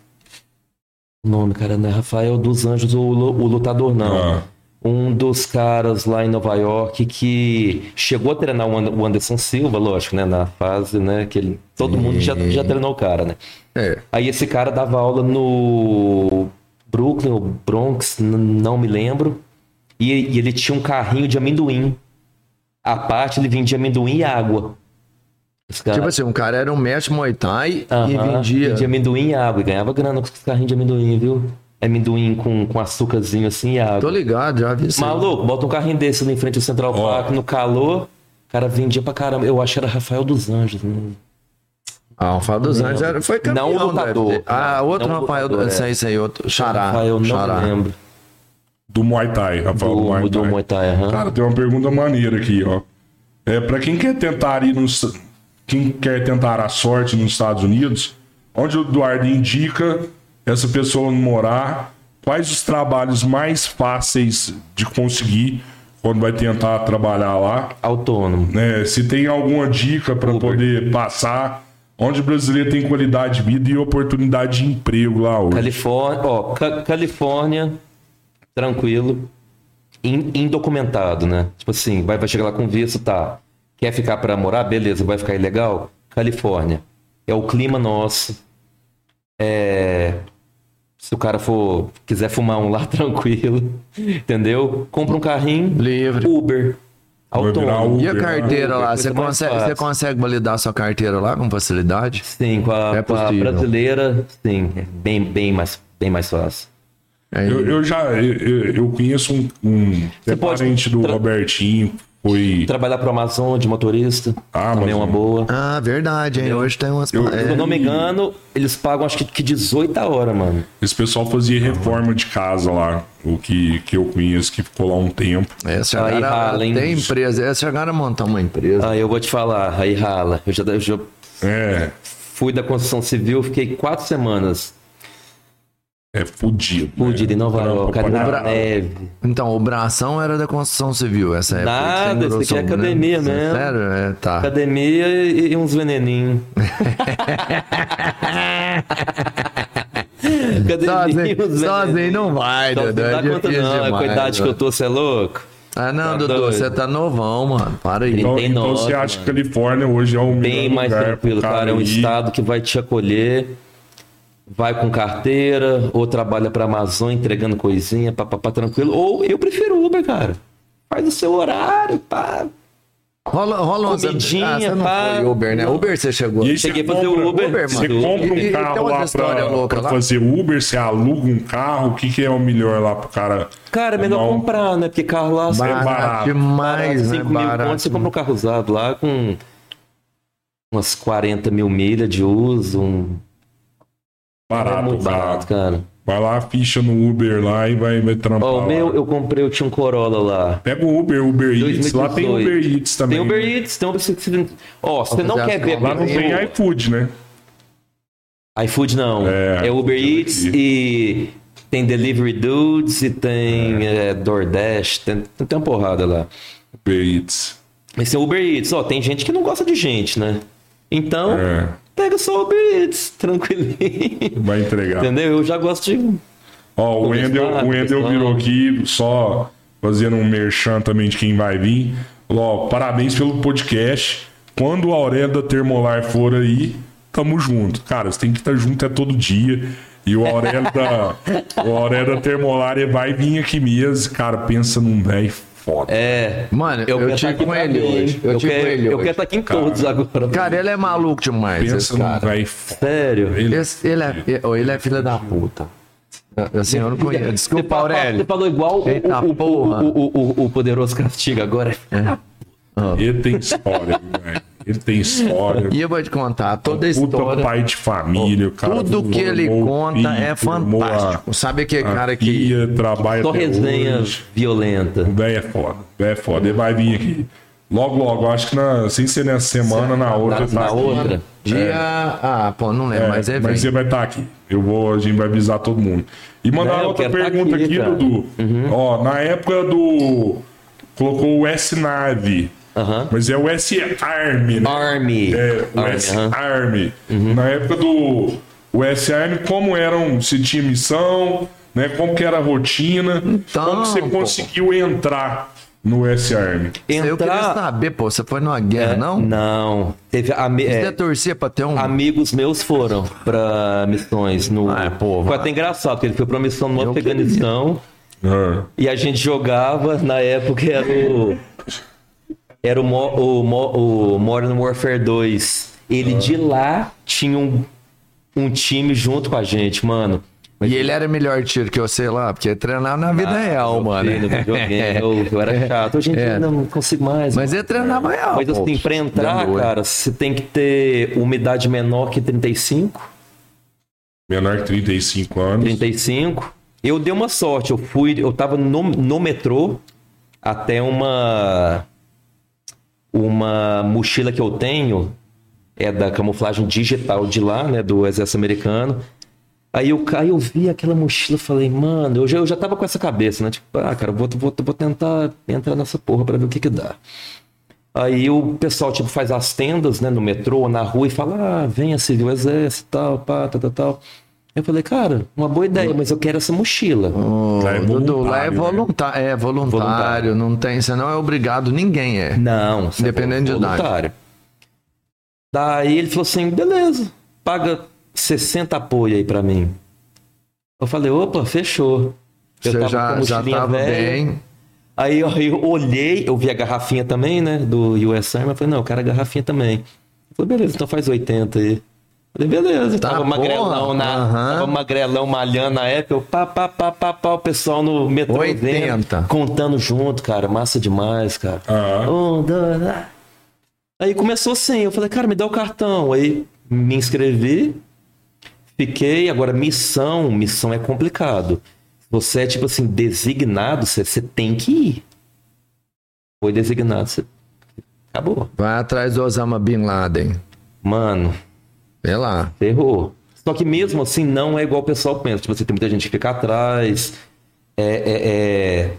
Speaker 1: O nome, cara, não é Rafael dos Anjos, o, lu- o lutador, não.
Speaker 3: Ah.
Speaker 1: Um dos caras lá em Nova York que chegou a treinar o An- o Anderson Silva, lógico, né? Na fase, né? Que ele- todo mundo já, já treinou o cara, né?
Speaker 2: É.
Speaker 1: Aí esse cara dava aula no Brooklyn ou Bronx, n- não me lembro. E, e ele tinha um carrinho de amendoim. A parte ele vendia amendoim e água. Esse cara-
Speaker 2: Tipo assim, um cara era um mestre Muay Thai e
Speaker 1: Ah. Aham,
Speaker 2: vendia.
Speaker 1: vendia amendoim e água. E ganhava grana com esse carrinho de amendoim, viu? Amendoim com, com açúcarzinho assim e água.
Speaker 2: Tô ligado, já vi isso. aí.
Speaker 1: Maluco, bota um carrinho desse ali em frente ao Central
Speaker 3: Ó.
Speaker 1: Park, no calor. O cara vendia pra caramba. Eu acho que era Rafael dos Anjos. Né?
Speaker 2: Ah, o Fábio dos Anjos era- foi campeão.
Speaker 1: Não o
Speaker 2: do
Speaker 1: lutador.
Speaker 2: UFC. Ah, outro
Speaker 1: Não o
Speaker 2: Rafael
Speaker 1: lutador,
Speaker 2: do Isso
Speaker 1: é.
Speaker 2: aí, isso aí, outro. Xará.
Speaker 1: Rafael, não
Speaker 2: Xará.
Speaker 1: lembro.
Speaker 3: Do Muay Thai, Rafael.
Speaker 1: Do,
Speaker 3: Muay
Speaker 1: do
Speaker 3: Thai.
Speaker 1: Muay Thai, aham.
Speaker 3: Cara, tem uma pergunta maneira aqui, ó. É, pra quem quer tentar ir nos. Quem quer tentar a sorte nos Estados Unidos, onde o Eduardo indica essa pessoa morar, quais os trabalhos mais fáceis de conseguir quando vai tentar trabalhar lá?
Speaker 1: Autônomo.
Speaker 3: né? Se tem alguma dica para poder passar, onde o brasileiro tem qualidade de vida e oportunidade de emprego lá hoje.
Speaker 1: Califórnia, ó, Ca- Califórnia, tranquilo, in- indocumentado, né? Tipo assim, vai, vai chegar lá com visto, tá? Quer ficar pra morar? Beleza, vai ficar ilegal? Califórnia. É o clima nosso. É. Se o cara for, quiser fumar um lá, tranquilo. Entendeu? Compra um carrinho.
Speaker 2: Livre.
Speaker 1: Uber.
Speaker 3: virar
Speaker 1: Autônomo.
Speaker 2: E a
Speaker 3: Uber,
Speaker 2: carteira
Speaker 1: né?
Speaker 2: lá?
Speaker 1: Uber,
Speaker 2: Você
Speaker 1: coisa mais
Speaker 2: consegue,
Speaker 1: fácil.
Speaker 2: você consegue validar sua carteira lá com facilidade?
Speaker 1: Sim, com a,
Speaker 2: É
Speaker 1: com a
Speaker 2: possível.
Speaker 1: brasileira, sim. é Bem, bem, mais, bem mais fácil.
Speaker 2: Aí,
Speaker 3: Eu, eu já eu, eu conheço um, um é
Speaker 1: pode
Speaker 3: parente do
Speaker 1: tra-
Speaker 3: Robertinho, foi
Speaker 1: Trabalhar para Amazon de motorista.
Speaker 3: Ah,
Speaker 1: também é
Speaker 3: Amazon.
Speaker 1: uma boa.
Speaker 2: Ah, verdade, hein? Hoje tem umas.
Speaker 3: Eu-
Speaker 1: Se eu
Speaker 2: é,
Speaker 1: não me engano, eles pagam acho que, que 18 a hora, mano.
Speaker 3: esse pessoal fazia reforma de casa lá, o que que eu conheço que ficou lá um tempo.
Speaker 2: é, chegaram
Speaker 1: Aí
Speaker 2: a-
Speaker 1: rala, hein?
Speaker 2: tem empresa, é, chegaram a montar uma empresa.
Speaker 1: Aí eu vou te falar, aí rala. Eu já, eu já
Speaker 3: É,
Speaker 1: Fui da construção civil, fiquei quatro semanas.
Speaker 3: É fudido.
Speaker 1: Fudido em Nova
Speaker 3: Trampo
Speaker 1: York, É,
Speaker 3: pra
Speaker 1: ali na
Speaker 3: caralho.
Speaker 1: neve.
Speaker 2: Então, o bração era da construção civil, essa época.
Speaker 1: Nada,
Speaker 2: que você engrou
Speaker 1: isso aqui é
Speaker 2: sobre, né?
Speaker 1: academia mesmo.
Speaker 2: Sério? É, tá.
Speaker 1: Academia e, e uns veneninhos. Academia e
Speaker 2: Sozinho,
Speaker 1: uns
Speaker 2: sozinho
Speaker 1: veneninhos.
Speaker 2: assim, não vai,
Speaker 1: né? Não
Speaker 2: Dodô.
Speaker 1: dá
Speaker 2: É
Speaker 1: conta
Speaker 2: difícil
Speaker 1: não, é com a
Speaker 2: demais,
Speaker 1: idade que eu
Speaker 2: Dodô.
Speaker 1: tô, você é louco?
Speaker 2: Ah, não,
Speaker 1: Tá
Speaker 2: Dodô,
Speaker 1: doido.
Speaker 2: você tá novão, mano. Para aí.
Speaker 3: Então,
Speaker 1: 39,
Speaker 3: então você acha que Califórnia hoje é o melhor
Speaker 1: Bem mais
Speaker 3: lugar
Speaker 1: tranquilo,
Speaker 3: pro
Speaker 1: cara. É um
Speaker 3: ir?
Speaker 1: estado que vai te acolher. Vai com carteira, ou trabalha pra Amazon entregando coisinha, papapá, tranquilo. Ou eu prefiro Uber, cara. Faz o seu horário, pá.
Speaker 2: Rola, rola umas-
Speaker 1: Comidinha,
Speaker 2: Ah, você não
Speaker 1: pá.
Speaker 2: foi Uber, né? Uber você chegou.
Speaker 3: E aí
Speaker 1: Cheguei
Speaker 3: você
Speaker 1: a fazer
Speaker 3: compra-
Speaker 1: Uber,
Speaker 2: Uber,
Speaker 3: Você
Speaker 1: mano.
Speaker 3: compra
Speaker 2: E-
Speaker 3: um
Speaker 2: e tem
Speaker 3: carro
Speaker 2: umas
Speaker 3: lá
Speaker 2: histórias
Speaker 3: pra,
Speaker 2: loucas
Speaker 3: pra
Speaker 2: lá?
Speaker 3: fazer Uber, você aluga um carro, o que, que é o melhor lá pro cara?
Speaker 1: Cara, é melhor
Speaker 3: Não.
Speaker 1: comprar, né? Porque carro lá,
Speaker 3: é Barato,
Speaker 2: Barato demais, né?
Speaker 1: 5 mil conto,
Speaker 2: Barato.
Speaker 1: você compra um carro usado lá com umas 40 mil milha de uso. Um... é
Speaker 3: Barato,
Speaker 1: muito barato,
Speaker 3: barato.
Speaker 1: cara.
Speaker 3: Vai lá, ficha no Uber lá e vai, vai trampar.
Speaker 1: Ó,
Speaker 3: lá.
Speaker 1: o meu, eu comprei, eu tinha um Corolla lá.
Speaker 3: Pega o Uber, Uber Eats. Lá tem
Speaker 1: 2018.
Speaker 3: Uber Eats também.
Speaker 1: Tem Uber
Speaker 3: né?
Speaker 1: Eats, tem Uber Eats. Ó, se você não
Speaker 2: fazer
Speaker 1: quer
Speaker 2: as
Speaker 1: ver a
Speaker 2: compras.
Speaker 3: Lá não
Speaker 1: pessoa-
Speaker 3: tem iFood, né?
Speaker 1: iFood não.
Speaker 3: É,
Speaker 1: É, Uber
Speaker 3: iFood
Speaker 1: Eats e tem Delivery Dudes e tem é, DoorDash, tem, tem uma porrada lá.
Speaker 3: Uber Eats.
Speaker 1: Mas tem Uber Eats, ó, tem gente que não gosta de gente, né? Então,
Speaker 3: É.
Speaker 1: pega só Uber Eats, tranquilinho.
Speaker 3: Vai entregar.
Speaker 1: Entendeu? Eu já gosto de.
Speaker 3: Ó, o
Speaker 1: Começar,
Speaker 3: Wendel, o Wendel
Speaker 1: começar.
Speaker 3: virou aqui, só fazendo um merchan também de quem vai vir. Ó, parabéns pelo podcast. Quando a Aurélio da Termolar for aí, tamo junto. Cara, você tem que estar junto é todo dia. E o Aurélio da, o Aurélio da Termolar ele vai vir aqui mesmo. Cara, pensa num velho foda.
Speaker 1: É.
Speaker 2: Mano, eu,
Speaker 1: quero
Speaker 2: tive
Speaker 1: tá aqui
Speaker 2: com
Speaker 1: pra
Speaker 2: ele
Speaker 1: mim, hein?
Speaker 2: hoje. Eu, tive
Speaker 1: quero,
Speaker 2: com ele
Speaker 1: eu
Speaker 2: hoje.
Speaker 1: quero estar aqui em todos agora.
Speaker 2: Cara, ele é maluco demais,
Speaker 3: pensa
Speaker 2: esse
Speaker 3: num
Speaker 2: cara.
Speaker 3: velho foda.
Speaker 1: sério.
Speaker 3: Ele-
Speaker 2: Esse- ele, é, ele- oh, ele é filha da puta. Assim, eu não conheço.
Speaker 1: Você
Speaker 2: Desculpa,
Speaker 1: fala- Você tá-
Speaker 2: Aurélio.
Speaker 1: falou igual o,
Speaker 2: Eita
Speaker 1: o,
Speaker 2: porra.
Speaker 1: o, o, o- o poderoso castigo agora.
Speaker 3: Ele tem história, velho. Ele tem história.
Speaker 2: E eu vou te contar toda a
Speaker 3: Puta
Speaker 2: história.
Speaker 3: pai de família, o cara.
Speaker 2: Tudo que ele
Speaker 3: formou o
Speaker 2: conta
Speaker 3: filho,
Speaker 2: é
Speaker 3: formou a-
Speaker 2: fantástico. Sabe aquele
Speaker 3: a é.
Speaker 2: cara que.
Speaker 3: tia, trabalha
Speaker 1: Só
Speaker 3: até
Speaker 1: resenha
Speaker 3: hoje.
Speaker 1: violenta.
Speaker 3: O velho é foda. O velho é foda. Ele vai vir aqui. Logo, logo. Acho que na, sem ser nessa semana, na outra.
Speaker 1: Na,
Speaker 3: ele tá
Speaker 1: na
Speaker 3: aqui.
Speaker 1: outra.
Speaker 2: Dia. Ah, pô, não lembro,
Speaker 3: É,
Speaker 2: mas é
Speaker 3: mas
Speaker 2: vem.
Speaker 3: ele vai estar aqui. Eu vou, a gente vai avisar todo mundo. E mandar
Speaker 1: Não, eu
Speaker 3: outra
Speaker 1: quero tá
Speaker 3: pergunta
Speaker 1: aqui,
Speaker 3: aqui,
Speaker 1: cara.
Speaker 3: Dudu.
Speaker 2: Uhum.
Speaker 3: Ó, na época do. Colocou o S-Nave.
Speaker 1: Aham.
Speaker 3: Mas é o S-Arm, né?
Speaker 1: Army.
Speaker 3: É, o
Speaker 1: Army,
Speaker 3: S
Speaker 1: aham.
Speaker 2: Ah,
Speaker 1: Uhum.
Speaker 3: Army. Na época do o S Army, como eram, se tinha missão, né? Como que era a rotina?
Speaker 2: Então,
Speaker 3: como que você
Speaker 2: pô.
Speaker 3: conseguiu entrar no S Army?
Speaker 2: Eu queria
Speaker 1: Entrar. É,
Speaker 2: saber, pô, você foi numa guerra, não?
Speaker 1: Não. Teve ami- é,
Speaker 2: Você torcia pra ter um.
Speaker 1: amigos meus foram pra missões no.
Speaker 2: Ah, pô,
Speaker 1: Foi
Speaker 2: vai.
Speaker 1: até engraçado, porque ele foi pra missão no
Speaker 2: Eu
Speaker 1: Afeganistão.
Speaker 3: Ah,
Speaker 1: E a gente jogava, na época era o. Era o, Mo- o, Mo- o Modern Warfare 2. Ele
Speaker 2: Ah.
Speaker 1: de lá tinha um, um time junto com a gente, mano. Mas
Speaker 2: E ele era melhor tiro que eu, sei lá, porque treinava na
Speaker 1: Ah,
Speaker 2: vida real,
Speaker 1: eu
Speaker 2: mano.
Speaker 1: fui no videogame, eu, eu era chato. Hoje em dia
Speaker 2: É.
Speaker 1: eu não consigo mais.
Speaker 2: Mas ele treinava real.
Speaker 1: Mas
Speaker 2: Ah, pô. é.
Speaker 1: assim, pra entrar,
Speaker 2: Demorou.
Speaker 1: cara, você tem que ter umidade menor que 35.
Speaker 3: menor que 35 anos.
Speaker 1: 35. Eu dei uma sorte, eu fui, eu tava no, no metrô até uma uma mochila que eu tenho é da camuflagem digital de lá, né, do exército americano. Aí eu caí, eu vi aquela mochila, falei, mano, eu já, eu já tava com essa cabeça, né? Tipo, ah, cara, eu vou, vou, vou tentar entrar nessa porra pra ver o que que dá. Aí o pessoal, tipo, faz as tendas, né, no metrô, na rua e fala, ah, venha servir o exército, tal, pá, tal, tal, tal. Eu falei, cara, uma boa ideia, mas eu quero essa mochila.
Speaker 2: Ô,
Speaker 3: Lá é
Speaker 2: Dudu, lá é
Speaker 3: voluntário, né?
Speaker 2: voluntário, é voluntário,
Speaker 1: Voluntário.
Speaker 2: não tem, você não é obrigado, ninguém é.
Speaker 1: Não, você
Speaker 2: Independente
Speaker 1: é
Speaker 2: de idade.
Speaker 1: voluntário. Daí ele falou assim: beleza, paga 60 apoio aí pra mim. Eu falei: opa, fechou. Eu
Speaker 2: você
Speaker 1: tava com
Speaker 2: já,
Speaker 1: a
Speaker 2: já
Speaker 1: mochilinha
Speaker 2: tava
Speaker 1: velha.
Speaker 2: bem.
Speaker 1: Aí eu, aí eu olhei, eu vi a garrafinha também, né? Do US Army. Eu falei: não, eu quero a garrafinha também. Eu falei: beleza, então faz 80 aí. Eu falei: beleza.
Speaker 2: Tá,
Speaker 1: tava
Speaker 2: porra,
Speaker 1: magrelão na.
Speaker 2: aham.
Speaker 1: Tava magrelão malhando na época. Eu pá, pá, pá, pá, pá, o pessoal no metrô.
Speaker 2: 80.
Speaker 1: vendo, Contando junto, cara. Massa demais, cara.
Speaker 3: Ah,
Speaker 1: Um, dois, ah. Aí começou assim, eu falei, cara, me dá o cartão. Aí me inscrevi, fiquei. Agora, missão, missão é complicado. Você é, tipo assim, designado, você, você tem que ir. Foi designado, você... Acabou.
Speaker 2: Vai atrás do Osama Bin Laden.
Speaker 1: Mano,
Speaker 2: Sei lá.
Speaker 1: Ferrou. Só que mesmo assim não é igual o pessoal pensa. Tipo, você tem muita gente que fica atrás. É, é, é-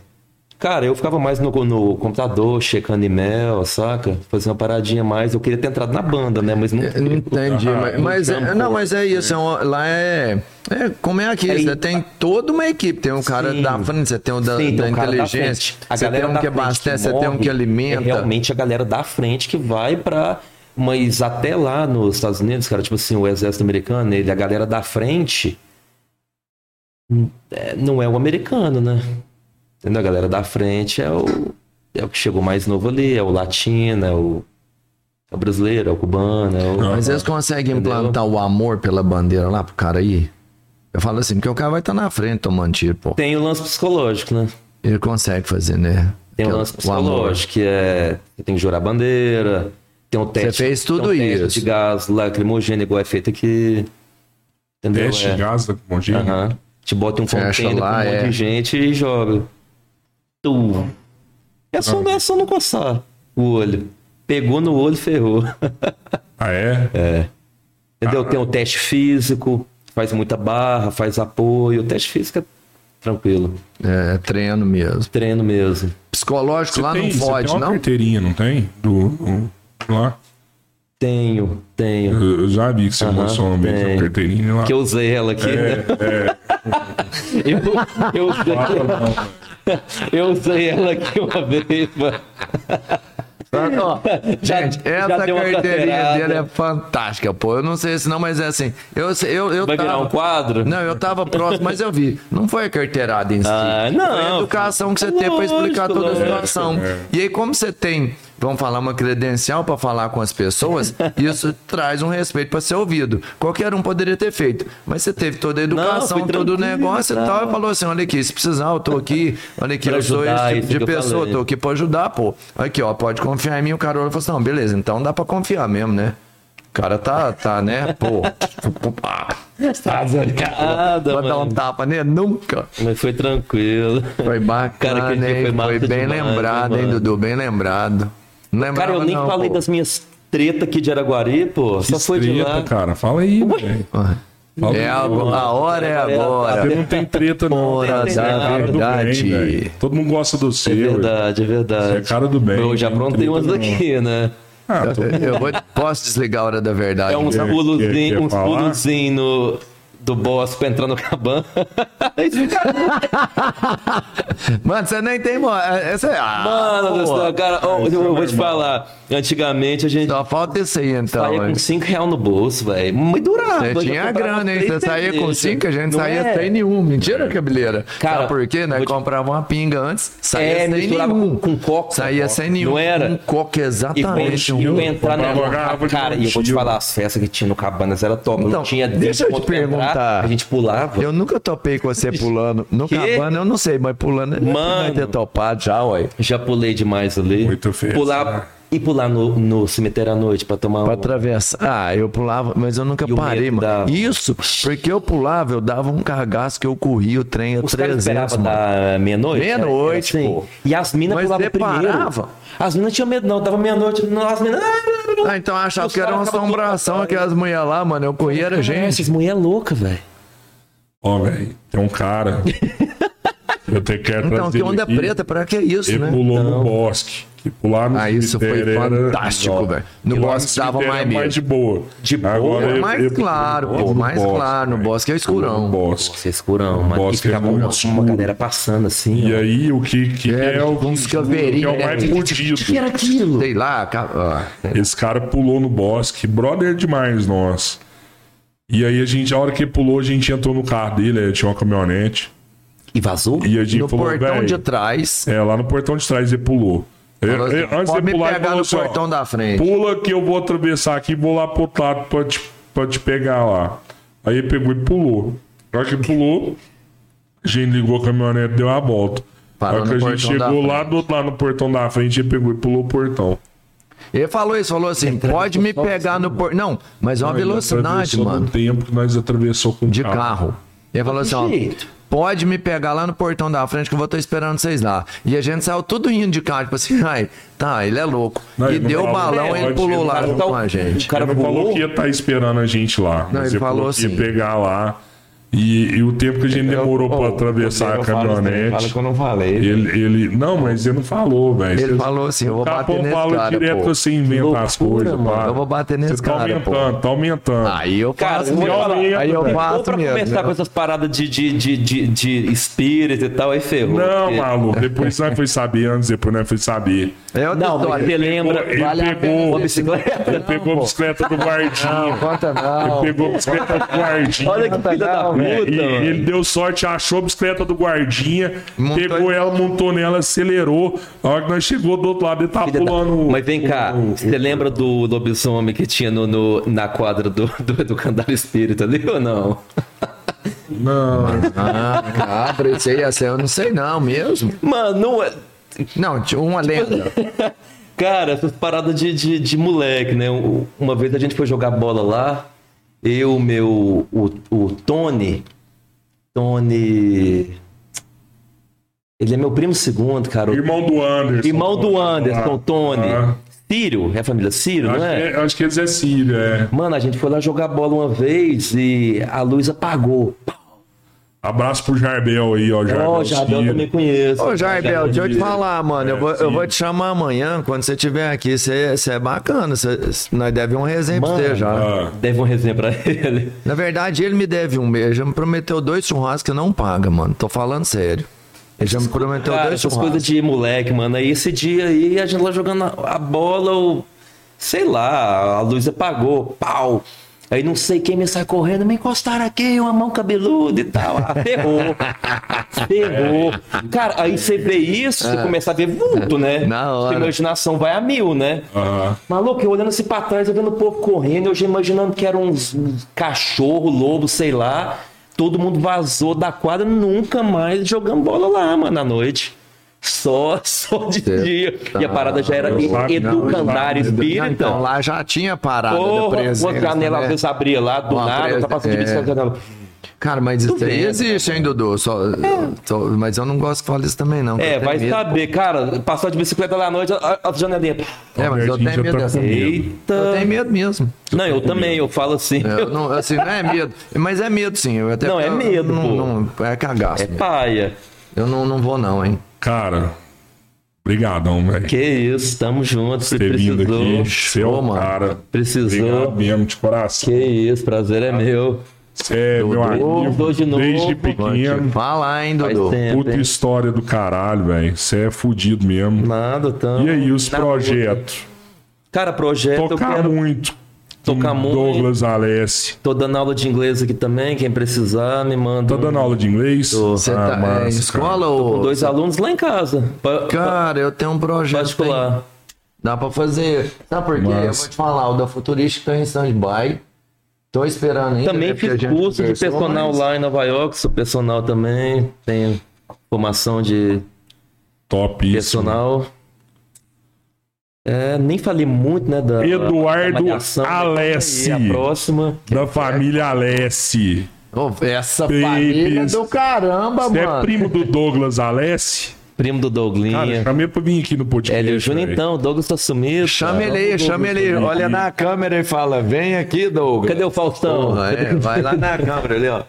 Speaker 1: Cara, eu ficava mais no, no computador, checando e-mail, saca? Fazendo uma paradinha mais. Eu queria ter entrado na banda, né? Mas não.
Speaker 2: É, Entendi,
Speaker 3: Ah,
Speaker 2: mas,
Speaker 1: um
Speaker 2: mas é-
Speaker 1: campo,
Speaker 2: não, mas é isso. é um- lá é, é como é aqui,
Speaker 1: É
Speaker 2: você
Speaker 1: in-
Speaker 2: tem toda uma equipe, tem um cara
Speaker 1: Sim.
Speaker 2: da frente, você tem um da,
Speaker 1: Sim,
Speaker 2: da
Speaker 1: tem um cara da
Speaker 2: inteligência,
Speaker 1: frente. A
Speaker 2: você tem
Speaker 1: galera
Speaker 2: um
Speaker 1: da
Speaker 2: que
Speaker 1: frente
Speaker 2: abastece, você tem um
Speaker 1: morre,
Speaker 2: que
Speaker 1: É
Speaker 2: alimenta.
Speaker 1: realmente a galera da frente que vai pra. Mas até lá nos Estados Unidos, cara, tipo assim, o exército americano, ele, a galera da frente. hum, é, Não é o americano, né? Entendeu? A galera da frente é o. É o que chegou mais novo ali, é o latino, é o. É o brasileiro, é o cubano, é o.
Speaker 2: Mas eles conseguem
Speaker 1: Entendeu?
Speaker 2: implantar o amor pela bandeira lá pro cara aí. Eu falo assim, porque o cara vai estar na frente tomando tiro, pô.
Speaker 1: Tem o lance psicológico, né?
Speaker 2: Ele consegue fazer, né?
Speaker 1: Tem o
Speaker 2: Aquela-
Speaker 1: lance
Speaker 2: amor.
Speaker 1: psicológico, que é. Você tem que jurar bandeira. Tem um teste.
Speaker 2: fez
Speaker 1: tem um
Speaker 2: tudo
Speaker 1: teste
Speaker 2: isso.
Speaker 1: de gás lacrimogêneo, igual é feito aqui. Entendeu?
Speaker 3: Teste,
Speaker 1: é.
Speaker 3: gás, lacrimogêneo.
Speaker 1: Aham. Te bota em um
Speaker 2: Fecha
Speaker 1: container
Speaker 2: lá,
Speaker 1: com um monte
Speaker 2: é.
Speaker 1: de gente e joga. Tu. É só, é só não coçar o olho. Pegou no olho, ferrou.
Speaker 3: Ah, é?
Speaker 1: Entendeu? Tem o teste físico, faz muita barra, faz apoio. O teste físico é tranquilo.
Speaker 2: É, treino mesmo.
Speaker 1: Treino mesmo.
Speaker 2: Psicológico
Speaker 3: Você
Speaker 2: lá
Speaker 3: tem,
Speaker 2: não
Speaker 3: você
Speaker 2: pode,
Speaker 3: tem uma
Speaker 2: não?
Speaker 3: carteirinha, não tem? Do, do- lá.
Speaker 1: Tenho, tenho.
Speaker 3: Eu eu já vi que você
Speaker 1: Aham,
Speaker 3: mostrou uma vez
Speaker 1: tem.
Speaker 3: uma carteirinha lá. É,
Speaker 1: Que eu usei ela aqui, né? Eu, eu,
Speaker 3: Ah, tá
Speaker 1: usei, eu usei ela aqui uma vez, mano.
Speaker 2: Tá? Ó,
Speaker 1: Já-
Speaker 2: Gente,
Speaker 1: já
Speaker 2: essa
Speaker 1: deu uma
Speaker 2: carteirinha
Speaker 1: carteirada.
Speaker 2: dele é fantástica, pô. Eu não sei se não, mas é assim. Eu, eu, eu
Speaker 1: Vai virar
Speaker 2: tava-
Speaker 1: um quadro?
Speaker 2: Não, eu tava próximo, mas eu vi. Não foi a carteirada em si.
Speaker 1: Ah, não.
Speaker 2: Foi a educação que você tem pra explicar
Speaker 1: Lógico,
Speaker 2: toda a
Speaker 1: lógico,
Speaker 2: situação.
Speaker 3: é.
Speaker 2: E aí, como você tem, vamos falar, uma credencial pra falar com as pessoas, isso traz um respeito pra ser ouvido. Qualquer um poderia ter feito. Mas você teve toda a educação,
Speaker 1: foi
Speaker 2: todo o
Speaker 1: tranquilo,
Speaker 2: negócio e
Speaker 1: tá.
Speaker 2: tal, e falou assim: olha aqui, se precisar, eu tô aqui, olha aqui,
Speaker 1: Pra
Speaker 2: eu sou
Speaker 1: ajudar,
Speaker 2: esse
Speaker 1: isso
Speaker 2: tipo de
Speaker 1: que eu
Speaker 2: pessoa,
Speaker 1: falei.
Speaker 2: tô aqui pra ajudar, pô. Aqui, ó, pode confiar em mim. O cara olhou e falou assim: não, beleza, então dá pra confiar mesmo, né? O cara tá, tá, né? Pô. Tá
Speaker 1: Nada,
Speaker 2: Vai dar um
Speaker 1: mano.
Speaker 2: tapa nele? Nunca.
Speaker 1: Mas foi tranquilo.
Speaker 2: Foi bacana,
Speaker 1: Cara, aquele dia
Speaker 2: hein?
Speaker 1: foi massa
Speaker 2: Foi bem
Speaker 1: demais,
Speaker 2: lembrado,
Speaker 1: né,
Speaker 2: hein,
Speaker 1: mano?
Speaker 2: Dudu? Bem lembrado. Não lembrava,
Speaker 1: Cara, eu nem
Speaker 2: não,
Speaker 1: falei
Speaker 2: pô. É
Speaker 1: das minhas tretas aqui de Araguari, pô. Só foi de
Speaker 3: treta,
Speaker 1: lá.
Speaker 3: cara. Fala aí, velho. Fala
Speaker 2: É,
Speaker 3: aí.
Speaker 2: a, a hora é
Speaker 1: né?
Speaker 2: agora.
Speaker 3: Você não tem treta, não.
Speaker 2: Hora
Speaker 3: Você é
Speaker 1: da
Speaker 3: cara do bem,
Speaker 2: verdade.
Speaker 3: velho. Todo mundo gosta do
Speaker 1: É
Speaker 3: seu.
Speaker 1: verdade, é
Speaker 3: Você
Speaker 1: verdade.
Speaker 3: é cara do bem,
Speaker 1: Eu já
Speaker 3: não
Speaker 1: aprontei
Speaker 3: treta
Speaker 1: umas
Speaker 3: não.
Speaker 1: aqui, né?
Speaker 3: Ah, tô...
Speaker 2: Eu vou- posso desligar a hora da verdade?
Speaker 1: É uns
Speaker 3: Quer- quer- quer
Speaker 1: pulozinhos, uns
Speaker 3: falar?
Speaker 1: pulozinhos no- do boss pra entrar no cabana.
Speaker 2: Mano, você nem tem. mo- Essa é. Ah,
Speaker 1: Mano do
Speaker 2: pô.
Speaker 1: céu, cara, ó,
Speaker 3: é
Speaker 1: eu, vou te falar. Antigamente a gente
Speaker 2: Só falta isso aí, então.
Speaker 1: saía
Speaker 2: hein?
Speaker 1: com 5 reais no bolso, velho. Mas durava.
Speaker 2: Você
Speaker 1: eu
Speaker 2: tinha
Speaker 1: comprava
Speaker 2: grana, hein?
Speaker 1: três
Speaker 2: Você saía com
Speaker 1: cervejas.
Speaker 2: cinco, a gente
Speaker 1: Não
Speaker 2: saía
Speaker 1: é?
Speaker 2: sem nenhum. Mentira, cabeleira.
Speaker 1: Cara,
Speaker 2: Sabe por quê? Nós
Speaker 1: vou te-
Speaker 2: comprava uma pinga antes, saía
Speaker 1: É,
Speaker 2: sem
Speaker 1: misturava
Speaker 2: nenhum.
Speaker 1: com- com coca.
Speaker 2: Saía sem nenhum.
Speaker 1: Não era?
Speaker 2: Com coca,
Speaker 1: E quando
Speaker 2: exatamente.
Speaker 1: eu
Speaker 3: um-
Speaker 1: entrar
Speaker 3: comprava uma
Speaker 1: na
Speaker 3: garrafa de
Speaker 1: cara, e eu vou te
Speaker 3: mochila.
Speaker 1: falar, as festas que tinha no Cabanas era top.
Speaker 2: Então,
Speaker 1: não tinha
Speaker 2: deixa eu te
Speaker 1: desconto pra entrar,
Speaker 2: perguntar.
Speaker 1: A gente pulava.
Speaker 2: Eu nunca topei com você pulando. No
Speaker 1: Quê?
Speaker 2: cabana, eu não sei, mas pulando.
Speaker 1: Mano.
Speaker 2: Vai ter topado já, ué.
Speaker 1: Já pulei demais ali.
Speaker 3: Muito feio,
Speaker 1: Pular
Speaker 3: né?
Speaker 1: e pular no, no cemitério à noite pra tomar
Speaker 2: Pra
Speaker 1: um.
Speaker 2: atravessar. Ah, eu pulava, mas eu nunca
Speaker 1: E o
Speaker 2: parei,
Speaker 1: medo
Speaker 2: mano.
Speaker 1: dava.
Speaker 2: Isso, porque eu pulava, eu dava um cargaço que eu corria o trem a
Speaker 1: Os caras
Speaker 2: 300,
Speaker 1: esperavam
Speaker 2: mano.
Speaker 1: da meia-noite?
Speaker 2: Meia-noite,
Speaker 1: Era- era
Speaker 2: pô.
Speaker 1: E as minas
Speaker 2: Mas
Speaker 1: pulavam primeiro.
Speaker 2: deparava.
Speaker 1: As minas tinham medo, não. Dava meia-noite. não, As minas.
Speaker 2: Ah, então eu achava
Speaker 1: Os
Speaker 2: que era
Speaker 1: caras
Speaker 2: uma
Speaker 1: acabam tudo
Speaker 2: assombração
Speaker 1: pra trás.
Speaker 2: aquelas mulheres lá, mano. Eu corria, era gente.
Speaker 1: Essas mulheres loucas, velho.
Speaker 3: Ó, velho, tem um cara. eu até quero
Speaker 2: Então,
Speaker 3: trazer
Speaker 2: que onda
Speaker 3: ele aqui.
Speaker 2: preta, pra que isso,
Speaker 3: Ele
Speaker 2: né?
Speaker 3: pulou no bosque. Que pular no
Speaker 2: Ah, isso foi
Speaker 3: cemitério era-
Speaker 2: fantástico, velho. No
Speaker 3: Pular
Speaker 2: bosque dava
Speaker 3: cemitério
Speaker 2: mais
Speaker 3: era
Speaker 2: medo.
Speaker 3: de boa.
Speaker 1: De boa?
Speaker 3: eu-
Speaker 2: Mais
Speaker 3: eu-
Speaker 2: claro,
Speaker 3: eu-
Speaker 2: pô,
Speaker 3: no
Speaker 2: mais
Speaker 3: bosque,
Speaker 2: claro, no
Speaker 3: velho.
Speaker 2: bosque é escurão.
Speaker 3: No bosque.
Speaker 1: Nossa, é escurão, mano. E
Speaker 3: bosque é
Speaker 1: ficava
Speaker 3: muito
Speaker 1: uma, uma
Speaker 3: escuro.
Speaker 1: galera passando assim.
Speaker 3: E
Speaker 1: ó.
Speaker 3: aí, o que, que é,
Speaker 2: É,
Speaker 3: o
Speaker 2: uns
Speaker 3: que é
Speaker 2: caveirinhos,
Speaker 3: o mais
Speaker 2: né?
Speaker 3: fudido?
Speaker 1: O que era aquilo?
Speaker 2: Sei lá, ca- ah,
Speaker 3: Esse cara pulou no bosque, brother demais nós. E aí a gente, a hora que ele pulou, a gente entrou no carro dele, aí tinha uma caminhonete.
Speaker 1: E vazou?
Speaker 3: E a gente
Speaker 2: no
Speaker 3: falou,
Speaker 2: portão
Speaker 3: velho,
Speaker 2: de trás.
Speaker 3: é, lá no portão de trás ele pulou.
Speaker 2: Falou assim,
Speaker 3: Ele- ele- é, antes
Speaker 2: pode
Speaker 3: de
Speaker 2: me
Speaker 3: pular, ele
Speaker 2: pegar
Speaker 3: falou
Speaker 2: no
Speaker 3: assim, ó,
Speaker 2: portão da frente.
Speaker 3: Pula que eu vou atravessar aqui e vou lá pro outro lado pra te, pra te pegar lá. Aí ele pegou e pulou. Na hora que ele pulou, a gente ligou a caminhonete e deu a volta. Na
Speaker 2: Parou
Speaker 3: hora que a
Speaker 2: no
Speaker 3: gente
Speaker 2: portão da
Speaker 3: chegou lá do outro lado no portão da frente, ele pegou e pulou o portão.
Speaker 2: Ele falou isso, falou assim, pode me pegar no portão. Não, mas é uma
Speaker 3: Ele
Speaker 2: velocidade,
Speaker 3: atravessou no
Speaker 2: mano,
Speaker 3: tempo que nós atravessou com o
Speaker 2: de carro. Ele falou assim, ó,
Speaker 1: jeito.
Speaker 2: Pode me pegar lá no portão da frente que eu vou estar esperando vocês lá. E a gente saiu tudo rindo de cá, tipo assim, ai, tá, ele é louco.
Speaker 3: Não,
Speaker 2: e
Speaker 3: ele não
Speaker 2: deu o
Speaker 3: falou,
Speaker 2: balão,
Speaker 3: não,
Speaker 2: ele
Speaker 3: pode,
Speaker 2: pulou
Speaker 3: ele
Speaker 2: lá
Speaker 3: não
Speaker 2: junto
Speaker 1: falou.
Speaker 2: com a gente.
Speaker 1: O cara
Speaker 3: ele não
Speaker 1: voou?
Speaker 3: falou que ia estar esperando a gente lá.
Speaker 2: Não,
Speaker 3: mas
Speaker 2: ele falou
Speaker 3: que ia
Speaker 2: assim.
Speaker 3: pegar lá. E, e o tempo que a gente demorou pra atravessar
Speaker 1: Fala
Speaker 3: a
Speaker 1: que
Speaker 3: caminhonete.
Speaker 1: eu não falei.
Speaker 3: Ele, ele. Não, mas ele não falou, velho.
Speaker 2: Ele
Speaker 3: Você-
Speaker 2: falou assim, eu vou
Speaker 3: O Capão
Speaker 2: bater nesse
Speaker 3: fala
Speaker 2: cara,
Speaker 3: direto
Speaker 2: pô.
Speaker 3: assim, inventa as
Speaker 1: Loucura,
Speaker 3: coisas,
Speaker 1: mano.
Speaker 3: pá.
Speaker 2: Eu vou bater nesse
Speaker 3: Você tá
Speaker 2: cara, pô.
Speaker 3: aumentando, tá aumentando.
Speaker 2: Aí eu
Speaker 1: Cara,
Speaker 2: faço
Speaker 1: eu vou te
Speaker 2: mesmo.
Speaker 1: falar,
Speaker 2: Aí eu
Speaker 1: Ou
Speaker 2: faço
Speaker 1: pra
Speaker 2: mesmo. né?
Speaker 1: começar com essas paradas de, de, de, de, de espírito e tal, aí ferrou.
Speaker 3: Não,
Speaker 1: porque-
Speaker 3: maluco, depois nós foi saber, antes depois nós foi saber.
Speaker 2: É outra
Speaker 1: Não, mas você
Speaker 2: história.
Speaker 1: lembra.
Speaker 3: Ele
Speaker 2: vale a pena
Speaker 3: pegou,
Speaker 1: Uma bicicleta.
Speaker 3: ele pegou a bicicleta do guardinha.
Speaker 2: Conta não.
Speaker 3: Ele pegou a bicicleta do guardinha.
Speaker 1: Olha que filha da puta,
Speaker 3: É, e-
Speaker 1: mano.
Speaker 3: ele deu sorte, achou a bicicleta do guardinha,
Speaker 2: Montou-
Speaker 3: pegou ela, montou nela, acelerou. A hora que nós chegou do outro lado, ele tá
Speaker 1: Filha da-
Speaker 3: pulando. um- o-
Speaker 1: Mas vem cá,
Speaker 3: o- o-
Speaker 1: você lembra do lobisomem que tinha no, no- na quadra do, do, do Candário Espírita ali ou não?
Speaker 3: Não,
Speaker 2: Ah, cabra, esse aí, esse aí eu não sei não mesmo.
Speaker 1: Mano, não é.
Speaker 2: Não, tinha uma lenda.
Speaker 1: Cara, essas paradas de, de, de moleque, né? Um- Uma vez a gente foi jogar bola lá, eu, meu. O, o Tony. Tony. Ele é meu primo segundo, cara. o-
Speaker 3: irmão do Anderson.
Speaker 1: Irmão do Anderson,
Speaker 3: Ah,
Speaker 1: Tony.
Speaker 3: ah.
Speaker 1: Círio, é a família Círio,
Speaker 3: Acho,
Speaker 1: não é?
Speaker 3: que, acho que eles é Círio, é.
Speaker 1: Mano, a gente foi lá jogar bola uma vez e a luz apagou.
Speaker 3: Abraço pro Jarbel aí, ó. Jarbel,
Speaker 1: Ó, oh, Jardel eu
Speaker 3: Círio.
Speaker 1: também conheço.
Speaker 2: Ô, Jarbel, deixa eu te falar, mano. eu, vou, eu
Speaker 3: sim.
Speaker 2: vou te chamar amanhã, quando você estiver aqui. Você você é bacana. você- nós devemos um resenha pra
Speaker 1: Mano.
Speaker 2: você já.
Speaker 3: Ah,
Speaker 1: Deve uma resenha pra ele.
Speaker 2: Na verdade, ele me deve um mês. Já me prometeu dois churrascos que não paga, mano. Tô falando sério. Ele já me prometeu
Speaker 1: Cara,
Speaker 2: dois
Speaker 1: essas
Speaker 2: churrascos.
Speaker 1: coisas de moleque, mano. Aí esse dia aí a gente lá jogando a a bola, ou sei lá, a luz apagou, pau. Aí não sei quem me sai correndo, me encostaram aqui, uma mão cabeluda e tal. Ah, ferrou. ferrou. Cara, aí você vê isso, você começa a ver vulto, né?
Speaker 2: É. Na hora.
Speaker 1: Sua imaginação vai a mil, né?
Speaker 3: ah.
Speaker 1: Maluco, eu olhando assim pra trás, eu vendo o povo correndo, eu já imaginando que eram uns, uns cachorro, lobo, sei lá. Todo mundo vazou da quadra, nunca mais jogando bola lá, mano, à noite. Só, só de
Speaker 2: Cê
Speaker 1: dia. E a
Speaker 2: tá
Speaker 1: parada já era
Speaker 3: louco. Não,
Speaker 1: educandário
Speaker 3: não,
Speaker 2: Não,
Speaker 1: espírita.
Speaker 2: então, lá já tinha parada da
Speaker 1: Porra,
Speaker 2: presença.
Speaker 1: uma janela às
Speaker 2: né?
Speaker 1: vezes abria lá, do
Speaker 2: Uma
Speaker 1: nada,
Speaker 2: presa-
Speaker 1: tá passando de
Speaker 2: é.
Speaker 1: bicicleta na janela.
Speaker 2: Cara, mas isso aí
Speaker 1: vendo,
Speaker 2: existe, hein, Dudu? Só, só- mas eu não gosto que fale isso também, não. que eu
Speaker 1: É,
Speaker 2: tenho
Speaker 1: vai
Speaker 2: medo.
Speaker 1: saber, cara, passar de bicicleta lá à noite, a, a janelinha.
Speaker 2: É, mas eu
Speaker 3: Albertinho
Speaker 2: tenho
Speaker 3: já
Speaker 2: medo
Speaker 3: tá
Speaker 2: dessa.
Speaker 3: com medo.
Speaker 2: Eu tenho
Speaker 1: Eita.
Speaker 2: medo mesmo.
Speaker 1: Não, eu também, eu falo assim.
Speaker 2: Eu não, assim, não é medo. Mas é medo, sim. Eu até,
Speaker 1: Não, é
Speaker 2: eu
Speaker 1: medo, pô.
Speaker 2: Não, não- é cagaço.
Speaker 1: É paia.
Speaker 2: Eu não, não vou, não, hein?
Speaker 3: Cara, brigadão, velho.
Speaker 1: Que isso, tamo junto. Se
Speaker 3: ter vindo
Speaker 1: precisou,
Speaker 3: aqui. Você é
Speaker 2: Show,
Speaker 3: o
Speaker 2: mano.
Speaker 3: cara.
Speaker 1: Precisou.
Speaker 3: Obrigado mesmo, de coração.
Speaker 1: Que isso, prazer é meu.
Speaker 3: Você é meu
Speaker 1: dou
Speaker 3: amigo
Speaker 1: de novo.
Speaker 3: desde
Speaker 2: Vou te
Speaker 3: pequeno.
Speaker 2: falar, hein,
Speaker 1: Faz
Speaker 2: Dudu?
Speaker 1: tempo,
Speaker 3: Puta
Speaker 1: hein?
Speaker 3: história do caralho, velho. Você é fudido mesmo.
Speaker 1: Nada, tamo.
Speaker 3: E aí, os
Speaker 1: na
Speaker 3: projetos?
Speaker 1: luta. Cara, projeto eu
Speaker 3: Tocar um-
Speaker 1: quero.
Speaker 3: muito.
Speaker 1: Tocar
Speaker 3: Com
Speaker 1: muito.
Speaker 3: Douglas Alessi.
Speaker 1: Tô dando aula de inglês aqui também, quem precisar me manda.
Speaker 3: Tá dando aula de inglês? Ah,
Speaker 2: Você tá é, em escola
Speaker 1: Com
Speaker 2: ou.
Speaker 1: dois alunos lá em casa. Pa- pa-
Speaker 2: Cara, eu tenho um projeto. hein?
Speaker 1: Particular.
Speaker 2: Dá pra fazer. Sabe por quê?
Speaker 3: Mas-
Speaker 2: Eu vou te falar, o da Futurística tá em stand-by. Tô esperando ainda. né,
Speaker 1: Também
Speaker 2: porque a
Speaker 1: fiz
Speaker 2: gente
Speaker 1: curso de
Speaker 2: conversou,
Speaker 1: personal
Speaker 2: mas-
Speaker 1: lá em Nova York, sou personal também. Tenho formação de
Speaker 3: Top isso.
Speaker 1: personal. É, nem falei muito, né? Da,
Speaker 3: Eduardo
Speaker 1: da malhação, né?
Speaker 3: Alessi.
Speaker 1: E a próxima.
Speaker 3: Da família Alessi.
Speaker 2: Ô, essa
Speaker 3: Babies.
Speaker 2: família é do caramba,
Speaker 3: Você é
Speaker 2: mano.
Speaker 3: primo do Douglas Alessi?
Speaker 1: Primo do
Speaker 3: Cara,
Speaker 1: Douglinha.
Speaker 3: chamei pra vir aqui no podcast.
Speaker 1: Hélio Júnior,
Speaker 3: velho.
Speaker 1: então, Douglas tá sumido.
Speaker 2: Chama
Speaker 1: cara.
Speaker 2: ele aí, chama ele aí. Olha na câmera e fala: vem aqui, Douglas.
Speaker 1: Cadê o Faustão?
Speaker 2: Porra, é, vai lá na câmera ali, ó.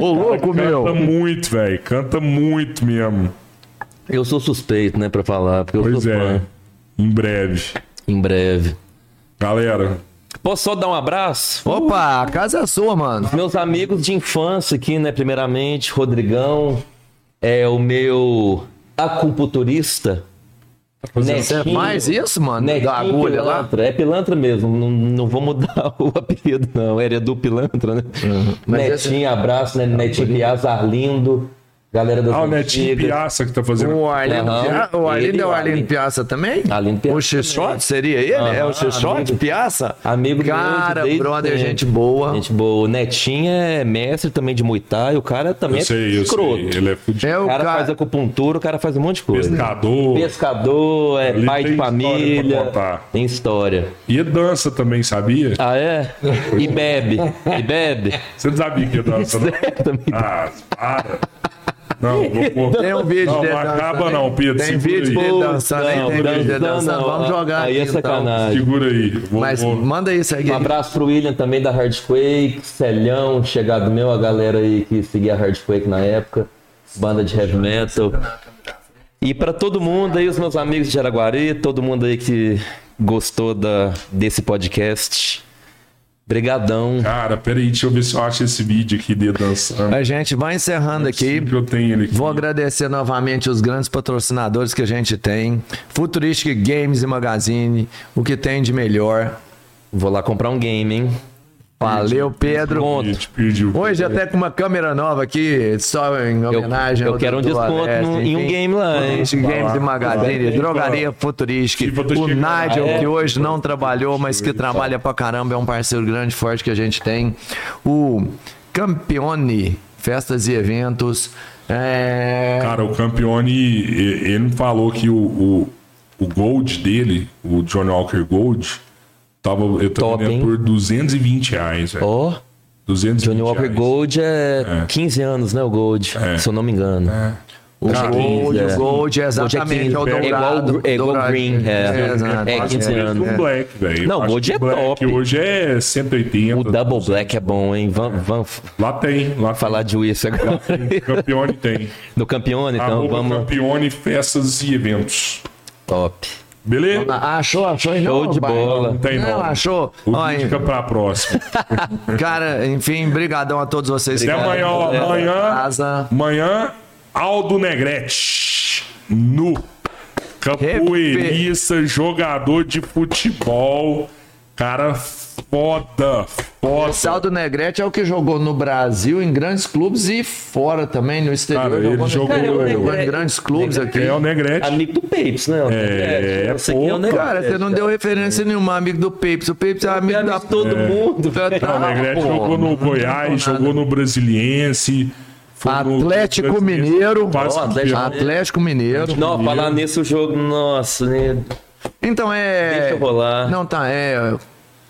Speaker 2: Ô, louco,
Speaker 3: Canta
Speaker 2: meu.
Speaker 3: muito, velho. Canta muito mesmo.
Speaker 1: Eu sou suspeito, né, pra falar, porque eu
Speaker 3: Pois
Speaker 1: sou
Speaker 3: é.
Speaker 1: fã.
Speaker 3: Em breve.
Speaker 1: Em breve.
Speaker 3: Galera,
Speaker 1: Posso só dar um abraço?
Speaker 2: Opa, a casa é sua, mano.
Speaker 1: Meus amigos de infância aqui, né, primeiramente, Rodrigão, é o meu acupunturista.
Speaker 2: Você
Speaker 1: Netinho.
Speaker 2: faz isso, mano?
Speaker 1: Netinho
Speaker 2: da agulha lá?
Speaker 1: pilantra. É pilantra mesmo, não, não vou mudar o apelido, não. Era do pilantra, né?
Speaker 2: Mas
Speaker 1: Netinho, abraço, né? Netinho Piazza, Arlindo, galera das
Speaker 3: Ah, o Netinho
Speaker 1: antigas.
Speaker 3: Piaça que tá fazendo.
Speaker 2: O Arlindo,
Speaker 1: Aham.
Speaker 2: Pia- o Arlindo
Speaker 1: Ele,
Speaker 2: é o
Speaker 1: o
Speaker 2: Arlindo
Speaker 1: Arlindo.
Speaker 2: Piazza também?
Speaker 1: Arlindo Piazza
Speaker 2: O Xixote seria ele? é o
Speaker 1: Aham,
Speaker 2: Xixote
Speaker 1: amigo.
Speaker 2: Piazza?
Speaker 1: Amigo
Speaker 2: Cara,
Speaker 1: meu desde
Speaker 2: brother,
Speaker 1: sempre.
Speaker 2: gente boa.
Speaker 1: Gente boa. O Netinho é mestre também de Muay Thai. O cara
Speaker 3: Eu
Speaker 1: também
Speaker 3: sei,
Speaker 1: é
Speaker 3: eu
Speaker 1: escroto.
Speaker 3: sei. Ele é fudido.
Speaker 2: É
Speaker 1: O
Speaker 2: o
Speaker 1: cara faz
Speaker 2: cara.
Speaker 1: acupuntura, o cara faz um monte de coisa.
Speaker 3: Pescador.
Speaker 1: Pescador, é
Speaker 3: Ele
Speaker 1: pai
Speaker 3: tem
Speaker 1: de
Speaker 3: história pra
Speaker 1: família.
Speaker 3: contar.
Speaker 1: Tem história.
Speaker 3: E ele dança também, sabia?
Speaker 1: Ah, é? E bebe. E bebe.
Speaker 3: Você não sabia que ele é dança, não?
Speaker 1: É, também
Speaker 3: Ah, para. Não, vou pôr.
Speaker 2: Tem um vídeo
Speaker 3: Não,
Speaker 2: dele
Speaker 3: não
Speaker 2: dançando
Speaker 3: acaba
Speaker 2: aí.
Speaker 3: não, Pedro.
Speaker 2: Tem
Speaker 3: segura
Speaker 2: vídeo
Speaker 3: aí.
Speaker 2: dele dançando aí,
Speaker 1: Não,
Speaker 2: tem vídeo dele
Speaker 1: dançando,
Speaker 2: dançando. Vamos
Speaker 1: ó,
Speaker 2: jogar
Speaker 1: aí é
Speaker 2: aqui, então.
Speaker 1: sacanagem.
Speaker 3: Segura aí. Vou-
Speaker 2: Mas
Speaker 3: vou-
Speaker 2: manda aí, segue
Speaker 1: Um
Speaker 2: aí.
Speaker 1: abraço pro William também da Hardquake, Celhão, um chegado meu, a galera aí que seguia a Hardquake na época, banda de heavy metal. E pra todo mundo aí, os meus amigos de Araguari, todo mundo aí que gostou da, desse podcast, brigadão.
Speaker 3: Cara, peraí, deixa eu ver se eu acho esse vídeo aqui de dançando.
Speaker 2: A gente vai encerrando aqui.
Speaker 3: Que eu tenho ele aqui.
Speaker 2: Vou agradecer novamente os grandes patrocinadores que a gente tem. Futuristic Games e Magazine, o que tem de melhor.
Speaker 1: Vou lá comprar um game, hein?
Speaker 2: Valeu, Pedro.
Speaker 1: Desconto.
Speaker 3: Gente, perdi o-
Speaker 2: Hoje até com uma câmera nova aqui, só em homenagem
Speaker 1: eu
Speaker 2: ao
Speaker 1: quero um
Speaker 2: Dr.
Speaker 1: desconto
Speaker 2: Alessio,
Speaker 1: no- em um
Speaker 2: enfim.
Speaker 1: game lá, hein?
Speaker 2: Futuristic Games
Speaker 3: Vai
Speaker 2: e
Speaker 3: lá.
Speaker 2: Magazine,
Speaker 3: Vai lá.
Speaker 2: Drogaria
Speaker 3: Sim,
Speaker 2: Futurística.
Speaker 3: vou ter
Speaker 2: O
Speaker 3: que-
Speaker 2: Nigel,
Speaker 3: Ah, é?
Speaker 2: que hoje não trabalhou, mas que trabalha pra caramba, é um parceiro grande e forte que a gente tem. O Campione, festas e eventos. É...
Speaker 3: Cara, o Campione, e- ele me falou que o, o, o Gold dele, o John Walker Gold, tava, eu tô
Speaker 1: Top, hein?
Speaker 3: vendendo por 220 reais, velho.
Speaker 1: Ó,
Speaker 3: 220
Speaker 1: Johnny Walker
Speaker 3: reais.
Speaker 1: Gold é,
Speaker 3: É.
Speaker 1: 15 anos, né? O Gold,
Speaker 3: É.
Speaker 1: se eu não me engano.
Speaker 2: O
Speaker 3: Cara,
Speaker 2: Gold,
Speaker 1: é.
Speaker 2: o Gold é exatamente é, o
Speaker 1: Gold é 15, é igual
Speaker 2: dourado.
Speaker 1: o- é igual o
Speaker 2: dourado.
Speaker 1: green, é. É,
Speaker 2: exato.
Speaker 1: é
Speaker 3: Quase
Speaker 1: 15
Speaker 3: o
Speaker 1: anos.
Speaker 3: mesmo Black, velho.
Speaker 1: Não,
Speaker 3: Eu acho
Speaker 1: Gold
Speaker 3: que
Speaker 1: é
Speaker 3: Black
Speaker 1: top.
Speaker 3: Hoje é 180.
Speaker 1: O Double Black é bom, hein? Vamos, vamos
Speaker 3: Lá tem, lá
Speaker 1: falar de isso agora.
Speaker 3: tem. Campione tem.
Speaker 1: No campeão, então
Speaker 3: Arroba
Speaker 1: vamos.
Speaker 3: Campione Festas e Eventos.
Speaker 1: Top.
Speaker 3: Beleza?
Speaker 2: Ah, Achou, achou.
Speaker 1: Show de bola.
Speaker 3: Não tem
Speaker 2: Não,
Speaker 3: nome.
Speaker 2: achou.
Speaker 3: O
Speaker 2: Ó,
Speaker 3: vídeo fica pra próxima.
Speaker 2: Cara, enfim, brigadão a todos vocês.
Speaker 3: Até
Speaker 2: que
Speaker 3: amanhã. ó.
Speaker 1: galera.
Speaker 2: Casa.
Speaker 3: Amanhã, amanhã, Aldo Negrete. Nu. Capoeirista, jogador de futebol. Cara foda,
Speaker 2: O
Speaker 3: foda.
Speaker 2: Saldo Negrete é o que jogou no Brasil, em grandes clubes e fora também, no exterior.
Speaker 3: Cara, ele
Speaker 2: no-
Speaker 3: jogou-
Speaker 2: Cara,
Speaker 1: é o Negrete.
Speaker 2: em grandes clubes aqui.
Speaker 3: É o Negrete.
Speaker 1: Amigo do Peips, né?
Speaker 3: É, é
Speaker 1: Você que é o
Speaker 3: pouco.
Speaker 1: negócio.
Speaker 2: Cara, você não deu referência nenhuma, amigo do Peips. O Peips é
Speaker 1: É
Speaker 2: amigo
Speaker 1: amigo
Speaker 2: da
Speaker 1: de todo mundo. velho.
Speaker 2: Tá
Speaker 3: O Negrete jogou no Goiás, jogou no Brasiliense. foi no-
Speaker 2: Atlético
Speaker 3: no Brasiliense,
Speaker 2: Mineiro.
Speaker 3: quase
Speaker 1: Ó,
Speaker 3: campeão.
Speaker 1: Atlético-
Speaker 2: Atlético Mineiro.
Speaker 3: Tá
Speaker 1: Não, falar nisso o jogo, nossa, né?
Speaker 2: Então é.
Speaker 1: Deixa eu rolar.
Speaker 2: Não, tá. É.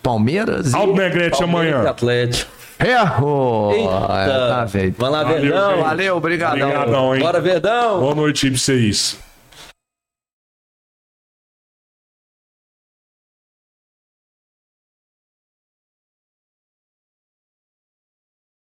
Speaker 2: Palmeiras?
Speaker 3: Aldo Negrete
Speaker 1: Palmeiras e
Speaker 3: amanhã.
Speaker 1: Atlético.
Speaker 2: É. Oh,
Speaker 1: Eita.
Speaker 2: é, tá feito.
Speaker 1: Vai lá,
Speaker 3: Valeu,
Speaker 1: Verdão.
Speaker 3: gente.
Speaker 2: Valeu, obrigadão.
Speaker 3: Obrigadão, hein?
Speaker 1: Ah, Bora, Verdão.
Speaker 3: Boa noite pra vocês.